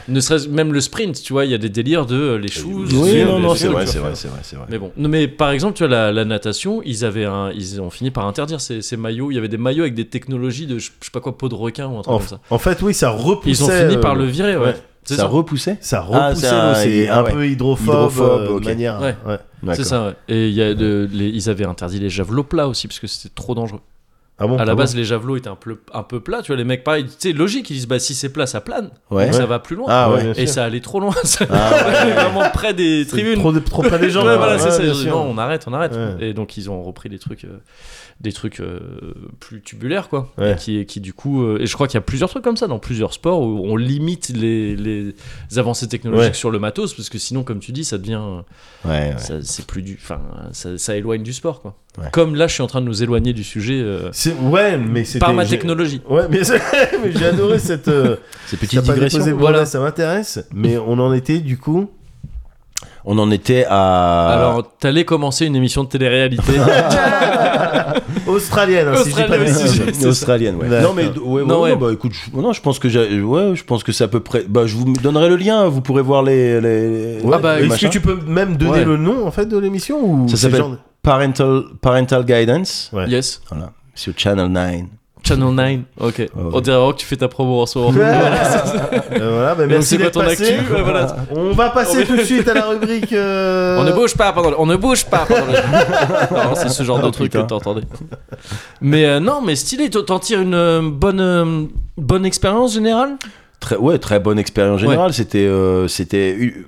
Speaker 3: Ne serait-ce même le sprint, tu vois, il y a des délires de euh, les shoes.
Speaker 2: Oui,
Speaker 3: les-
Speaker 2: non,
Speaker 3: les-
Speaker 2: non,
Speaker 3: les-
Speaker 2: c'est
Speaker 3: les-
Speaker 2: vrai,
Speaker 3: tu
Speaker 2: c'est
Speaker 3: vois.
Speaker 2: vrai, c'est vrai, c'est vrai.
Speaker 3: Mais bon, Non, mais par exemple, tu vois, la, la natation, ils avaient un, ils ont fini par interdire ces, ces maillots. Il y avait des maillots avec des technologies de, je je sais pas quoi, peau de requin ou un truc
Speaker 2: Oh,
Speaker 1: En,
Speaker 3: comme ça.
Speaker 1: en fait, oui, ça repoussait.
Speaker 3: Ils ont fini
Speaker 1: euh,
Speaker 3: par le virer, ouais.
Speaker 1: ouais.
Speaker 3: C'est
Speaker 2: Ça
Speaker 3: ça,
Speaker 2: repoussait.
Speaker 1: Ça
Speaker 2: Ah,
Speaker 1: repoussait.
Speaker 2: ça-
Speaker 1: l'eau, c'est
Speaker 2: ah
Speaker 1: un
Speaker 2: ouais.
Speaker 1: peu hydrophobe.
Speaker 2: Hydrophobe,
Speaker 1: euh, de
Speaker 2: ok.
Speaker 1: manière.
Speaker 3: Ouais.
Speaker 1: ouais.
Speaker 3: c'est ça, ouais. Et il y a de, les- ils avaient interdit les javelots plats aussi parce que c'était trop dangereux.
Speaker 1: Ah bon
Speaker 3: à
Speaker 1: ah
Speaker 3: la
Speaker 1: bon
Speaker 3: base, les javelots étaient un peu, un peu plats. Tu vois, les mecs, pareil, tu sais, logique, ils disent bah si c'est plat, ça plane.
Speaker 2: Ouais.
Speaker 3: Donc ça va plus loin.
Speaker 2: Ah
Speaker 1: Ouais,
Speaker 2: ouais.
Speaker 1: bien
Speaker 3: et
Speaker 1: sûr.
Speaker 3: ça allait trop loin. Ça
Speaker 2: Ah ouais.
Speaker 3: allait vraiment près des tribunes.
Speaker 1: Trop, trop près des gens.
Speaker 3: Ouais, voilà, c'est ça.
Speaker 1: bien
Speaker 3: Ils ont dit,
Speaker 1: sûr.
Speaker 3: non, on arrête, on arrête.
Speaker 1: Ouais.
Speaker 3: Et donc ils ont repris des trucs, euh, des trucs euh, plus tubulaires, quoi.
Speaker 1: Ouais.
Speaker 3: Et qui, qui du coup, euh, et je crois qu'il y a plusieurs trucs comme ça dans plusieurs sports où on limite les, les avancées technologiques
Speaker 1: Ouais.
Speaker 3: sur le matos parce que sinon, comme tu dis, ça devient,
Speaker 2: Ah Ouais, ouais.
Speaker 3: ça- c'est plus du, enfin, ça, ça éloigne du sport, quoi.
Speaker 2: Ouais.
Speaker 3: Comme là, je suis en train de nous éloigner du sujet euh,
Speaker 1: C'est- Ouais, mais c'était.
Speaker 3: par ma
Speaker 1: j'ai-
Speaker 3: technologie.
Speaker 1: Ouais, mais c'est- mais j'ai adoré cette. euh,
Speaker 2: C'est
Speaker 1: t'as
Speaker 2: petite
Speaker 1: pas
Speaker 2: digression.
Speaker 1: déposé pour
Speaker 3: Voilà.
Speaker 1: là, ça m'intéresse. Mais on en était du coup.
Speaker 2: On en était à.
Speaker 3: Alors, t'allais commencer une émission de télé-réalité.
Speaker 1: Australienne, hein, si je dis pas de
Speaker 3: Australienne,
Speaker 1: bêtises.
Speaker 3: si je-
Speaker 2: Une australienne, ouais.
Speaker 1: D'accord.
Speaker 2: Non mais d- ouais, ouais,
Speaker 3: Non,
Speaker 2: ouais,
Speaker 3: ouais.
Speaker 2: bah écoute, je, non, je pense que j'ai- ouais, je pense que c'est à peu près. Bah, je vous donnerai le lien, vous pourrez voir les. les
Speaker 1: Ouais,
Speaker 3: Ah bah,
Speaker 2: les
Speaker 1: Est-ce
Speaker 2: machins.
Speaker 1: que tu peux même donner
Speaker 2: Ouais.
Speaker 1: le nom en fait de l'émission ou
Speaker 2: Ça
Speaker 1: c'est
Speaker 2: s'appelle
Speaker 1: genre-
Speaker 2: Parental Parental Guidance.
Speaker 1: Ouais.
Speaker 3: yes.
Speaker 2: Voilà, sur Channel 9.
Speaker 3: Channel 9. Ok.
Speaker 2: Ah,
Speaker 3: On dirait vraiment que tu fais ta promo en ce moment.
Speaker 1: Euh, voilà, bah, merci
Speaker 3: Merci pour
Speaker 1: d'être
Speaker 3: ton
Speaker 1: passé.
Speaker 3: actu. Ouais, voilà.
Speaker 2: Ah.
Speaker 1: On va
Speaker 3: On
Speaker 1: passer
Speaker 3: est-
Speaker 1: tout de suite à la rubrique. euh,
Speaker 3: On ne bouge pas pendant le... On ne bouge pas pendant le... Non, c'est ce genre
Speaker 2: Ah,
Speaker 3: de truc que t'entendais. Mais euh, non, mais stylé, t'en- t'en tires une euh, bonne, euh, bonne expérience générale
Speaker 2: Très, ouais, très bonne expérience générale. C'était, euh, c'était hu-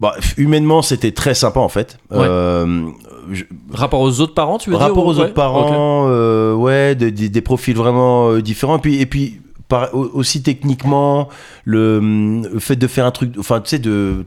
Speaker 2: bah, humainement, c'était très sympa en fait.
Speaker 3: Ouais.
Speaker 2: Euh, je-
Speaker 3: Rapport aux autres parents, tu veux dire
Speaker 2: rapport
Speaker 3: ou-
Speaker 2: aux
Speaker 3: ouais,
Speaker 2: autres parents, euh, ouais, des, des- des profils vraiment euh, différents. Et puis, et puis par- au- aussi techniquement, le, hum, le fait de faire un truc, enfin, tu sais, de,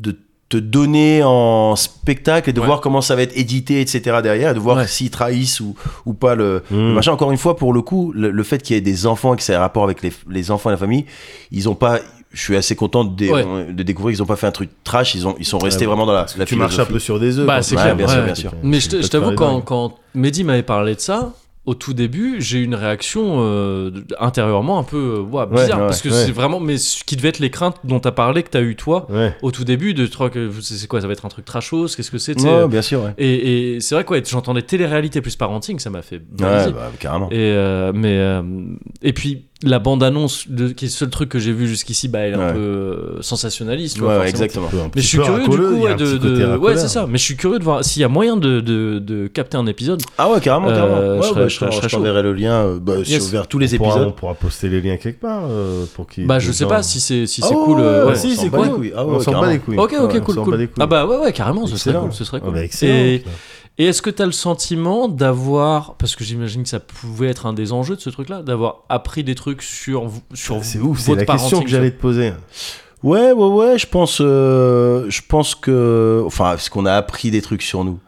Speaker 2: de te donner en spectacle et de
Speaker 3: Ouais.
Speaker 2: voir comment ça va être édité, etc. derrière, et de voir
Speaker 3: Ouais.
Speaker 2: s'ils trahissent ou, ou pas le,
Speaker 1: Mm.
Speaker 3: Hmm.
Speaker 2: le machin. Encore une fois, pour le coup, le, le fait qu'il y ait des enfants et que ça ait rapport avec les, les enfants et la famille, ils ont pas. Je suis assez content de, dé- de découvrir qu'ils n'ont pas fait un truc trash, ils, ont, ils sont restés
Speaker 1: Ouais,
Speaker 2: vraiment dans la, la
Speaker 1: Tu marches un
Speaker 2: philosophie.
Speaker 1: peu sur des œufs.
Speaker 3: Bah,
Speaker 1: quand
Speaker 3: c'est
Speaker 1: même.
Speaker 3: clair,
Speaker 2: bien
Speaker 3: ouais.
Speaker 2: sûr, bien sûr.
Speaker 3: ok. Mais je t-
Speaker 1: peux
Speaker 3: je
Speaker 1: te parler
Speaker 3: t'avoue, quand,
Speaker 1: dingue.
Speaker 3: quand Mehdi m'avait parlé de ça, au tout début, j'ai eu une réaction euh, d- intérieurement un peu euh, ouah,
Speaker 2: Ouais,
Speaker 3: bizarre.
Speaker 2: ouais,
Speaker 3: parce que
Speaker 1: ouais.
Speaker 3: c'est vraiment. Mais ce qui devait être les craintes dont t'as parlé, que t'as eu toi,
Speaker 1: Ouais.
Speaker 3: au tout début, de truc, euh, c'est c'est quoi Ça va être un truc trashos Qu'est-ce que c'est tu sais,
Speaker 2: Ouais,
Speaker 3: euh,
Speaker 2: bien sûr, ouais.
Speaker 3: Et, et c'est vrai que ouais, j'entendais télé-réalité plus parenting, ça m'a fait.
Speaker 2: Ouais,
Speaker 3: baiser.
Speaker 2: bah, carrément.
Speaker 3: Et, euh, mais, euh, et puis la bande-annonce, de- qui est le seul truc que j'ai vu jusqu'ici, bah, elle est un
Speaker 2: Ouais.
Speaker 3: peu euh, sensationnaliste. tu hein.
Speaker 2: Ouais,
Speaker 3: vois,
Speaker 2: ouais,
Speaker 3: forcément.
Speaker 2: exactement.
Speaker 1: Un
Speaker 3: Mais
Speaker 1: petit
Speaker 3: je suis
Speaker 1: peu
Speaker 3: curieux du
Speaker 1: racoleux,
Speaker 3: coup
Speaker 1: il y a
Speaker 3: ouais,
Speaker 1: un
Speaker 3: de,
Speaker 1: petit côté
Speaker 3: de- ouais
Speaker 1: racoleur.
Speaker 3: c'est ça. Mais je suis curieux de voir s'il y a moyen de, de, de capter un épisode.
Speaker 2: Ah ouais, carrément,
Speaker 3: Euh,
Speaker 2: carrément.
Speaker 3: je
Speaker 2: Ouais,
Speaker 3: serais-
Speaker 2: bah,
Speaker 3: je serais- je serais chaud.
Speaker 2: t'enverrai le lien euh, bah,
Speaker 3: Yes.
Speaker 2: sur- vers tous les
Speaker 1: On pourra-
Speaker 2: épisodes.
Speaker 1: on pourra poster les liens quelque part euh, pour qu'ils.
Speaker 3: Bah je sais pas si c'est si c'est cool. euh, ouais.
Speaker 1: Oh, si,
Speaker 2: on
Speaker 1: c'est
Speaker 2: s'en bat
Speaker 1: cool.
Speaker 2: les couilles. Ah ouais,
Speaker 1: on s'en bat
Speaker 2: carrément.
Speaker 1: les couilles.
Speaker 3: Ok ok
Speaker 1: Ouais, on
Speaker 3: cool
Speaker 1: s'en
Speaker 3: cool.
Speaker 1: bat les couilles.
Speaker 3: Ah bah ouais ouais carrément ce serait
Speaker 1: Excellent.
Speaker 3: cool ce serait
Speaker 1: Ah
Speaker 3: cool.
Speaker 1: bah, excellent.
Speaker 3: Et- Et est-ce que tu as le sentiment d'avoir, parce que j'imagine que ça pouvait être un des enjeux de ce truc-là, d'avoir appris des trucs sur, vous- sur
Speaker 1: Ah, C'est
Speaker 3: vous-
Speaker 1: ouf, c'est
Speaker 3: votre
Speaker 1: la question
Speaker 3: parenting,
Speaker 1: que j'allais te poser.
Speaker 2: Ouais, ouais, ouais, je pense, euh, je pense que. Enfin, parce qu'on a appris des trucs sur nous.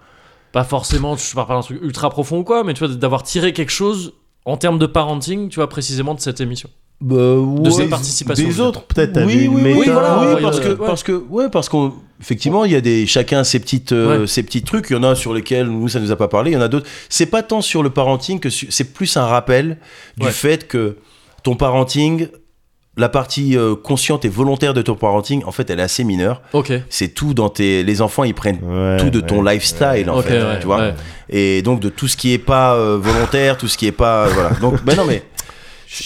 Speaker 3: Pas forcément, je parle pas d'un truc ultra profond ou quoi, mais tu vois, d'avoir tiré quelque chose en termes de parenting, tu vois, précisément de cette émission.
Speaker 2: Bah, ouais.
Speaker 3: De cette participation. je
Speaker 1: Des
Speaker 3: veux dire.
Speaker 1: autres, peut-être. t'as
Speaker 2: Oui,
Speaker 1: vu
Speaker 2: oui,
Speaker 1: une
Speaker 2: oui,
Speaker 1: méta, euh,
Speaker 3: oui, voilà,
Speaker 2: oui,
Speaker 3: on va y
Speaker 2: parce que,
Speaker 3: aller. Ouais.
Speaker 2: parce que, ouais, parce qu'on, effectivement, il y a des, chacun ses petites, euh,
Speaker 3: Ouais.
Speaker 2: ses petits trucs. Il y en a sur lesquels nous ça nous a pas parlé. Il y en a d'autres. C'est pas tant sur le parenting que su- c'est plus un rappel du
Speaker 3: Ouais.
Speaker 2: fait que ton parenting, la partie euh, consciente et volontaire de ton parenting, en fait, elle est assez mineure.
Speaker 3: Ok.
Speaker 2: C'est tout dans tes, les enfants, ils prennent
Speaker 1: Ouais,
Speaker 2: tout de ton
Speaker 1: ouais.
Speaker 2: lifestyle en
Speaker 3: Ok,
Speaker 2: fait,
Speaker 3: ouais,
Speaker 2: tu vois.
Speaker 3: ouais.
Speaker 2: Et donc de tout ce qui est pas euh, volontaire, tout ce qui est pas euh, voilà. Donc ben non mais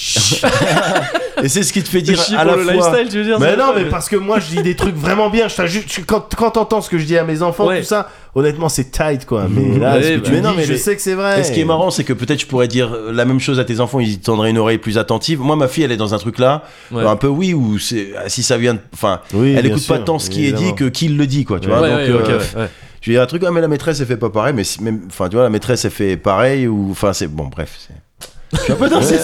Speaker 2: et c'est ce qui te fait dire à la fois
Speaker 3: tu veux dire
Speaker 1: Mais non, mais parce que moi je dis des trucs vraiment bien. Je t'ajoute- je- quand quand t'entends ce que je dis à mes enfants,
Speaker 3: Ouais.
Speaker 1: tout ça, honnêtement c'est tight quoi. Mais là,
Speaker 3: Ouais,
Speaker 1: ce que
Speaker 3: bah.
Speaker 1: tu
Speaker 2: Mais
Speaker 1: me
Speaker 2: non,
Speaker 1: dis,
Speaker 2: mais
Speaker 1: je
Speaker 2: les-
Speaker 1: sais que c'est vrai.
Speaker 2: Et ce qui est marrant, c'est que peut-être je pourrais dire la même chose à tes enfants, ils y tendraient une oreille plus attentive. Moi, ma fille, elle est dans un truc là,
Speaker 3: Ouais.
Speaker 2: un peu oui, ou c'est ah, si ça vient, de- enfin,
Speaker 1: Oui,
Speaker 2: elle
Speaker 1: bien
Speaker 2: écoute pas
Speaker 1: sûr,
Speaker 2: tant ce qui est
Speaker 1: évidemment.
Speaker 2: dit que qui le dit, quoi. Tu
Speaker 1: Ouais,
Speaker 2: vois.
Speaker 3: Ouais,
Speaker 2: Donc,
Speaker 3: ouais, ok,
Speaker 2: euh,
Speaker 3: ouais, ouais.
Speaker 2: Je vais dire un truc, ah mais la maîtresse elle fait pas pareil, mais si- même, enfin tu vois, la maîtresse elle fait pareil ou, enfin c'est bon, bref. c'est- Je suis un peu dans cette.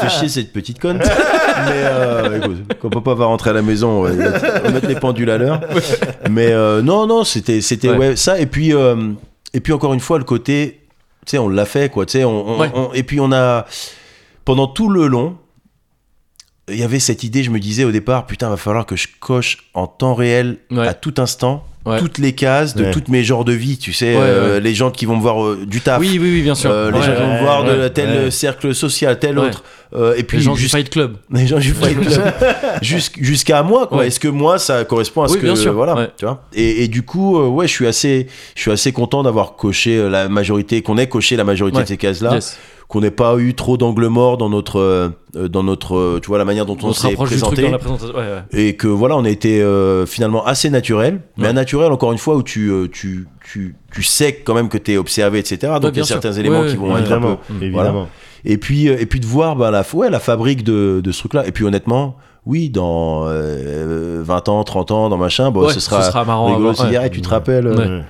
Speaker 2: Fais chier cette petite conne. mais euh, écoute, quand papa va rentrer à la maison, on va on va mettre les pendules à l'heure. mais euh, non, non, c'était, c'était
Speaker 3: Ouais.
Speaker 2: ouais. ça. Et puis, euh, et puis encore une fois, le côté, tu sais, on l'a fait quoi, tu sais, on, on-
Speaker 3: Ouais.
Speaker 2: on- et puis on a pendant tout le long. Il y avait cette idée, je me disais au départ, putain, va falloir que je coche en temps réel,
Speaker 3: Ouais.
Speaker 2: à tout instant,
Speaker 3: Ouais.
Speaker 2: toutes les cases de
Speaker 1: Ouais.
Speaker 2: toutes mes genres de vie, tu sais,
Speaker 3: Ouais,
Speaker 2: euh,
Speaker 3: ouais.
Speaker 2: les gens qui vont me voir euh, du taf,
Speaker 3: Oui, oui, oui, bien sûr.
Speaker 2: euh, les
Speaker 3: Ouais,
Speaker 2: gens qui vont me voir
Speaker 3: ouais,
Speaker 2: de
Speaker 3: ouais.
Speaker 2: tel
Speaker 1: ouais.
Speaker 2: euh, cercle social, tel
Speaker 3: Ouais.
Speaker 2: autre, euh, et
Speaker 3: Les
Speaker 2: puis
Speaker 3: gens du
Speaker 2: jus-
Speaker 3: Fight Club.
Speaker 2: les gens du Fight Club. Jusqu- jusqu'à moi, quoi.
Speaker 3: Ouais.
Speaker 2: Est-ce que moi, ça correspond à ce
Speaker 3: Oui,
Speaker 2: que
Speaker 3: bien sûr,
Speaker 2: voilà,
Speaker 3: ouais.
Speaker 2: tu vois Et, et du coup, euh, ouais, je suis assez, je suis assez content d'avoir coché euh, la majorité, qu'on ait coché la majorité
Speaker 3: Ouais.
Speaker 2: de ces cases-là,
Speaker 3: Yes.
Speaker 2: qu'on n'ait pas eu trop d'angle mort dans notre, euh, euh, dans notre, euh, tu vois, la manière dont on,
Speaker 3: On se
Speaker 2: s'est
Speaker 3: rapproche du truc
Speaker 2: présenté
Speaker 3: dans la présentation. Ouais, ouais.
Speaker 2: et que voilà on a été euh, finalement assez naturel mais
Speaker 3: Ouais.
Speaker 2: un naturel encore une fois où tu euh, tu, tu, tu sais quand même que t'es observé etc donc
Speaker 3: Ouais,
Speaker 2: il y
Speaker 3: bien
Speaker 2: a
Speaker 3: sûr.
Speaker 2: certains éléments
Speaker 3: Ouais,
Speaker 2: qui
Speaker 3: ouais,
Speaker 2: vont être un peu
Speaker 1: évidemment, évidemment.
Speaker 2: et puis euh, et puis de voir bah, la f- ouais, la fabrique de, de ce truc là et puis honnêtement oui dans euh, 20 ans 30 ans dans machin bon
Speaker 3: Ouais,
Speaker 2: ce sera,
Speaker 3: marrant. à
Speaker 2: rigolo
Speaker 3: voir,
Speaker 2: aussi,
Speaker 3: ouais.
Speaker 2: Ah, tu te rappelles euh,
Speaker 3: Ouais.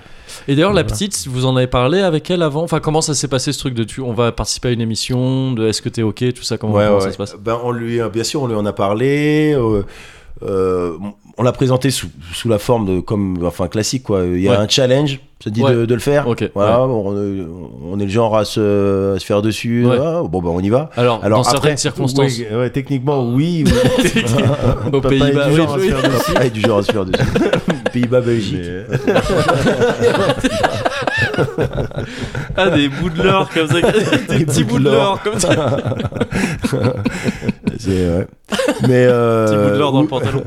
Speaker 3: Et d'ailleurs, la
Speaker 1: Voilà.
Speaker 3: petite, vous en avez parlé avec elle avant Enfin, comment ça s'est passé ce truc de tu On va participer à une émission, de est-ce que t'es ok, tout ça, comment,
Speaker 2: Ouais,
Speaker 3: comment
Speaker 2: ouais,
Speaker 3: ça
Speaker 2: ouais.
Speaker 3: se passe
Speaker 2: Ben, on lui, bien sûr, on lui en a parlé. euh, euh, on l'a présenté sous, sous la forme de comme enfin classique quoi. Il y a
Speaker 3: Ouais.
Speaker 2: un challenge, ça te dit
Speaker 3: Ouais.
Speaker 2: de, de le faire.
Speaker 3: Ok,
Speaker 2: Voilà, on, euh, on est le genre à se, à se faire dessus.
Speaker 3: Ouais.
Speaker 2: Ah, bon ben on y va.
Speaker 3: Alors,
Speaker 2: Alors,
Speaker 3: dans certaines
Speaker 2: après-
Speaker 3: circonstances,
Speaker 1: Oui, ouais, techniquement, oui. oui.
Speaker 3: aux
Speaker 1: Papa est du
Speaker 3: Pays-Bas, oui,
Speaker 1: genre à se
Speaker 3: oui.
Speaker 1: faire dessus.
Speaker 2: Ah, et du genre à se faire dessus. Pays-Bas, Belgique.
Speaker 3: Ah, des bouts de l'or comme ça, des petits bouts de l'or comme
Speaker 2: Euh,
Speaker 3: ça,
Speaker 2: C'est, ouais. Mais euh,
Speaker 3: petits bouts euh, de l'or dans le pantalon.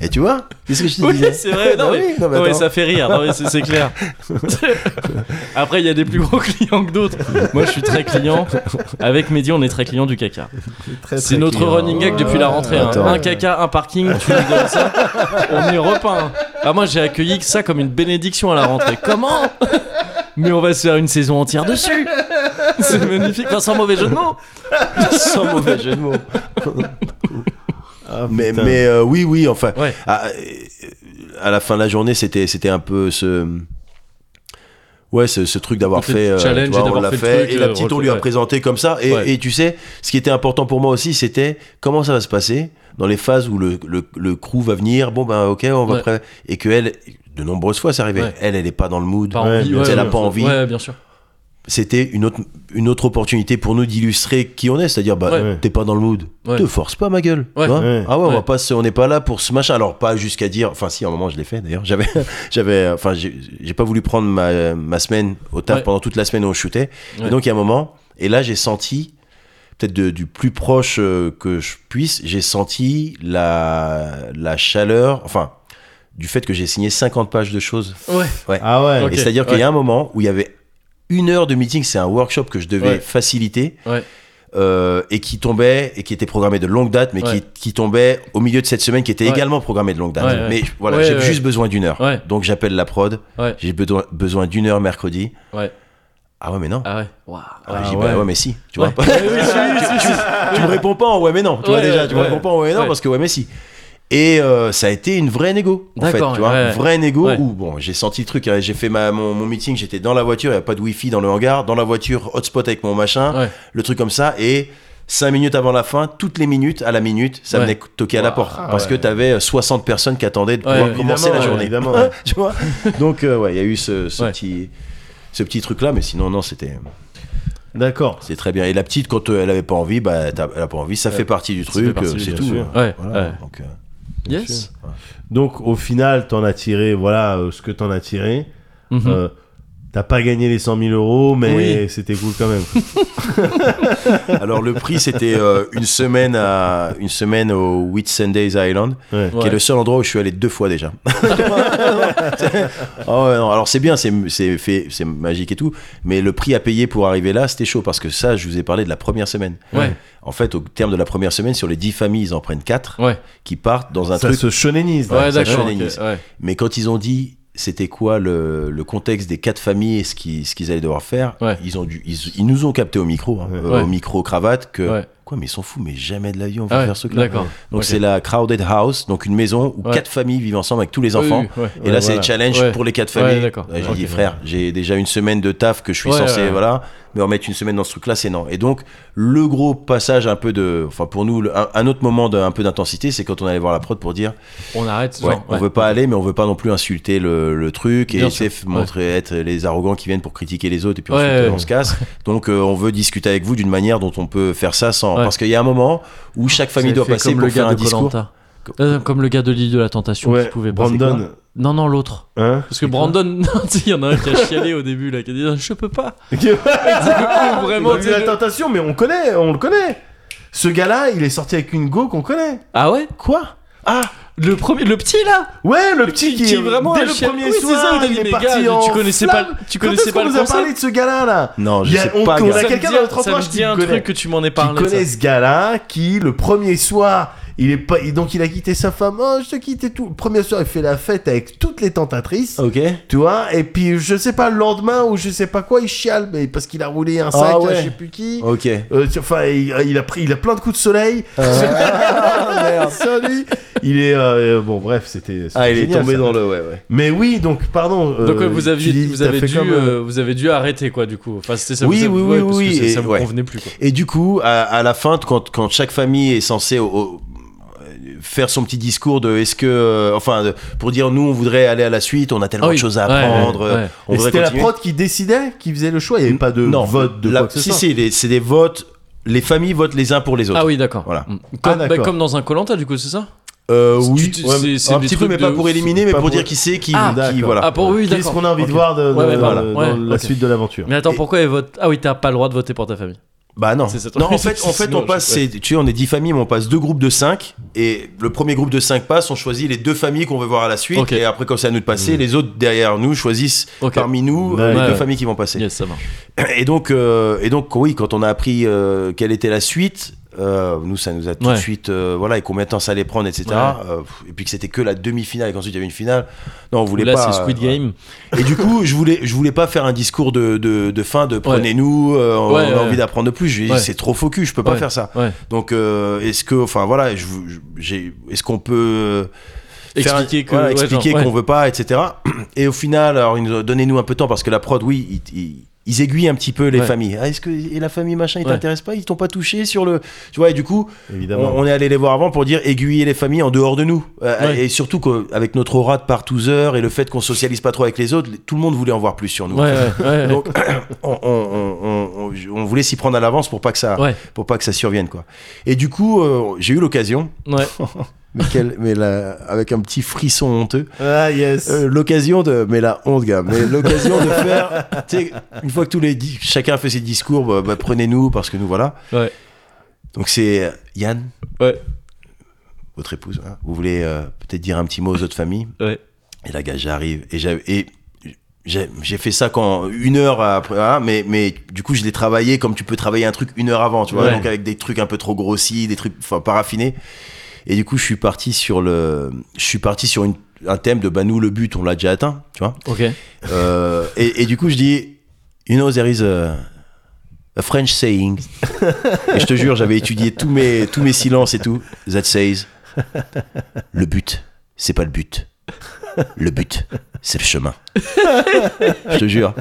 Speaker 2: Et tu vois, qu'est-ce que je te disais
Speaker 3: Oui, c'est vrai,
Speaker 2: Bah
Speaker 3: non, mais,
Speaker 2: oui, non, mais
Speaker 3: non, mais
Speaker 2: attends.
Speaker 3: ça fait rire, non, mais c'est c'est clair. Après, il y a des plus gros clients que d'autres. Moi, je suis très client. Avec Mehdi, on est très client du caca.
Speaker 1: Très,
Speaker 3: C'est
Speaker 1: très
Speaker 3: notre
Speaker 1: clair.
Speaker 3: running gag depuis la rentrée. hein.
Speaker 2: Attends.
Speaker 3: Un caca, un parking, tu lui donnes ça. On est repeint. Ah, moi, j'ai accueilli ça comme une bénédiction à la rentrée. Comment Mais on va se faire une saison entière dessus. C'est magnifique. Enfin, sans mauvais jeu de mots. Sans mauvais jeu de mots.
Speaker 2: mais mais euh, oui, oui, enfin.
Speaker 3: Ah, Ouais.
Speaker 2: À, à la fin de la journée, c'était c'était un peu ce. Ouais, ce, ce truc d'avoir
Speaker 3: Le
Speaker 2: fait. euh,
Speaker 3: challenge
Speaker 2: tu vois,
Speaker 3: et d'avoir
Speaker 2: on l'a
Speaker 3: fait le truc,
Speaker 2: et la
Speaker 3: euh,
Speaker 2: petite, on
Speaker 3: refait,
Speaker 2: lui a
Speaker 3: ouais.
Speaker 2: présenté comme ça. Et,
Speaker 3: Ouais.
Speaker 2: et tu sais, ce qui était important pour moi aussi, c'était comment ça va se passer dans les phases où le, le, le crew va venir. Bon, ben, ok, on va.
Speaker 3: Ouais.
Speaker 2: pré- Et que elle, de nombreuses fois, c'est arrivé.
Speaker 3: Ouais.
Speaker 2: Elle, elle est pas dans le mood.
Speaker 3: Pas envie,
Speaker 2: tu sais,
Speaker 3: ouais,
Speaker 2: elle a
Speaker 3: ouais.
Speaker 2: pas envie.
Speaker 3: Ouais, bien sûr.
Speaker 2: C'était une autre, une autre opportunité pour nous d'illustrer qui on est. C'est-à-dire, bah,
Speaker 3: Ouais.
Speaker 2: t'es pas dans le mood.
Speaker 3: Ouais.
Speaker 2: Te force pas, ma gueule.
Speaker 3: Ouais.
Speaker 2: Tu vois
Speaker 1: Ouais.
Speaker 2: Ah ouais, on
Speaker 3: Ouais.
Speaker 2: va pas, se- on n'est pas là pour ce machin. Alors pas jusqu'à dire. Enfin, si, à un moment je l'ai fait d'ailleurs. J'avais, j'avais, enfin, j'ai j'ai pas voulu prendre ma, ma semaine au taf
Speaker 3: Ouais.
Speaker 2: pendant toute la semaine où on shootait.
Speaker 3: Ouais.
Speaker 2: Et donc il y a un moment. Et là, j'ai senti peut-être de- du plus proche euh, que je puisse. J'ai senti la la chaleur. Enfin, du fait que j'ai signé 50 pages de choses.
Speaker 3: Ouais.
Speaker 1: Ah ouais.
Speaker 3: Ok.
Speaker 2: Et c'est-à-dire qu'il y
Speaker 3: ouais.
Speaker 2: a un moment où il y avait une heure de meeting, c'est un workshop que je devais
Speaker 3: Ouais.
Speaker 2: faciliter.
Speaker 3: Ouais.
Speaker 2: euh, et qui tombait, et qui était programmé de longue date, mais
Speaker 3: Ouais.
Speaker 2: qui, qui tombait au milieu de cette semaine, qui était
Speaker 3: Ouais.
Speaker 2: également programmé de longue date.
Speaker 3: Ouais, ouais.
Speaker 2: Mais voilà,
Speaker 3: Ouais,
Speaker 2: j'ai
Speaker 3: ouais.
Speaker 2: juste besoin d'une heure.
Speaker 3: Ouais.
Speaker 2: Donc j'appelle la prod,
Speaker 3: Ouais.
Speaker 2: j'ai bedo- besoin d'une heure mercredi.
Speaker 3: Ouais.
Speaker 2: Ah ouais, mais non.
Speaker 3: Ah ouais. Waouh.
Speaker 2: Ah ouais,
Speaker 1: Ah
Speaker 2: j'ai dit,
Speaker 1: ouais.
Speaker 2: bah ouais, mais si. Tu
Speaker 3: Ouais.
Speaker 2: vois pas.
Speaker 3: Ouais, oui, si, oui, si, si.
Speaker 2: tu me réponds pas en ouais, mais non. Tu vois
Speaker 3: Ouais,
Speaker 2: déjà,
Speaker 3: ouais,
Speaker 2: tu me
Speaker 3: ouais.
Speaker 2: réponds pas en ouais, mais non,
Speaker 3: Ouais.
Speaker 2: parce que ouais, mais si. Et euh, ça a été une vraie négo, en fait, tu
Speaker 3: D'accord,
Speaker 2: vois,
Speaker 3: ouais, ouais.
Speaker 2: vraie négo
Speaker 3: Ouais.
Speaker 2: où bon, j'ai senti le truc, hein, j'ai fait ma, mon, mon meeting, j'étais dans la voiture, il n'y a pas de wifi dans le hangar, dans la voiture, hotspot avec mon machin,
Speaker 3: Ouais.
Speaker 2: le truc comme ça, et cinq minutes avant la fin, toutes les minutes, à la minute, ça
Speaker 3: Ouais.
Speaker 2: venait toquer à la
Speaker 3: Wow.
Speaker 2: porte, parce que tu avais 60 personnes qui attendaient de
Speaker 3: Ouais,
Speaker 2: pouvoir
Speaker 3: ouais.
Speaker 2: commencer la
Speaker 1: Évidemment,
Speaker 2: journée,
Speaker 1: évidemment, ouais.
Speaker 2: tu vois. Donc euh, ouais, il y a eu ce, ce
Speaker 3: Ouais.
Speaker 2: petit, ce petit truc là, mais sinon non, c'était.
Speaker 1: D'accord.
Speaker 2: C'est très bien. Et la petite, quand euh, elle avait pas envie, bah, t'as- elle a pas envie. Ça fait partie du
Speaker 3: fait
Speaker 2: truc.
Speaker 3: partie
Speaker 2: euh,
Speaker 3: du
Speaker 2: C'est
Speaker 1: truc,
Speaker 2: tout.
Speaker 1: bien
Speaker 2: euh,
Speaker 1: sûr.
Speaker 3: Ouais,
Speaker 2: voilà.
Speaker 3: ouais.
Speaker 2: Donc, euh,
Speaker 3: Yes.
Speaker 1: Donc au final, t'en as tiré, voilà, euh, ce que t'en as tiré.
Speaker 3: Mhm.
Speaker 1: Euh, T'as pas gagné les 100 000 euros, mais
Speaker 3: Oui.
Speaker 1: c'était cool quand même.
Speaker 2: Alors le prix, c'était euh, une semaine à une semaine au Whit Sundays Island,
Speaker 1: Ouais.
Speaker 2: qui
Speaker 3: Ouais.
Speaker 2: est le seul endroit où je suis allé deux fois déjà. Ah ouais, non, Alors c'est bien, c'est c'est fait, c'est magique et tout, mais le prix à payer pour arriver là, c'était chaud parce que ça, je vous ai parlé de la première semaine.
Speaker 3: Ouais.
Speaker 2: En fait, au terme de la première semaine, sur les 10 familles, ils en prennent 4
Speaker 3: Ouais.
Speaker 2: qui partent dans un
Speaker 1: Ça
Speaker 2: truc
Speaker 1: se shonénise. là.
Speaker 3: Ouais,
Speaker 2: ça
Speaker 3: d'accord.
Speaker 2: chaîne
Speaker 3: ok,
Speaker 2: Ennis.
Speaker 3: Ouais.
Speaker 2: Mais quand ils ont dit c'était quoi le, le contexte des quatre familles et ce qu'ils ce qu'ils allaient devoir faire,
Speaker 3: Ouais.
Speaker 2: ils, ont dû, ils, ils nous ont capté au micro, hein,
Speaker 1: Ouais.
Speaker 2: euh,
Speaker 3: Ouais.
Speaker 2: au micro cravate, que
Speaker 3: Ouais.
Speaker 2: quoi, mais ils s'en foutent, mais jamais de la vie on va
Speaker 3: Ah ouais,
Speaker 2: faire ce club.
Speaker 3: D'accord.
Speaker 2: Donc
Speaker 3: ok.
Speaker 2: c'est la Crowded House, donc une maison où
Speaker 3: Ouais.
Speaker 2: quatre familles vivent ensemble avec tous les
Speaker 3: Oui,
Speaker 2: enfants.
Speaker 3: oui, ouais.
Speaker 2: Et
Speaker 1: Ouais,
Speaker 2: là, c'est
Speaker 1: voilà.
Speaker 2: le challenge
Speaker 3: Ouais.
Speaker 2: pour les quatre
Speaker 3: Ouais,
Speaker 2: familles.
Speaker 3: d'accord.
Speaker 2: Ouais, J'ai
Speaker 3: Ok.
Speaker 2: dit, frère, j'ai déjà une semaine de taf que je suis
Speaker 3: Ouais,
Speaker 2: censé,
Speaker 3: ouais.
Speaker 2: voilà, mais en mettre une semaine dans ce truc-là, c'est non. Et donc, le gros passage un peu de, enfin, pour nous, le- un, un autre moment d'un peu d'intensité, c'est quand on allait voir la prod pour dire,
Speaker 3: On arrête.
Speaker 2: Ouais,
Speaker 3: genre,
Speaker 2: on veut pas aller, mais on veut pas non plus insulter le, le truc et
Speaker 3: Bien
Speaker 2: tu sais,
Speaker 3: sûr, ouais.
Speaker 2: montrer être les arrogants qui viennent pour critiquer les autres et puis
Speaker 3: Ouais,
Speaker 2: ensuite euh,
Speaker 3: ouais.
Speaker 2: on se casse. Donc euh, on veut discuter avec vous d'une manière dont on peut faire ça sans.
Speaker 3: Ouais. Ah,
Speaker 2: Parce qu'il y a un moment où chaque famille
Speaker 3: Ça
Speaker 2: doit
Speaker 3: fait
Speaker 2: passer
Speaker 3: comme
Speaker 2: pour
Speaker 3: le
Speaker 2: faire
Speaker 3: gars
Speaker 2: un
Speaker 3: de
Speaker 2: discours.
Speaker 3: Koh-Lanta. Euh, comme le gars de l'île de la tentation
Speaker 1: Ouais,
Speaker 3: qui pouvait pas, c'est quoi
Speaker 1: Brandon.
Speaker 3: Non, non, l'autre.
Speaker 1: Hein
Speaker 3: Parce que Brandon, tu sais, il y en a un qui a chialé au début là, qui a dit je peux pas.
Speaker 1: Vraiment,
Speaker 3: Vraiment, tu sais,
Speaker 1: la
Speaker 3: le-
Speaker 1: tentation, mais on connaît, on le connaît. Ce gars-là, il est sorti avec une go qu'on connaît.
Speaker 3: Ah ouais
Speaker 1: Quoi Ah
Speaker 3: Le premier, le petit là.
Speaker 1: Ouais, le petit qui,
Speaker 3: Qui est vraiment
Speaker 1: dès
Speaker 3: un
Speaker 1: le
Speaker 3: chien-
Speaker 1: premier
Speaker 3: Oui, c'est
Speaker 1: soir,
Speaker 3: ça, il a dit,
Speaker 1: il
Speaker 3: mais
Speaker 1: est
Speaker 3: gars,
Speaker 1: parti
Speaker 3: tu
Speaker 1: en
Speaker 3: connaissais pas-
Speaker 1: flamme.
Speaker 3: tu
Speaker 1: Quand
Speaker 3: connaissais
Speaker 1: est-ce
Speaker 3: pas
Speaker 1: qu'on
Speaker 3: le
Speaker 1: nous a
Speaker 3: concept
Speaker 1: parlé de ce gars-là là
Speaker 2: Non,
Speaker 1: Il
Speaker 2: je
Speaker 1: y a-
Speaker 2: sais
Speaker 1: on-
Speaker 2: pas.
Speaker 1: on
Speaker 2: gars.
Speaker 1: a
Speaker 3: Ça me
Speaker 1: quelqu'un
Speaker 3: dit-
Speaker 1: dans notre
Speaker 3: Ça
Speaker 1: entourage
Speaker 3: me
Speaker 1: qui
Speaker 3: dit un
Speaker 1: connaît.
Speaker 3: truc que tu m'en es
Speaker 1: qui
Speaker 3: parlé. ça.
Speaker 1: connaît ce gars-là, qui le premier soir, il est pas, et donc il a quitté sa femme, oh je te quitte et tout. Le premier soir, il fait la fête avec toutes les tentatrices,
Speaker 2: Ok.
Speaker 1: tu vois. Et puis je sais pas le lendemain ou je sais pas quoi, il chiale, mais parce qu'il a roulé un sac,
Speaker 2: Ah
Speaker 1: à
Speaker 2: ouais.
Speaker 1: je sais plus qui.
Speaker 2: Ok.
Speaker 1: Euh, tu- Enfin, il, il a pris, il a plein de coups de soleil.
Speaker 2: Ah
Speaker 1: Ça, lui, il est euh, euh, bon, bref, c'était. c'était
Speaker 2: Ah, il est
Speaker 1: génial,
Speaker 2: tombé
Speaker 1: ça.
Speaker 2: dans le. Ouais, ouais.
Speaker 1: Mais oui, donc pardon. euh,
Speaker 3: Donc ouais, vous
Speaker 1: tu
Speaker 3: aviez,
Speaker 1: dis,
Speaker 3: vous
Speaker 1: t'as
Speaker 3: avez
Speaker 1: fait
Speaker 3: dû,
Speaker 1: comme, euh,
Speaker 3: euh, vous avez dû arrêter quoi du coup. Enfin c'était ça.
Speaker 2: Oui,
Speaker 3: vous
Speaker 2: oui,
Speaker 3: avez-
Speaker 2: oui,
Speaker 3: ouais, parce que
Speaker 2: oui,
Speaker 3: c'est- ça
Speaker 2: et-
Speaker 3: vous
Speaker 2: ouais.
Speaker 3: convenait plus quoi.
Speaker 2: Et du coup, à, à la fin, quand, quand chaque famille est censée au- au- faire son petit discours de est-ce que. euh, enfin, de- pour dire nous, on voudrait aller à la suite, on a tellement
Speaker 3: Ah oui.
Speaker 2: de choses à
Speaker 3: Ouais,
Speaker 2: apprendre,
Speaker 3: ouais,
Speaker 2: euh,
Speaker 3: ouais.
Speaker 2: on
Speaker 1: et
Speaker 2: voudrait
Speaker 1: c'était la
Speaker 2: continuer.
Speaker 1: prod qui décidait, qui faisait le choix. Il n'y avait pas de
Speaker 2: Non,
Speaker 1: vote de
Speaker 2: la-
Speaker 1: quoi que ce
Speaker 2: si,
Speaker 1: soit.
Speaker 2: si, les- c'est des votes. Les familles votent les uns pour les autres.
Speaker 3: Ah oui d'accord.
Speaker 2: Voilà.
Speaker 3: Mm. Comme,
Speaker 1: Ah,
Speaker 3: bah,
Speaker 1: d'accord.
Speaker 3: comme dans un Colanta du coup c'est ça.
Speaker 2: Euh,
Speaker 3: Tu-
Speaker 2: oui,
Speaker 3: tu-
Speaker 2: ouais,
Speaker 3: c'est- c'est
Speaker 2: un
Speaker 3: des
Speaker 2: petit peu,
Speaker 3: trucs
Speaker 2: mais pas
Speaker 3: de-
Speaker 2: pour éliminer, mais
Speaker 1: pas
Speaker 2: pour
Speaker 1: pour-
Speaker 2: dire qui c'est, qui,
Speaker 3: Ah,
Speaker 2: qui-
Speaker 1: d'accord.
Speaker 2: voilà.
Speaker 3: Ah pour oui
Speaker 1: Qu'est-ce
Speaker 3: d'accord.
Speaker 1: qu'on a envie
Speaker 3: Ok.
Speaker 1: de voir de, de-
Speaker 3: Ouais, ouais,
Speaker 1: dans,
Speaker 3: pardon.
Speaker 1: dans
Speaker 3: Ouais,
Speaker 1: la
Speaker 3: ok.
Speaker 1: suite de l'aventure
Speaker 3: Mais attends pourquoi elle vote Ah oui t'as pas le droit de voter pour ta famille.
Speaker 2: Bah non.
Speaker 3: C'est ça, ton-
Speaker 2: Non, en fait, en fait,
Speaker 3: Non,
Speaker 2: on
Speaker 3: je-
Speaker 2: passe,
Speaker 3: ouais.
Speaker 2: c'est- tu sais, on est 10 familles, mais on passe deux groupes de 5 et le premier groupe de 5 passe, on choisit les deux familles qu'on veut voir à la suite
Speaker 3: Ok.
Speaker 2: et après quand c'est à nous de passer, les autres derrière nous choisissent
Speaker 3: Ok.
Speaker 2: parmi nous euh,
Speaker 1: Ouais,
Speaker 2: les
Speaker 3: ouais.
Speaker 2: deux familles qui vont passer.
Speaker 3: Yes ça marche.
Speaker 2: Et donc, euh, et donc oui, quand on a appris euh, quelle était la suite, euh, nous, ça nous a tout
Speaker 3: Ouais.
Speaker 2: de suite, euh, voilà, et combien de temps ça allait prendre, etc.
Speaker 3: Ouais.
Speaker 2: Euh, pff, et puis que c'était que la demi-finale et qu'ensuite il y avait une finale. Non, on voulait
Speaker 3: Là,
Speaker 2: pas.
Speaker 3: c'est Squid
Speaker 2: euh,
Speaker 3: Game.
Speaker 2: Et du coup, je voulais, je voulais pas faire un discours de, de, de fin de prenez-nous, euh, on
Speaker 3: Ouais,
Speaker 2: a
Speaker 3: ouais,
Speaker 2: envie
Speaker 3: ouais.
Speaker 2: d'apprendre de plus. Je lui ai dit,
Speaker 3: Ouais.
Speaker 2: c'est trop focus, je peux pas
Speaker 3: Ouais.
Speaker 2: faire ça.
Speaker 3: Ouais.
Speaker 2: Donc, euh, est-ce que, enfin voilà, je vous- je- j'ai- est-ce qu'on peut euh, faire un-
Speaker 3: Expliquer que-
Speaker 2: voilà,
Speaker 3: ouais,
Speaker 2: expliquer
Speaker 3: genre, ouais.
Speaker 2: qu'on veut pas, etc. Et au final, alors, ils nous ont- donnez-nous un peu de temps parce que la prod, oui, ils, ils- ils aiguillent un petit peu les
Speaker 3: Ouais.
Speaker 2: familles. Ah, est-ce que et la famille machin, ils
Speaker 3: Ouais.
Speaker 2: t'intéressent pas Ils t'ont pas touché sur le, tu vois Et du coup,
Speaker 1: évidemment.
Speaker 2: on, on est allé les voir avant pour dire aiguiller les familles en dehors de nous. Euh,
Speaker 3: Ouais.
Speaker 2: Et surtout qu'avec notre aura de partouzeur et le fait qu'on socialise pas trop avec les autres, tout le monde voulait en voir plus sur nous.
Speaker 3: Ouais, ouais, ouais.
Speaker 2: Donc, on, on- on- on- on voulait s'y prendre à l'avance pour pas que ça,
Speaker 3: Ouais.
Speaker 2: pour pas que ça survienne quoi. Et du coup, euh, j'ai eu l'occasion,
Speaker 3: ouais.
Speaker 2: mais, quel- mais là, avec un petit frisson honteux,
Speaker 1: Ah, yes.
Speaker 2: euh, l'occasion de, mais la honte gars, mais l'occasion de faire, tu sais, une fois que tous les dis- chacun a fait ses discours, bah, bah, prenez-nous parce que nous voilà.
Speaker 3: Ouais.
Speaker 2: Donc c'est euh, Yann,
Speaker 3: Ouais.
Speaker 2: votre épouse, hein, vous voulez euh, peut-être dire un petit mot aux autres familles.
Speaker 3: Ouais.
Speaker 2: Et la gars, j'arrive et j'ai et j'ai j'ai fait ça quand une heure après, hein, mais mais du coup je l'ai travaillé comme tu peux travailler un truc une heure avant, tu vois,
Speaker 3: Ouais.
Speaker 2: donc avec des trucs un peu trop grossis, des trucs enfin pas raffinés. Et du coup je suis parti sur le, je suis parti sur une, un thème de bah nous le but on l'a déjà atteint, tu vois.
Speaker 3: Ok.
Speaker 2: Euh, et, et du coup je dis, you know there is a, a French saying, et je te jure j'avais étudié tous mes tous mes silences et tout, that says, le but c'est pas le but, le but c'est le chemin. je te jure.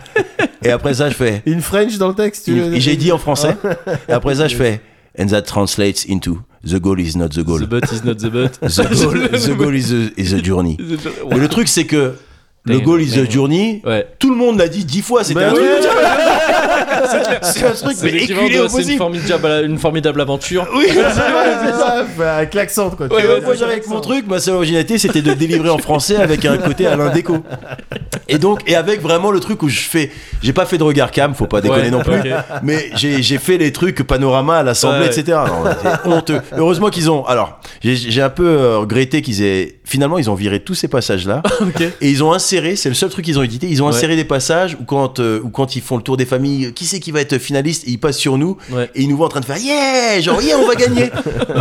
Speaker 2: Et après ça je fais.
Speaker 1: Une French dans le texte, tu
Speaker 2: Il-
Speaker 1: veux-
Speaker 2: et j'ai dit en français. Et après ça, je fais and that translates into the goal is not the
Speaker 3: The
Speaker 2: goal.
Speaker 3: butt is not the butt.
Speaker 2: The goal, the goal is, the, is the journey. Mais le truc, c'est que le
Speaker 3: Damn,
Speaker 2: goal is
Speaker 3: damn.
Speaker 2: the journey.
Speaker 3: Ouais.
Speaker 2: Tout le monde l'a dit dix fois. C'était
Speaker 1: Ben
Speaker 2: un
Speaker 1: oui,
Speaker 2: truc.
Speaker 1: oui,
Speaker 2: C'est un truc,
Speaker 3: Bah C'est
Speaker 2: mais
Speaker 3: l'équivalent
Speaker 2: éculé
Speaker 3: de-
Speaker 2: au
Speaker 3: c'est une
Speaker 2: possible.
Speaker 3: formidable, une formidable aventure.
Speaker 2: Oui, c'est vrai.
Speaker 1: c'est ça, bah, avec l'accent, quoi. tu
Speaker 2: Et
Speaker 1: vois,
Speaker 2: moi, j'avais avec mon truc, ma seule originalité, c'était de le délivrer en français avec un côté Alain Déco. Et donc, et avec vraiment le truc où je fais, j'ai pas fait de regard cam, faut pas déconner
Speaker 3: Ouais,
Speaker 2: non plus,
Speaker 3: ok.
Speaker 2: mais j'ai j'ai fait les trucs panorama à l'assemblée,
Speaker 3: Ouais.
Speaker 2: etc. Non, c'est honteux. Heureusement qu'ils ont, alors, j'ai- j'ai un peu euh, regretté qu'ils aient, finalement, ils ont viré tous ces passages-là.
Speaker 3: Ok.
Speaker 2: Et ils ont inséré, c'est le seul truc qu'ils ont édité, ils ont
Speaker 3: Ouais.
Speaker 2: inséré des passages où quand, euh, où quand ils font le tour des familles, euh, qui c'est qui va être finaliste, et ils passent sur nous,
Speaker 3: Ouais.
Speaker 2: et ils nous voient en train de faire Yeah Genre, yeah, on va gagner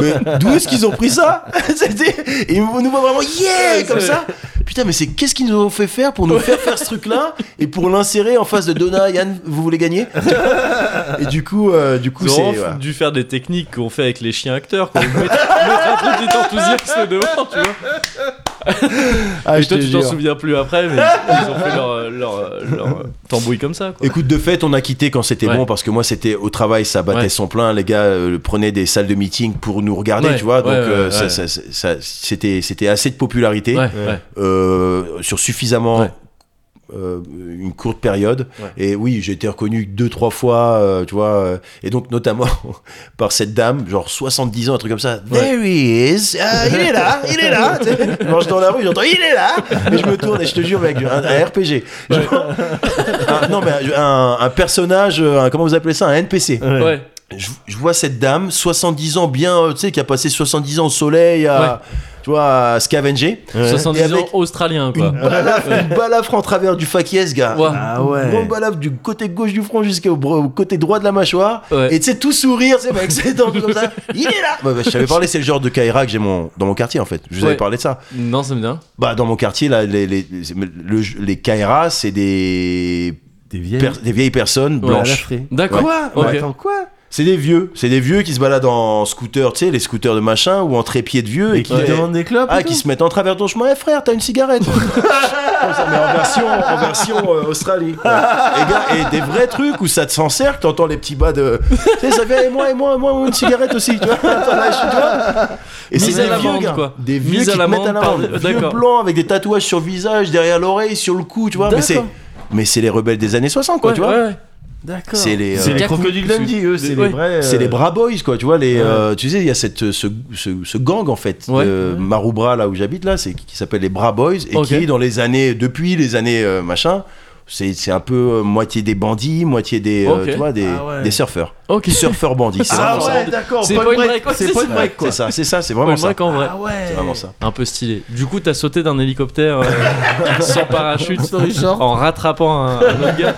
Speaker 2: Mais d'où est-ce qu'ils ont pris ça C'était- Ils nous voient vraiment Yeah Comme
Speaker 3: c'est-
Speaker 2: ça Putain, mais c'est qu'est-ce qu'ils nous ont fait faire pour nous faire faire ce truc-là et pour l'insérer en face de Donna, Yann, vous voulez gagner Et du coup, euh, du coup,
Speaker 3: Ils
Speaker 2: c'est.
Speaker 3: ont
Speaker 2: voilà.
Speaker 3: dû faire des techniques qu'on fait avec les chiens acteurs. Quoi. Mettre, mettre un truc d'enthousiasme devant, tu vois.
Speaker 1: Ah,
Speaker 3: Et
Speaker 1: je
Speaker 3: toi,
Speaker 1: te
Speaker 3: tu t'en
Speaker 1: jure.
Speaker 3: souviens plus après, mais ils ont fait leur, euh, leur, euh, leur, euh, tambouille comme ça, quoi.
Speaker 2: Écoute, de fait, on a quitté quand c'était
Speaker 3: Ouais.
Speaker 2: bon parce que moi, c'était au travail, ça battait
Speaker 3: Ouais.
Speaker 2: son plein. Les gars euh, prenaient des salles de meeting pour nous regarder,
Speaker 3: Ouais,
Speaker 2: tu vois. Donc,
Speaker 3: ouais, ouais,
Speaker 2: euh, ça-
Speaker 3: ouais.
Speaker 2: ça- ça- c'était c'était assez de popularité
Speaker 3: Ouais, ouais.
Speaker 2: euh, sur suffisamment.
Speaker 3: Ouais.
Speaker 2: euh, une courte période
Speaker 3: Ouais.
Speaker 2: et oui j'ai été reconnu deux trois fois euh, tu vois euh, et donc notamment par cette dame genre 70 ans un truc comme ça
Speaker 3: Ouais.
Speaker 2: there he is Ah, il est là il est là Tu sais, je marche dans la rue j'entends il est là et je me tourne et je te jure mec un, un RPG Je- un- non mais un, un personnage euh, un- comment vous appelez ça un NPC
Speaker 3: Ouais.
Speaker 2: je, je vois cette dame, 70 ans bien, euh, tu sais, qui a passé 70 ans au soleil à, tu vois, à scavenger.
Speaker 1: Ouais.
Speaker 3: 70
Speaker 2: Et avec
Speaker 3: ans australien, quoi.
Speaker 2: Une balafre, une balafre en travers du faquiès, gars.
Speaker 3: Ouais.
Speaker 1: Ah
Speaker 2: Une
Speaker 1: ouais.
Speaker 2: grande balafre du côté gauche du front jusqu'au bro- au côté droit de la mâchoire.
Speaker 3: Ouais.
Speaker 2: Et tu sais, tout sourire, c'est avec ses dents comme ça. Il est là Bah, bah, Je t'avais parlé, c'est le genre de Kaira que j'ai mon, dans mon quartier, en fait. Je vous avais
Speaker 3: Ouais.
Speaker 2: parlé de ça.
Speaker 3: Non, ça me vient.
Speaker 2: Bah, dans mon quartier, là, les, les, le- les Kaira, c'est des,
Speaker 1: Des vieilles.
Speaker 2: per- des vieilles personnes
Speaker 3: Ouais,
Speaker 2: blanches.
Speaker 3: D'accord.
Speaker 1: Quoi
Speaker 3: Ok.
Speaker 1: Attends, quoi
Speaker 2: C'est des vieux, c'est des vieux qui se baladent en scooter, tu sais, les scooters de machin ou en trépied de vieux
Speaker 1: Et qui te demandent des clopes
Speaker 2: ah,
Speaker 1: et tout
Speaker 2: qui se mettent en travers de ton chemin. Eh frère, t'as une cigarette Comme ça, mais en version, en version euh, Australie. quoi. Et, gars, et des vrais trucs où ça te s'encercle, t'entends les petits bas de. Tu sais, ça fait, eh, moi, et moi, et moi, une cigarette aussi, tu vois. Attends, là, je suis- tu vois. Et
Speaker 3: Mise
Speaker 2: c'est
Speaker 3: à
Speaker 2: des vieux,
Speaker 3: l'amende,
Speaker 2: gars.
Speaker 3: quoi.
Speaker 2: Des vieux
Speaker 3: Mise
Speaker 2: qui
Speaker 3: à
Speaker 2: te mettent à
Speaker 3: l'amende,
Speaker 2: l'amende.
Speaker 3: pardon.
Speaker 2: Vieux
Speaker 3: D'accord.
Speaker 2: blancs avec des tatouages sur le visage, derrière l'oreille, sur le cou, tu vois. Mais c'est.
Speaker 1: D'accord.
Speaker 2: Mais c'est les rebelles des années 60, quoi,
Speaker 3: Ouais,
Speaker 2: tu vois.
Speaker 3: ouais, ouais.
Speaker 1: D'accord.
Speaker 2: C'est les, euh,
Speaker 1: C'est les
Speaker 3: Cacou-
Speaker 1: crocodiles Dundee, eux, c'est
Speaker 3: Ouais.
Speaker 1: les vrais. euh,
Speaker 2: C'est les bras boys, quoi, tu vois, les, euh, tu sais, il y a cette, ce, ce, ce gang, en fait,
Speaker 3: Ouais.
Speaker 2: de Maroubra, là où j'habite, là, c'est, qui s'appelle les bras boys, et
Speaker 3: Ok.
Speaker 2: qui, dans les années, depuis les années euh, machin, c'est, c'est un peu euh, moitié des bandits, moitié des, euh,
Speaker 3: Ok.
Speaker 2: tu vois, des,
Speaker 1: Ah ouais.
Speaker 2: des surfeurs.
Speaker 3: Ok.
Speaker 2: Surfeur bandit. C'est
Speaker 1: Ah
Speaker 2: vraiment ça.
Speaker 1: ouais, d'accord.
Speaker 3: C'est
Speaker 1: Point
Speaker 3: Point
Speaker 1: Break.
Speaker 3: Break, ouais,
Speaker 1: C'est
Speaker 3: c'est
Speaker 1: Point
Speaker 3: ça.
Speaker 1: Break, quoi.
Speaker 2: C'est ça, c'est ça, c'est
Speaker 3: Point
Speaker 2: vraiment ça.
Speaker 3: break en vrai.
Speaker 1: Ah ouais.
Speaker 2: C'est vraiment ça.
Speaker 3: Un peu stylé. Du coup, t'as sauté d'un hélicoptère euh, sans parachute en rattrapant un, un autre gars.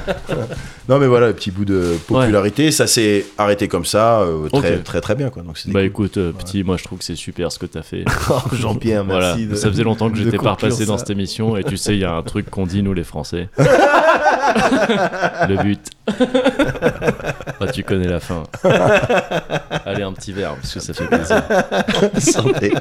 Speaker 2: Non mais voilà, le petit bout de popularité, ça s'est arrêté comme ça, euh, très,
Speaker 3: Ok.
Speaker 2: très très bien quoi. Donc c'était
Speaker 3: Bah
Speaker 2: cool.
Speaker 3: écoute, petit, moi je trouve que c'est super ce que t'as fait.
Speaker 1: Oh, Jean-Pierre, merci.
Speaker 3: Voilà,
Speaker 1: de-
Speaker 3: ça faisait longtemps que
Speaker 1: de
Speaker 3: j'étais pas
Speaker 1: conclure
Speaker 3: repassé dans
Speaker 1: ça.
Speaker 3: cette émission et tu sais, il y a un truc qu'on dit nous les Français. le but. Ah, tu connais la fin. Allez, un petit verre, parce que ça fait plaisir.
Speaker 2: Santé.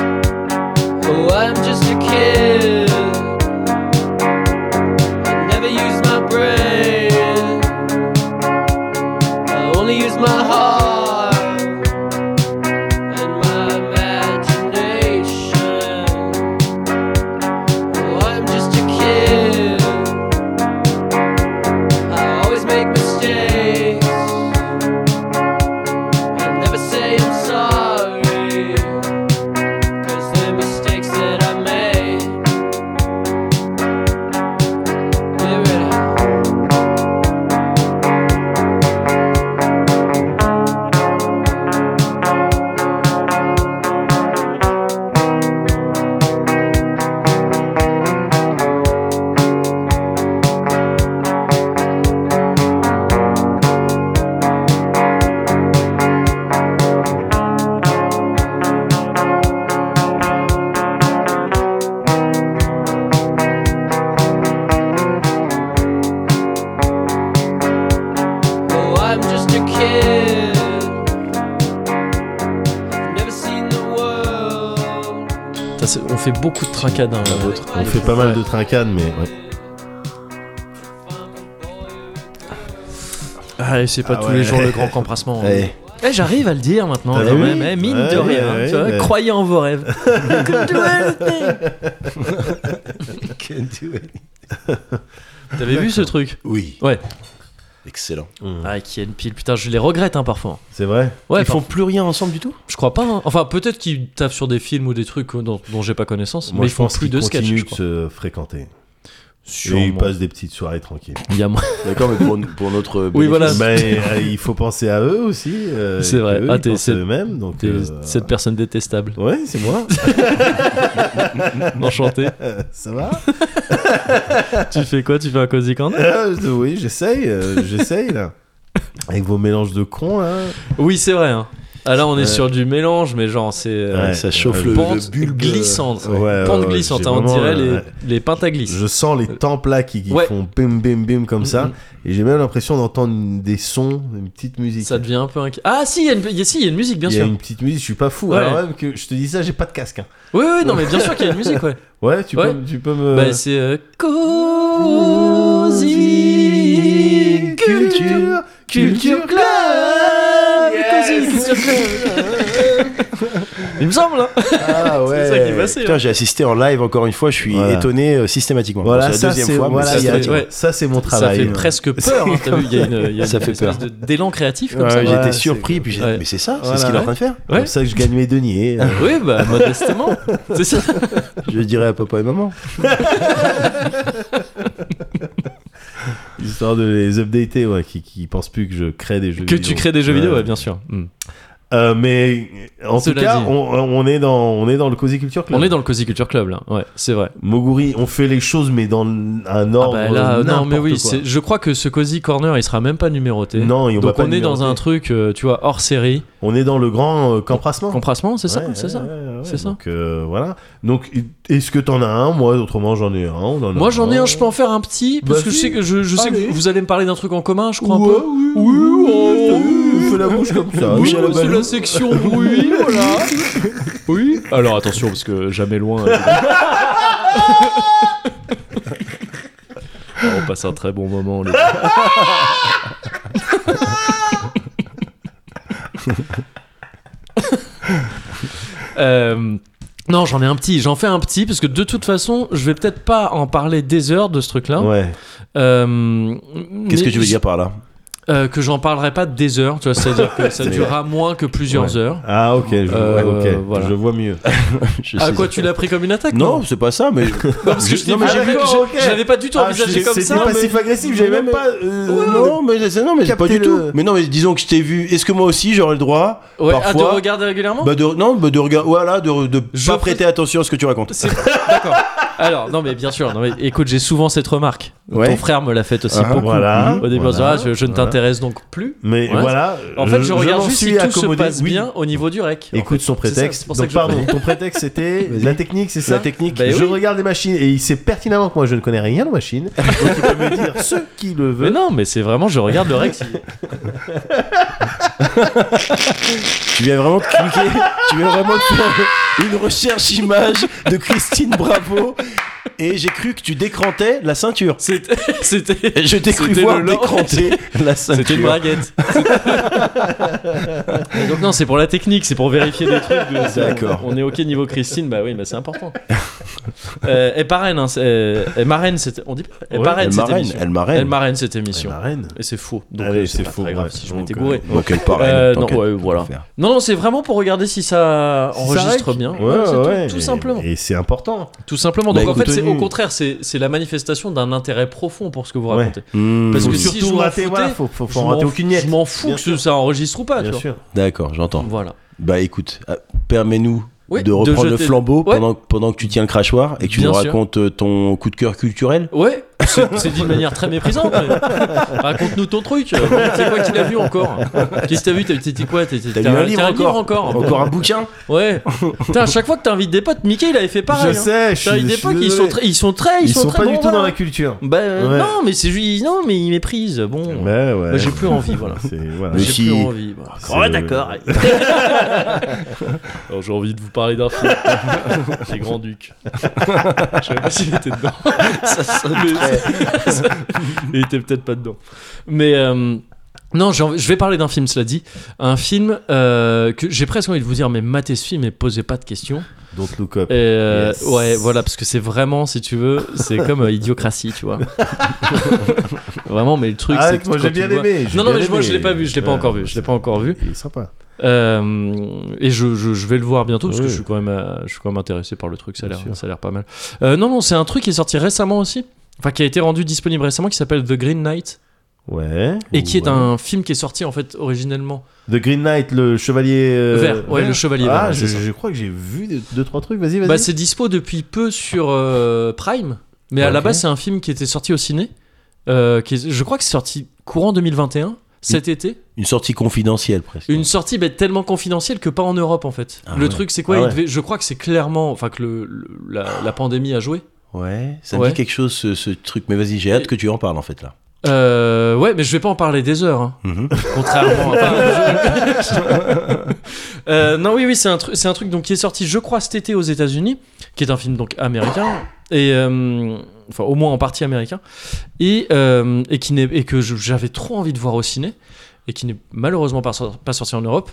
Speaker 9: Oh, I'm just a kid. I never use my brain. I only use my heart and my imagination. Oh, I'm just a kid. I always make mistakes. I never say I'm sorry. Cause the mistakes that I made They're ready Oh, I'm just a kid I've never seen the world
Speaker 3: Putain, c'est- on fait beaucoup de tracadins la vôtre.
Speaker 1: On fait pas mal de trincanes, mais. ouais.
Speaker 3: Ah, et c'est pas
Speaker 1: Ah
Speaker 3: tous
Speaker 1: ouais.
Speaker 3: les jours le grand embrassement.
Speaker 1: Ouais.
Speaker 3: Eh, j'arrive à le dire maintenant,
Speaker 1: T'as
Speaker 3: quand
Speaker 1: vu
Speaker 3: même, eh, mine
Speaker 1: Ouais,
Speaker 3: de rien.
Speaker 1: ouais,
Speaker 3: tu vois,
Speaker 1: ouais.
Speaker 3: Croyez en vos rêves. T'avais vu ce truc
Speaker 2: Oui.
Speaker 3: Ouais.
Speaker 2: Excellent.
Speaker 3: Ah, qui a une pile. Putain, je les regrette hein, parfois.
Speaker 1: C'est vrai
Speaker 3: Ouais,
Speaker 2: Ils font plus rien ensemble du tout
Speaker 3: Je crois pas. hein. Enfin, peut-être qu'ils tapent sur des films ou des trucs dont, dont j'ai pas connaissance,
Speaker 1: Moi,
Speaker 3: mais ils
Speaker 1: je
Speaker 3: font
Speaker 1: pense
Speaker 3: plus
Speaker 1: qu'ils
Speaker 3: de sketch.
Speaker 1: continuent
Speaker 3: je
Speaker 1: de
Speaker 3: crois.
Speaker 1: se fréquenter.
Speaker 3: Sûrement.
Speaker 1: Et ils passent des petites soirées tranquilles.
Speaker 3: Il y a moins-
Speaker 2: D'accord, mais pour, pour notre
Speaker 3: Oui,
Speaker 2: bénéfice.
Speaker 3: voilà.
Speaker 1: Mais euh, il faut penser à eux aussi. euh, et
Speaker 3: C'est vrai.
Speaker 1: qu'eux,
Speaker 3: Ah,
Speaker 1: ils
Speaker 3: t'es-
Speaker 1: pensent
Speaker 3: c'est-
Speaker 1: à eux-mêmes. Donc,
Speaker 3: T'es
Speaker 1: euh,
Speaker 3: cette personne détestable.
Speaker 1: Ouais, c'est moi.
Speaker 3: Enchanté.
Speaker 1: Ça va
Speaker 3: tu fais quoi Tu fais un cozy corner
Speaker 1: Euh, Oui, j'essaye. euh, j'essaye, là. Avec vos mélanges de cons, là.
Speaker 3: Oui, c'est vrai. hein. Ah là, on est
Speaker 1: Ouais.
Speaker 3: sur du mélange, mais genre, c'est. euh,
Speaker 1: Ouais,
Speaker 2: ça chauffe le,
Speaker 3: Pente
Speaker 2: le bulbe.
Speaker 3: glissante.
Speaker 1: Ouais, euh, ouais,
Speaker 3: pente
Speaker 1: ouais,
Speaker 3: glissante,
Speaker 1: j'ai
Speaker 3: hein, on
Speaker 1: vraiment,
Speaker 3: dirait
Speaker 1: euh,
Speaker 3: les,
Speaker 1: ouais.
Speaker 3: les pentaglisses.
Speaker 1: Je sens les tempes là qui, qui
Speaker 3: Ouais.
Speaker 1: font bim bim bim comme ça.
Speaker 3: Mhm.
Speaker 1: Et j'ai même l'impression d'entendre une- des sons, une petite musique.
Speaker 3: Ça devient un peu inquiet. Ah si, il y, a une- il y a- si, il y a une musique, bien
Speaker 1: Il y a
Speaker 3: sûr.
Speaker 1: une petite musique, je suis pas fou.
Speaker 3: Ouais.
Speaker 1: Alors même que je te dis ça, j'ai pas de casque. hein.
Speaker 3: Oui, oui, non, mais bien sûr qu'il y a une musique, ouais.
Speaker 1: Ouais, tu,
Speaker 3: Ouais.
Speaker 1: Peux, tu peux me.
Speaker 3: Bah, c'est euh, Cozy Culture Culture Club Cozy Culture Club Il me semble, hein
Speaker 1: Ah ouais.
Speaker 3: C'est ça qui est passé.
Speaker 2: Putain, j'ai assisté en live encore une fois, je suis
Speaker 1: Voilà.
Speaker 2: étonné euh, systématiquement. Bon,
Speaker 1: Voilà,
Speaker 2: c'est
Speaker 1: ça
Speaker 2: la deuxième
Speaker 1: c'est
Speaker 2: fois, mais
Speaker 1: voilà,
Speaker 2: ça,
Speaker 1: il y a-
Speaker 2: c'est-
Speaker 3: fait- ouais.
Speaker 1: ça, c'est mon
Speaker 3: Ça
Speaker 1: travail.
Speaker 3: fait presque peur, hein, t'as vu, il y a une, il y a
Speaker 2: Ça
Speaker 3: une
Speaker 2: fait
Speaker 3: espèce
Speaker 2: peur.
Speaker 3: de- d'élan créatif comme
Speaker 2: Ouais,
Speaker 3: ça.
Speaker 1: ouais,
Speaker 2: J'étais
Speaker 1: c'est-
Speaker 2: surpris, puis j'ai dit,
Speaker 3: Ouais.
Speaker 2: mais c'est ça, c'est
Speaker 1: Voilà.
Speaker 2: ce qu'il est en train de faire.
Speaker 1: C'est
Speaker 3: Ouais.
Speaker 1: pour ça que je gagne mes deniers. euh.
Speaker 3: Oui, bah, modestement. C'est ça.
Speaker 2: Je dirais à papa et maman.
Speaker 1: Histoire de les updater, ouais, qui, qui pensent plus que je crée des jeux
Speaker 3: Que
Speaker 1: vidéo.
Speaker 3: tu crées des jeux
Speaker 1: Ouais.
Speaker 3: vidéo, ouais, bien sûr. Hmm.
Speaker 1: Euh, mais en
Speaker 3: Cela
Speaker 1: tout cas,
Speaker 3: dit.
Speaker 1: on, on est dans, on est dans le Cozy Culture Club.
Speaker 3: On est dans le Cozy Culture Club, là. Ouais, c'est vrai.
Speaker 1: Moguri, on fait les choses, mais dans un
Speaker 3: Ah
Speaker 1: ordre.
Speaker 3: bah là, non,
Speaker 1: Oh, euh,
Speaker 3: mais
Speaker 1: n'importe
Speaker 3: oui,
Speaker 1: quoi.
Speaker 3: c'est- je crois que ce Cozy Corner, il sera même pas numéroté.
Speaker 1: Non, et on va
Speaker 3: Donc
Speaker 1: pas
Speaker 3: on est dans
Speaker 1: numéroter.
Speaker 3: un truc, euh, tu vois, hors série.
Speaker 1: On est dans le grand euh, camprassement.
Speaker 3: Compressement, c'est ça,
Speaker 1: Ouais,
Speaker 3: c'est
Speaker 1: ouais,
Speaker 3: ça.
Speaker 1: ouais, ouais,
Speaker 3: c'est ça.
Speaker 1: Donc euh, voilà. Donc est-ce que t'en as un Moi, autrement, j'en ai un. on en a
Speaker 3: Moi j'en ai un, je peux en faire un petit, parce que je sais que je, je sais que
Speaker 1: Allez.
Speaker 3: vous, vous allez me parler d'un truc en commun, je crois
Speaker 1: Ouais,
Speaker 3: un peu.
Speaker 1: oui,
Speaker 3: Oui,
Speaker 1: oui,
Speaker 3: oh,
Speaker 1: oui, fais la bouche comme ça.
Speaker 3: Oui,
Speaker 1: bouche à la
Speaker 3: c'est
Speaker 1: balle.
Speaker 3: la section bruit, voilà. Oui. Alors attention, parce que jamais loin. euh, Alors, on passe un très bon moment. les- Euh, non, j'en ai un petit. J'en fais un petit parce que de toute façon, je vais peut-être pas en parler des heures de ce truc-là.
Speaker 2: Ouais.
Speaker 3: Euh,
Speaker 2: Qu'est-ce que
Speaker 3: mais
Speaker 2: tu veux
Speaker 3: je-
Speaker 2: dire par là
Speaker 3: euh, Que j'en parlerai pas des heures. Tu vois, c'est-à-dire que ça durera moins que plusieurs heures.
Speaker 1: Ah, ok, je,
Speaker 3: Euh,
Speaker 1: ouais, ok,
Speaker 3: voilà.
Speaker 1: je vois mieux.
Speaker 2: Je
Speaker 3: À
Speaker 2: sais-
Speaker 3: Ah, quoi tu l'as pris comme une attaque
Speaker 2: Non, c'est pas ça, mais
Speaker 3: parce que je
Speaker 2: Non,
Speaker 3: l'ai-
Speaker 2: mais
Speaker 3: j'avais-
Speaker 1: d'accord,
Speaker 3: je-
Speaker 1: ok.
Speaker 3: je l'avais pas du tout
Speaker 1: Ah,
Speaker 3: envisagé
Speaker 1: c'est-
Speaker 3: comme
Speaker 1: c'était
Speaker 3: ça. mais-
Speaker 1: passif-agressif, j'avais même pas. euh,
Speaker 2: Euh, non, mais c'est non, mais pas
Speaker 1: Captez
Speaker 2: du
Speaker 1: le-
Speaker 2: tout. Mais non, mais disons que je t'ai vu. Est-ce que moi aussi j'aurais le droit
Speaker 3: Ouais, à te
Speaker 2: parfois
Speaker 3: regarder régulièrement
Speaker 2: bah de, non, bah de regard, voilà, de, de
Speaker 3: Je
Speaker 2: pas prêter attention à ce que tu racontes.
Speaker 3: C'est- D'accord. Alors, non, mais bien sûr. Non, mais, écoute, j'ai souvent cette remarque.
Speaker 2: Ouais.
Speaker 3: Ton frère me l'a faite aussi
Speaker 2: Ah,
Speaker 3: beaucoup.
Speaker 1: voilà,
Speaker 3: Au début, on se dit,
Speaker 1: voilà,
Speaker 3: ah, je, je ne
Speaker 1: voilà.
Speaker 3: t'intéresse donc plus.
Speaker 1: Mais
Speaker 3: Ouais.
Speaker 1: voilà.
Speaker 3: En fait, je, regarde
Speaker 1: m'en
Speaker 3: juste si
Speaker 1: suis
Speaker 3: tout
Speaker 1: accommodé,
Speaker 3: se passe
Speaker 1: oui.
Speaker 3: bien au niveau du rec. en
Speaker 1: Écoute son
Speaker 3: C'est ça,
Speaker 1: prétexte.
Speaker 3: c'est pour ça
Speaker 1: Donc,
Speaker 3: que je
Speaker 1: pardon,
Speaker 3: fais.
Speaker 1: ton prétexte c'était la technique, c'est ça
Speaker 2: La technique.
Speaker 3: Bah,
Speaker 1: je
Speaker 3: oui.
Speaker 1: regarde les machines et il sait pertinemment que moi je ne connais rien aux machines. Donc il peut me dire ce qu'il le
Speaker 3: Mais
Speaker 2: euh,
Speaker 1: veut.
Speaker 3: non, mais c'est vraiment, je regarde le rec.
Speaker 2: Tu viens vraiment de cliquer, tu viens vraiment de faire une recherche image de Christine Bravo et j'ai cru que tu décrantais la ceinture.
Speaker 3: C'était, c'était,
Speaker 2: Je t'ai cru
Speaker 3: C'était
Speaker 2: voir
Speaker 3: le lord.
Speaker 2: décranter la
Speaker 3: c'était une
Speaker 2: ceinture.
Speaker 3: braguette. Et donc non, c'est pour la technique, c'est pour vérifier des trucs. de-
Speaker 2: D'accord.
Speaker 3: On est ok niveau Christine, bah oui, mais c'est important. Euh, elle parraine, hein, c'est- euh, elle marraine, c'était, on dit, pas- elle
Speaker 1: Ouais,
Speaker 3: parraine
Speaker 2: Elle
Speaker 3: cette
Speaker 2: marraine,
Speaker 3: émission.
Speaker 2: elle
Speaker 3: Elle
Speaker 2: marraine.
Speaker 3: marraine cette émission.
Speaker 1: La reine.
Speaker 3: Et c'est faux. Donc
Speaker 1: Allez,
Speaker 3: euh,
Speaker 1: Ah c'est
Speaker 3: c'est pas
Speaker 1: faux,
Speaker 3: très
Speaker 1: bref.
Speaker 3: grave si je
Speaker 1: Donc,
Speaker 3: m'étais
Speaker 1: euh,
Speaker 3: gouré.
Speaker 2: Donc elle parraine.
Speaker 3: Euh,
Speaker 2: t'inquiète,
Speaker 3: non, ouais,
Speaker 2: on va
Speaker 3: voilà.
Speaker 2: le faire.
Speaker 3: Non, non, c'est vraiment pour regarder si ça
Speaker 1: Si ça
Speaker 3: enregistre
Speaker 1: rec.
Speaker 3: bien.
Speaker 1: Ouais,
Speaker 3: Ouais, c'est tout-
Speaker 1: ouais,
Speaker 3: tout,
Speaker 1: et-
Speaker 3: simplement.
Speaker 1: Et c'est important.
Speaker 3: Tout simplement.
Speaker 2: Bah,
Speaker 3: Donc en fait,
Speaker 2: écoute,
Speaker 3: c'est
Speaker 2: tenu.
Speaker 3: au contraire, c'est c'est la manifestation d'un intérêt profond pour ce que vous
Speaker 1: Ouais.
Speaker 3: racontez.
Speaker 2: Hmm,
Speaker 3: Parce
Speaker 1: Faut
Speaker 3: que si je
Speaker 1: surtout
Speaker 3: m'en
Speaker 1: rater,
Speaker 3: foutais,
Speaker 1: voilà, faut, faut,
Speaker 3: Je
Speaker 1: faut en
Speaker 3: m'en
Speaker 1: rater
Speaker 3: fou-
Speaker 1: aucune miette.
Speaker 3: je m'en fous
Speaker 1: Bien
Speaker 3: que
Speaker 1: sûr.
Speaker 3: ça enregistre ou pas.
Speaker 1: Bien
Speaker 3: tu vois.
Speaker 1: sûr.
Speaker 2: D'accord, j'entends.
Speaker 3: Voilà.
Speaker 2: Bah écoute, euh, permets-nous
Speaker 3: Oui,
Speaker 2: de reprendre le
Speaker 3: jeter-
Speaker 2: flambeau
Speaker 3: Ouais.
Speaker 2: pendant, pendant que tu tiens le crachoir et que tu
Speaker 3: Bien
Speaker 2: nous
Speaker 3: sûr.
Speaker 2: racontes euh, ton coup de cœur culturel.
Speaker 3: Ouais, c'est c'est dit de manière très méprisante. mais- Raconte-nous ton truc. euh, C'est quoi qu'il a vu encore Qu'est-ce que t'as vu T'as t'as dit quoi T'as t'as-
Speaker 2: lu
Speaker 3: t'as
Speaker 2: un livre
Speaker 3: livre
Speaker 2: encore
Speaker 3: encore
Speaker 2: Encore un bouquin
Speaker 3: Ouais. Putain, à chaque fois que t'invites des potes, Mickey il avait fait pareil.
Speaker 1: je
Speaker 3: hein.
Speaker 1: sais, je
Speaker 3: Putain,
Speaker 1: suis.
Speaker 3: il y a
Speaker 1: je
Speaker 3: des
Speaker 1: suis
Speaker 3: potes, ils
Speaker 1: désolé.
Speaker 3: sont très, ils sont très, ils,
Speaker 1: Ils sont
Speaker 3: très
Speaker 1: pas du
Speaker 3: bons,
Speaker 1: tout dans
Speaker 3: voilà.
Speaker 1: la culture.
Speaker 3: Bah euh,
Speaker 1: Ouais.
Speaker 3: non, mais c'est juste, non, mais ils méprisent. Bon,
Speaker 1: Ouais, ouais.
Speaker 3: Bah, j'ai plus envie, voilà.
Speaker 1: C'est- voilà.
Speaker 2: Mais
Speaker 3: J'ai
Speaker 2: si.
Speaker 3: plus envie. bah.
Speaker 1: C'est- euh, Ouais, d'accord.
Speaker 3: Alors, j'ai envie de vous parler d'un film. J'ai Grand Duc. Je sais pas s'il était dedans. Mais- Il était peut-être pas dedans. Mais euh, non, j'ai envie- je vais parler d'un film, cela dit. Un film euh, que j'ai presque envie de vous dire, mais matez ce film et posez pas de questions.
Speaker 1: Don't look up.
Speaker 3: Et, euh,
Speaker 1: Yes.
Speaker 3: Ouais, voilà, parce que c'est vraiment, si tu veux, c'est comme euh, Idiocratie, tu vois. vraiment, mais le truc,
Speaker 1: Ah,
Speaker 3: c'est que
Speaker 1: moi
Speaker 3: quand
Speaker 1: j'ai
Speaker 3: tu
Speaker 1: bien
Speaker 3: le vois-
Speaker 1: aimé. j'ai
Speaker 3: Non, non,
Speaker 1: bien
Speaker 3: mais je- moi,
Speaker 1: aimé.
Speaker 3: je l'ai pas vu, je l'ai pas
Speaker 1: Ouais,
Speaker 3: encore vu, je l'ai pas encore vu.
Speaker 1: Il est sympa.
Speaker 3: Euh, et je, je, je vais le voir bientôt parce que
Speaker 1: Oui.
Speaker 3: je suis quand même euh, je suis quand même intéressé par le truc ça a
Speaker 1: Bien
Speaker 3: l'air
Speaker 1: sûr.
Speaker 3: ça a l'air pas mal Euh, non non c'est un truc qui est sorti récemment aussi enfin qui a été rendu disponible récemment qui s'appelle The Green Knight
Speaker 1: Ouais.
Speaker 3: et qui
Speaker 1: Ouais.
Speaker 3: est un film qui est sorti en fait originellement
Speaker 1: The Green Knight, le chevalier. euh,
Speaker 3: Vert, ouais, le chevalier
Speaker 1: Ah,
Speaker 3: vert,
Speaker 1: je,
Speaker 3: c'est ça.
Speaker 1: je crois que j'ai vu deux, deux, trois trucs. Vas-y, vas-y.
Speaker 3: bah c'est dispo depuis peu sur euh, Prime mais à
Speaker 1: Ok.
Speaker 3: la base c'est un film qui était sorti au ciné euh, qui est- je crois que c'est sorti courant 2021 cet été
Speaker 2: Une sortie confidentielle presque.
Speaker 3: Une sortie bah, tellement confidentielle que pas en Europe en fait.
Speaker 2: Ah
Speaker 3: le
Speaker 2: ouais.
Speaker 3: truc c'est quoi
Speaker 1: Ah
Speaker 3: il
Speaker 1: ouais.
Speaker 3: devait- Je crois que c'est clairement, enfin que le, le- la, la pandémie a joué.
Speaker 2: Ouais, ça
Speaker 3: Ouais.
Speaker 2: me dit quelque chose ce, ce truc, mais vas-y, j'ai hâte que tu en parles en fait là.
Speaker 3: Euh, ouais, mais je vais pas en parler des heures, hein.
Speaker 2: Mhm.
Speaker 3: contrairement. à... Enfin, je- Euh, non, oui, oui, c'est un truc, c'est un truc donc qui est sorti, je crois, cet été aux États-Unis, qui est un film donc américain et euh, enfin au moins en partie américain et euh, et qui n'est et que je- j'avais trop envie de voir au ciné et qui n'est malheureusement pas, sor- pas sorti en Europe.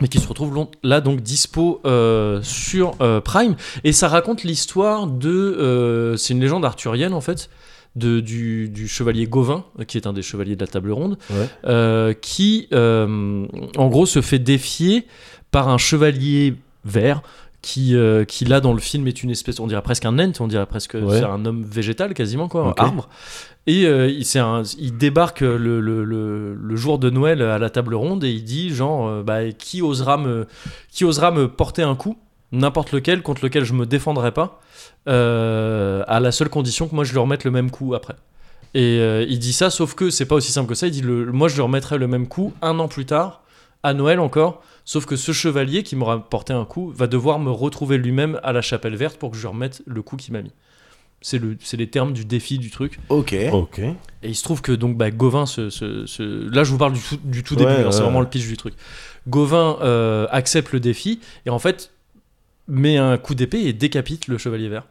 Speaker 3: Mais qui se retrouve long- là donc dispo euh, sur euh, Prime et ça raconte l'histoire de euh, c'est une légende arthurienne en fait de, du, du chevalier Gauvin, euh, qui est un des chevaliers de la table ronde,
Speaker 1: Ouais.
Speaker 3: euh, qui euh, en gros se fait défier par un chevalier vert qui, euh, qui là dans le film est une espèce, on dirait presque un ent, on dirait presque
Speaker 1: Ouais.
Speaker 3: c'est un homme végétal quasiment, quoi,
Speaker 1: Ok.
Speaker 3: un arbre. Et euh, il, c'est un- il débarque le, le- le- le jour de Noël à la table ronde et il dit genre euh, bah, qui, osera me, qui osera me porter un coup, n'importe lequel, contre lequel je me défendrai pas euh, à la seule condition que moi je lui remette le même coup après. Et euh, il dit ça, sauf que c'est pas aussi simple que ça. Il dit le, moi je lui remettrai le même coup un an plus tard, à Noël encore, sauf que ce chevalier qui m'aura porté un coup va devoir me retrouver lui-même à la chapelle verte pour que je lui remette le coup qu'il m'a mis. C'est le, c'est les termes du défi du truc.
Speaker 2: Ok.
Speaker 1: Ok.
Speaker 3: Et il se trouve que donc bah, Gauvin, ce, ce- ce- là je vous parle du tout, du tout
Speaker 1: Ouais,
Speaker 3: début, hein, c'est
Speaker 1: ouais.
Speaker 3: vraiment le pitch du truc. Gauvin euh, accepte le défi et en fait met un coup d'épée et décapite le chevalier vert,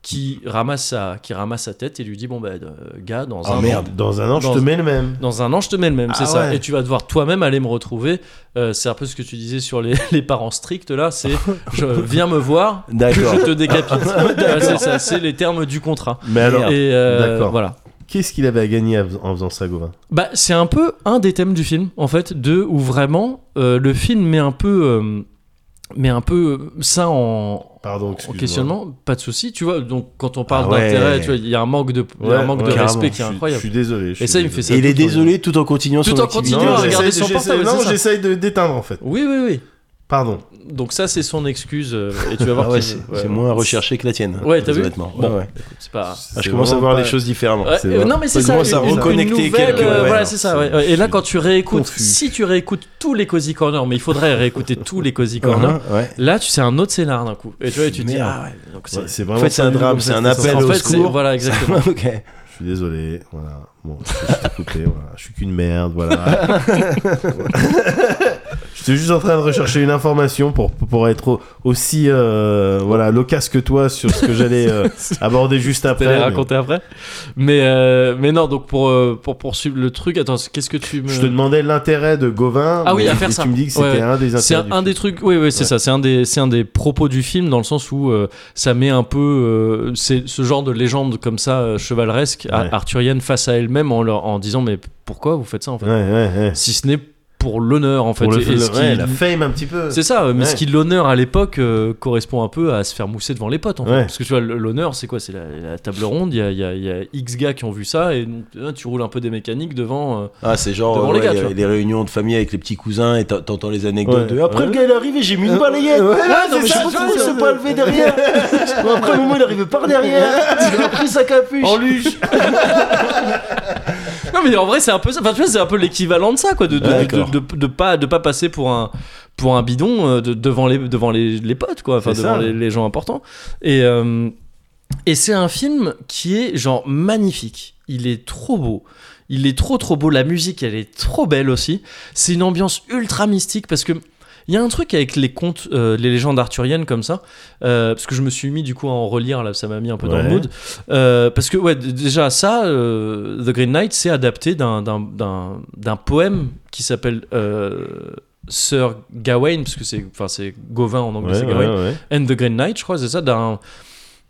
Speaker 3: qui ramasse sa, qui ramasse sa tête et lui dit Bon, bah, euh, gars, dans
Speaker 1: Ah
Speaker 3: un
Speaker 1: merde, dans un an, je
Speaker 3: Dans-
Speaker 1: te mets le même.
Speaker 3: dans un an, je te mets le même,
Speaker 1: Ah
Speaker 3: c'est ça.
Speaker 1: ouais.
Speaker 3: Et tu vas devoir toi-même aller me retrouver. Euh, c'est un peu ce que tu disais sur les, les parents stricts, là. C'est je viens me voir, que
Speaker 2: D'accord.
Speaker 3: je te décapite. Voilà, c'est ça, c'est les termes du contrat.
Speaker 1: Mais alors,
Speaker 3: Et euh,
Speaker 1: D'accord.
Speaker 3: voilà.
Speaker 1: qu'est-ce qu'il avait à gagner en fais- en faisant ça, Gauvin
Speaker 3: Bah, c'est un peu un des thèmes du film, en fait, de où vraiment euh, le film met un peu, euh, met un peu ça en,
Speaker 1: Pardon,
Speaker 3: en
Speaker 1: excuse-moi.
Speaker 3: Oh, questionnement. Pas de souci, tu vois. Donc, quand on parle
Speaker 1: Ah ouais.
Speaker 3: d'intérêt, tu vois, il y a un manque de, il y a un manque de
Speaker 1: carrément,
Speaker 3: respect qui
Speaker 1: je
Speaker 3: est
Speaker 1: suis-
Speaker 3: incroyable.
Speaker 1: Je suis désolé. je suis
Speaker 3: Et ça, il me
Speaker 1: désolé.
Speaker 3: fait ça.
Speaker 2: Et il est
Speaker 3: tout au long.
Speaker 2: désolé tout en continuant
Speaker 3: Tout
Speaker 2: son
Speaker 3: en
Speaker 2: activité.
Speaker 3: continuant à
Speaker 1: Non,
Speaker 3: regarder
Speaker 1: j'essaie-
Speaker 3: son portable,
Speaker 1: j'essaie-
Speaker 3: c'est
Speaker 1: Non,
Speaker 3: ça.
Speaker 1: j'essaye de d'éteindre en fait.
Speaker 3: Oui, oui, oui.
Speaker 1: Pardon.
Speaker 3: Donc ça, c'est son excuse. euh, et tu vas voir
Speaker 2: Ah ouais,
Speaker 3: qu'il-
Speaker 2: c'est
Speaker 3: ouais.
Speaker 2: c'est moins recherché que la tienne.
Speaker 3: Ouais, t'as vu
Speaker 2: honnêtement.
Speaker 3: Bon.
Speaker 2: Ouais, ouais.
Speaker 3: C'est pas.
Speaker 2: Ah, je commence à voir les choses différemment.
Speaker 3: Ouais,
Speaker 1: c'est
Speaker 3: euh,
Speaker 1: vrai.
Speaker 3: non mais c'est
Speaker 2: Ça
Speaker 3: ça,
Speaker 2: commence à
Speaker 3: une, une- une
Speaker 2: reconnecter
Speaker 3: nouvelle,
Speaker 2: quelque-
Speaker 3: euh,
Speaker 2: ouais,
Speaker 3: voilà
Speaker 2: non,
Speaker 3: c'est ça.
Speaker 1: c'est-
Speaker 3: ouais. Ouais, Et là
Speaker 1: je
Speaker 3: quand tu réécoutes,
Speaker 1: confus.
Speaker 3: si tu réécoutes tous les cozy corners, mais il faudrait réécouter tous les cozy corners.
Speaker 2: Hein, ouais.
Speaker 3: Là tu sais un autre scénar d'un coup. Et tu vois et tu te dis
Speaker 2: Merde.
Speaker 3: ah ouais donc c'est
Speaker 1: Ouais, C'est
Speaker 2: En
Speaker 1: vraiment
Speaker 2: fait, c'est
Speaker 1: pas
Speaker 2: un
Speaker 1: du
Speaker 2: drame,
Speaker 1: tout
Speaker 2: c'est un
Speaker 1: ça, c'est
Speaker 2: appel
Speaker 1: ça.
Speaker 3: en
Speaker 2: au
Speaker 3: fait c'est
Speaker 2: secours.
Speaker 3: voilà exactement.
Speaker 2: ok.
Speaker 1: Je suis désolé. Voilà. Bon, je t'ai coupé. Voilà. Je suis qu'une merde. Voilà. J'étais juste en train de rechercher une information pour, pour être au- aussi euh, voilà, loquace que toi sur ce que j'allais euh, aborder juste
Speaker 3: T'as
Speaker 1: après.
Speaker 3: les
Speaker 1: mais
Speaker 3: raconter après. Mais euh, mais non donc pour euh, pour poursuivre le truc attends c'est- qu'est-ce que tu me
Speaker 1: Je te demandais l'intérêt de Gauvin.
Speaker 3: Ah oui,
Speaker 1: mais-
Speaker 3: à faire
Speaker 1: et
Speaker 3: ça.
Speaker 1: Tu me dis que c'était
Speaker 3: Ouais, ouais.
Speaker 1: un des intérêts.
Speaker 3: c'est un,
Speaker 1: du
Speaker 3: un
Speaker 1: film.
Speaker 3: des trucs, oui, oui, c'est
Speaker 1: Ouais.
Speaker 3: ça. C'est un des, c'est un des propos du film dans le sens où euh, ça met un peu, euh, c'est ce genre de légende comme ça euh, chevaleresque, a-
Speaker 1: Ouais.
Speaker 3: arthurienne face à elle-même en leur, en disant mais pourquoi vous faites ça en fait
Speaker 1: Ouais, ouais, ouais.
Speaker 3: Si ce n'est pour l'honneur en fait.
Speaker 1: Pour le,
Speaker 3: Et- et ce
Speaker 1: le- ouais,
Speaker 3: qui-
Speaker 1: la fame un petit peu.
Speaker 3: c'est ça, mais
Speaker 1: Ouais.
Speaker 3: ce qui l'honneur à l'époque euh, correspond un peu à se faire mousser devant les potes. En fait.
Speaker 1: Ouais.
Speaker 3: Parce que tu vois, le- l'honneur, c'est quoi C'est la, la table ronde, il y a, il y a- il y a X gars qui ont vu ça, et donc, euh, tu roules un peu des mécaniques devant. euh,
Speaker 2: Ah, c'est genre
Speaker 3: Devant
Speaker 2: euh,
Speaker 3: les
Speaker 2: ouais,
Speaker 3: gars, tu
Speaker 2: les,
Speaker 3: vois.
Speaker 2: les réunions de famille avec les petits cousins et t'en- t'entends les anecdotes
Speaker 1: Ouais.
Speaker 2: de Après, le gars il est arrivé, j'ai mis une balayette. Euh, Ouais, non, mais je sais pas pourquoi il s'est pas levé derrière. Après, le moment, il est arrivé par derrière. Il a pris sa capuche.
Speaker 3: En luge Non mais en vrai c'est un peu ça, enfin tu vois c'est un peu l'équivalent de ça quoi, de, de,
Speaker 2: Ouais,
Speaker 3: de-
Speaker 2: d'accord.
Speaker 3: de- de- de pas, de pas passer pour un, pour un bidon euh, de- devant, les, devant les, les potes quoi, enfin
Speaker 1: C'est
Speaker 3: devant
Speaker 1: ça.
Speaker 3: les, les gens importants. Et, euh, et c'est un film qui est genre magnifique, il est trop beau. Il est trop trop beau, la musique elle est trop belle aussi. C'est une ambiance ultra mystique parce que il y a un truc avec les contes, euh, les légendes arthuriennes comme ça, euh, parce que je me suis mis du coup à en relire là, ça m'a mis un peu dans le
Speaker 1: Ouais.
Speaker 3: mood. Euh, parce que ouais, d- déjà ça, euh, The Green Knight, c'est adapté d'un- d'un d'un- d'un poème qui s'appelle euh, Sir Gawain, parce que c'est enfin, c'est Gauvin en anglais,
Speaker 1: Ouais,
Speaker 3: c'est
Speaker 1: ouais,
Speaker 3: Gawain,
Speaker 1: ouais.
Speaker 3: and The Green Knight, je crois, c'est ça, d'un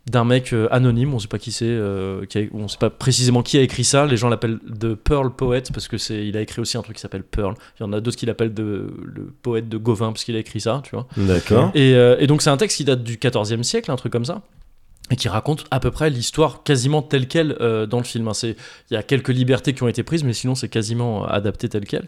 Speaker 3: d'un mec euh, anonyme, on sait pas qui c'est, euh, qui a- on sait pas précisément qui a écrit ça, les gens l'appellent The Pearl Poet, parce que c'est il a écrit aussi un truc qui s'appelle Pearl, il y en a d'autres qui l'appellent de- le poète de Gauvin, parce qu'il a écrit ça, tu vois.
Speaker 1: D'accord.
Speaker 3: Et, euh, et donc c'est un texte qui date du 14e siècle, un truc comme ça. Et qui raconte à peu près l'histoire quasiment telle qu'elle euh, dans le film. hein. C'est- Il y a quelques libertés qui ont été prises, mais sinon c'est quasiment euh, adapté telle qu'elle.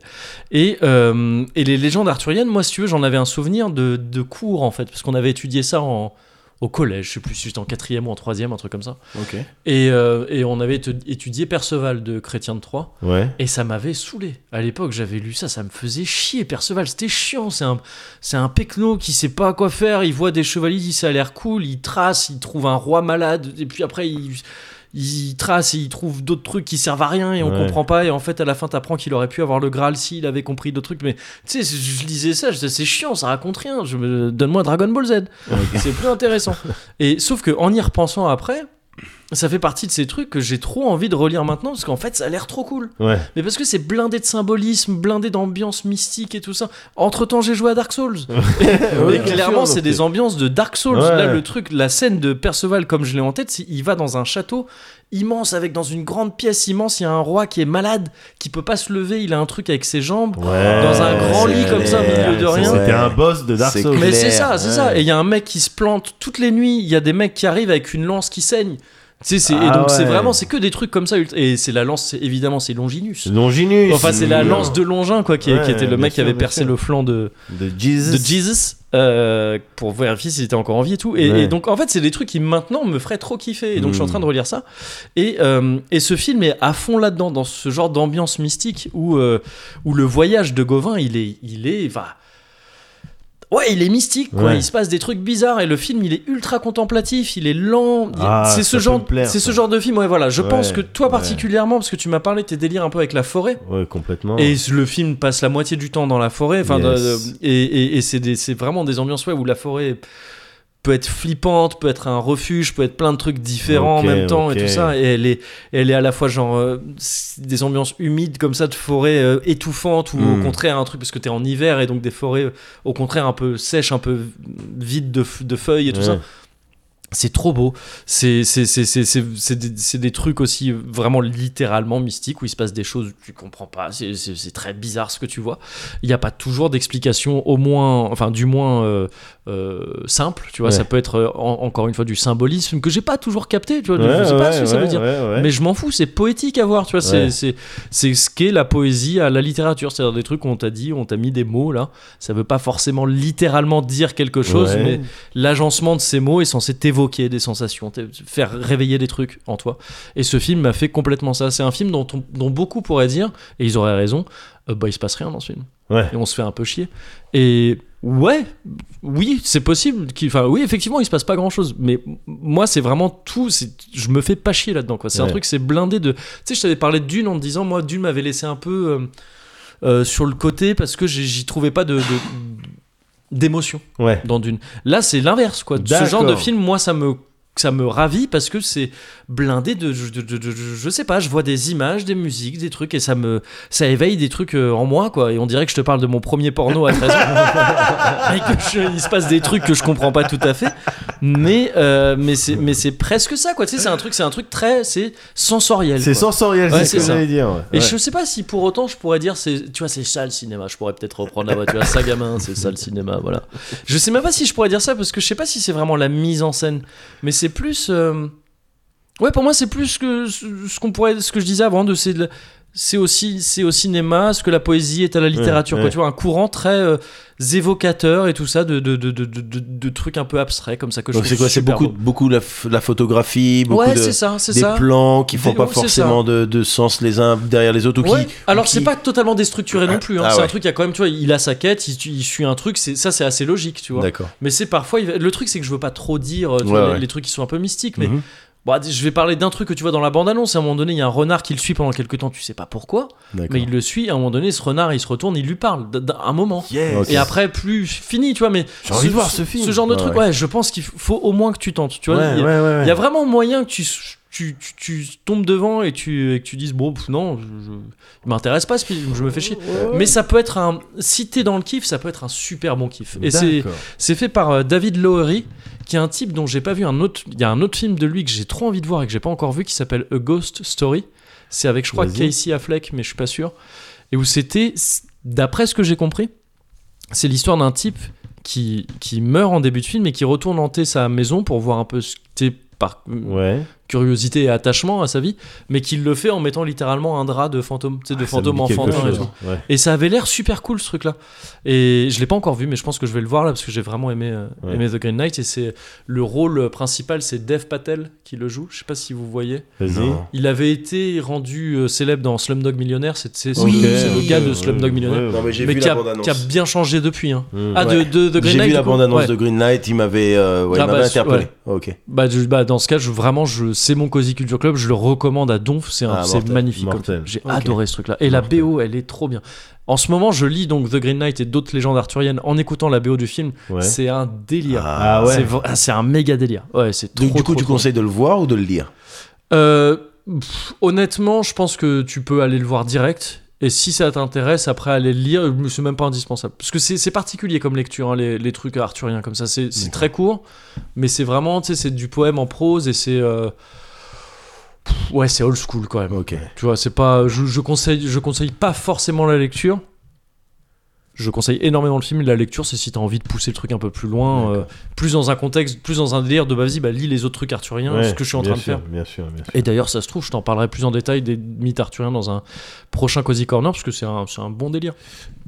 Speaker 3: Et, euh, et les légendes arthuriennes, moi si tu veux, j'en avais un souvenir de, de cours en fait, parce qu'on avait étudié ça en, au collège, je sais plus si j'étais en quatrième ou en troisième, un truc comme ça.
Speaker 2: Ok.
Speaker 3: Et, euh, et on avait étu- étudié Perceval de Chrétien de Troyes.
Speaker 1: Ouais.
Speaker 3: Et ça m'avait saoulé. À l'époque, j'avais lu ça, ça me faisait chier. Perceval, c'était chiant. C'est un, c'est un pecno qui sait pas quoi faire. Il voit des chevaliers, il dit ça a l'air cool. Il trace, il trouve un roi malade. Et puis après, il, il trace et il trouve d'autres trucs qui servent à rien et on
Speaker 1: Ouais.
Speaker 3: comprend pas. Et en fait, à la fin, t'apprends qu'il aurait pu avoir le Graal s'il avait compris d'autres trucs. Mais tu sais, je lisais ça, je disais, c'est chiant, ça raconte rien. Je me, donne-moi Dragon Ball Z. C'est plus intéressant. Et sauf que en y repensant après. Ça fait partie de ces trucs que j'ai trop envie de relire maintenant parce qu'en fait ça a l'air trop cool.
Speaker 1: Ouais.
Speaker 3: Mais parce que c'est blindé de symbolisme, blindé d'ambiance mystique et tout ça. Entre temps, j'ai joué à Dark Souls.
Speaker 1: Ouais,
Speaker 3: Mais
Speaker 1: Ah bien
Speaker 3: clairement,
Speaker 1: sûr,
Speaker 3: c'est
Speaker 1: donc
Speaker 3: des ambiances de Dark Souls.
Speaker 1: Ouais.
Speaker 3: Là, le truc, la scène de Perceval, comme je l'ai en tête, c'est il va dans un château immense, avec dans une grande pièce immense, il y a un roi qui est malade, qui peut pas se lever, il a un truc avec ses jambes.
Speaker 1: Ouais.
Speaker 3: Dans un grand
Speaker 1: C'est
Speaker 3: lit comme ça, au milieu de
Speaker 1: clair.
Speaker 3: rien.
Speaker 1: C'était un boss de Dark
Speaker 2: C'est
Speaker 1: Souls.
Speaker 3: Mais
Speaker 2: clair.
Speaker 3: c'est ça, c'est ça.
Speaker 2: ouais.
Speaker 3: Et il y a un mec qui se plante toutes les nuits. Il y a des mecs qui arrivent avec une lance qui saigne. Tu sais, c'est- et
Speaker 1: Ah
Speaker 3: donc c'est
Speaker 1: ouais.
Speaker 3: vraiment, c'est que des trucs comme ça. ultra- Et c'est la lance, c'est- évidemment, c'est Longinus.
Speaker 1: Longinus.
Speaker 3: Enfin, c'est la lance de Longin, quoi, qui, est-
Speaker 1: Ouais,
Speaker 3: qui était le
Speaker 1: bien
Speaker 3: mec qui
Speaker 1: sûr,
Speaker 3: avait
Speaker 1: bien
Speaker 3: percé
Speaker 1: sûr.
Speaker 3: le flanc de,
Speaker 1: de Jesus.
Speaker 3: de Jesus euh, pour vérifier s'il était encore en vie et tout. Et,
Speaker 1: Ouais. Hmm.
Speaker 3: et donc, en fait, c'est des trucs qui maintenant me feraient trop kiffer. Et donc, je suis en train de relire ça. Et, euh, et ce film est à fond là-dedans, dans ce genre d'ambiance mystique où, euh, où le voyage de Gauvin, il est. Il est enfin, Ouais, il est mystique, quoi.
Speaker 1: Ouais.
Speaker 3: Il se passe des trucs bizarres et le film, il est ultra contemplatif, il est lent. Il-
Speaker 1: Ah,
Speaker 3: c'est
Speaker 1: ça
Speaker 3: ce
Speaker 1: peut
Speaker 3: genre,
Speaker 1: me plaire,
Speaker 3: c'est ce
Speaker 1: ça.
Speaker 3: genre de film. Ouais, voilà. Je pense
Speaker 1: Ouais,
Speaker 3: que toi
Speaker 1: ouais.
Speaker 3: particulièrement, parce que tu m'as parlé de tes délires un peu avec la forêt.
Speaker 1: Ouais, complètement.
Speaker 3: Et le film passe la moitié du temps dans la forêt. Enfin,
Speaker 1: euh, Yes.
Speaker 3: de- de- et, et- et c'est des- c'est vraiment des ambiances ouais, où la forêt est peut être flippante, peut être un refuge, peut être plein de trucs différents
Speaker 1: Ok,
Speaker 3: en même temps
Speaker 1: ok.
Speaker 3: et tout ça. Et elle est, elle est à la fois genre euh, c'est des ambiances humides comme ça, de forêts euh, étouffantes ou
Speaker 2: Mm.
Speaker 1: Hmm.
Speaker 3: au contraire un truc parce que t'es en hiver et donc des forêts euh, au contraire un peu sèches, un peu vides de, f- de feuilles et tout
Speaker 1: Ouais.
Speaker 3: ça. C'est trop beau. C'est c'est- c'est- c'est- c'est- c'est des, c'est des trucs aussi vraiment littéralement mystiques où il se passe des choses que tu comprends pas. C'est- C'est c'est très bizarre ce que tu vois. Il n'y a pas toujours d'explication, au moins, enfin, du moins euh, euh, simple. Tu vois,
Speaker 1: Ouais.
Speaker 3: ça peut être euh, en- encore une fois du symbolisme que j'ai pas toujours capté. Tu vois,
Speaker 1: Ouais,
Speaker 3: je sais pas
Speaker 1: ouais,
Speaker 3: ce que ça
Speaker 1: ouais,
Speaker 3: veut dire.
Speaker 1: ouais, ouais.
Speaker 3: Mais je m'en fous, c'est poétique à voir, tu vois. c'est-
Speaker 1: Ouais.
Speaker 3: C'est c'est ce qu'est la poésie à la littérature. C'est-à-dire des trucs où on t'a dit, on t'a mis des mots là. Ça veut pas forcément littéralement dire quelque chose,
Speaker 1: Ouais.
Speaker 3: mais l'agencement de ces mots est censé t'évoquer des sensations, te faire réveiller des trucs en toi. Et ce film m'a fait complètement ça. C'est un film dont, on- dont beaucoup pourraient dire, et ils auraient raison, euh, bah il se passe rien dans ce film.
Speaker 1: Ouais.
Speaker 3: Et on se fait un peu chier. Et ouais, oui, c'est possible. qu'il- Enfin, oui, effectivement, il se passe pas grand chose. Mais m- moi, c'est vraiment tout. c'est- Je me fais pas chier là-dedans. quoi. C'est un
Speaker 1: Ouais.
Speaker 3: truc, c'est blindé de. Tu sais, je t'avais parlé de Dune en te disant, moi, Dune m'avait laissé un peu euh, euh, sur le côté parce que j'ai- j'y trouvais pas de. de- d'émotion
Speaker 1: Ouais.
Speaker 3: dans Dune. Là, c'est l'inverse, quoi. Ce genre de
Speaker 1: D'accord.
Speaker 3: film, moi, ça me ça me ravit parce que c'est blindé de, de, de- de- je sais pas je vois des images des musiques des trucs et ça me ça éveille des trucs euh, en moi quoi et on dirait que je te parle de mon premier porno à 13 ans et que je- il se passe des trucs que je comprends pas tout à fait mais euh, mais c'est mais c'est presque ça quoi tu sais c'est un truc c'est un truc très c'est sensoriel
Speaker 1: C'est
Speaker 3: quoi.
Speaker 1: sensoriel,
Speaker 3: Ouais,
Speaker 1: c'est ce que
Speaker 3: c'est ça.
Speaker 1: j'allais dire. ouais.
Speaker 3: Et
Speaker 1: Ouais.
Speaker 3: je sais pas si pour autant je pourrais dire c'est tu vois c'est ça le cinéma. Je pourrais peut-être reprendre la voiture ça gamin c'est ça le cinéma voilà. Je sais même pas si je pourrais dire ça parce que je sais pas si c'est vraiment la mise en scène mais c'est plus euh, ouais pour moi c'est plus que ce ce qu'on pourrait ce que je disais avant de c'est de la- c'est aussi c'est au cinéma ce que la poésie est à la littérature
Speaker 1: Ouais,
Speaker 3: quoi.
Speaker 1: ouais.
Speaker 3: tu vois un courant très euh, évocateur et tout ça de de, de, de, de- de- de trucs un peu abstraits comme ça que je
Speaker 2: Donc
Speaker 3: trouve
Speaker 2: c'est quoi C'est
Speaker 3: super
Speaker 2: beaucoup,
Speaker 3: beau.
Speaker 2: beaucoup la, f- la photographie, beaucoup
Speaker 3: ouais
Speaker 2: de-
Speaker 3: c'est ça c'est
Speaker 2: des
Speaker 3: ça
Speaker 2: plans qui font
Speaker 3: Des-
Speaker 2: pas
Speaker 3: ouais, c'est ça.
Speaker 2: forcément de, de sens les uns derrière les autres ou
Speaker 3: Ouais.
Speaker 2: qui.
Speaker 3: Alors
Speaker 2: ou
Speaker 3: c'est
Speaker 2: qui-
Speaker 3: pas totalement déstructuré non plus. hein.
Speaker 2: Ah
Speaker 3: c'est
Speaker 2: ouais.
Speaker 3: un truc, il y a quand même, tu vois, il a sa quête, il, il suit un truc. C'est ça, c'est assez logique, tu vois.
Speaker 2: D'accord.
Speaker 3: Mais c'est parfois, il va- le truc, c'est que je veux pas trop dire tu vois,
Speaker 2: Ouais,
Speaker 3: les,
Speaker 2: ouais.
Speaker 3: les trucs qui sont un peu mystiques, mais
Speaker 2: Mhm.
Speaker 3: bon, je vais parler d'un truc que tu vois dans la bande-annonce. À un moment donné, il y a un renard qui le suit pendant quelques temps, tu sais pas pourquoi,
Speaker 2: D'accord.
Speaker 3: mais il le suit. À un moment donné, ce renard, il se retourne, il lui parle d- d'un moment.
Speaker 1: Yes.
Speaker 2: Ok.
Speaker 3: Et après, plus fini, tu vois, mais
Speaker 1: J'ai envie de voir ce film.
Speaker 3: ce genre de
Speaker 2: Ouais,
Speaker 3: truc, ouais.
Speaker 2: ouais.
Speaker 3: je pense qu'il faut au moins que tu tentes, tu vois.
Speaker 1: Ouais,
Speaker 3: Il y a-
Speaker 1: ouais, ouais, ouais.
Speaker 3: il y a vraiment moyen que tu, tu, tu- tu tombes devant et, tu, et que tu dises bon pff, non je, je- il m'intéresse pas ce film, je me fais chier mais ça peut être un si t'es dans le kiff ça peut être un super bon kiff et c'est
Speaker 1: D'accord.
Speaker 3: c'est fait par euh, David Lowery qui est un type dont j'ai pas vu un autre il y a un autre film de lui que j'ai trop envie de voir et que j'ai pas encore vu qui s'appelle A Ghost Story c'est avec je crois
Speaker 1: Vas-y.
Speaker 3: Casey Affleck mais je suis pas sûr et où c'était c- d'après ce que j'ai compris c'est l'histoire d'un type qui, qui meurt en début de film et qui retourne hanter sa maison pour voir un peu ce qu'est par
Speaker 1: Ouais.
Speaker 3: curiosité et attachement à sa vie, mais qu'il le fait en mettant littéralement un drap de fantôme, tu sais, de
Speaker 1: Ah, Ça me dit
Speaker 3: fantôme
Speaker 1: quelque
Speaker 3: enfantin et
Speaker 1: chose.
Speaker 3: tout.
Speaker 1: Ouais.
Speaker 3: Et ça avait l'air super cool ce truc là. Et je l'ai pas encore vu, mais je pense que je vais le voir là parce que j'ai vraiment aimé, euh,
Speaker 1: Ouais.
Speaker 3: aimé The Green Knight. Et c'est le rôle principal, c'est Dev Patel qui le joue. Je sais pas si vous voyez.
Speaker 1: Vas-y.
Speaker 2: Non.
Speaker 3: Il avait été rendu euh, célèbre dans Slumdog Millionnaire. C'est c'est- c'est-
Speaker 2: Oui.
Speaker 3: c'est le gars de
Speaker 1: Ouais,
Speaker 3: Slumdog
Speaker 1: ouais,
Speaker 3: Millionnaire.
Speaker 1: ouais.
Speaker 2: Non, mais j'ai
Speaker 3: mais
Speaker 2: vu
Speaker 3: qui
Speaker 2: la
Speaker 3: a,
Speaker 2: bande-annonce.
Speaker 3: qui a bien changé depuis. hein.
Speaker 1: Mm.
Speaker 3: Ah,
Speaker 2: Ouais.
Speaker 3: de, de, de Green
Speaker 2: J'ai
Speaker 3: Knight.
Speaker 2: vu la
Speaker 3: du coup
Speaker 2: bande-annonce
Speaker 3: Ouais.
Speaker 2: de Green Knight, il m'avait euh, ouais,
Speaker 3: Ah
Speaker 2: il m'avait
Speaker 3: bah,
Speaker 2: interpellé.
Speaker 3: ouais.
Speaker 2: Ok.
Speaker 3: Bah, je- bah, dans ce cas, je, vraiment, je, c'est mon Cozy Culture Club, je le recommande à Donf, c'est un-
Speaker 2: Ah,
Speaker 3: c'est
Speaker 2: mortel,
Speaker 3: magnifique. comme
Speaker 1: mortel.
Speaker 3: film. J'ai adoré ce truc-là. Et la BO, elle est trop bien. En ce moment, je lis donc The Green Knight et d'autres légendes arthuriennes en écoutant la BO du film.
Speaker 1: Ouais.
Speaker 3: C'est un délire.
Speaker 1: Ah ouais.
Speaker 3: C'est vra- ah, C'est un méga délire. Ouais, c'est trop
Speaker 2: Donc, du coup,
Speaker 3: trop,
Speaker 2: tu
Speaker 3: trop
Speaker 2: conseilles de le voir ou de le lire
Speaker 3: bien. Euh, pff, honnêtement, je pense que tu peux aller le voir direct. Et si ça t'intéresse, après aller le lire, c'est même pas indispensable. Parce que c'est c'est particulier comme lecture, hein, les, les trucs arthuriens comme ça. C'est c'est très court, mais c'est vraiment, tu sais, c'est du poème en prose et c'est. euh, pff, Ouais, c'est old school quand même.
Speaker 2: Ok.
Speaker 3: Tu vois, c'est pas. Je, je conseille, je conseille pas forcément la lecture. Je conseille énormément le film. La lecture, c'est si t'as envie de pousser le truc un peu plus loin, euh, plus dans un contexte, plus dans un délire de bah vas-y, bah lis les autres trucs arthuriens,
Speaker 1: Ouais,
Speaker 3: ce que je suis en
Speaker 1: bien
Speaker 3: train de
Speaker 1: sûr,
Speaker 3: faire.
Speaker 1: Bien sûr, bien sûr.
Speaker 3: Et d'ailleurs, ça se trouve, je t'en parlerai plus en détail des mythes arthuriens dans un prochain Cozy Corner, parce que c'est un, c'est un bon délire.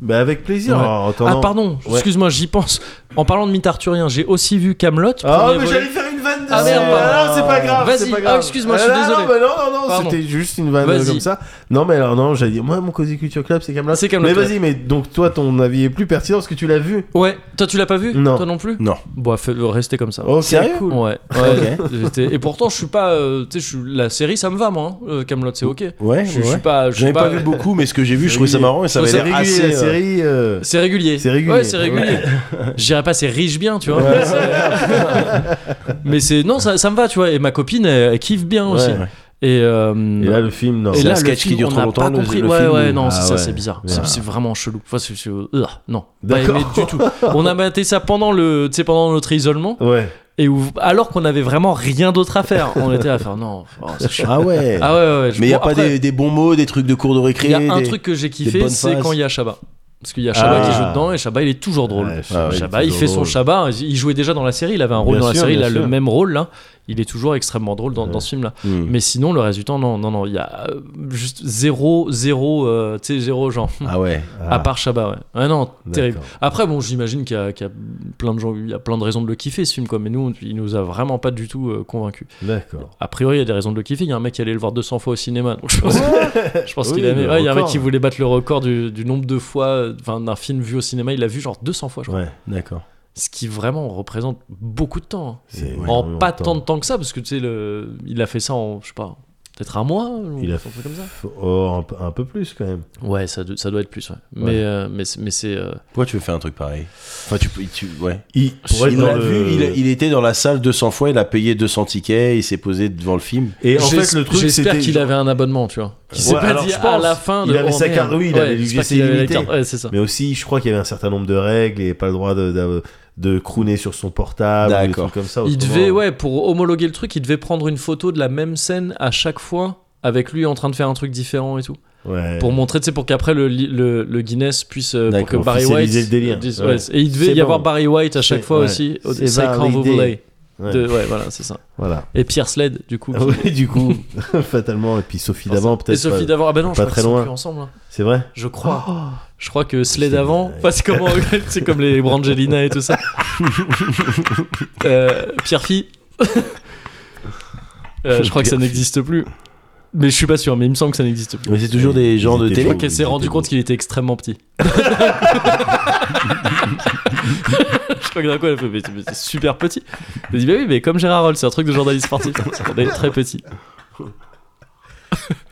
Speaker 1: Bah, avec plaisir.
Speaker 3: Ouais.
Speaker 1: en
Speaker 3: Ah,
Speaker 1: attendant-
Speaker 3: pardon,
Speaker 1: Ouais.
Speaker 3: excuse-moi, j'y pense. En parlant de mythes arthuriens, j'ai aussi vu Camelot.
Speaker 1: Ah, mais j'allais faire une une vanne de
Speaker 3: Ah, merde,
Speaker 1: cible.
Speaker 3: pardon.
Speaker 1: Ah, non, c'est pas grave.
Speaker 3: Vas-y.
Speaker 1: c'est pas grave.
Speaker 3: Ah, excuse-moi, je suis
Speaker 1: Ah, non,
Speaker 3: désolé.
Speaker 1: Non, bah non, non, non,
Speaker 3: Pardon.
Speaker 1: c'était juste une vanne euh,
Speaker 3: Vas-y.
Speaker 1: comme ça. Non, mais alors, non, j'allais dire, moi, mon Cozy Culture Club, c'est Camelot.
Speaker 3: C'est Kaamelott,
Speaker 1: Mais
Speaker 3: ouais.
Speaker 1: vas-y, mais donc, toi, ton avis est plus pertinent parce que tu l'as vu.
Speaker 3: Ouais, toi tu l'as pas vu
Speaker 1: Non.
Speaker 3: Toi non plus
Speaker 2: Non.
Speaker 3: Bon, fais- euh, restez comme ça.
Speaker 1: Oh,
Speaker 2: Sérieux
Speaker 1: cool.
Speaker 3: Ouais, ouais j'étais- et pourtant je suis pas. euh, tu sais, je suis- la série ça me va moi, hein. Euh, Camelot c'est ok.
Speaker 2: Ouais,
Speaker 3: Je je suis
Speaker 2: ouais.
Speaker 3: pas. je suis
Speaker 2: J'en ai pas vu beaucoup, mais ce que j'ai vu, je trouvais ça marrant et ça avait
Speaker 1: C'est
Speaker 2: l'air
Speaker 1: régulier,
Speaker 2: assez.
Speaker 1: la
Speaker 2: euh,
Speaker 1: série. euh,
Speaker 3: C'est régulier.
Speaker 1: C'est régulier.
Speaker 3: Ouais, c'est régulier. Je dirais pas c'est riche bien, tu vois. mais c'est- Mais c'est non, ça, ça me va, tu vois. Et ma copine, elle, elle kiffe bien aussi.
Speaker 1: ouais.
Speaker 3: Et, euh,
Speaker 1: Et là, le film, non.
Speaker 3: et
Speaker 2: c'est
Speaker 3: là,
Speaker 2: un
Speaker 3: le
Speaker 2: sketch qui
Speaker 3: film,
Speaker 2: dure
Speaker 3: on
Speaker 2: trop
Speaker 3: n'a
Speaker 2: longtemps,
Speaker 3: pas
Speaker 2: le-
Speaker 3: compris.
Speaker 2: le
Speaker 3: ouais,
Speaker 2: film.
Speaker 3: ouais, non,
Speaker 1: Ah
Speaker 3: c'est ça,
Speaker 1: ouais.
Speaker 3: c'est bizarre. C'est
Speaker 1: Bizarre.
Speaker 3: c'est vraiment chelou. Enfin, c'est- c'est- euh, non, pas
Speaker 1: D'accord.
Speaker 3: aimé du tout. On a maté ça pendant le, tu sais, pendant notre isolement,
Speaker 1: Ouais.
Speaker 3: et où- alors qu'on avait vraiment rien d'autre à faire, on était à faire non. oh, c'est chiant.
Speaker 2: Ah ouais.
Speaker 3: Ah ouais, ouais. ouais, je-
Speaker 2: Mais il y a
Speaker 3: bon,
Speaker 2: pas
Speaker 3: après,
Speaker 2: des, des bons mots, des trucs de cours de récré.
Speaker 3: Il y a un
Speaker 2: des-
Speaker 3: truc que j'ai
Speaker 2: des
Speaker 3: kiffé,
Speaker 2: bonnes
Speaker 3: c'est
Speaker 2: phases.
Speaker 3: quand il y a Shabba. Parce qu'il y a Shabba
Speaker 1: Ah.
Speaker 3: qui joue dedans et Shabba il est toujours drôle.
Speaker 1: Ouais,
Speaker 2: Shabba,
Speaker 1: il est
Speaker 3: Shabba il
Speaker 1: toujours
Speaker 3: fait son
Speaker 1: drôle.
Speaker 3: Shabba. Il jouait déjà dans la série, il avait un rôle
Speaker 1: Bien
Speaker 3: dans la
Speaker 1: sûr,
Speaker 3: série, il
Speaker 1: bien
Speaker 3: a le
Speaker 1: sûr.
Speaker 3: même rôle là. Il est toujours extrêmement drôle dans, dans ce film là.
Speaker 2: Hmm.
Speaker 3: Mais sinon, le résultat, non, non, non, il y a euh, juste zéro, zéro, euh, tu sais, zéro genre.
Speaker 2: Ah ouais.
Speaker 1: Ah.
Speaker 3: À part Shabba, ouais. Ouais, non, terrible.
Speaker 1: D'accord.
Speaker 3: Après, bon, j'imagine qu'il y, a- qu'il y a plein de gens, il y a plein de raisons de le kiffer ce film quoi. Mais nous, on- il nous a vraiment pas du tout euh, convaincus.
Speaker 1: D'accord.
Speaker 3: A priori, il y a des raisons de le kiffer. Il y a un mec qui allait le voir 200 fois au cinéma. Donc je pense, je pense
Speaker 1: Oui,
Speaker 3: qu'il aimait.
Speaker 1: le
Speaker 3: Ouais, il y a un mec
Speaker 1: record.
Speaker 3: qui voulait battre le record du, du nombre de fois, euh, enfin, d'un film vu au cinéma. Il l'a vu genre 200 fois, je crois.
Speaker 1: Ouais.
Speaker 2: D'accord.
Speaker 3: Ce qui vraiment représente beaucoup de temps. hein.
Speaker 1: C'est
Speaker 3: en
Speaker 1: énormément
Speaker 3: pas
Speaker 1: de temps.
Speaker 3: tant de temps que ça, parce que tu sais, le... il a fait ça en, je sais pas, peut-être un mois. ou
Speaker 1: Il a
Speaker 3: un
Speaker 1: fait-
Speaker 3: truc comme ça.
Speaker 1: Oh, un peu- un peu plus quand même.
Speaker 3: Ouais, ça, do- ça doit être plus, ouais. Mais,
Speaker 1: Ouais.
Speaker 3: euh, mais, c'est- mais c'est. euh,
Speaker 2: Pourquoi tu veux faire un truc pareil Enfin, tu peux. tu- ouais.
Speaker 1: Il, pour être
Speaker 2: il
Speaker 1: dans
Speaker 2: l'a
Speaker 1: le-
Speaker 2: vu, il, il était dans la salle 200 fois, il a payé 200 tickets, il s'est posé devant le film.
Speaker 1: Et en
Speaker 3: j'es-
Speaker 1: fait, le truc, c'était.
Speaker 3: J'espère qu'il avait un abonnement, tu vois. Qui s'est
Speaker 1: Ouais,
Speaker 3: pas
Speaker 1: alors,
Speaker 3: dit
Speaker 1: je
Speaker 3: à
Speaker 1: pense,
Speaker 3: la fin de.
Speaker 1: il avait
Speaker 3: oh,
Speaker 1: sa carte-
Speaker 3: merde.
Speaker 1: oui, il avait
Speaker 3: Ouais,
Speaker 1: les
Speaker 3: j'espère
Speaker 1: UGC
Speaker 3: qu'il avait la
Speaker 1: illimitées.
Speaker 3: carte. Ouais, c'est ça.
Speaker 1: Mais aussi, je crois qu'il y avait un certain nombre de règles et pas le droit de, de, de crooner sur son portable, ou des
Speaker 2: D'accord.
Speaker 1: trucs comme ça.
Speaker 3: Il
Speaker 1: autrement-
Speaker 3: devait, ouais, pour homologuer le truc, il devait prendre une photo de la même scène à chaque fois avec lui en train de faire un truc différent et tout.
Speaker 1: euh, Ouais.
Speaker 3: Pour montrer, tu sais, pour qu'après le, li- le, le Guinness puisse. euh, Pour que
Speaker 2: D'accord,
Speaker 3: Barry White.
Speaker 1: officialiser le délire.
Speaker 3: dise-
Speaker 1: Ouais.
Speaker 3: ouais, Et il devait
Speaker 1: C'est
Speaker 3: y
Speaker 1: bon.
Speaker 3: avoir Barry White à chaque
Speaker 1: C'est-
Speaker 3: fois
Speaker 1: ouais.
Speaker 3: aussi. au-
Speaker 1: C'est
Speaker 3: Psych
Speaker 1: validé.
Speaker 3: Overlay.
Speaker 1: Ouais.
Speaker 3: De- ouais, voilà, c'est ça.
Speaker 1: Voilà.
Speaker 3: Et Pierre Sled, du coup. qui-
Speaker 1: Oui, du coup, fatalement. Et puis Sophie d'avant, peut-être.
Speaker 3: Mm. Et Sophie
Speaker 1: pas-
Speaker 3: d'avant. Ah bah non, je
Speaker 1: pas
Speaker 3: crois
Speaker 1: très
Speaker 3: qu'ils sont
Speaker 1: loin.
Speaker 3: plus ensemble. hein.
Speaker 1: C'est vrai
Speaker 3: Je crois. je crois que Sled avant.
Speaker 1: ouais.
Speaker 3: Enfin, c'est comme, c'est comme les Brangelina et tout ça. euh, Pierre Fille. Euh, je crois que ça n'existe plus. Mais je suis pas sûr, mais il me semble que ça n'existe plus.
Speaker 2: Mais c'est toujours des gens de
Speaker 1: étaient
Speaker 2: télé.
Speaker 1: beaux.
Speaker 3: Qu'elle s'est rendue compte qu'il était extrêmement petit. je crois que d'un coup elle a fait, mais mais c'est super petit. Elle dit, bah oui, mais comme Gérard Roll, c'est un truc de journaliste sportif. On est très petit.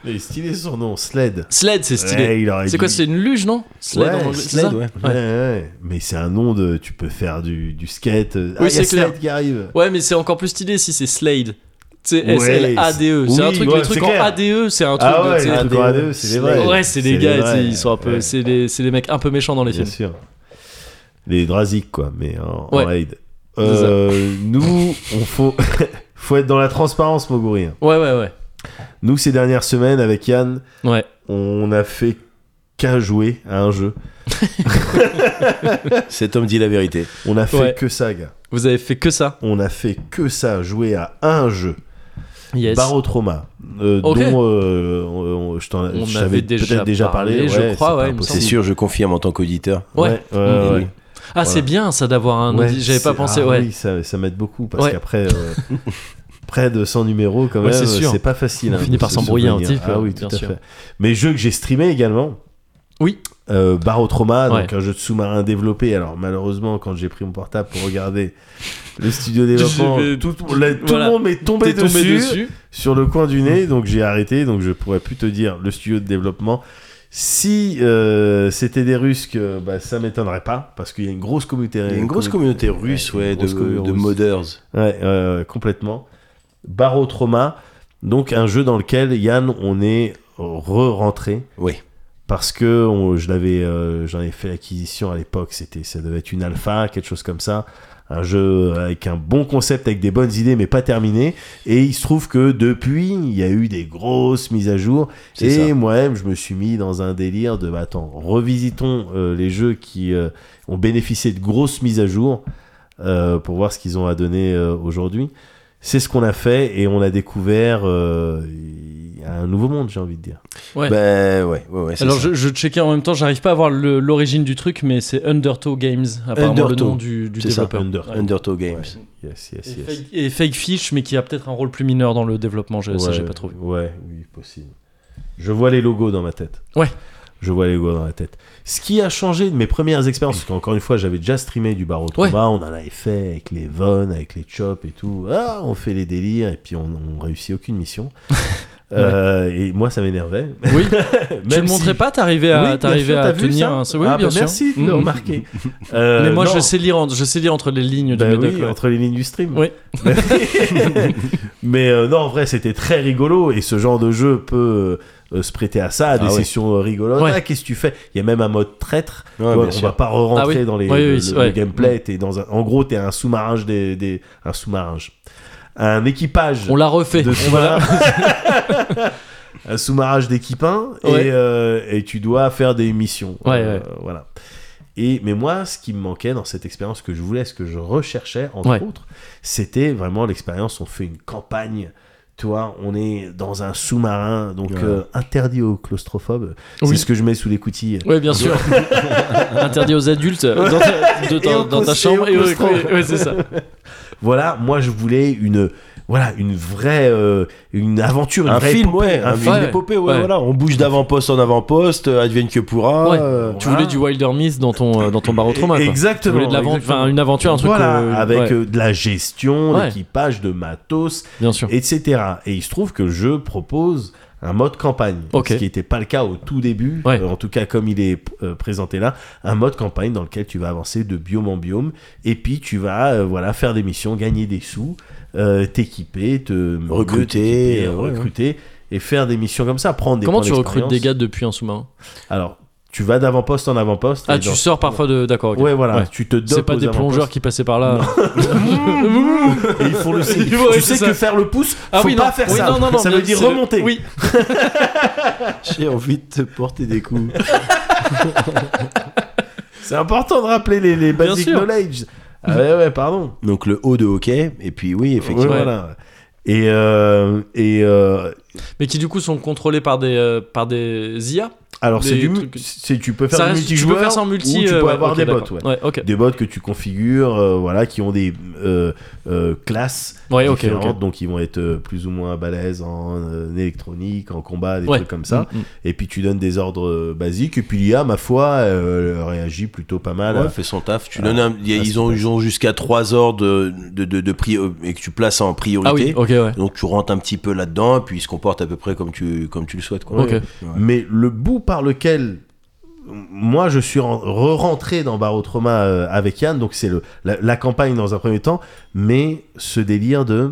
Speaker 1: Il est stylé son nom, Sled.
Speaker 3: Sled, c'est stylé.
Speaker 1: Ouais, il aurait
Speaker 3: C'est quoi,
Speaker 1: dû-
Speaker 3: c'est une luge, non Sled
Speaker 1: Ouais,
Speaker 3: en anglais, c'est ça
Speaker 2: ouais.
Speaker 1: Ouais, ouais. Mais c'est un nom de. Tu peux faire du, du skate. Oui, ah, il y a
Speaker 3: c'est clair.
Speaker 1: Sled qui arrive.
Speaker 3: Ouais, mais c'est encore plus stylé si c'est Slade. C'est
Speaker 1: Ouais,
Speaker 3: S-L-A-D-E. E. C'est un
Speaker 1: oui,
Speaker 3: truc,
Speaker 1: ouais,
Speaker 3: le truc
Speaker 1: c'est
Speaker 3: en
Speaker 1: clair.
Speaker 3: ADE, c'est un truc
Speaker 1: Ah
Speaker 3: de.
Speaker 1: ouais,
Speaker 3: tu sais,
Speaker 1: un truc en ADE, c'est les vrais.
Speaker 3: ouais, c'est
Speaker 1: les
Speaker 3: des gars, tu sais,
Speaker 1: vrais.
Speaker 3: ils sont un peu.
Speaker 1: Ouais.
Speaker 3: C'est les, c'est les mecs un peu méchants dans les
Speaker 1: Bien
Speaker 3: films.
Speaker 1: sûr. Les drasiques, quoi, mais en, en
Speaker 3: Ouais.
Speaker 1: raid. Euh, nous, on faut, faut être dans la transparence, Moguri.
Speaker 3: Ouais, ouais, ouais.
Speaker 1: Nous, ces dernières semaines, avec Yann,
Speaker 3: Ouais.
Speaker 1: on a fait qu'à jouer à un jeu.
Speaker 2: Cet homme dit la vérité.
Speaker 1: On a fait
Speaker 3: Ouais.
Speaker 1: que ça, gars.
Speaker 3: Vous avez fait que ça.
Speaker 1: On a fait que ça, jouer à un jeu.
Speaker 3: Yes.
Speaker 1: Barotrauma. euh,
Speaker 3: Ok.
Speaker 1: Dont euh, on- on- je t'en-
Speaker 3: On
Speaker 1: je
Speaker 3: avait
Speaker 1: t'avais
Speaker 3: déjà
Speaker 1: peut-être déjà parlé.
Speaker 3: parlé, je
Speaker 1: ouais,
Speaker 3: crois,
Speaker 1: c'est pas
Speaker 3: ouais, il me
Speaker 1: impossible.
Speaker 2: C'est sûr, je confirme en tant qu'auditeur.
Speaker 3: Ouais.
Speaker 1: Ouais, ouais,
Speaker 3: Mm.
Speaker 1: ouais.
Speaker 3: Ah, c'est
Speaker 1: Voilà.
Speaker 3: bien ça d'avoir un.
Speaker 1: Ouais,
Speaker 3: indice, J'avais pas
Speaker 1: c'est-
Speaker 3: pensé,
Speaker 1: ah
Speaker 3: ouais.
Speaker 1: Oui, ça, ça m'aide beaucoup parce
Speaker 3: Ouais.
Speaker 1: qu'après euh, près de 100 numéros quand
Speaker 3: Ouais,
Speaker 1: même,
Speaker 3: c'est sûr.
Speaker 1: c'est pas facile.
Speaker 3: On
Speaker 1: hein,
Speaker 3: finit
Speaker 1: de
Speaker 3: par
Speaker 1: se
Speaker 3: s'embrouiller un
Speaker 1: souvenir.
Speaker 3: petit peu,
Speaker 1: Ah oui, tout
Speaker 3: bien
Speaker 1: à
Speaker 3: sûr.
Speaker 1: fait. Mais jeux que j'ai streamé également.
Speaker 3: Oui.
Speaker 1: Euh, Barotrauma, donc
Speaker 3: Ouais.
Speaker 1: un jeu de sous-marin développé. Alors malheureusement, quand j'ai pris mon portable pour regarder le studio développement,
Speaker 3: Je vais-
Speaker 1: tout, la- tout
Speaker 3: Voilà.
Speaker 1: le monde m'est tombé,
Speaker 3: T'es tombé
Speaker 1: dessus,
Speaker 3: dessus.
Speaker 1: sur le coin du nez, donc j'ai arrêté. Donc je pourrais plus te dire le studio de développement. Si euh, c'était des Russes, que, bah, ça m'étonnerait pas, parce qu'il y a une grosse communauté.
Speaker 2: Il y a une grosse communauté russe,
Speaker 1: Ouais,
Speaker 2: ouais,
Speaker 1: une grosse
Speaker 2: de,
Speaker 1: communauté
Speaker 2: de
Speaker 1: russe.
Speaker 2: moders.
Speaker 1: Ouais, euh, complètement. Barotrauma, donc un jeu dans lequel Yann, on est re-rentré.
Speaker 2: Oui.
Speaker 1: Parce que on- je l'avais, euh, j'en ai fait l'acquisition à l'époque, c'était, ça devait être une alpha, quelque chose comme ça. Un jeu avec un bon concept, avec des bonnes idées, mais pas terminé. Et il se trouve que depuis, il y a eu des grosses mises à jour.
Speaker 2: C'est
Speaker 1: Et
Speaker 2: ça.
Speaker 1: moi-même, je me suis mis dans un délire de, bah, attends, revisitons euh, les jeux qui euh, ont bénéficié de grosses mises à jour euh, pour voir ce qu'ils ont à donner euh, aujourd'hui. C'est ce qu'on a fait et on a découvert euh, y a un nouveau monde, j'ai envie de dire.
Speaker 3: Ouais.
Speaker 2: Ben ouais, ouais, ouais. c'est
Speaker 3: Alors
Speaker 2: ça.
Speaker 3: je, je checkais en même temps, j'arrive pas à voir le- l'origine du truc, mais c'est Undertow Games, apparemment
Speaker 2: Undertow.
Speaker 3: le nom du, du
Speaker 2: C'est ça,
Speaker 3: développeur.
Speaker 1: Under-
Speaker 3: Ouais.
Speaker 2: Undertow Games.
Speaker 1: Yes, yes,
Speaker 3: Et,
Speaker 1: yes.
Speaker 3: fake, et Fake Fish, mais qui a peut-être un rôle plus mineur dans le développement, je, ça
Speaker 1: Ouais,
Speaker 3: j'ai pas trouvé.
Speaker 1: Ouais, oui, possible. Je vois les logos dans ma tête.
Speaker 3: Ouais.
Speaker 1: Je vois les logos dans la tête. Ce qui a changé de mes premières expériences, parce qu'encore une fois, j'avais déjà streamé du bar au
Speaker 3: Ouais.
Speaker 1: Tromba, on en avait fait avec les Von, avec les Chops et tout. Ah, on fait les délires et puis on, on réussit aucune mission. Euh, et moi, ça m'énervait.
Speaker 3: Oui,
Speaker 1: Même
Speaker 3: tu le
Speaker 1: si-
Speaker 3: montrais pas, t'arrivais à,
Speaker 1: Oui, bien
Speaker 3: t'arrivais
Speaker 1: sûr,
Speaker 3: à
Speaker 1: t'as vu
Speaker 3: tenir
Speaker 1: ça
Speaker 3: un. Oui,
Speaker 1: Ah,
Speaker 3: bien
Speaker 1: bah,
Speaker 3: sûr.
Speaker 1: Merci de le
Speaker 3: Mhm.
Speaker 1: remarquer. Euh,
Speaker 3: mais moi
Speaker 1: non.
Speaker 3: je sais lire, entre, je sais lire entre les lignes
Speaker 1: Bah
Speaker 3: du médoc.
Speaker 1: oui,
Speaker 3: ouais.
Speaker 1: entre les lignes du stream.
Speaker 3: Oui.
Speaker 1: Mais euh, non, en vrai, c'était très rigolo et ce genre de jeu peut euh, se prêter à ça, à des
Speaker 2: Ah ouais.
Speaker 1: sessions euh, rigolotes.
Speaker 3: Ouais.
Speaker 1: Ah, qu'est-ce que tu fais Il y a même un mode traître.
Speaker 2: Ouais,
Speaker 1: Ouais,
Speaker 2: bien
Speaker 1: on
Speaker 2: sûr.
Speaker 1: va pas re-rentrer
Speaker 3: Ah oui.
Speaker 1: dans les,
Speaker 3: Oui, oui,
Speaker 1: le,
Speaker 3: c'est- Mm.
Speaker 1: le
Speaker 3: ouais.
Speaker 1: gameplay. T'es dans un, en gros, t'es un sous-marin des, des, un sous-marin, un équipage
Speaker 3: On l'a refait.
Speaker 1: de
Speaker 3: On va-
Speaker 1: sous-marin. un sous-marin d'équipins
Speaker 3: Ouais.
Speaker 1: et, euh, et tu dois faire des missions. Euh,
Speaker 3: Ouais, ouais.
Speaker 1: Voilà. Et, mais moi, ce qui me manquait dans cette expérience que je voulais, ce que je recherchais, entre
Speaker 3: Ouais.
Speaker 1: autres, c'était vraiment l'expérience, on fait une campagne, toi, on est dans un sous-marin, donc
Speaker 2: Ouais.
Speaker 1: euh, interdit aux claustrophobes. C'est
Speaker 3: Oui.
Speaker 1: ce que je mets sous les coutilles.
Speaker 3: Oui, bien sûr. Interdit aux adultes euh, dans ta, de- dans-
Speaker 1: aux
Speaker 3: dans ta
Speaker 1: cous-
Speaker 3: chambre.
Speaker 1: et aux
Speaker 3: ouais,
Speaker 1: claustrophobes.
Speaker 3: ouais, ouais, c'est ça.
Speaker 1: Voilà, moi, je voulais une... Voilà, une vraie euh, une aventure, une
Speaker 2: Un
Speaker 1: vraie
Speaker 2: film,
Speaker 1: épopée,
Speaker 2: ouais,
Speaker 1: un
Speaker 2: un
Speaker 1: film.
Speaker 2: film
Speaker 3: ouais.
Speaker 2: d'épopée, ouais,
Speaker 3: Ouais.
Speaker 2: voilà. On bouge d'avant-poste en avant-poste, euh, advienne que pourra.
Speaker 1: Ah,
Speaker 3: Ouais.
Speaker 2: euh,
Speaker 3: Tu voulais du Wilder Myth dans ton, euh, dans ton barotrauma. quoi. Tu
Speaker 1: Exactement.
Speaker 3: voulais de l'aventure,
Speaker 1: exactement.
Speaker 3: enfin, une aventure, un truc.
Speaker 1: Voilà,
Speaker 3: euh,
Speaker 1: avec
Speaker 3: ouais,
Speaker 1: euh, de la gestion,
Speaker 3: Ouais.
Speaker 1: d'équipage, de matos,
Speaker 3: bien sûr.
Speaker 1: etc. Et il se trouve que je propose un mode campagne,
Speaker 3: Ok.
Speaker 1: ce qui n'était pas le cas au tout début,
Speaker 3: Ouais.
Speaker 1: euh, en tout cas comme il est euh, présenté là, un mode campagne dans lequel tu vas avancer de biome en biome, et puis tu vas euh, voilà faire des missions, gagner des sous, euh, t'équiper, te
Speaker 2: Recruter,
Speaker 1: t'équiper,
Speaker 2: euh, ouais,
Speaker 1: recruter, et faire des missions comme ça, prendre des
Speaker 3: Comment
Speaker 1: points
Speaker 3: tu recrutes des
Speaker 1: d'expérience.
Speaker 3: gars depuis un sous-marin
Speaker 1: Alors tu vas d'avant-poste en avant-poste.
Speaker 3: Ah,
Speaker 1: et dans-
Speaker 3: tu sors parfois de. D'accord, ok.
Speaker 1: Ouais voilà,
Speaker 3: Ouais.
Speaker 1: tu te donnes.
Speaker 3: C'est pas des plongeurs qui passaient par là.
Speaker 1: Et ils font le signe.
Speaker 3: Ils font-
Speaker 1: tu
Speaker 3: oui,
Speaker 1: sais
Speaker 3: c'est
Speaker 1: que
Speaker 3: ça.
Speaker 1: faire le pouce,
Speaker 3: Ah
Speaker 1: faut
Speaker 3: oui,
Speaker 1: pas
Speaker 3: non.
Speaker 1: faire
Speaker 3: Oui,
Speaker 1: ça.
Speaker 3: non, non, non,
Speaker 1: ça
Speaker 3: mais
Speaker 1: veut dire
Speaker 3: c'est le-
Speaker 1: remonter.
Speaker 3: Oui.
Speaker 2: J'ai envie de te porter des coups.
Speaker 1: C'est important de rappeler les, les
Speaker 3: Bien
Speaker 1: basic
Speaker 3: sûr.
Speaker 1: knowledge. Ah ouais, ouais, pardon.
Speaker 2: Donc le haut de hockey, et puis oui, effectivement.
Speaker 1: Ouais, voilà. Et, euh, et euh,
Speaker 3: Mais qui du coup sont contrôlés par des, euh, par des IA.
Speaker 1: alors c'est
Speaker 3: Des
Speaker 1: du mu-
Speaker 3: trucs-
Speaker 1: c'est tu peux faire
Speaker 3: Ça
Speaker 1: du
Speaker 3: reste- tu
Speaker 1: multijoueur
Speaker 3: peux faire sans multi.
Speaker 1: ou tu
Speaker 3: euh,
Speaker 1: peux
Speaker 3: ouais,
Speaker 1: avoir
Speaker 3: ok,
Speaker 1: des bots
Speaker 3: d'accord.
Speaker 1: ouais.
Speaker 3: Ouais, ok.
Speaker 1: des bots que tu configures euh, voilà qui ont des euh, euh, classes
Speaker 3: Ouais, ok,
Speaker 1: différentes
Speaker 3: ok.
Speaker 1: donc ils vont être euh, plus ou moins balèzes en euh, électronique en combat des
Speaker 3: Ouais.
Speaker 1: trucs comme ça
Speaker 3: Mm, mm.
Speaker 1: et puis tu donnes des ordres euh, basiques et puis l'IA ma foi euh, réagit plutôt pas mal
Speaker 2: Ouais,
Speaker 1: à-
Speaker 2: fait son taf. Tu
Speaker 1: Voilà.
Speaker 2: donnes un- y a-
Speaker 1: Ah, c'est
Speaker 2: ils, ont,
Speaker 1: pas-
Speaker 2: ils ont jusqu'à trois ordres de, de, de, de pri- euh, et que tu places en priorité.
Speaker 3: Ah oui, ok, ouais.
Speaker 2: Donc tu rentres un petit peu là-dedans, et puis ils se comportent à peu près comme tu, comme tu le souhaites. Quoi.
Speaker 3: Ok.
Speaker 1: Mais le bout par lequel moi je suis ren- re-rentré dans Barotrauma euh, avec Yann, donc c'est le- la, la campagne dans un premier temps, mais ce délire de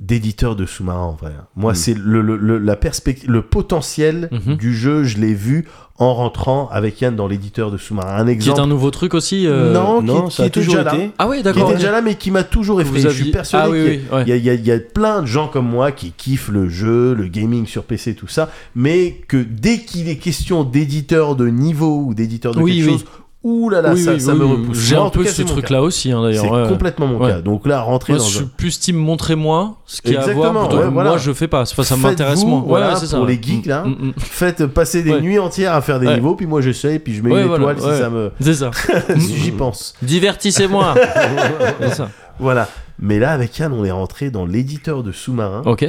Speaker 1: d'éditeur de sous-marin en vrai. Moi
Speaker 2: Mm.
Speaker 1: c'est le, le- le- la perspective, le potentiel
Speaker 3: Mhm.
Speaker 1: du jeu, je l'ai vu en rentrant avec Yann dans l'éditeur de sous-marin. Un
Speaker 3: Qui est
Speaker 1: exemple.
Speaker 3: un nouveau truc aussi. euh,
Speaker 1: Non, qui-
Speaker 2: non,
Speaker 1: qui
Speaker 2: ça a
Speaker 1: était
Speaker 2: toujours
Speaker 1: déjà là.
Speaker 2: été.
Speaker 3: Ah ouais,
Speaker 1: qui
Speaker 3: d'accord.
Speaker 1: était
Speaker 3: ok.
Speaker 1: déjà là mais qui m'a toujours
Speaker 3: Vous
Speaker 1: effrayé. Je suis
Speaker 3: aviez-
Speaker 1: persuadé
Speaker 3: Ah oui,
Speaker 1: qu'il y a-
Speaker 3: oui, ouais.
Speaker 1: il y, a, il y a- il y a plein de gens comme moi qui kiffent le jeu, le gaming sur PC, tout ça, mais que dès qu'il est question d'éditeur de niveau ou d'éditeur de
Speaker 3: Oui,
Speaker 1: quelque
Speaker 3: oui.
Speaker 1: chose, ouh là là,
Speaker 3: Oui,
Speaker 1: ça,
Speaker 3: oui,
Speaker 1: ça
Speaker 3: oui,
Speaker 1: me
Speaker 3: oui.
Speaker 1: repousse.
Speaker 3: J'ai
Speaker 1: Moi, en
Speaker 3: un
Speaker 1: tout
Speaker 3: peu
Speaker 1: cas,
Speaker 3: ce
Speaker 1: c'est mon
Speaker 3: truc
Speaker 1: cas.
Speaker 3: là aussi hein,
Speaker 1: C'est
Speaker 3: d'ailleurs. ouais, ouais.
Speaker 1: complètement mon
Speaker 3: Ouais.
Speaker 1: cas. Donc là, rentrer
Speaker 3: Moi,
Speaker 1: dans
Speaker 3: je
Speaker 1: un-
Speaker 3: suis plus team montrez-moi ce qu'il y a à
Speaker 1: Exactement,
Speaker 3: voir plutôt que
Speaker 1: ouais, voilà.
Speaker 3: moi je fais pas. Enfin, ça m'intéresse
Speaker 1: Faites-vous,
Speaker 3: moins.
Speaker 1: voilà,
Speaker 3: ouais, c'est ça.
Speaker 1: pour les
Speaker 3: ouais.
Speaker 1: geeks, là.
Speaker 3: Mm, mm, mm.
Speaker 1: Faites passer des
Speaker 3: Ouais.
Speaker 1: nuits entières à faire des
Speaker 3: Ouais.
Speaker 1: niveaux, puis moi j'essaye, puis je mets
Speaker 3: Ouais,
Speaker 1: une
Speaker 3: voilà,
Speaker 1: étoile si
Speaker 3: ouais.
Speaker 1: ça me.
Speaker 3: C'est ça. Mm,
Speaker 1: si J'y pense.
Speaker 3: Divertissez-moi. c'est ça.
Speaker 1: Voilà. Mais là, avec Yann, on est rentré dans l'éditeur de sous-marin
Speaker 3: Ok.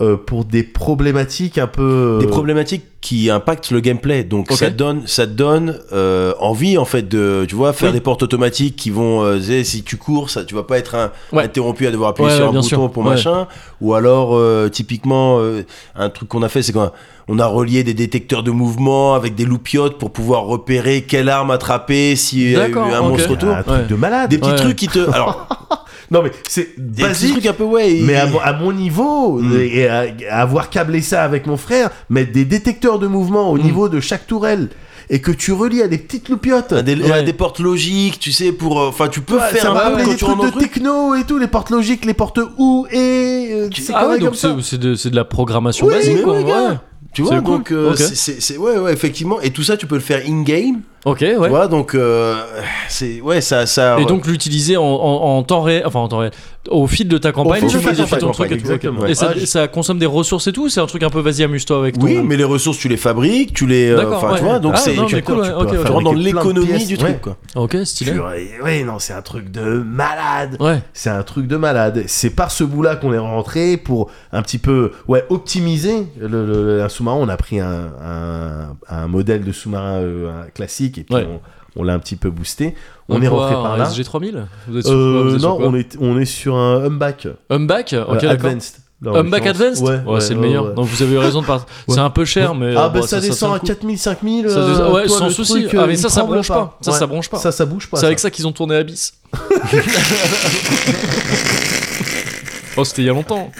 Speaker 1: euh, pour des problématiques un peu.
Speaker 2: Des problématiques qui impactent le gameplay. Donc
Speaker 3: Euh, Ok.
Speaker 2: ça te donne, ça te donne euh, envie en fait de, tu vois, faire
Speaker 3: Oui.
Speaker 2: des portes automatiques qui vont, euh, tu sais, si tu cours, ça, tu vas pas être un,
Speaker 3: Ouais.
Speaker 2: interrompu à devoir appuyer
Speaker 3: Ouais,
Speaker 2: sur
Speaker 3: ouais,
Speaker 2: un
Speaker 3: bien
Speaker 2: bouton
Speaker 3: sûr.
Speaker 2: pour
Speaker 3: Ouais.
Speaker 2: machin. Ou alors euh, typiquement euh, un truc qu'on a fait, c'est qu'on a- on a relié des détecteurs de mouvement avec des loupiotes pour pouvoir repérer quelle arme attraper si euh,
Speaker 3: D'accord,
Speaker 2: un
Speaker 3: ok.
Speaker 2: monstre
Speaker 1: Un
Speaker 2: autour.
Speaker 1: truc
Speaker 3: Ouais.
Speaker 1: de malade.
Speaker 2: Des petits
Speaker 3: Ouais.
Speaker 2: trucs qui te, alors
Speaker 1: Non mais c'est
Speaker 2: des petits
Speaker 1: basique.
Speaker 2: trucs un peu ouais. et-
Speaker 1: Mais à, mo- à mon niveau,
Speaker 2: Mm.
Speaker 1: et à- à avoir câblé ça avec mon frère, mettre des détecteurs de mouvement au niveau de chaque tourelle et que tu relies à des petites loupiottes.
Speaker 2: à des,
Speaker 3: Ouais.
Speaker 2: à des portes logiques, tu sais, pour, euh, enfin, tu peux
Speaker 1: Ouais,
Speaker 2: faire
Speaker 1: ça
Speaker 2: un
Speaker 1: m'a
Speaker 2: peu
Speaker 1: rappelé
Speaker 2: quand
Speaker 1: des
Speaker 2: tu rentres
Speaker 1: trucs
Speaker 2: dans
Speaker 1: de
Speaker 2: le truc.
Speaker 1: techno et tout, les portes logiques, les portes ou et. euh, C'est
Speaker 3: Ah ouais,
Speaker 1: comme
Speaker 3: donc
Speaker 1: ça.
Speaker 3: c'est c'est de, c'est de la programmation
Speaker 1: Oui,
Speaker 3: basique
Speaker 2: mais
Speaker 3: quoi.
Speaker 2: ouais, gars.
Speaker 3: ouais.
Speaker 2: Tu
Speaker 3: C'est
Speaker 2: vois,
Speaker 3: cool.
Speaker 2: donc euh,
Speaker 3: Ok.
Speaker 2: c'est- c'est c'est- ouais, ouais, effectivement. Et tout ça, tu peux le faire in game.
Speaker 3: Ok,
Speaker 2: Tu
Speaker 3: ouais.
Speaker 2: vois, donc euh, c'est ouais ça ça.
Speaker 3: Et donc l'utiliser en, en- en temps réel, enfin en temps réel, au fil de ta campagne,
Speaker 2: fil
Speaker 3: tu
Speaker 2: de
Speaker 3: fais
Speaker 2: ta
Speaker 3: des
Speaker 2: campagne,
Speaker 3: ton truc et tout.
Speaker 1: exactement.
Speaker 3: Et ça,
Speaker 2: Ouais, je-
Speaker 3: ça consomme des ressources et tout. C'est un truc un peu vas-y amuse-toi avec.
Speaker 2: oui,
Speaker 3: ton-
Speaker 2: mais les ressources tu les fabriques, tu les euh,
Speaker 3: D'accord,
Speaker 2: enfin
Speaker 3: ouais.
Speaker 2: tu vois donc
Speaker 3: Ah,
Speaker 2: c'est
Speaker 3: non,
Speaker 2: tu,
Speaker 3: mais cool, ouais,
Speaker 1: tu peux
Speaker 3: ok, ok.
Speaker 1: faire
Speaker 2: rentres dans
Speaker 1: fabriquer plein de
Speaker 2: l'économie
Speaker 1: pièces,
Speaker 2: du truc
Speaker 1: ouais.
Speaker 2: quoi.
Speaker 3: Ok,
Speaker 1: Tu-
Speaker 3: stylé.
Speaker 1: Ouais, non, c'est un truc de malade.
Speaker 3: Ouais.
Speaker 1: C'est un truc de malade. C'est par ce bout-là qu'on est rentré pour un petit peu ouais, optimiser le, le- un sous-marin. On a pris un, un- un modèle de sous-marin euh, un classique et puis
Speaker 3: Ouais.
Speaker 1: on, on l'a un petit peu boosté. On est rentré par là.
Speaker 3: SG 3000 Vous êtes sur quoi Vous
Speaker 1: Euh,
Speaker 3: êtes sur
Speaker 1: non,
Speaker 3: quoi
Speaker 1: on est, on est sur un humback.
Speaker 3: Humback
Speaker 1: euh,
Speaker 3: Ok, d'accord.
Speaker 1: advanced. là, en
Speaker 3: Humback
Speaker 1: l'occurrence.
Speaker 3: Advanced
Speaker 1: Ouais, ouais,
Speaker 3: c'est le
Speaker 1: ouais,
Speaker 3: meilleur.
Speaker 1: ouais.
Speaker 3: Donc vous avez eu raison de partir. C'est un peu cher, mais.
Speaker 1: Ah, bah
Speaker 3: euh, bon,
Speaker 1: ça,
Speaker 3: tient
Speaker 1: descend
Speaker 3: le
Speaker 1: à
Speaker 3: coup.
Speaker 1: 4000, 5000.
Speaker 3: Ça
Speaker 1: euh,
Speaker 3: descend- ouais,
Speaker 1: toi,
Speaker 3: sans
Speaker 1: le
Speaker 3: souci.
Speaker 1: truc,
Speaker 3: Ah,
Speaker 1: euh,
Speaker 3: mais
Speaker 1: il
Speaker 3: ça, ça
Speaker 1: tremble
Speaker 3: bronche pas. Ça, ça bronche pas.
Speaker 1: Ça, ça bouge pas.
Speaker 3: C'est avec ça qu'ils ont tourné Abyss. oh, c'était il y a longtemps.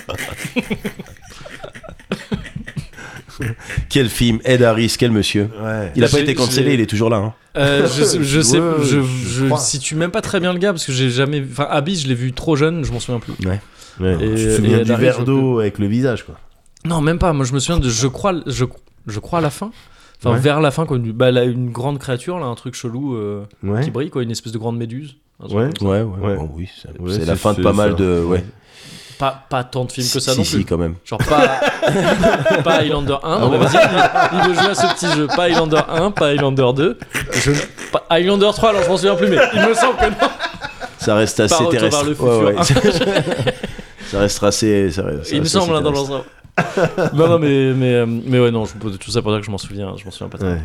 Speaker 2: Quel film Ed Harris, quel monsieur.
Speaker 1: Ouais.
Speaker 2: Il a pas
Speaker 3: Bah, J'ai-
Speaker 2: été cancellé,
Speaker 3: j'ai-
Speaker 2: il est toujours là. hein.
Speaker 3: Euh, je sais, je, sais,
Speaker 1: Ouais,
Speaker 3: je,
Speaker 1: je
Speaker 3: je
Speaker 1: crois.
Speaker 3: situe même pas très bien le gars parce que j'ai jamais. Enfin, Abyss, je l'ai vu trop jeune, je m'en souviens plus.
Speaker 1: Ouais,
Speaker 3: Et-
Speaker 1: tu
Speaker 3: et
Speaker 1: te souviens
Speaker 3: Ed
Speaker 1: du
Speaker 3: Harris,
Speaker 1: verre
Speaker 3: je
Speaker 1: d'eau avec le visage, quoi.
Speaker 3: Non, même pas. Moi, je me souviens de. Je crois, je, je crois à la fin. Enfin,
Speaker 1: Ouais.
Speaker 3: vers la fin, comme bah, là, une grande créature, là, un truc chelou euh,
Speaker 1: Ouais.
Speaker 3: qui brille, quoi, une espèce de grande méduse. Un truc
Speaker 1: Ouais.
Speaker 3: comme ça.
Speaker 2: Ouais, ouais,
Speaker 1: Ouais.
Speaker 2: bon, oui, ça-
Speaker 1: Ouais,
Speaker 2: c'est
Speaker 1: c'est-
Speaker 2: la fin de
Speaker 1: c'est
Speaker 2: pas
Speaker 1: ça.
Speaker 2: mal de ouais.
Speaker 3: Pas, pas tant de films que ça
Speaker 2: si,
Speaker 3: non
Speaker 2: si,
Speaker 3: plus.
Speaker 2: quand même.
Speaker 3: Genre pas, pas Highlander 1, mais vas-y, il, il veut jouer à ce petit jeu. Pas Highlander 1, pas Highlander 2. Je, pas Highlander 3, alors je m'en souviens plus, mais il me semble que non.
Speaker 2: Ça reste
Speaker 3: Par
Speaker 2: assez
Speaker 3: retour
Speaker 2: terrestre.
Speaker 3: vers le
Speaker 2: Ouais, ouais. ça restera assez. ça- ça
Speaker 3: Il me
Speaker 2: reste assez
Speaker 3: semble, hein, dans
Speaker 2: terrestre.
Speaker 3: l'ensemble. Non, non, mais, mais, euh, mais ouais, non, je, tout ça pour dire que je m'en souviens, je m'en souviens pas très
Speaker 1: Ouais.
Speaker 3: bien.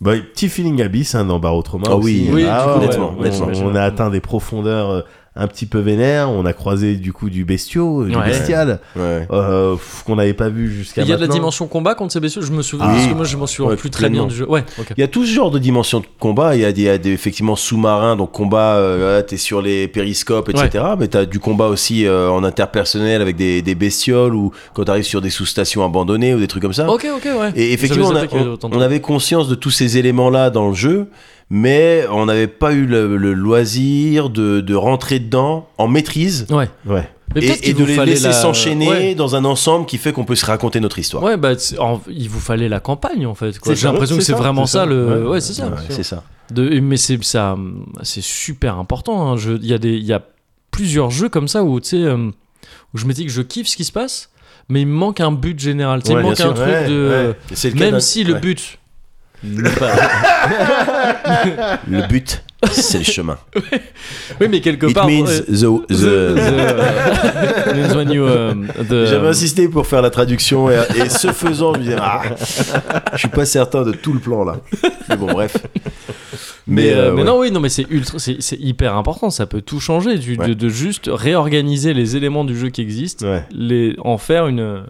Speaker 1: Bah, petit feeling abyss hein, dans Baro Trauma.
Speaker 2: Ah
Speaker 1: aussi.
Speaker 2: oui,
Speaker 3: oui,
Speaker 1: Ah
Speaker 3: du coup,
Speaker 1: ouais,
Speaker 2: nettement,
Speaker 1: on,
Speaker 2: nettement.
Speaker 1: on a atteint des profondeurs euh, un petit peu vénères. On a croisé du coup du bestiau, euh, du
Speaker 3: Ouais.
Speaker 1: bestial,
Speaker 2: Ouais.
Speaker 1: euh, pff, qu'on n'avait pas vu jusqu'à
Speaker 3: Il
Speaker 1: maintenant.
Speaker 3: y a de la dimension combat contre ces bestiaux, je me souviens,
Speaker 2: Ah,
Speaker 3: parce que moi je m'en souviens
Speaker 2: ouais,
Speaker 3: plus très bien
Speaker 2: pleinement.
Speaker 3: du jeu. Ouais, ok.
Speaker 2: Il y a tout ce genre de dimensions de combat. Il y a, des, il y a des- effectivement sous-marins, donc combat, euh, là, t'es sur les périscopes, etc. Mais t'as du combat aussi euh, en interpersonnel avec des, des bestioles ou quand t'arrives sur des sous-stations abandonnées ou des trucs comme ça.
Speaker 3: Ok, ok, ouais.
Speaker 2: Et effectivement, on,
Speaker 3: J'avais
Speaker 2: a-
Speaker 3: zappé qu'il y avait
Speaker 2: on-
Speaker 3: autant de
Speaker 2: on
Speaker 3: trucs.
Speaker 2: avait conscience de tous ces éléments-là dans le jeu, mais on n'avait pas eu le, le loisir de, de rentrer dedans en maîtrise
Speaker 3: Ouais.
Speaker 1: Ouais.
Speaker 3: Mais
Speaker 2: et,
Speaker 3: peut-être
Speaker 2: et
Speaker 3: qu'il
Speaker 2: de
Speaker 3: vous
Speaker 2: les
Speaker 3: fallait
Speaker 2: laisser
Speaker 3: la-
Speaker 2: s'enchaîner
Speaker 3: Ouais.
Speaker 2: dans un ensemble qui fait qu'on peut se raconter notre histoire.
Speaker 3: Ouais, bah, c'est- en- il vous fallait la campagne en fait. quoi.
Speaker 1: C'est
Speaker 3: J'ai
Speaker 1: ça,
Speaker 3: l'impression que
Speaker 1: c'est ça,
Speaker 3: c'est vraiment
Speaker 1: c'est
Speaker 3: ça
Speaker 1: ça.
Speaker 3: le.
Speaker 1: Ouais.
Speaker 3: Ouais, c'est ça.
Speaker 2: Ouais,
Speaker 3: bien sûr.
Speaker 2: c'est ça.
Speaker 3: De- mais c'est ça, hum, c'est super important. hein. Je- Il y a des, il y a plusieurs jeux comme ça où tu sais, hum, où je me dis que je kiffe ce qui se passe, mais il me manque un but général. Tu sais,
Speaker 2: Ouais,
Speaker 3: il manque
Speaker 2: bien
Speaker 3: un
Speaker 2: sûr.
Speaker 3: truc
Speaker 1: Ouais,
Speaker 3: de.
Speaker 2: Et c'est le cas
Speaker 3: Même
Speaker 2: d'un-
Speaker 3: si le
Speaker 2: ouais.
Speaker 3: but.
Speaker 2: le but, c'est le chemin.
Speaker 3: Oui, mais quelque
Speaker 2: It
Speaker 3: part.
Speaker 2: means
Speaker 3: ouais.
Speaker 2: the-
Speaker 3: euh, The-
Speaker 2: the-
Speaker 3: the- means when you, um, the-
Speaker 2: J'avais insisté pour faire la traduction et, et ce faisant, je me disais, ah, je suis pas certain de tout le plan là. Mais bon, bref.
Speaker 3: Mais, euh,
Speaker 2: euh,
Speaker 3: mais
Speaker 2: ouais.
Speaker 3: non, oui, non, mais c'est ultra, c'est c'est hyper important. Ça peut tout changer du- de,
Speaker 2: Ouais.
Speaker 3: de juste réorganiser les éléments du jeu qui existent,
Speaker 1: Ouais.
Speaker 3: les en faire une,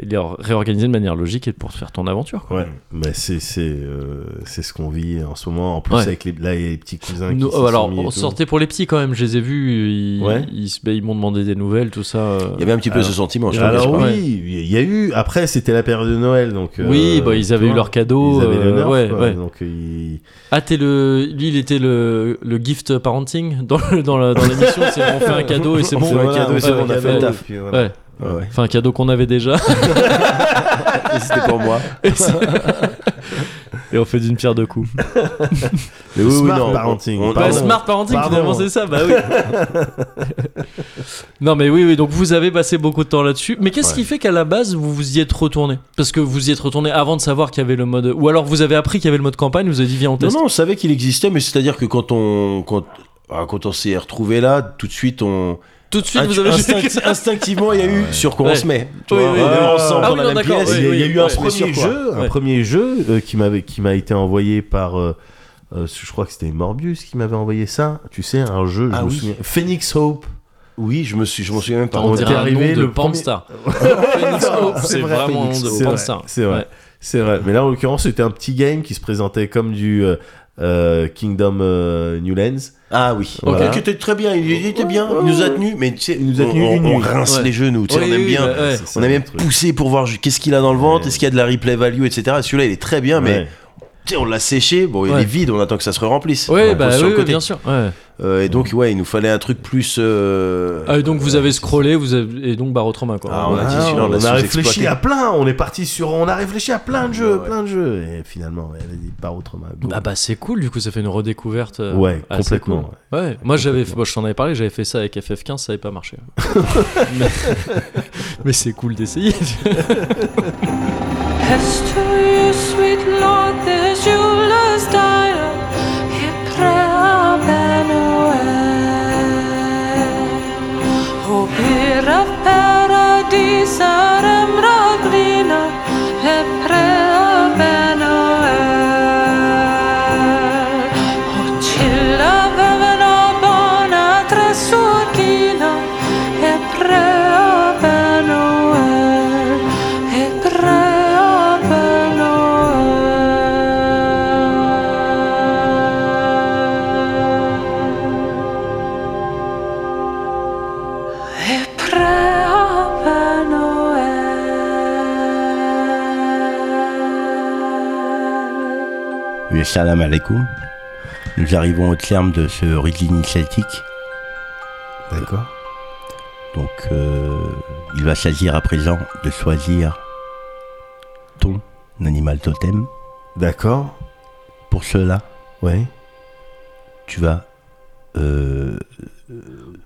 Speaker 3: et les réorganiser de manière logique et pour faire ton aventure. Quoi.
Speaker 1: Ouais, Mm. mais c'est c'est euh, c'est ce qu'on vit en ce moment. En plus
Speaker 3: Ouais.
Speaker 1: avec les là il y a les petits cousins. Qui
Speaker 3: Nous- euh,
Speaker 1: s'y sont
Speaker 3: alors,
Speaker 1: mis et
Speaker 3: on
Speaker 1: tout.
Speaker 3: sortait pour les petits quand même. Je les ai vus. Ils,
Speaker 1: Ouais.
Speaker 3: ils, se- bah, ils m'ont demandé des nouvelles, tout ça. euh.
Speaker 2: Il y avait un petit peu
Speaker 1: Alors-
Speaker 2: ce sentiment, je te
Speaker 1: Alors
Speaker 2: cache pas.
Speaker 1: oui, il y a eu. Après c'était la période de Noël donc. euh,
Speaker 3: oui, bah, ils
Speaker 1: tu
Speaker 3: avaient eu
Speaker 1: vois,
Speaker 3: leur cadeau.
Speaker 1: Ils avaient le
Speaker 3: euh,
Speaker 1: nerf,
Speaker 3: ouais,
Speaker 1: quoi,
Speaker 3: ouais.
Speaker 1: Donc euh, ils-
Speaker 3: Ah, t'es le. Lui, il était le, le gift parenting dans le- dans la- dans l'émission. c'est on fait un cadeau et c'est
Speaker 1: On
Speaker 3: bon.
Speaker 1: fait un cadeau et c'est
Speaker 3: ouais,
Speaker 1: bon, on a
Speaker 3: ouais,
Speaker 1: fait le
Speaker 3: ouais.
Speaker 1: taf. Puis voilà.
Speaker 3: Ouais.
Speaker 2: Ouais.
Speaker 3: Enfin, un cadeau qu'on avait déjà.
Speaker 2: Et C'était pour moi.
Speaker 3: Et on fait d'une pierre deux coups.
Speaker 2: Mais oui, oui,
Speaker 1: Smart
Speaker 2: non,
Speaker 1: parenting.
Speaker 2: on- on-
Speaker 3: Ouais,
Speaker 1: Pardon.
Speaker 3: smart parenting,
Speaker 1: Pardon.
Speaker 3: finalement, c'est ça, bah oui. non, mais oui, oui, donc vous avez passé beaucoup de temps là-dessus. Mais qu'est-ce qui fait qu'à la base, vous vous y êtes retourné Parce que vous y êtes retourné avant de savoir qu'il y avait le mode. Ou alors vous avez appris qu'il y avait le mode campagne, vous avez dit, viens, on
Speaker 2: Non,
Speaker 3: teste.
Speaker 2: non, on savait qu'il existait, mais c'est-à-dire que quand on, quand, ah, quand on s'est retrouvé là, tout de suite, on
Speaker 3: Tout de suite,
Speaker 1: Ah,
Speaker 3: vous avez
Speaker 2: Instinct- instinctivement, il y a eu sur quoi
Speaker 3: Ouais.
Speaker 2: on se met. Tu
Speaker 3: Oui,
Speaker 2: vois,
Speaker 3: oui,
Speaker 2: on est
Speaker 1: oui.
Speaker 2: ensemble
Speaker 3: Ah
Speaker 2: dans
Speaker 3: oui,
Speaker 2: la
Speaker 3: non,
Speaker 2: même
Speaker 3: d'accord,
Speaker 2: pièce.
Speaker 3: oui,
Speaker 1: Il y a, il y a eu un,
Speaker 3: Ouais.
Speaker 1: premier
Speaker 2: Sur quoi
Speaker 1: jeu, un
Speaker 3: Ouais.
Speaker 1: premier jeu euh, qui m'avait qui m'a été envoyé par euh, euh, je crois que c'était Morbius qui m'avait envoyé ça. Tu sais un jeu je
Speaker 2: Ah
Speaker 1: me
Speaker 2: oui.
Speaker 1: souviens- Phoenix Hope.
Speaker 2: Oui, je me suis, je m'en souviens même pas.
Speaker 1: On
Speaker 3: On
Speaker 1: était
Speaker 3: dirait un
Speaker 1: arrivé,
Speaker 3: nom de
Speaker 1: le premier-
Speaker 3: Panstar.
Speaker 1: C'est
Speaker 3: C'est
Speaker 1: vrai,
Speaker 3: vraiment un nom
Speaker 1: Phoenix,
Speaker 3: de
Speaker 1: c'est
Speaker 3: Panstar.
Speaker 1: vrai, c'est vrai.
Speaker 3: Ouais.
Speaker 1: C'est vrai. Mais là en l'occurrence c'était un petit game qui se présentait comme du euh, euh, Kingdom euh, Newlands.
Speaker 2: Ah oui.
Speaker 1: Ok.
Speaker 2: Quelqu'un qui était très bien, il, il était bien, il nous a tenu, mais tu sais, il nous a
Speaker 1: tenu
Speaker 2: on,
Speaker 1: une
Speaker 2: on
Speaker 1: nuit.
Speaker 2: rince
Speaker 3: Ouais.
Speaker 2: les genoux, tu sais,
Speaker 3: Oui,
Speaker 2: on aime
Speaker 3: oui,
Speaker 2: bien.
Speaker 3: bah, ouais.
Speaker 2: On a même
Speaker 1: truc.
Speaker 2: poussé pour voir ju- qu'est-ce qu'il a dans le ventre,
Speaker 1: Ouais.
Speaker 2: est-ce qu'il y a de la replay value, etc. Celui-là, il est très bien, mais
Speaker 1: Ouais.
Speaker 2: tu sais, on l'a séché. Bon, il
Speaker 3: Ouais.
Speaker 2: est vide, on attend que ça se remplisse.
Speaker 3: Ouais,
Speaker 2: On
Speaker 3: bah
Speaker 2: pose sur
Speaker 3: oui,
Speaker 2: le
Speaker 3: oui,
Speaker 2: côté.
Speaker 3: bien sûr. Ouais.
Speaker 2: Euh, et donc, ouais, il nous fallait un truc plus. euh,
Speaker 3: Ah, et donc vous avez scrollé, vous avez... et donc barre autrement main quoi.
Speaker 2: Ah, on a dit, celui-là, on
Speaker 1: on
Speaker 2: l'a
Speaker 1: a
Speaker 2: sous-exploité.
Speaker 1: réfléchi à plein, on est parti sur, on a réfléchi à plein de jeux,
Speaker 2: ouais.
Speaker 1: plein de jeux, et finalement, ouais, vas-y, par autre main. go.
Speaker 3: Ah bah c'est cool du coup ça fait une redécouverte
Speaker 2: bah,
Speaker 3: euh,
Speaker 1: Ouais,
Speaker 2: ah,
Speaker 3: assez
Speaker 1: complètement,
Speaker 3: cool. ouais. moi j'avais moi, je t'en avais parlé j'avais fait ça avec FF15 ça avait pas marché mais, mais c'est cool d'essayer
Speaker 4: As to you, sweet Lord, there's you lost dire He prayer O peer of paradis aram raglina He prayer Benoel O chill of heaven upon a tressurgina He prayer Benoel He prayer Benoel Et prêt à Père Noël.
Speaker 2: Oui, Salam alaikum. Nous arrivons au terme de ce rite initiatique.
Speaker 1: D'accord.
Speaker 2: Donc, euh, il va s'agir à présent de choisir ton animal totem.
Speaker 1: D'accord.
Speaker 2: Pour cela,
Speaker 1: Ouais.
Speaker 2: tu vas euh, euh,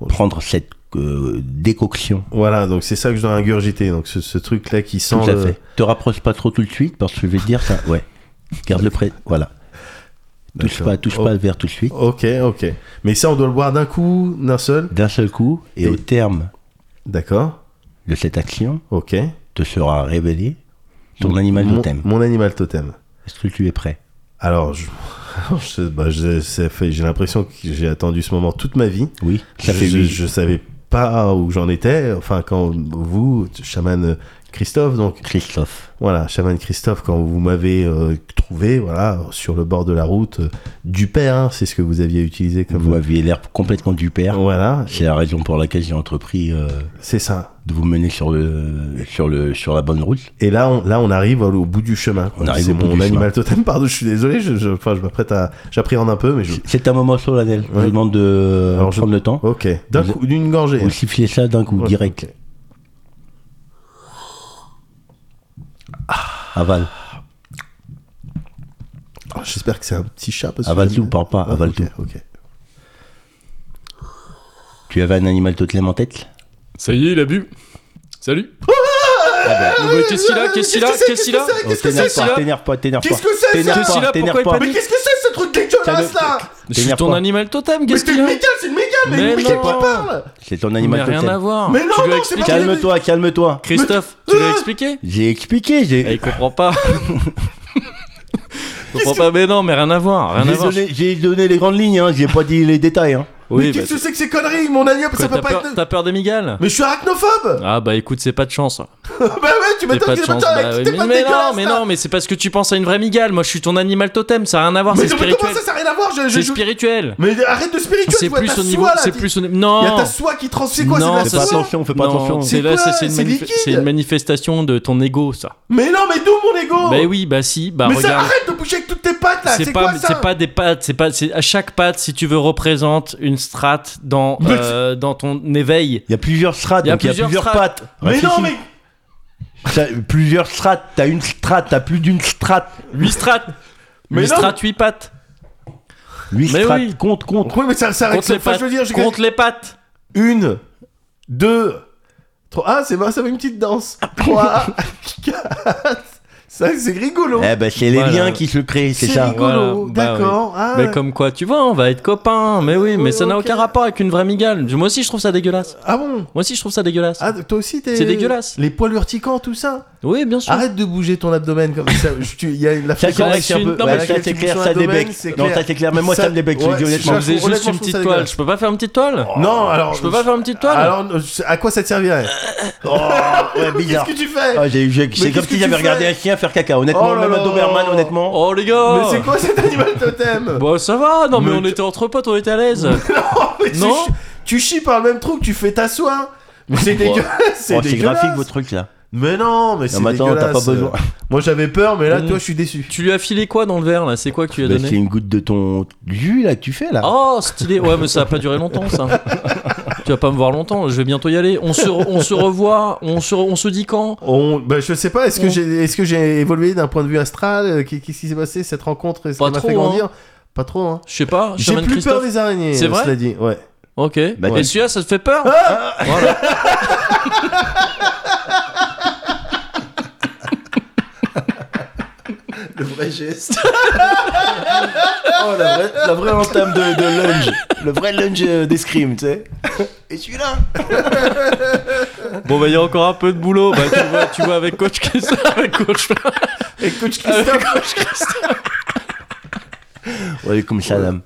Speaker 2: prendre cette euh, décoction.
Speaker 1: Voilà, donc c'est ça que je dois ingurgiter, donc ce, ce truc-là qui sent.
Speaker 2: Tout à
Speaker 1: le-
Speaker 2: fait. Te rapproche pas trop tout de suite parce que je vais te dire ça. Ouais. Garde le prêt. Voilà. Touche
Speaker 1: D'accord.
Speaker 2: pas, touche
Speaker 1: Oh.
Speaker 2: pas le verre tout de suite.
Speaker 1: Ok, ok. Mais ça, on doit le boire d'un coup, d'un seul.
Speaker 2: D'un seul coup, et
Speaker 1: Et-
Speaker 2: au terme
Speaker 1: D'accord.
Speaker 2: de cette action,
Speaker 1: Ok.
Speaker 2: te sera révélé ton animal
Speaker 1: mon,
Speaker 2: totem.
Speaker 1: Mon animal totem.
Speaker 2: Est-ce que tu es prêt
Speaker 1: Alors, je- je- bah, je- ça fait- j'ai l'impression que j'ai attendu ce moment toute ma vie.
Speaker 2: Oui. Ça
Speaker 1: je,
Speaker 2: fait
Speaker 1: je,
Speaker 2: huit.
Speaker 1: je savais pas où j'en étais. Enfin, quand vous, chaman euh, Christophe, donc
Speaker 2: Christophe.
Speaker 1: voilà, chaman Christophe, quand vous m'avez euh, trouvé, voilà, sur le bord de la route euh, du père, hein, c'est ce que vous aviez utilisé comme.
Speaker 2: Vous aviez l'air complètement du père.
Speaker 1: Voilà,
Speaker 2: C'est la raison pour laquelle j'ai entrepris euh,
Speaker 1: c'est ça.
Speaker 2: de vous mener sur, le, sur, le, sur la bonne route.
Speaker 1: Et là, on, là, on arrive au bout du chemin.
Speaker 2: On arrive
Speaker 1: C'est
Speaker 2: au bout
Speaker 1: mon
Speaker 2: du
Speaker 1: animal totem. Pardon, je suis désolé. Je, je, enfin, je m'apprête à, j'appréhende un peu, mais je.
Speaker 2: C'est un moment solennel. Je
Speaker 1: Ouais.
Speaker 2: vous demande de
Speaker 1: Alors, je-
Speaker 2: prendre le temps.
Speaker 1: Ok. D'un
Speaker 2: Vous-
Speaker 1: coup, d'une gorgée.
Speaker 2: Vous sifflez ça d'un coup,
Speaker 1: Ouais,
Speaker 2: direct.
Speaker 1: ok.
Speaker 2: Aval.
Speaker 1: Ah, J'espère que c'est un petit chat parce que.
Speaker 2: Avale
Speaker 1: j'aime
Speaker 2: tout, parle pas,
Speaker 1: bien. Ah,
Speaker 2: avale
Speaker 1: ok,
Speaker 2: tout.
Speaker 1: Ok.
Speaker 2: Tu avais un animal totem en tête
Speaker 3: ça y est il a bu salut Mais Ah, bah, qu'est-ce qu'il a qu'est-ce qu'il a qu'est-ce qu'il a
Speaker 2: Oh, T'énerve
Speaker 3: c'est, ça
Speaker 2: pas, t'énerve pas, t'énerve pas.
Speaker 6: Qu'est-ce que c'est, ça
Speaker 2: T'énerve
Speaker 3: Qu'est-ce qu'il
Speaker 2: pas,
Speaker 3: a Pourquoi
Speaker 2: t'énerve
Speaker 3: il
Speaker 2: pas.
Speaker 6: Mais
Speaker 3: panique
Speaker 6: qu'est-ce que c'est ce truc dégueulasse
Speaker 2: Ça
Speaker 6: là
Speaker 3: je suis
Speaker 2: t'énerve
Speaker 3: ton
Speaker 2: pas.
Speaker 3: animal totem
Speaker 6: Mais
Speaker 3: qu'est-ce
Speaker 6: c'est
Speaker 3: qu'il
Speaker 6: une
Speaker 3: a
Speaker 6: mégale, c'est une mégale Mais
Speaker 3: Mais
Speaker 6: de
Speaker 3: non.
Speaker 6: quoi tu parles
Speaker 2: C'est ton
Speaker 3: mais
Speaker 2: animal
Speaker 3: rien à
Speaker 2: totem.
Speaker 3: voir
Speaker 6: Mais non,
Speaker 3: tu lui as
Speaker 6: non, c'est
Speaker 3: expliqué
Speaker 6: pas-
Speaker 2: Calme-toi, calme-toi.
Speaker 3: Christophe tu lui as expliqué
Speaker 2: J'ai expliqué,
Speaker 3: Eh, il
Speaker 2: j'ai.
Speaker 3: comprend pas Il comprend pas mais non mais rien à voir rien à
Speaker 2: J'ai
Speaker 3: voir
Speaker 2: donné, j'ai donné les grandes lignes, hein, j'ai pas dit les détails. Hein.
Speaker 3: oui
Speaker 6: Mais
Speaker 3: bah,
Speaker 6: qu'est-ce que c'est que ces conneries Mon agneau,
Speaker 3: quoi,
Speaker 6: ça peut
Speaker 3: t'as
Speaker 6: pas
Speaker 3: peur
Speaker 6: être.
Speaker 3: t'as peur des migales
Speaker 6: Mais je suis arachnophobe
Speaker 3: ah bah écoute c'est pas de chance
Speaker 6: Bah ouais, tu
Speaker 3: J'ai
Speaker 6: m'étonnes
Speaker 3: pas
Speaker 6: que
Speaker 3: de
Speaker 6: t'es
Speaker 3: chance.
Speaker 6: pas
Speaker 3: bah oui.
Speaker 6: t'es
Speaker 3: mais,
Speaker 6: pas
Speaker 3: mais non,
Speaker 6: dégueulasse,
Speaker 3: mais
Speaker 6: là.
Speaker 3: non, mais c'est parce que tu penses à une vraie migale. Moi, je suis ton animal totem. Ça a rien à voir.
Speaker 6: Mais
Speaker 3: C'est
Speaker 6: non, mais
Speaker 3: spirituel.
Speaker 6: comment ça, ça a rien à voir je- je
Speaker 3: C'est
Speaker 6: joue-
Speaker 3: spirituel.
Speaker 6: Mais arrête de spirituel,
Speaker 3: C'est
Speaker 6: tu vois, ta
Speaker 3: plus au
Speaker 6: soie,
Speaker 3: niveau.
Speaker 6: là,
Speaker 3: C'est
Speaker 6: t'es-
Speaker 3: plus au niveau.
Speaker 6: Il y a
Speaker 3: Non.
Speaker 6: ta soie qui trans... C'est quoi, c'est de
Speaker 3: non,
Speaker 6: la
Speaker 3: ça,
Speaker 2: Fais pas
Speaker 6: soie
Speaker 2: attention, fais pas
Speaker 3: non,
Speaker 2: attention.
Speaker 3: C'est
Speaker 6: C'est
Speaker 3: là,
Speaker 6: quoi
Speaker 3: c'est- c'est une,
Speaker 6: C'est
Speaker 3: manif-
Speaker 6: liquide
Speaker 3: c'est une manifestation de ton ego, ça.
Speaker 6: Mais non, mais d'où mon ego
Speaker 3: Bah oui, bah si, bah
Speaker 6: Oh. Mais ça,
Speaker 3: regarde.
Speaker 6: arrête de bouger avec toutes tes pattes là
Speaker 3: C'est
Speaker 6: C'est quoi
Speaker 3: pas,
Speaker 6: ça
Speaker 3: c'est pas des pattes, c'est pas, c'est à chaque patte, si tu veux, représente une strate dans,
Speaker 6: Mais
Speaker 3: euh, dans ton éveil.
Speaker 2: Il y a plusieurs strates,
Speaker 3: Il y a
Speaker 2: donc il y a
Speaker 3: plusieurs
Speaker 2: plusieurs
Speaker 3: strates.
Speaker 2: pattes.
Speaker 6: Mais non,
Speaker 2: Réfléchis.
Speaker 6: mais
Speaker 2: T'as plusieurs strates, t'as une strate, t'as plus d'une strate.
Speaker 3: 8 strates,
Speaker 6: Mais
Speaker 3: 8
Speaker 6: non.
Speaker 3: strates, 8 pattes.
Speaker 2: Huit
Speaker 3: Mais
Speaker 2: strates,
Speaker 3: oui.
Speaker 2: compte, compte.
Speaker 6: Oui, mais ça, ça arrête.
Speaker 3: Compte les
Speaker 6: Enfin,
Speaker 3: pattes.
Speaker 6: je veux dire, j'ai-
Speaker 3: Compte les pattes.
Speaker 1: Une, deux, trois. Ah, c'est bon, ça fait une petite danse. Trois, quatre. Ça, c'est rigolo.
Speaker 2: Eh ben, c'est les
Speaker 3: Voilà.
Speaker 2: liens qui se créent, c'est
Speaker 1: C'est
Speaker 2: ça.
Speaker 1: rigolo.
Speaker 3: Voilà, bah
Speaker 1: D'accord. Ah, Oh,
Speaker 3: Mais comme quoi, tu vois, on va être copains. Mais oui, mais ça n'a
Speaker 1: ok.
Speaker 3: aucun rapport avec une vraie migale. Moi aussi, je trouve ça dégueulasse.
Speaker 1: ah bon
Speaker 3: Moi aussi, je trouve ça dégueulasse.
Speaker 1: Ah, toi aussi, t'es.
Speaker 3: C'est dégueulasse.
Speaker 1: Les poils urticants, tout ça.
Speaker 3: oui, bien sûr.
Speaker 1: Arrête de bouger ton abdomen comme ça. Je- tu- Il y a la
Speaker 2: Ça, c'est
Speaker 1: fréquence.
Speaker 2: vrai que c'est un
Speaker 3: Non,
Speaker 2: peu.
Speaker 3: mais
Speaker 2: ouais,
Speaker 1: c'est
Speaker 2: ça,
Speaker 1: vrai
Speaker 2: c'est
Speaker 1: que
Speaker 2: clair,
Speaker 1: sur
Speaker 2: ça
Speaker 1: un domaine,
Speaker 2: débecque.
Speaker 1: c'est
Speaker 2: Non,
Speaker 1: clair.
Speaker 2: ça, c'est clair. Même moi, ça
Speaker 1: Ça-
Speaker 2: me débecque, je
Speaker 1: ouais,
Speaker 2: le dis
Speaker 1: je
Speaker 2: honnêtement.
Speaker 3: Je
Speaker 1: cherche-
Speaker 3: faisais juste
Speaker 1: honnêtement,
Speaker 3: une
Speaker 1: je trouve
Speaker 3: petite
Speaker 1: ça
Speaker 3: toile.
Speaker 1: dégueulasse.
Speaker 3: Je peux pas faire une petite toile
Speaker 1: Non, alors.
Speaker 3: Je peux pas faire une petite toile Euh,
Speaker 1: Alors, à quoi ça te servirait
Speaker 2: Oh, Ouais, bizarre.
Speaker 1: Qu'est-ce que tu fais
Speaker 2: Ah, j'ai- j'ai- C'est
Speaker 1: qu'est-ce
Speaker 2: comme
Speaker 1: que
Speaker 2: si
Speaker 1: tu
Speaker 2: j'avais
Speaker 1: fais
Speaker 2: regardé un chien faire caca.
Speaker 1: Oh
Speaker 2: Honnêtement,
Speaker 1: là
Speaker 2: même un
Speaker 1: là.
Speaker 2: Doberman, honnêtement.
Speaker 3: Oh les gars
Speaker 1: Mais c'est quoi cet animal totem
Speaker 3: Bon ça va, non mais,
Speaker 1: Mais
Speaker 3: on était entre potes, on était à l'aise.
Speaker 1: Mais tu
Speaker 3: Non.
Speaker 1: chi- tu chies par le même truc, tu fais ta soie. Mais c'est dégueulasse, c'est
Speaker 2: Oh, C'est
Speaker 1: dégueulasse.
Speaker 2: graphique, vos trucs là.
Speaker 1: Mais non, mais c'est
Speaker 2: mais attends,
Speaker 1: dégueulasse.
Speaker 2: t'as pas besoin.
Speaker 1: Moi j'avais peur, mais là,
Speaker 3: Mm.
Speaker 1: toi, je suis déçu.
Speaker 3: Tu lui as filé quoi dans le verre là C'est quoi que tu lui as
Speaker 2: Bah, c'est
Speaker 3: donné
Speaker 2: une goutte de ton jus là que tu fais là.
Speaker 3: Oh, stylé. Ouais, mais ça va pas durer longtemps ça. tu vas pas me voir longtemps. Je vais bientôt y aller. On se, on se revoit. On se, on se dit quand
Speaker 1: On... Bah, je sais pas, est-ce que
Speaker 3: On-
Speaker 1: j'ai est-ce que j'ai évolué d'un point de vue astral Euh, qu'est- Qu'est-ce qui s'est passé Cette rencontre, est-ce
Speaker 3: Pas
Speaker 1: qu'elle m'a
Speaker 3: trop,
Speaker 1: fait grandir Pas trop, hein.
Speaker 3: Je sais pas.
Speaker 1: J'ai
Speaker 3: Shaman
Speaker 1: plus peur
Speaker 3: Christophe.
Speaker 1: des araignées,
Speaker 3: C'est
Speaker 1: euh,
Speaker 3: vrai
Speaker 1: cela dit. Ouais.
Speaker 3: Ok.
Speaker 2: Bah,
Speaker 3: Et
Speaker 2: tu-
Speaker 3: celui-là, ça te fait peur Voilà.
Speaker 2: Le vrai geste. oh, la vraie, la vraie entame de, de lunge. Le vrai lunge euh, d'escrime, tu sais. Et celui-là
Speaker 3: Bon, bah, il y a encore un peu de boulot. Bah, tu vois, tu vois avec coach Christophe. Avec coach.
Speaker 1: Et coach Christophe,
Speaker 2: Ouais, comme ça, dame.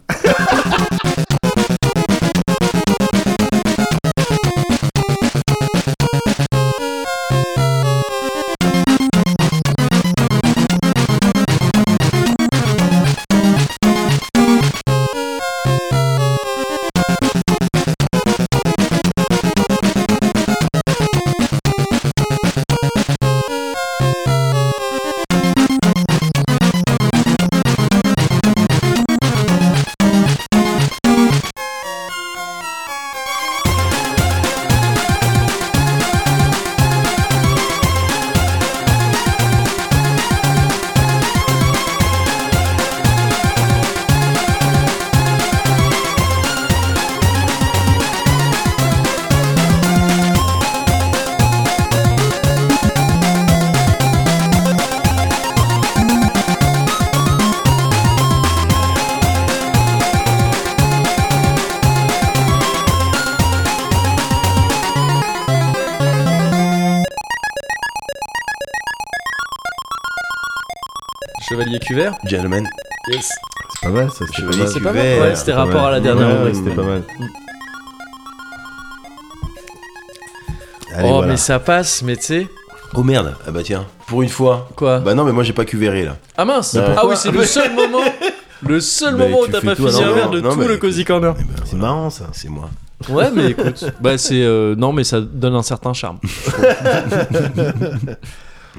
Speaker 3: Chevalier Cuvert.
Speaker 2: Gentleman.
Speaker 3: Yes.
Speaker 1: C'est pas mal, Ah ça.
Speaker 2: Je
Speaker 1: C'était
Speaker 2: vais
Speaker 3: C'est pas mal. Ouais, c'était rapport à la
Speaker 1: pas
Speaker 3: dernière
Speaker 1: mal.
Speaker 2: Ouais,
Speaker 1: Ouais,
Speaker 3: rubrique.
Speaker 1: c'était pas mal. Allez,
Speaker 3: oh,
Speaker 1: voilà.
Speaker 3: mais ça passe, mais tu sais.
Speaker 2: Oh merde. Ah bah tiens, pour une fois.
Speaker 3: Quoi
Speaker 2: Bah non, mais moi j'ai pas cuvéré là.
Speaker 3: Ah mince
Speaker 2: Bah,
Speaker 3: Ah oui, c'est le seul moment Le seul
Speaker 2: Mais
Speaker 3: moment où
Speaker 2: tu
Speaker 3: t'as
Speaker 2: fais
Speaker 3: pas
Speaker 2: tout à
Speaker 3: fini un verre
Speaker 2: l'envers.
Speaker 3: de
Speaker 2: Non,
Speaker 3: tout
Speaker 2: mais
Speaker 3: le
Speaker 2: écoute.
Speaker 3: Cozy Corner.
Speaker 1: C'est marrant ça.
Speaker 2: C'est moi.
Speaker 3: Ouais, mais écoute. Bah, c'est. euh, non, mais ça donne un certain charme.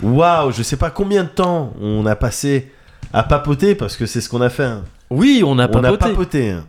Speaker 1: Waouh, je sais pas combien de temps on a passé à papoter parce que c'est ce qu'on a fait. hein.
Speaker 3: Oui, on a
Speaker 1: on a
Speaker 3: papoté.
Speaker 1: papoté. hein.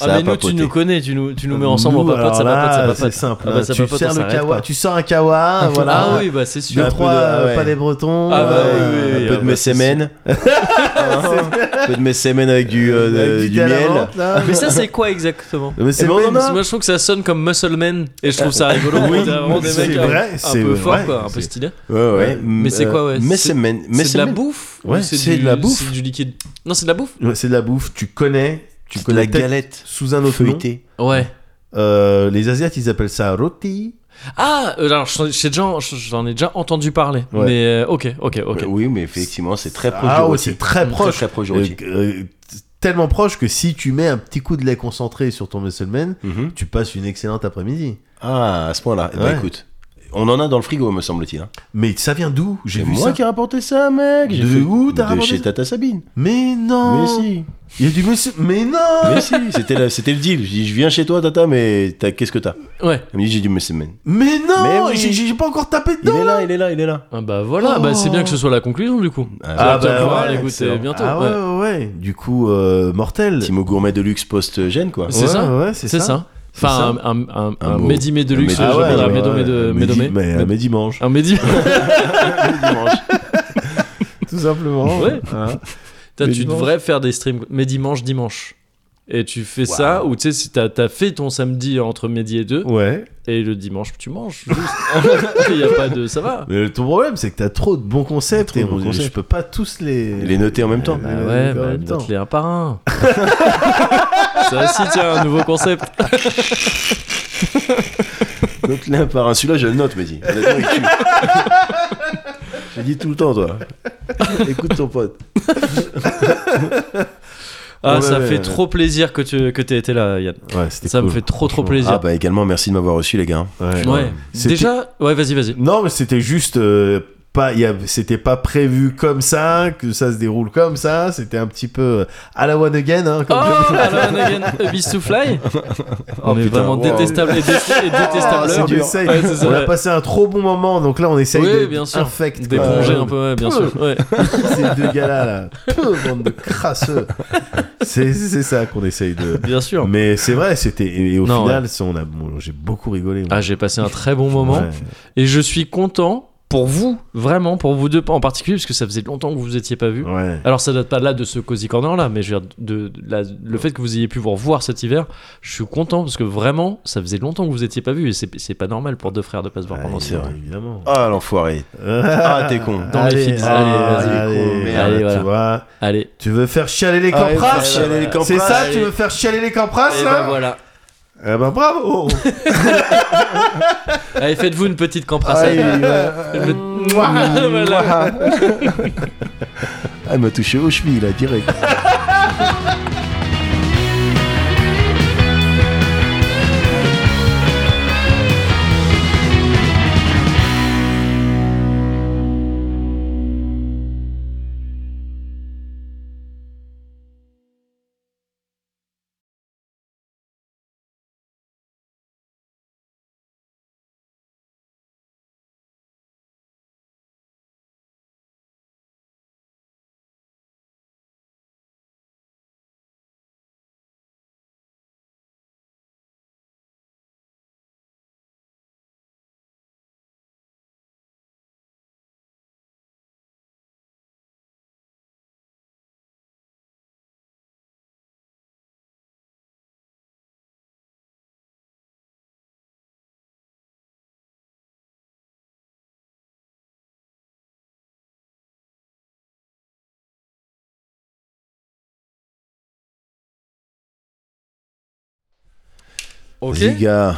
Speaker 3: Ah,
Speaker 2: Ça a
Speaker 3: mais nous, tu
Speaker 2: papoté.
Speaker 3: nous connais, tu nous, tu nous mets ensemble,
Speaker 1: Nous,
Speaker 3: on papote,
Speaker 1: alors
Speaker 3: ça papote, ça
Speaker 1: là,
Speaker 3: papote.
Speaker 1: C'est simple.
Speaker 3: Ah, bah,
Speaker 1: hein.
Speaker 3: ça
Speaker 1: tu
Speaker 3: papote, on
Speaker 1: sers le
Speaker 3: s'arrête
Speaker 1: kawa,
Speaker 3: pas.
Speaker 1: tu sors un kawa, voilà.
Speaker 3: Ah oui, bah, c'est sûr.
Speaker 1: Deux,
Speaker 2: Un peu
Speaker 1: trois
Speaker 2: de-
Speaker 1: euh,
Speaker 2: ah ouais.
Speaker 1: palais bretons.
Speaker 3: Ah bah
Speaker 1: euh,
Speaker 3: oui, oui, oui.
Speaker 2: un peu
Speaker 3: ah
Speaker 2: de
Speaker 3: bah,
Speaker 2: mes
Speaker 3: c'est
Speaker 2: sémènes. un peu de mes sémènes avec du, euh, de-
Speaker 1: avec
Speaker 2: du
Speaker 1: thé à la
Speaker 2: miel.
Speaker 1: menthe, là.
Speaker 3: Mais ça, c'est quoi exactement
Speaker 1: Mais c'est
Speaker 2: Eh ben, on en
Speaker 1: même-
Speaker 2: a.
Speaker 3: Moi, je trouve que ça sonne comme Muscle Man, et je trouve ça rigolo.
Speaker 1: Oui,
Speaker 3: T'as vraiment des
Speaker 1: c'est
Speaker 3: mecs,
Speaker 1: vrai,
Speaker 3: euh, Un
Speaker 1: c'est
Speaker 3: peu fort,
Speaker 1: vrai.
Speaker 3: quoi, un peu
Speaker 1: C'est-
Speaker 3: stylé.
Speaker 2: Ouais, euh, ouais.
Speaker 3: Mais c'est quoi, ouais,
Speaker 2: Mes
Speaker 3: c'est-
Speaker 2: sémènes. Mes
Speaker 3: C'est de la
Speaker 2: sémènes.
Speaker 3: bouffe ou
Speaker 1: Ouais, c'est
Speaker 3: du-
Speaker 1: de la bouffe.
Speaker 3: C'est du liquide. Non, c'est de la bouffe
Speaker 1: Ouais, C'est de la bouffe, tu connais, tu
Speaker 2: De
Speaker 1: connais
Speaker 2: la
Speaker 1: peut-être
Speaker 2: galette.
Speaker 1: sous un autre nom.
Speaker 2: Feuilletée.
Speaker 3: Ouais.
Speaker 1: Euh, les Asiates, ils appellent ça roti.
Speaker 3: Ah, euh, alors je- je sais déjà- je- j'en ai déjà entendu parler.
Speaker 1: Ouais.
Speaker 3: Mais euh, ok, ok, ok.
Speaker 2: Oui, mais effectivement, c'est très proche du
Speaker 1: Ah ouais,
Speaker 2: rôti.
Speaker 1: c'est très proche.
Speaker 2: Très, très proche du rôti.
Speaker 1: Euh, euh, tellement proche que si tu mets un petit coup de lait concentré sur ton muscleman,
Speaker 2: Mhm.
Speaker 1: tu passes une excellente après-midi.
Speaker 2: Ah, à ce point-là. Eh ben,
Speaker 1: Ouais.
Speaker 2: écoute, on en a dans le frigo, me semble-t-il. hein.
Speaker 1: Mais ça vient d'où J'ai
Speaker 2: C'est
Speaker 1: vu
Speaker 2: moi
Speaker 1: ça.
Speaker 2: qui ai rapporté ça, mec. J'ai
Speaker 1: De
Speaker 2: fait-
Speaker 1: où t'as
Speaker 2: De
Speaker 1: rapporté
Speaker 2: chez
Speaker 1: ça
Speaker 2: Tata Sabine.
Speaker 1: Mais non
Speaker 2: Mais si.
Speaker 1: Il y a du monsieur. Mais non
Speaker 2: Mais si, c'était la- c'était le deal. J'ai dit, je viens chez toi, Tata, mais t'as- qu'est-ce que t'as
Speaker 3: Ouais.
Speaker 2: Elle me dit, j'ai du Musselman.
Speaker 1: Mais non
Speaker 2: Mais oui.
Speaker 1: j'ai, j'ai pas encore tapé
Speaker 2: Il
Speaker 1: dedans
Speaker 2: est là, il est là, il est là.
Speaker 3: Ah bah voilà, bah c'est bien que ce soit la conclusion du coup.
Speaker 1: Oh. Ah
Speaker 3: Tu vas
Speaker 1: bah
Speaker 3: pouvoir
Speaker 1: ouais,
Speaker 3: aller goûter
Speaker 1: excellent.
Speaker 3: Euh, bientôt.
Speaker 1: Ah ouais,
Speaker 3: ouais.
Speaker 1: ouais, ouais. Du coup, euh, mortel.
Speaker 2: Petit mot gourmet de luxe post-gêne, quoi.
Speaker 3: C'est
Speaker 1: Ouais,
Speaker 3: ça
Speaker 1: Ouais, c'est,
Speaker 3: C'est ça.
Speaker 1: C'est ça.
Speaker 3: Enfin, un, un, un,
Speaker 2: Un
Speaker 3: un
Speaker 2: mot.
Speaker 3: Médimé de luxe,
Speaker 2: Un
Speaker 1: Ah
Speaker 2: Médimé,
Speaker 3: je
Speaker 1: ouais,
Speaker 3: veux dire,
Speaker 1: ouais,
Speaker 3: Médomé de
Speaker 1: ouais.
Speaker 3: Médomé.
Speaker 1: Mais un dimanche,
Speaker 3: Un Médimé.
Speaker 1: tout simplement.
Speaker 3: Ouais.
Speaker 1: Hein.
Speaker 3: Putain,
Speaker 1: Mais
Speaker 3: tu
Speaker 1: dimanche.
Speaker 3: devrais faire des streams mais dimanche dimanche. Et tu fais ça, ou tu sais, si t'as t'as fait ton samedi entre midi et deux,
Speaker 1: Ouais.
Speaker 3: et le dimanche tu manges. Il y a pas de. Ça va.
Speaker 1: Mais ton problème, c'est que t'as trop de bons concepts
Speaker 2: Trop de
Speaker 1: et
Speaker 2: bons
Speaker 1: on-
Speaker 2: concepts.
Speaker 1: je peux pas tous les.
Speaker 2: Les noter en même temps.
Speaker 1: Euh,
Speaker 3: Ah ouais,
Speaker 1: en
Speaker 3: bah
Speaker 1: même temps.
Speaker 3: note-les un par un. ça aussi, tiens, un nouveau concept.
Speaker 2: Note l'un par un. Celui-là, je le note, mais dis. Honnêtement, il tue. Je le dis tout le temps, toi. Écoute ton pote.
Speaker 3: Ah,
Speaker 1: Ouais,
Speaker 3: ça
Speaker 1: ouais,
Speaker 3: fait
Speaker 1: ouais.
Speaker 3: trop plaisir que tu que t'aies été là, Yann.
Speaker 1: Ouais, c'était
Speaker 3: Ça me
Speaker 1: cool. Ah,
Speaker 3: fait trop trop
Speaker 2: Ah
Speaker 3: plaisir.
Speaker 2: bah également, merci de m'avoir reçu, les gars.
Speaker 1: Ouais.
Speaker 3: ouais.
Speaker 1: C'était-
Speaker 3: Déjà, ouais, vas-y, vas-y.
Speaker 1: Non, mais c'était juste euh, pas, il y avait- c'était pas prévu comme ça, que ça se déroule comme ça. C'était un petit peu euh, à la one again. hein,
Speaker 3: Oh,
Speaker 1: comme
Speaker 3: Hello and again, a beast to fly.
Speaker 1: Oh,
Speaker 3: On est
Speaker 2: putain,
Speaker 3: Oh, vraiment
Speaker 2: wow.
Speaker 3: détestable et, dé- et détestable.
Speaker 1: Ah, c'est du safe.
Speaker 3: hein. Ouais, c'est ça,
Speaker 1: on a
Speaker 3: ouais.
Speaker 1: passé un trop bon moment, donc là on essaye
Speaker 3: Oui,
Speaker 1: de
Speaker 3: bien sûr.
Speaker 1: infect, quoi.
Speaker 3: D'éponger
Speaker 1: Euh,
Speaker 3: un peu, ouais, bien sûr. Ouais.
Speaker 1: Ces deux gars-là, là. Peu, bande de crasseux. C'est c'est ça qu'on essaye de.
Speaker 3: Bien sûr.
Speaker 1: Mais c'est vrai, c'était. Et, et au
Speaker 3: Non,
Speaker 1: final, ça, on a, bon, j'ai beaucoup rigolé. moi.
Speaker 3: Ah, j'ai passé un très bon moment.
Speaker 1: Ouais.
Speaker 3: Et je suis content pour vous, vraiment, pour vous deux en particulier, parce que ça faisait longtemps que vous vous étiez pas vus.
Speaker 1: Ouais.
Speaker 3: Alors ça date pas là de ce Cozy Corner là, mais je veux dire de, de la- le fait que vous ayez pu vous revoir cet hiver, je suis content parce que vraiment ça faisait longtemps que vous étiez pas vus et c'est c'est pas normal pour deux frères de pas se voir pendant
Speaker 1: Ouais,
Speaker 3: si longtemps.
Speaker 1: Évidemment.
Speaker 2: Ah, l'enfoiré.
Speaker 1: Oh,
Speaker 2: Ah, t'es con.
Speaker 3: Dans les fils. Allez, vas-y.
Speaker 1: Ah, allez,
Speaker 2: Merde,
Speaker 1: allez,
Speaker 3: tu
Speaker 1: tu vois.
Speaker 3: Allez,
Speaker 1: Tu veux faire chialer les
Speaker 2: Ah,
Speaker 1: campras
Speaker 2: ouais, ouais, ouais, ouais.
Speaker 1: C'est ça,
Speaker 3: Allez.
Speaker 1: tu veux faire chialer les campras
Speaker 3: et
Speaker 1: là
Speaker 3: ben voilà.
Speaker 1: Eh ben bravo
Speaker 3: Allez, faites-vous une petite
Speaker 2: Allez,
Speaker 3: camprassade.
Speaker 2: euh,
Speaker 3: Voilà.
Speaker 2: Ah, il m'a touché aux chevilles, là, direct.
Speaker 3: Ok.
Speaker 2: Ziga.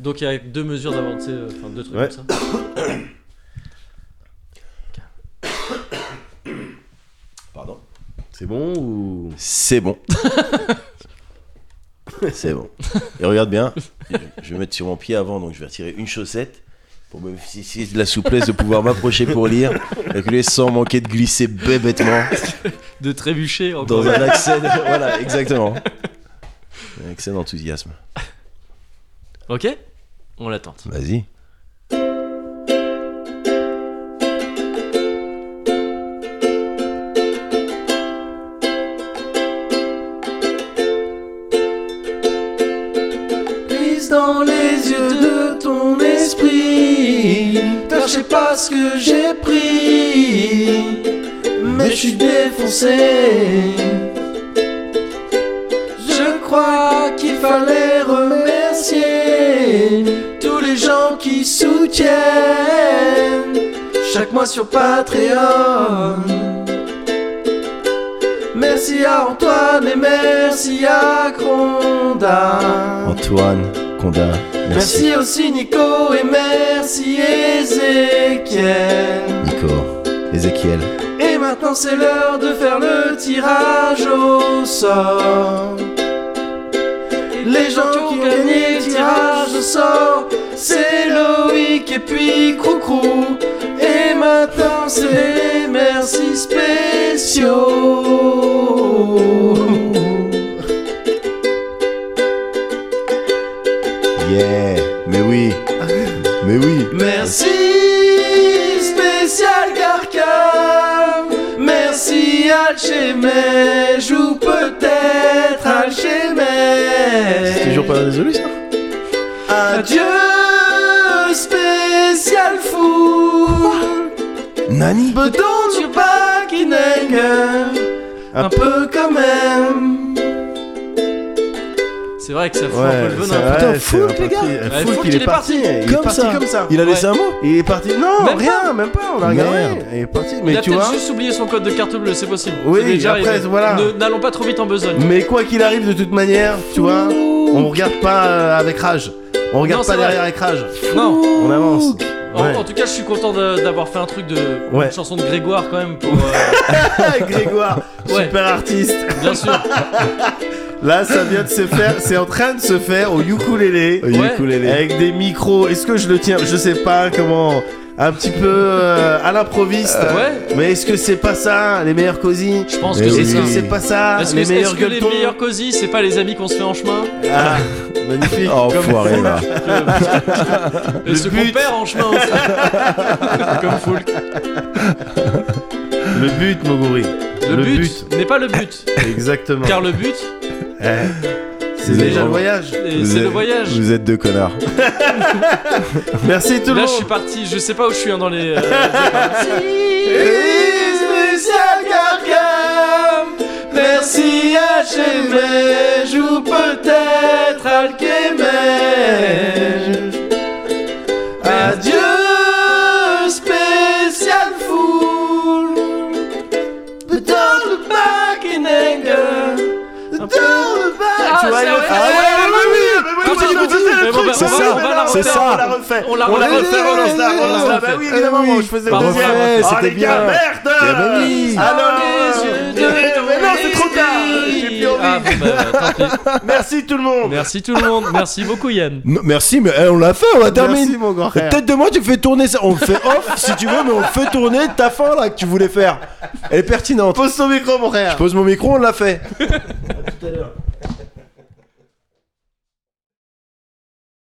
Speaker 3: Donc il y a deux mesures d'avant, tu sais, euh, enfin deux trucs
Speaker 1: Ouais.
Speaker 3: comme ça.
Speaker 2: Pardon.
Speaker 1: C'est bon ou.
Speaker 2: C'est bon. C'est bon. Et regarde bien, je vais mettre sur mon pied avant, donc je vais retirer une chaussette pour me bénéficier de la souplesse de pouvoir m'approcher pour lire, reculer sans manquer de glisser bébêtement
Speaker 3: De trébucher encore.
Speaker 2: dans un accès de... Voilà, exactement. Un accès d'enthousiasme.
Speaker 3: Ok. On l'attend.
Speaker 2: Vas-y.
Speaker 9: Prise dans les yeux de ton esprit. Car je sais pas ce que j'ai pris, mais je suis défoncé. Je crois qu'il fallait remercier tous les gens qui soutiennent chaque mois sur Patreon. Merci à Antoine et merci à Gronda.
Speaker 2: Antoine, Conda, merci.
Speaker 9: Merci aussi Nico et merci Ezekiel.
Speaker 2: Nico, Ezekiel.
Speaker 9: Et maintenant c'est l'heure de faire le tirage au sort. Les gens qui ont gagné le tirage au sort, c'est Loïc et puis Croucrou. Et maintenant c'est les merci spéciaux.
Speaker 2: Yeah, mais oui, mais oui.
Speaker 9: Merci spécial Carcam, merci Alchemège ou peut-être
Speaker 2: C'est
Speaker 9: Alchemège.
Speaker 2: toujours pas résolu ça
Speaker 9: Adieu spécial fou,
Speaker 2: Nani
Speaker 3: Bah,
Speaker 9: bedon sur Bakinengen, un peu quand même.
Speaker 3: C'est vrai que ça fout un
Speaker 1: Ouais,
Speaker 3: peu le
Speaker 1: c'est
Speaker 3: venin.
Speaker 1: vrai,
Speaker 2: Putain,
Speaker 1: c'est
Speaker 2: Foulk,
Speaker 1: un peu
Speaker 3: les gars.
Speaker 1: tri-
Speaker 3: Ouais,
Speaker 1: Foulk,
Speaker 3: Foulk,
Speaker 1: il est parti Il est
Speaker 2: Comme
Speaker 1: parti
Speaker 2: ça.
Speaker 1: comme ça
Speaker 2: Il a laissé
Speaker 3: Ouais.
Speaker 2: un mot
Speaker 1: Il est parti. Non,
Speaker 3: Même
Speaker 1: rien, même pas, on l'a regardé.
Speaker 2: Merde.
Speaker 1: Il est parti,
Speaker 3: Il
Speaker 1: mais
Speaker 3: a
Speaker 1: tu
Speaker 3: peut-être
Speaker 1: vois.
Speaker 3: juste oublié son code de carte bleue, c'est possible.
Speaker 1: Oui,
Speaker 3: C'est déjà
Speaker 1: après,
Speaker 3: arrivé.
Speaker 1: voilà.
Speaker 3: Ne- N'allons pas trop vite en besogne.
Speaker 1: Mais quoi qu'il arrive, de toute manière, tu vois, on regarde pas euh, avec rage. On regarde
Speaker 3: Non, c'est
Speaker 1: pas
Speaker 3: vrai.
Speaker 1: derrière avec rage.
Speaker 3: Non.
Speaker 1: On avance.
Speaker 3: En,
Speaker 1: Ouais.
Speaker 3: en tout cas, je suis content de- d'avoir fait un truc de
Speaker 1: Ouais.
Speaker 3: une chanson de Grégoire quand même pour euh,
Speaker 1: Grégoire,
Speaker 3: Ouais.
Speaker 1: super artiste.
Speaker 3: bien sûr.
Speaker 1: Là, ça vient de se faire, c'est en train de se faire au ukulélé,
Speaker 2: Au
Speaker 3: Ouais.
Speaker 2: ukulélé.
Speaker 1: avec des micros. Est-ce que je le tiens Je sais pas comment. un petit peu euh, à l'improviste.
Speaker 3: Ouais.
Speaker 1: Mais est-ce que c'est pas ça les meilleurs cosy
Speaker 3: Je pense
Speaker 1: Est-ce
Speaker 3: que c'est
Speaker 1: que
Speaker 3: ça.
Speaker 1: c'est pas ça
Speaker 3: Est-ce que,
Speaker 1: les
Speaker 3: est-ce
Speaker 1: meilleurs
Speaker 3: que les
Speaker 1: gueuletons
Speaker 3: meilleurs cosy, c'est pas les amis qu'on se fait en chemin
Speaker 1: Ah, magnifique.
Speaker 2: Oh, foiré, là.
Speaker 3: Et ce qu'on perd en chemin aussi. Comme Foulk.
Speaker 1: Le but, Moguri.
Speaker 3: Le, but, n'est pas le but.
Speaker 1: Exactement.
Speaker 3: Car le but,
Speaker 1: C'est
Speaker 2: Vous êtes
Speaker 1: déjà le
Speaker 2: vraiment-
Speaker 1: voyage.
Speaker 3: et
Speaker 2: Vous
Speaker 3: c'est le
Speaker 2: êtes-
Speaker 3: voyage.
Speaker 2: Vous êtes deux connards.
Speaker 1: Merci tout le
Speaker 3: Là,
Speaker 1: monde.
Speaker 3: je suis parti, je sais pas où je suis hein, dans les. euh,
Speaker 9: Merci à Chemège ou peut-être Alkemège. Adieu spécial foule. But Dans le back in anger. Dans le back.
Speaker 3: Ah, c'est vrai. Mais bon, bah,
Speaker 2: C'est
Speaker 3: on va-
Speaker 2: ça,
Speaker 3: on va la
Speaker 2: c'est
Speaker 3: refaire.
Speaker 2: ça.
Speaker 1: On la refait.
Speaker 3: On la
Speaker 1: On la
Speaker 3: refait,
Speaker 1: refait,
Speaker 3: on la refait, on la
Speaker 1: Bah
Speaker 3: refait.
Speaker 1: oui, évidemment,
Speaker 2: Eh oui.
Speaker 1: je faisais
Speaker 3: Bah,
Speaker 1: le
Speaker 3: refait,
Speaker 1: deuxième.
Speaker 2: refait,
Speaker 1: Ah,
Speaker 2: c'était
Speaker 1: les gars,
Speaker 2: bien.
Speaker 1: merde
Speaker 2: Eh ben oui.
Speaker 3: Ah.
Speaker 1: Alors,
Speaker 9: les yeux de
Speaker 1: mais non, c'est trop tard. J'ai plus envie.
Speaker 3: Ah, bon, bah, tant pis.
Speaker 1: Merci tout le monde.
Speaker 3: Merci tout le monde, merci beaucoup Yann.
Speaker 2: Non, merci, mais eh, on l'a fait, on la
Speaker 1: Merci
Speaker 2: termine.
Speaker 1: mon grand frère.
Speaker 2: Peut-être demain tu fais tourner ça. On le fait off si tu veux, mais on le fait tourner ta fin là que tu voulais faire. Elle est pertinente.
Speaker 1: Pose ton micro, mon frère.
Speaker 2: Pose mon micro, on l'a fait.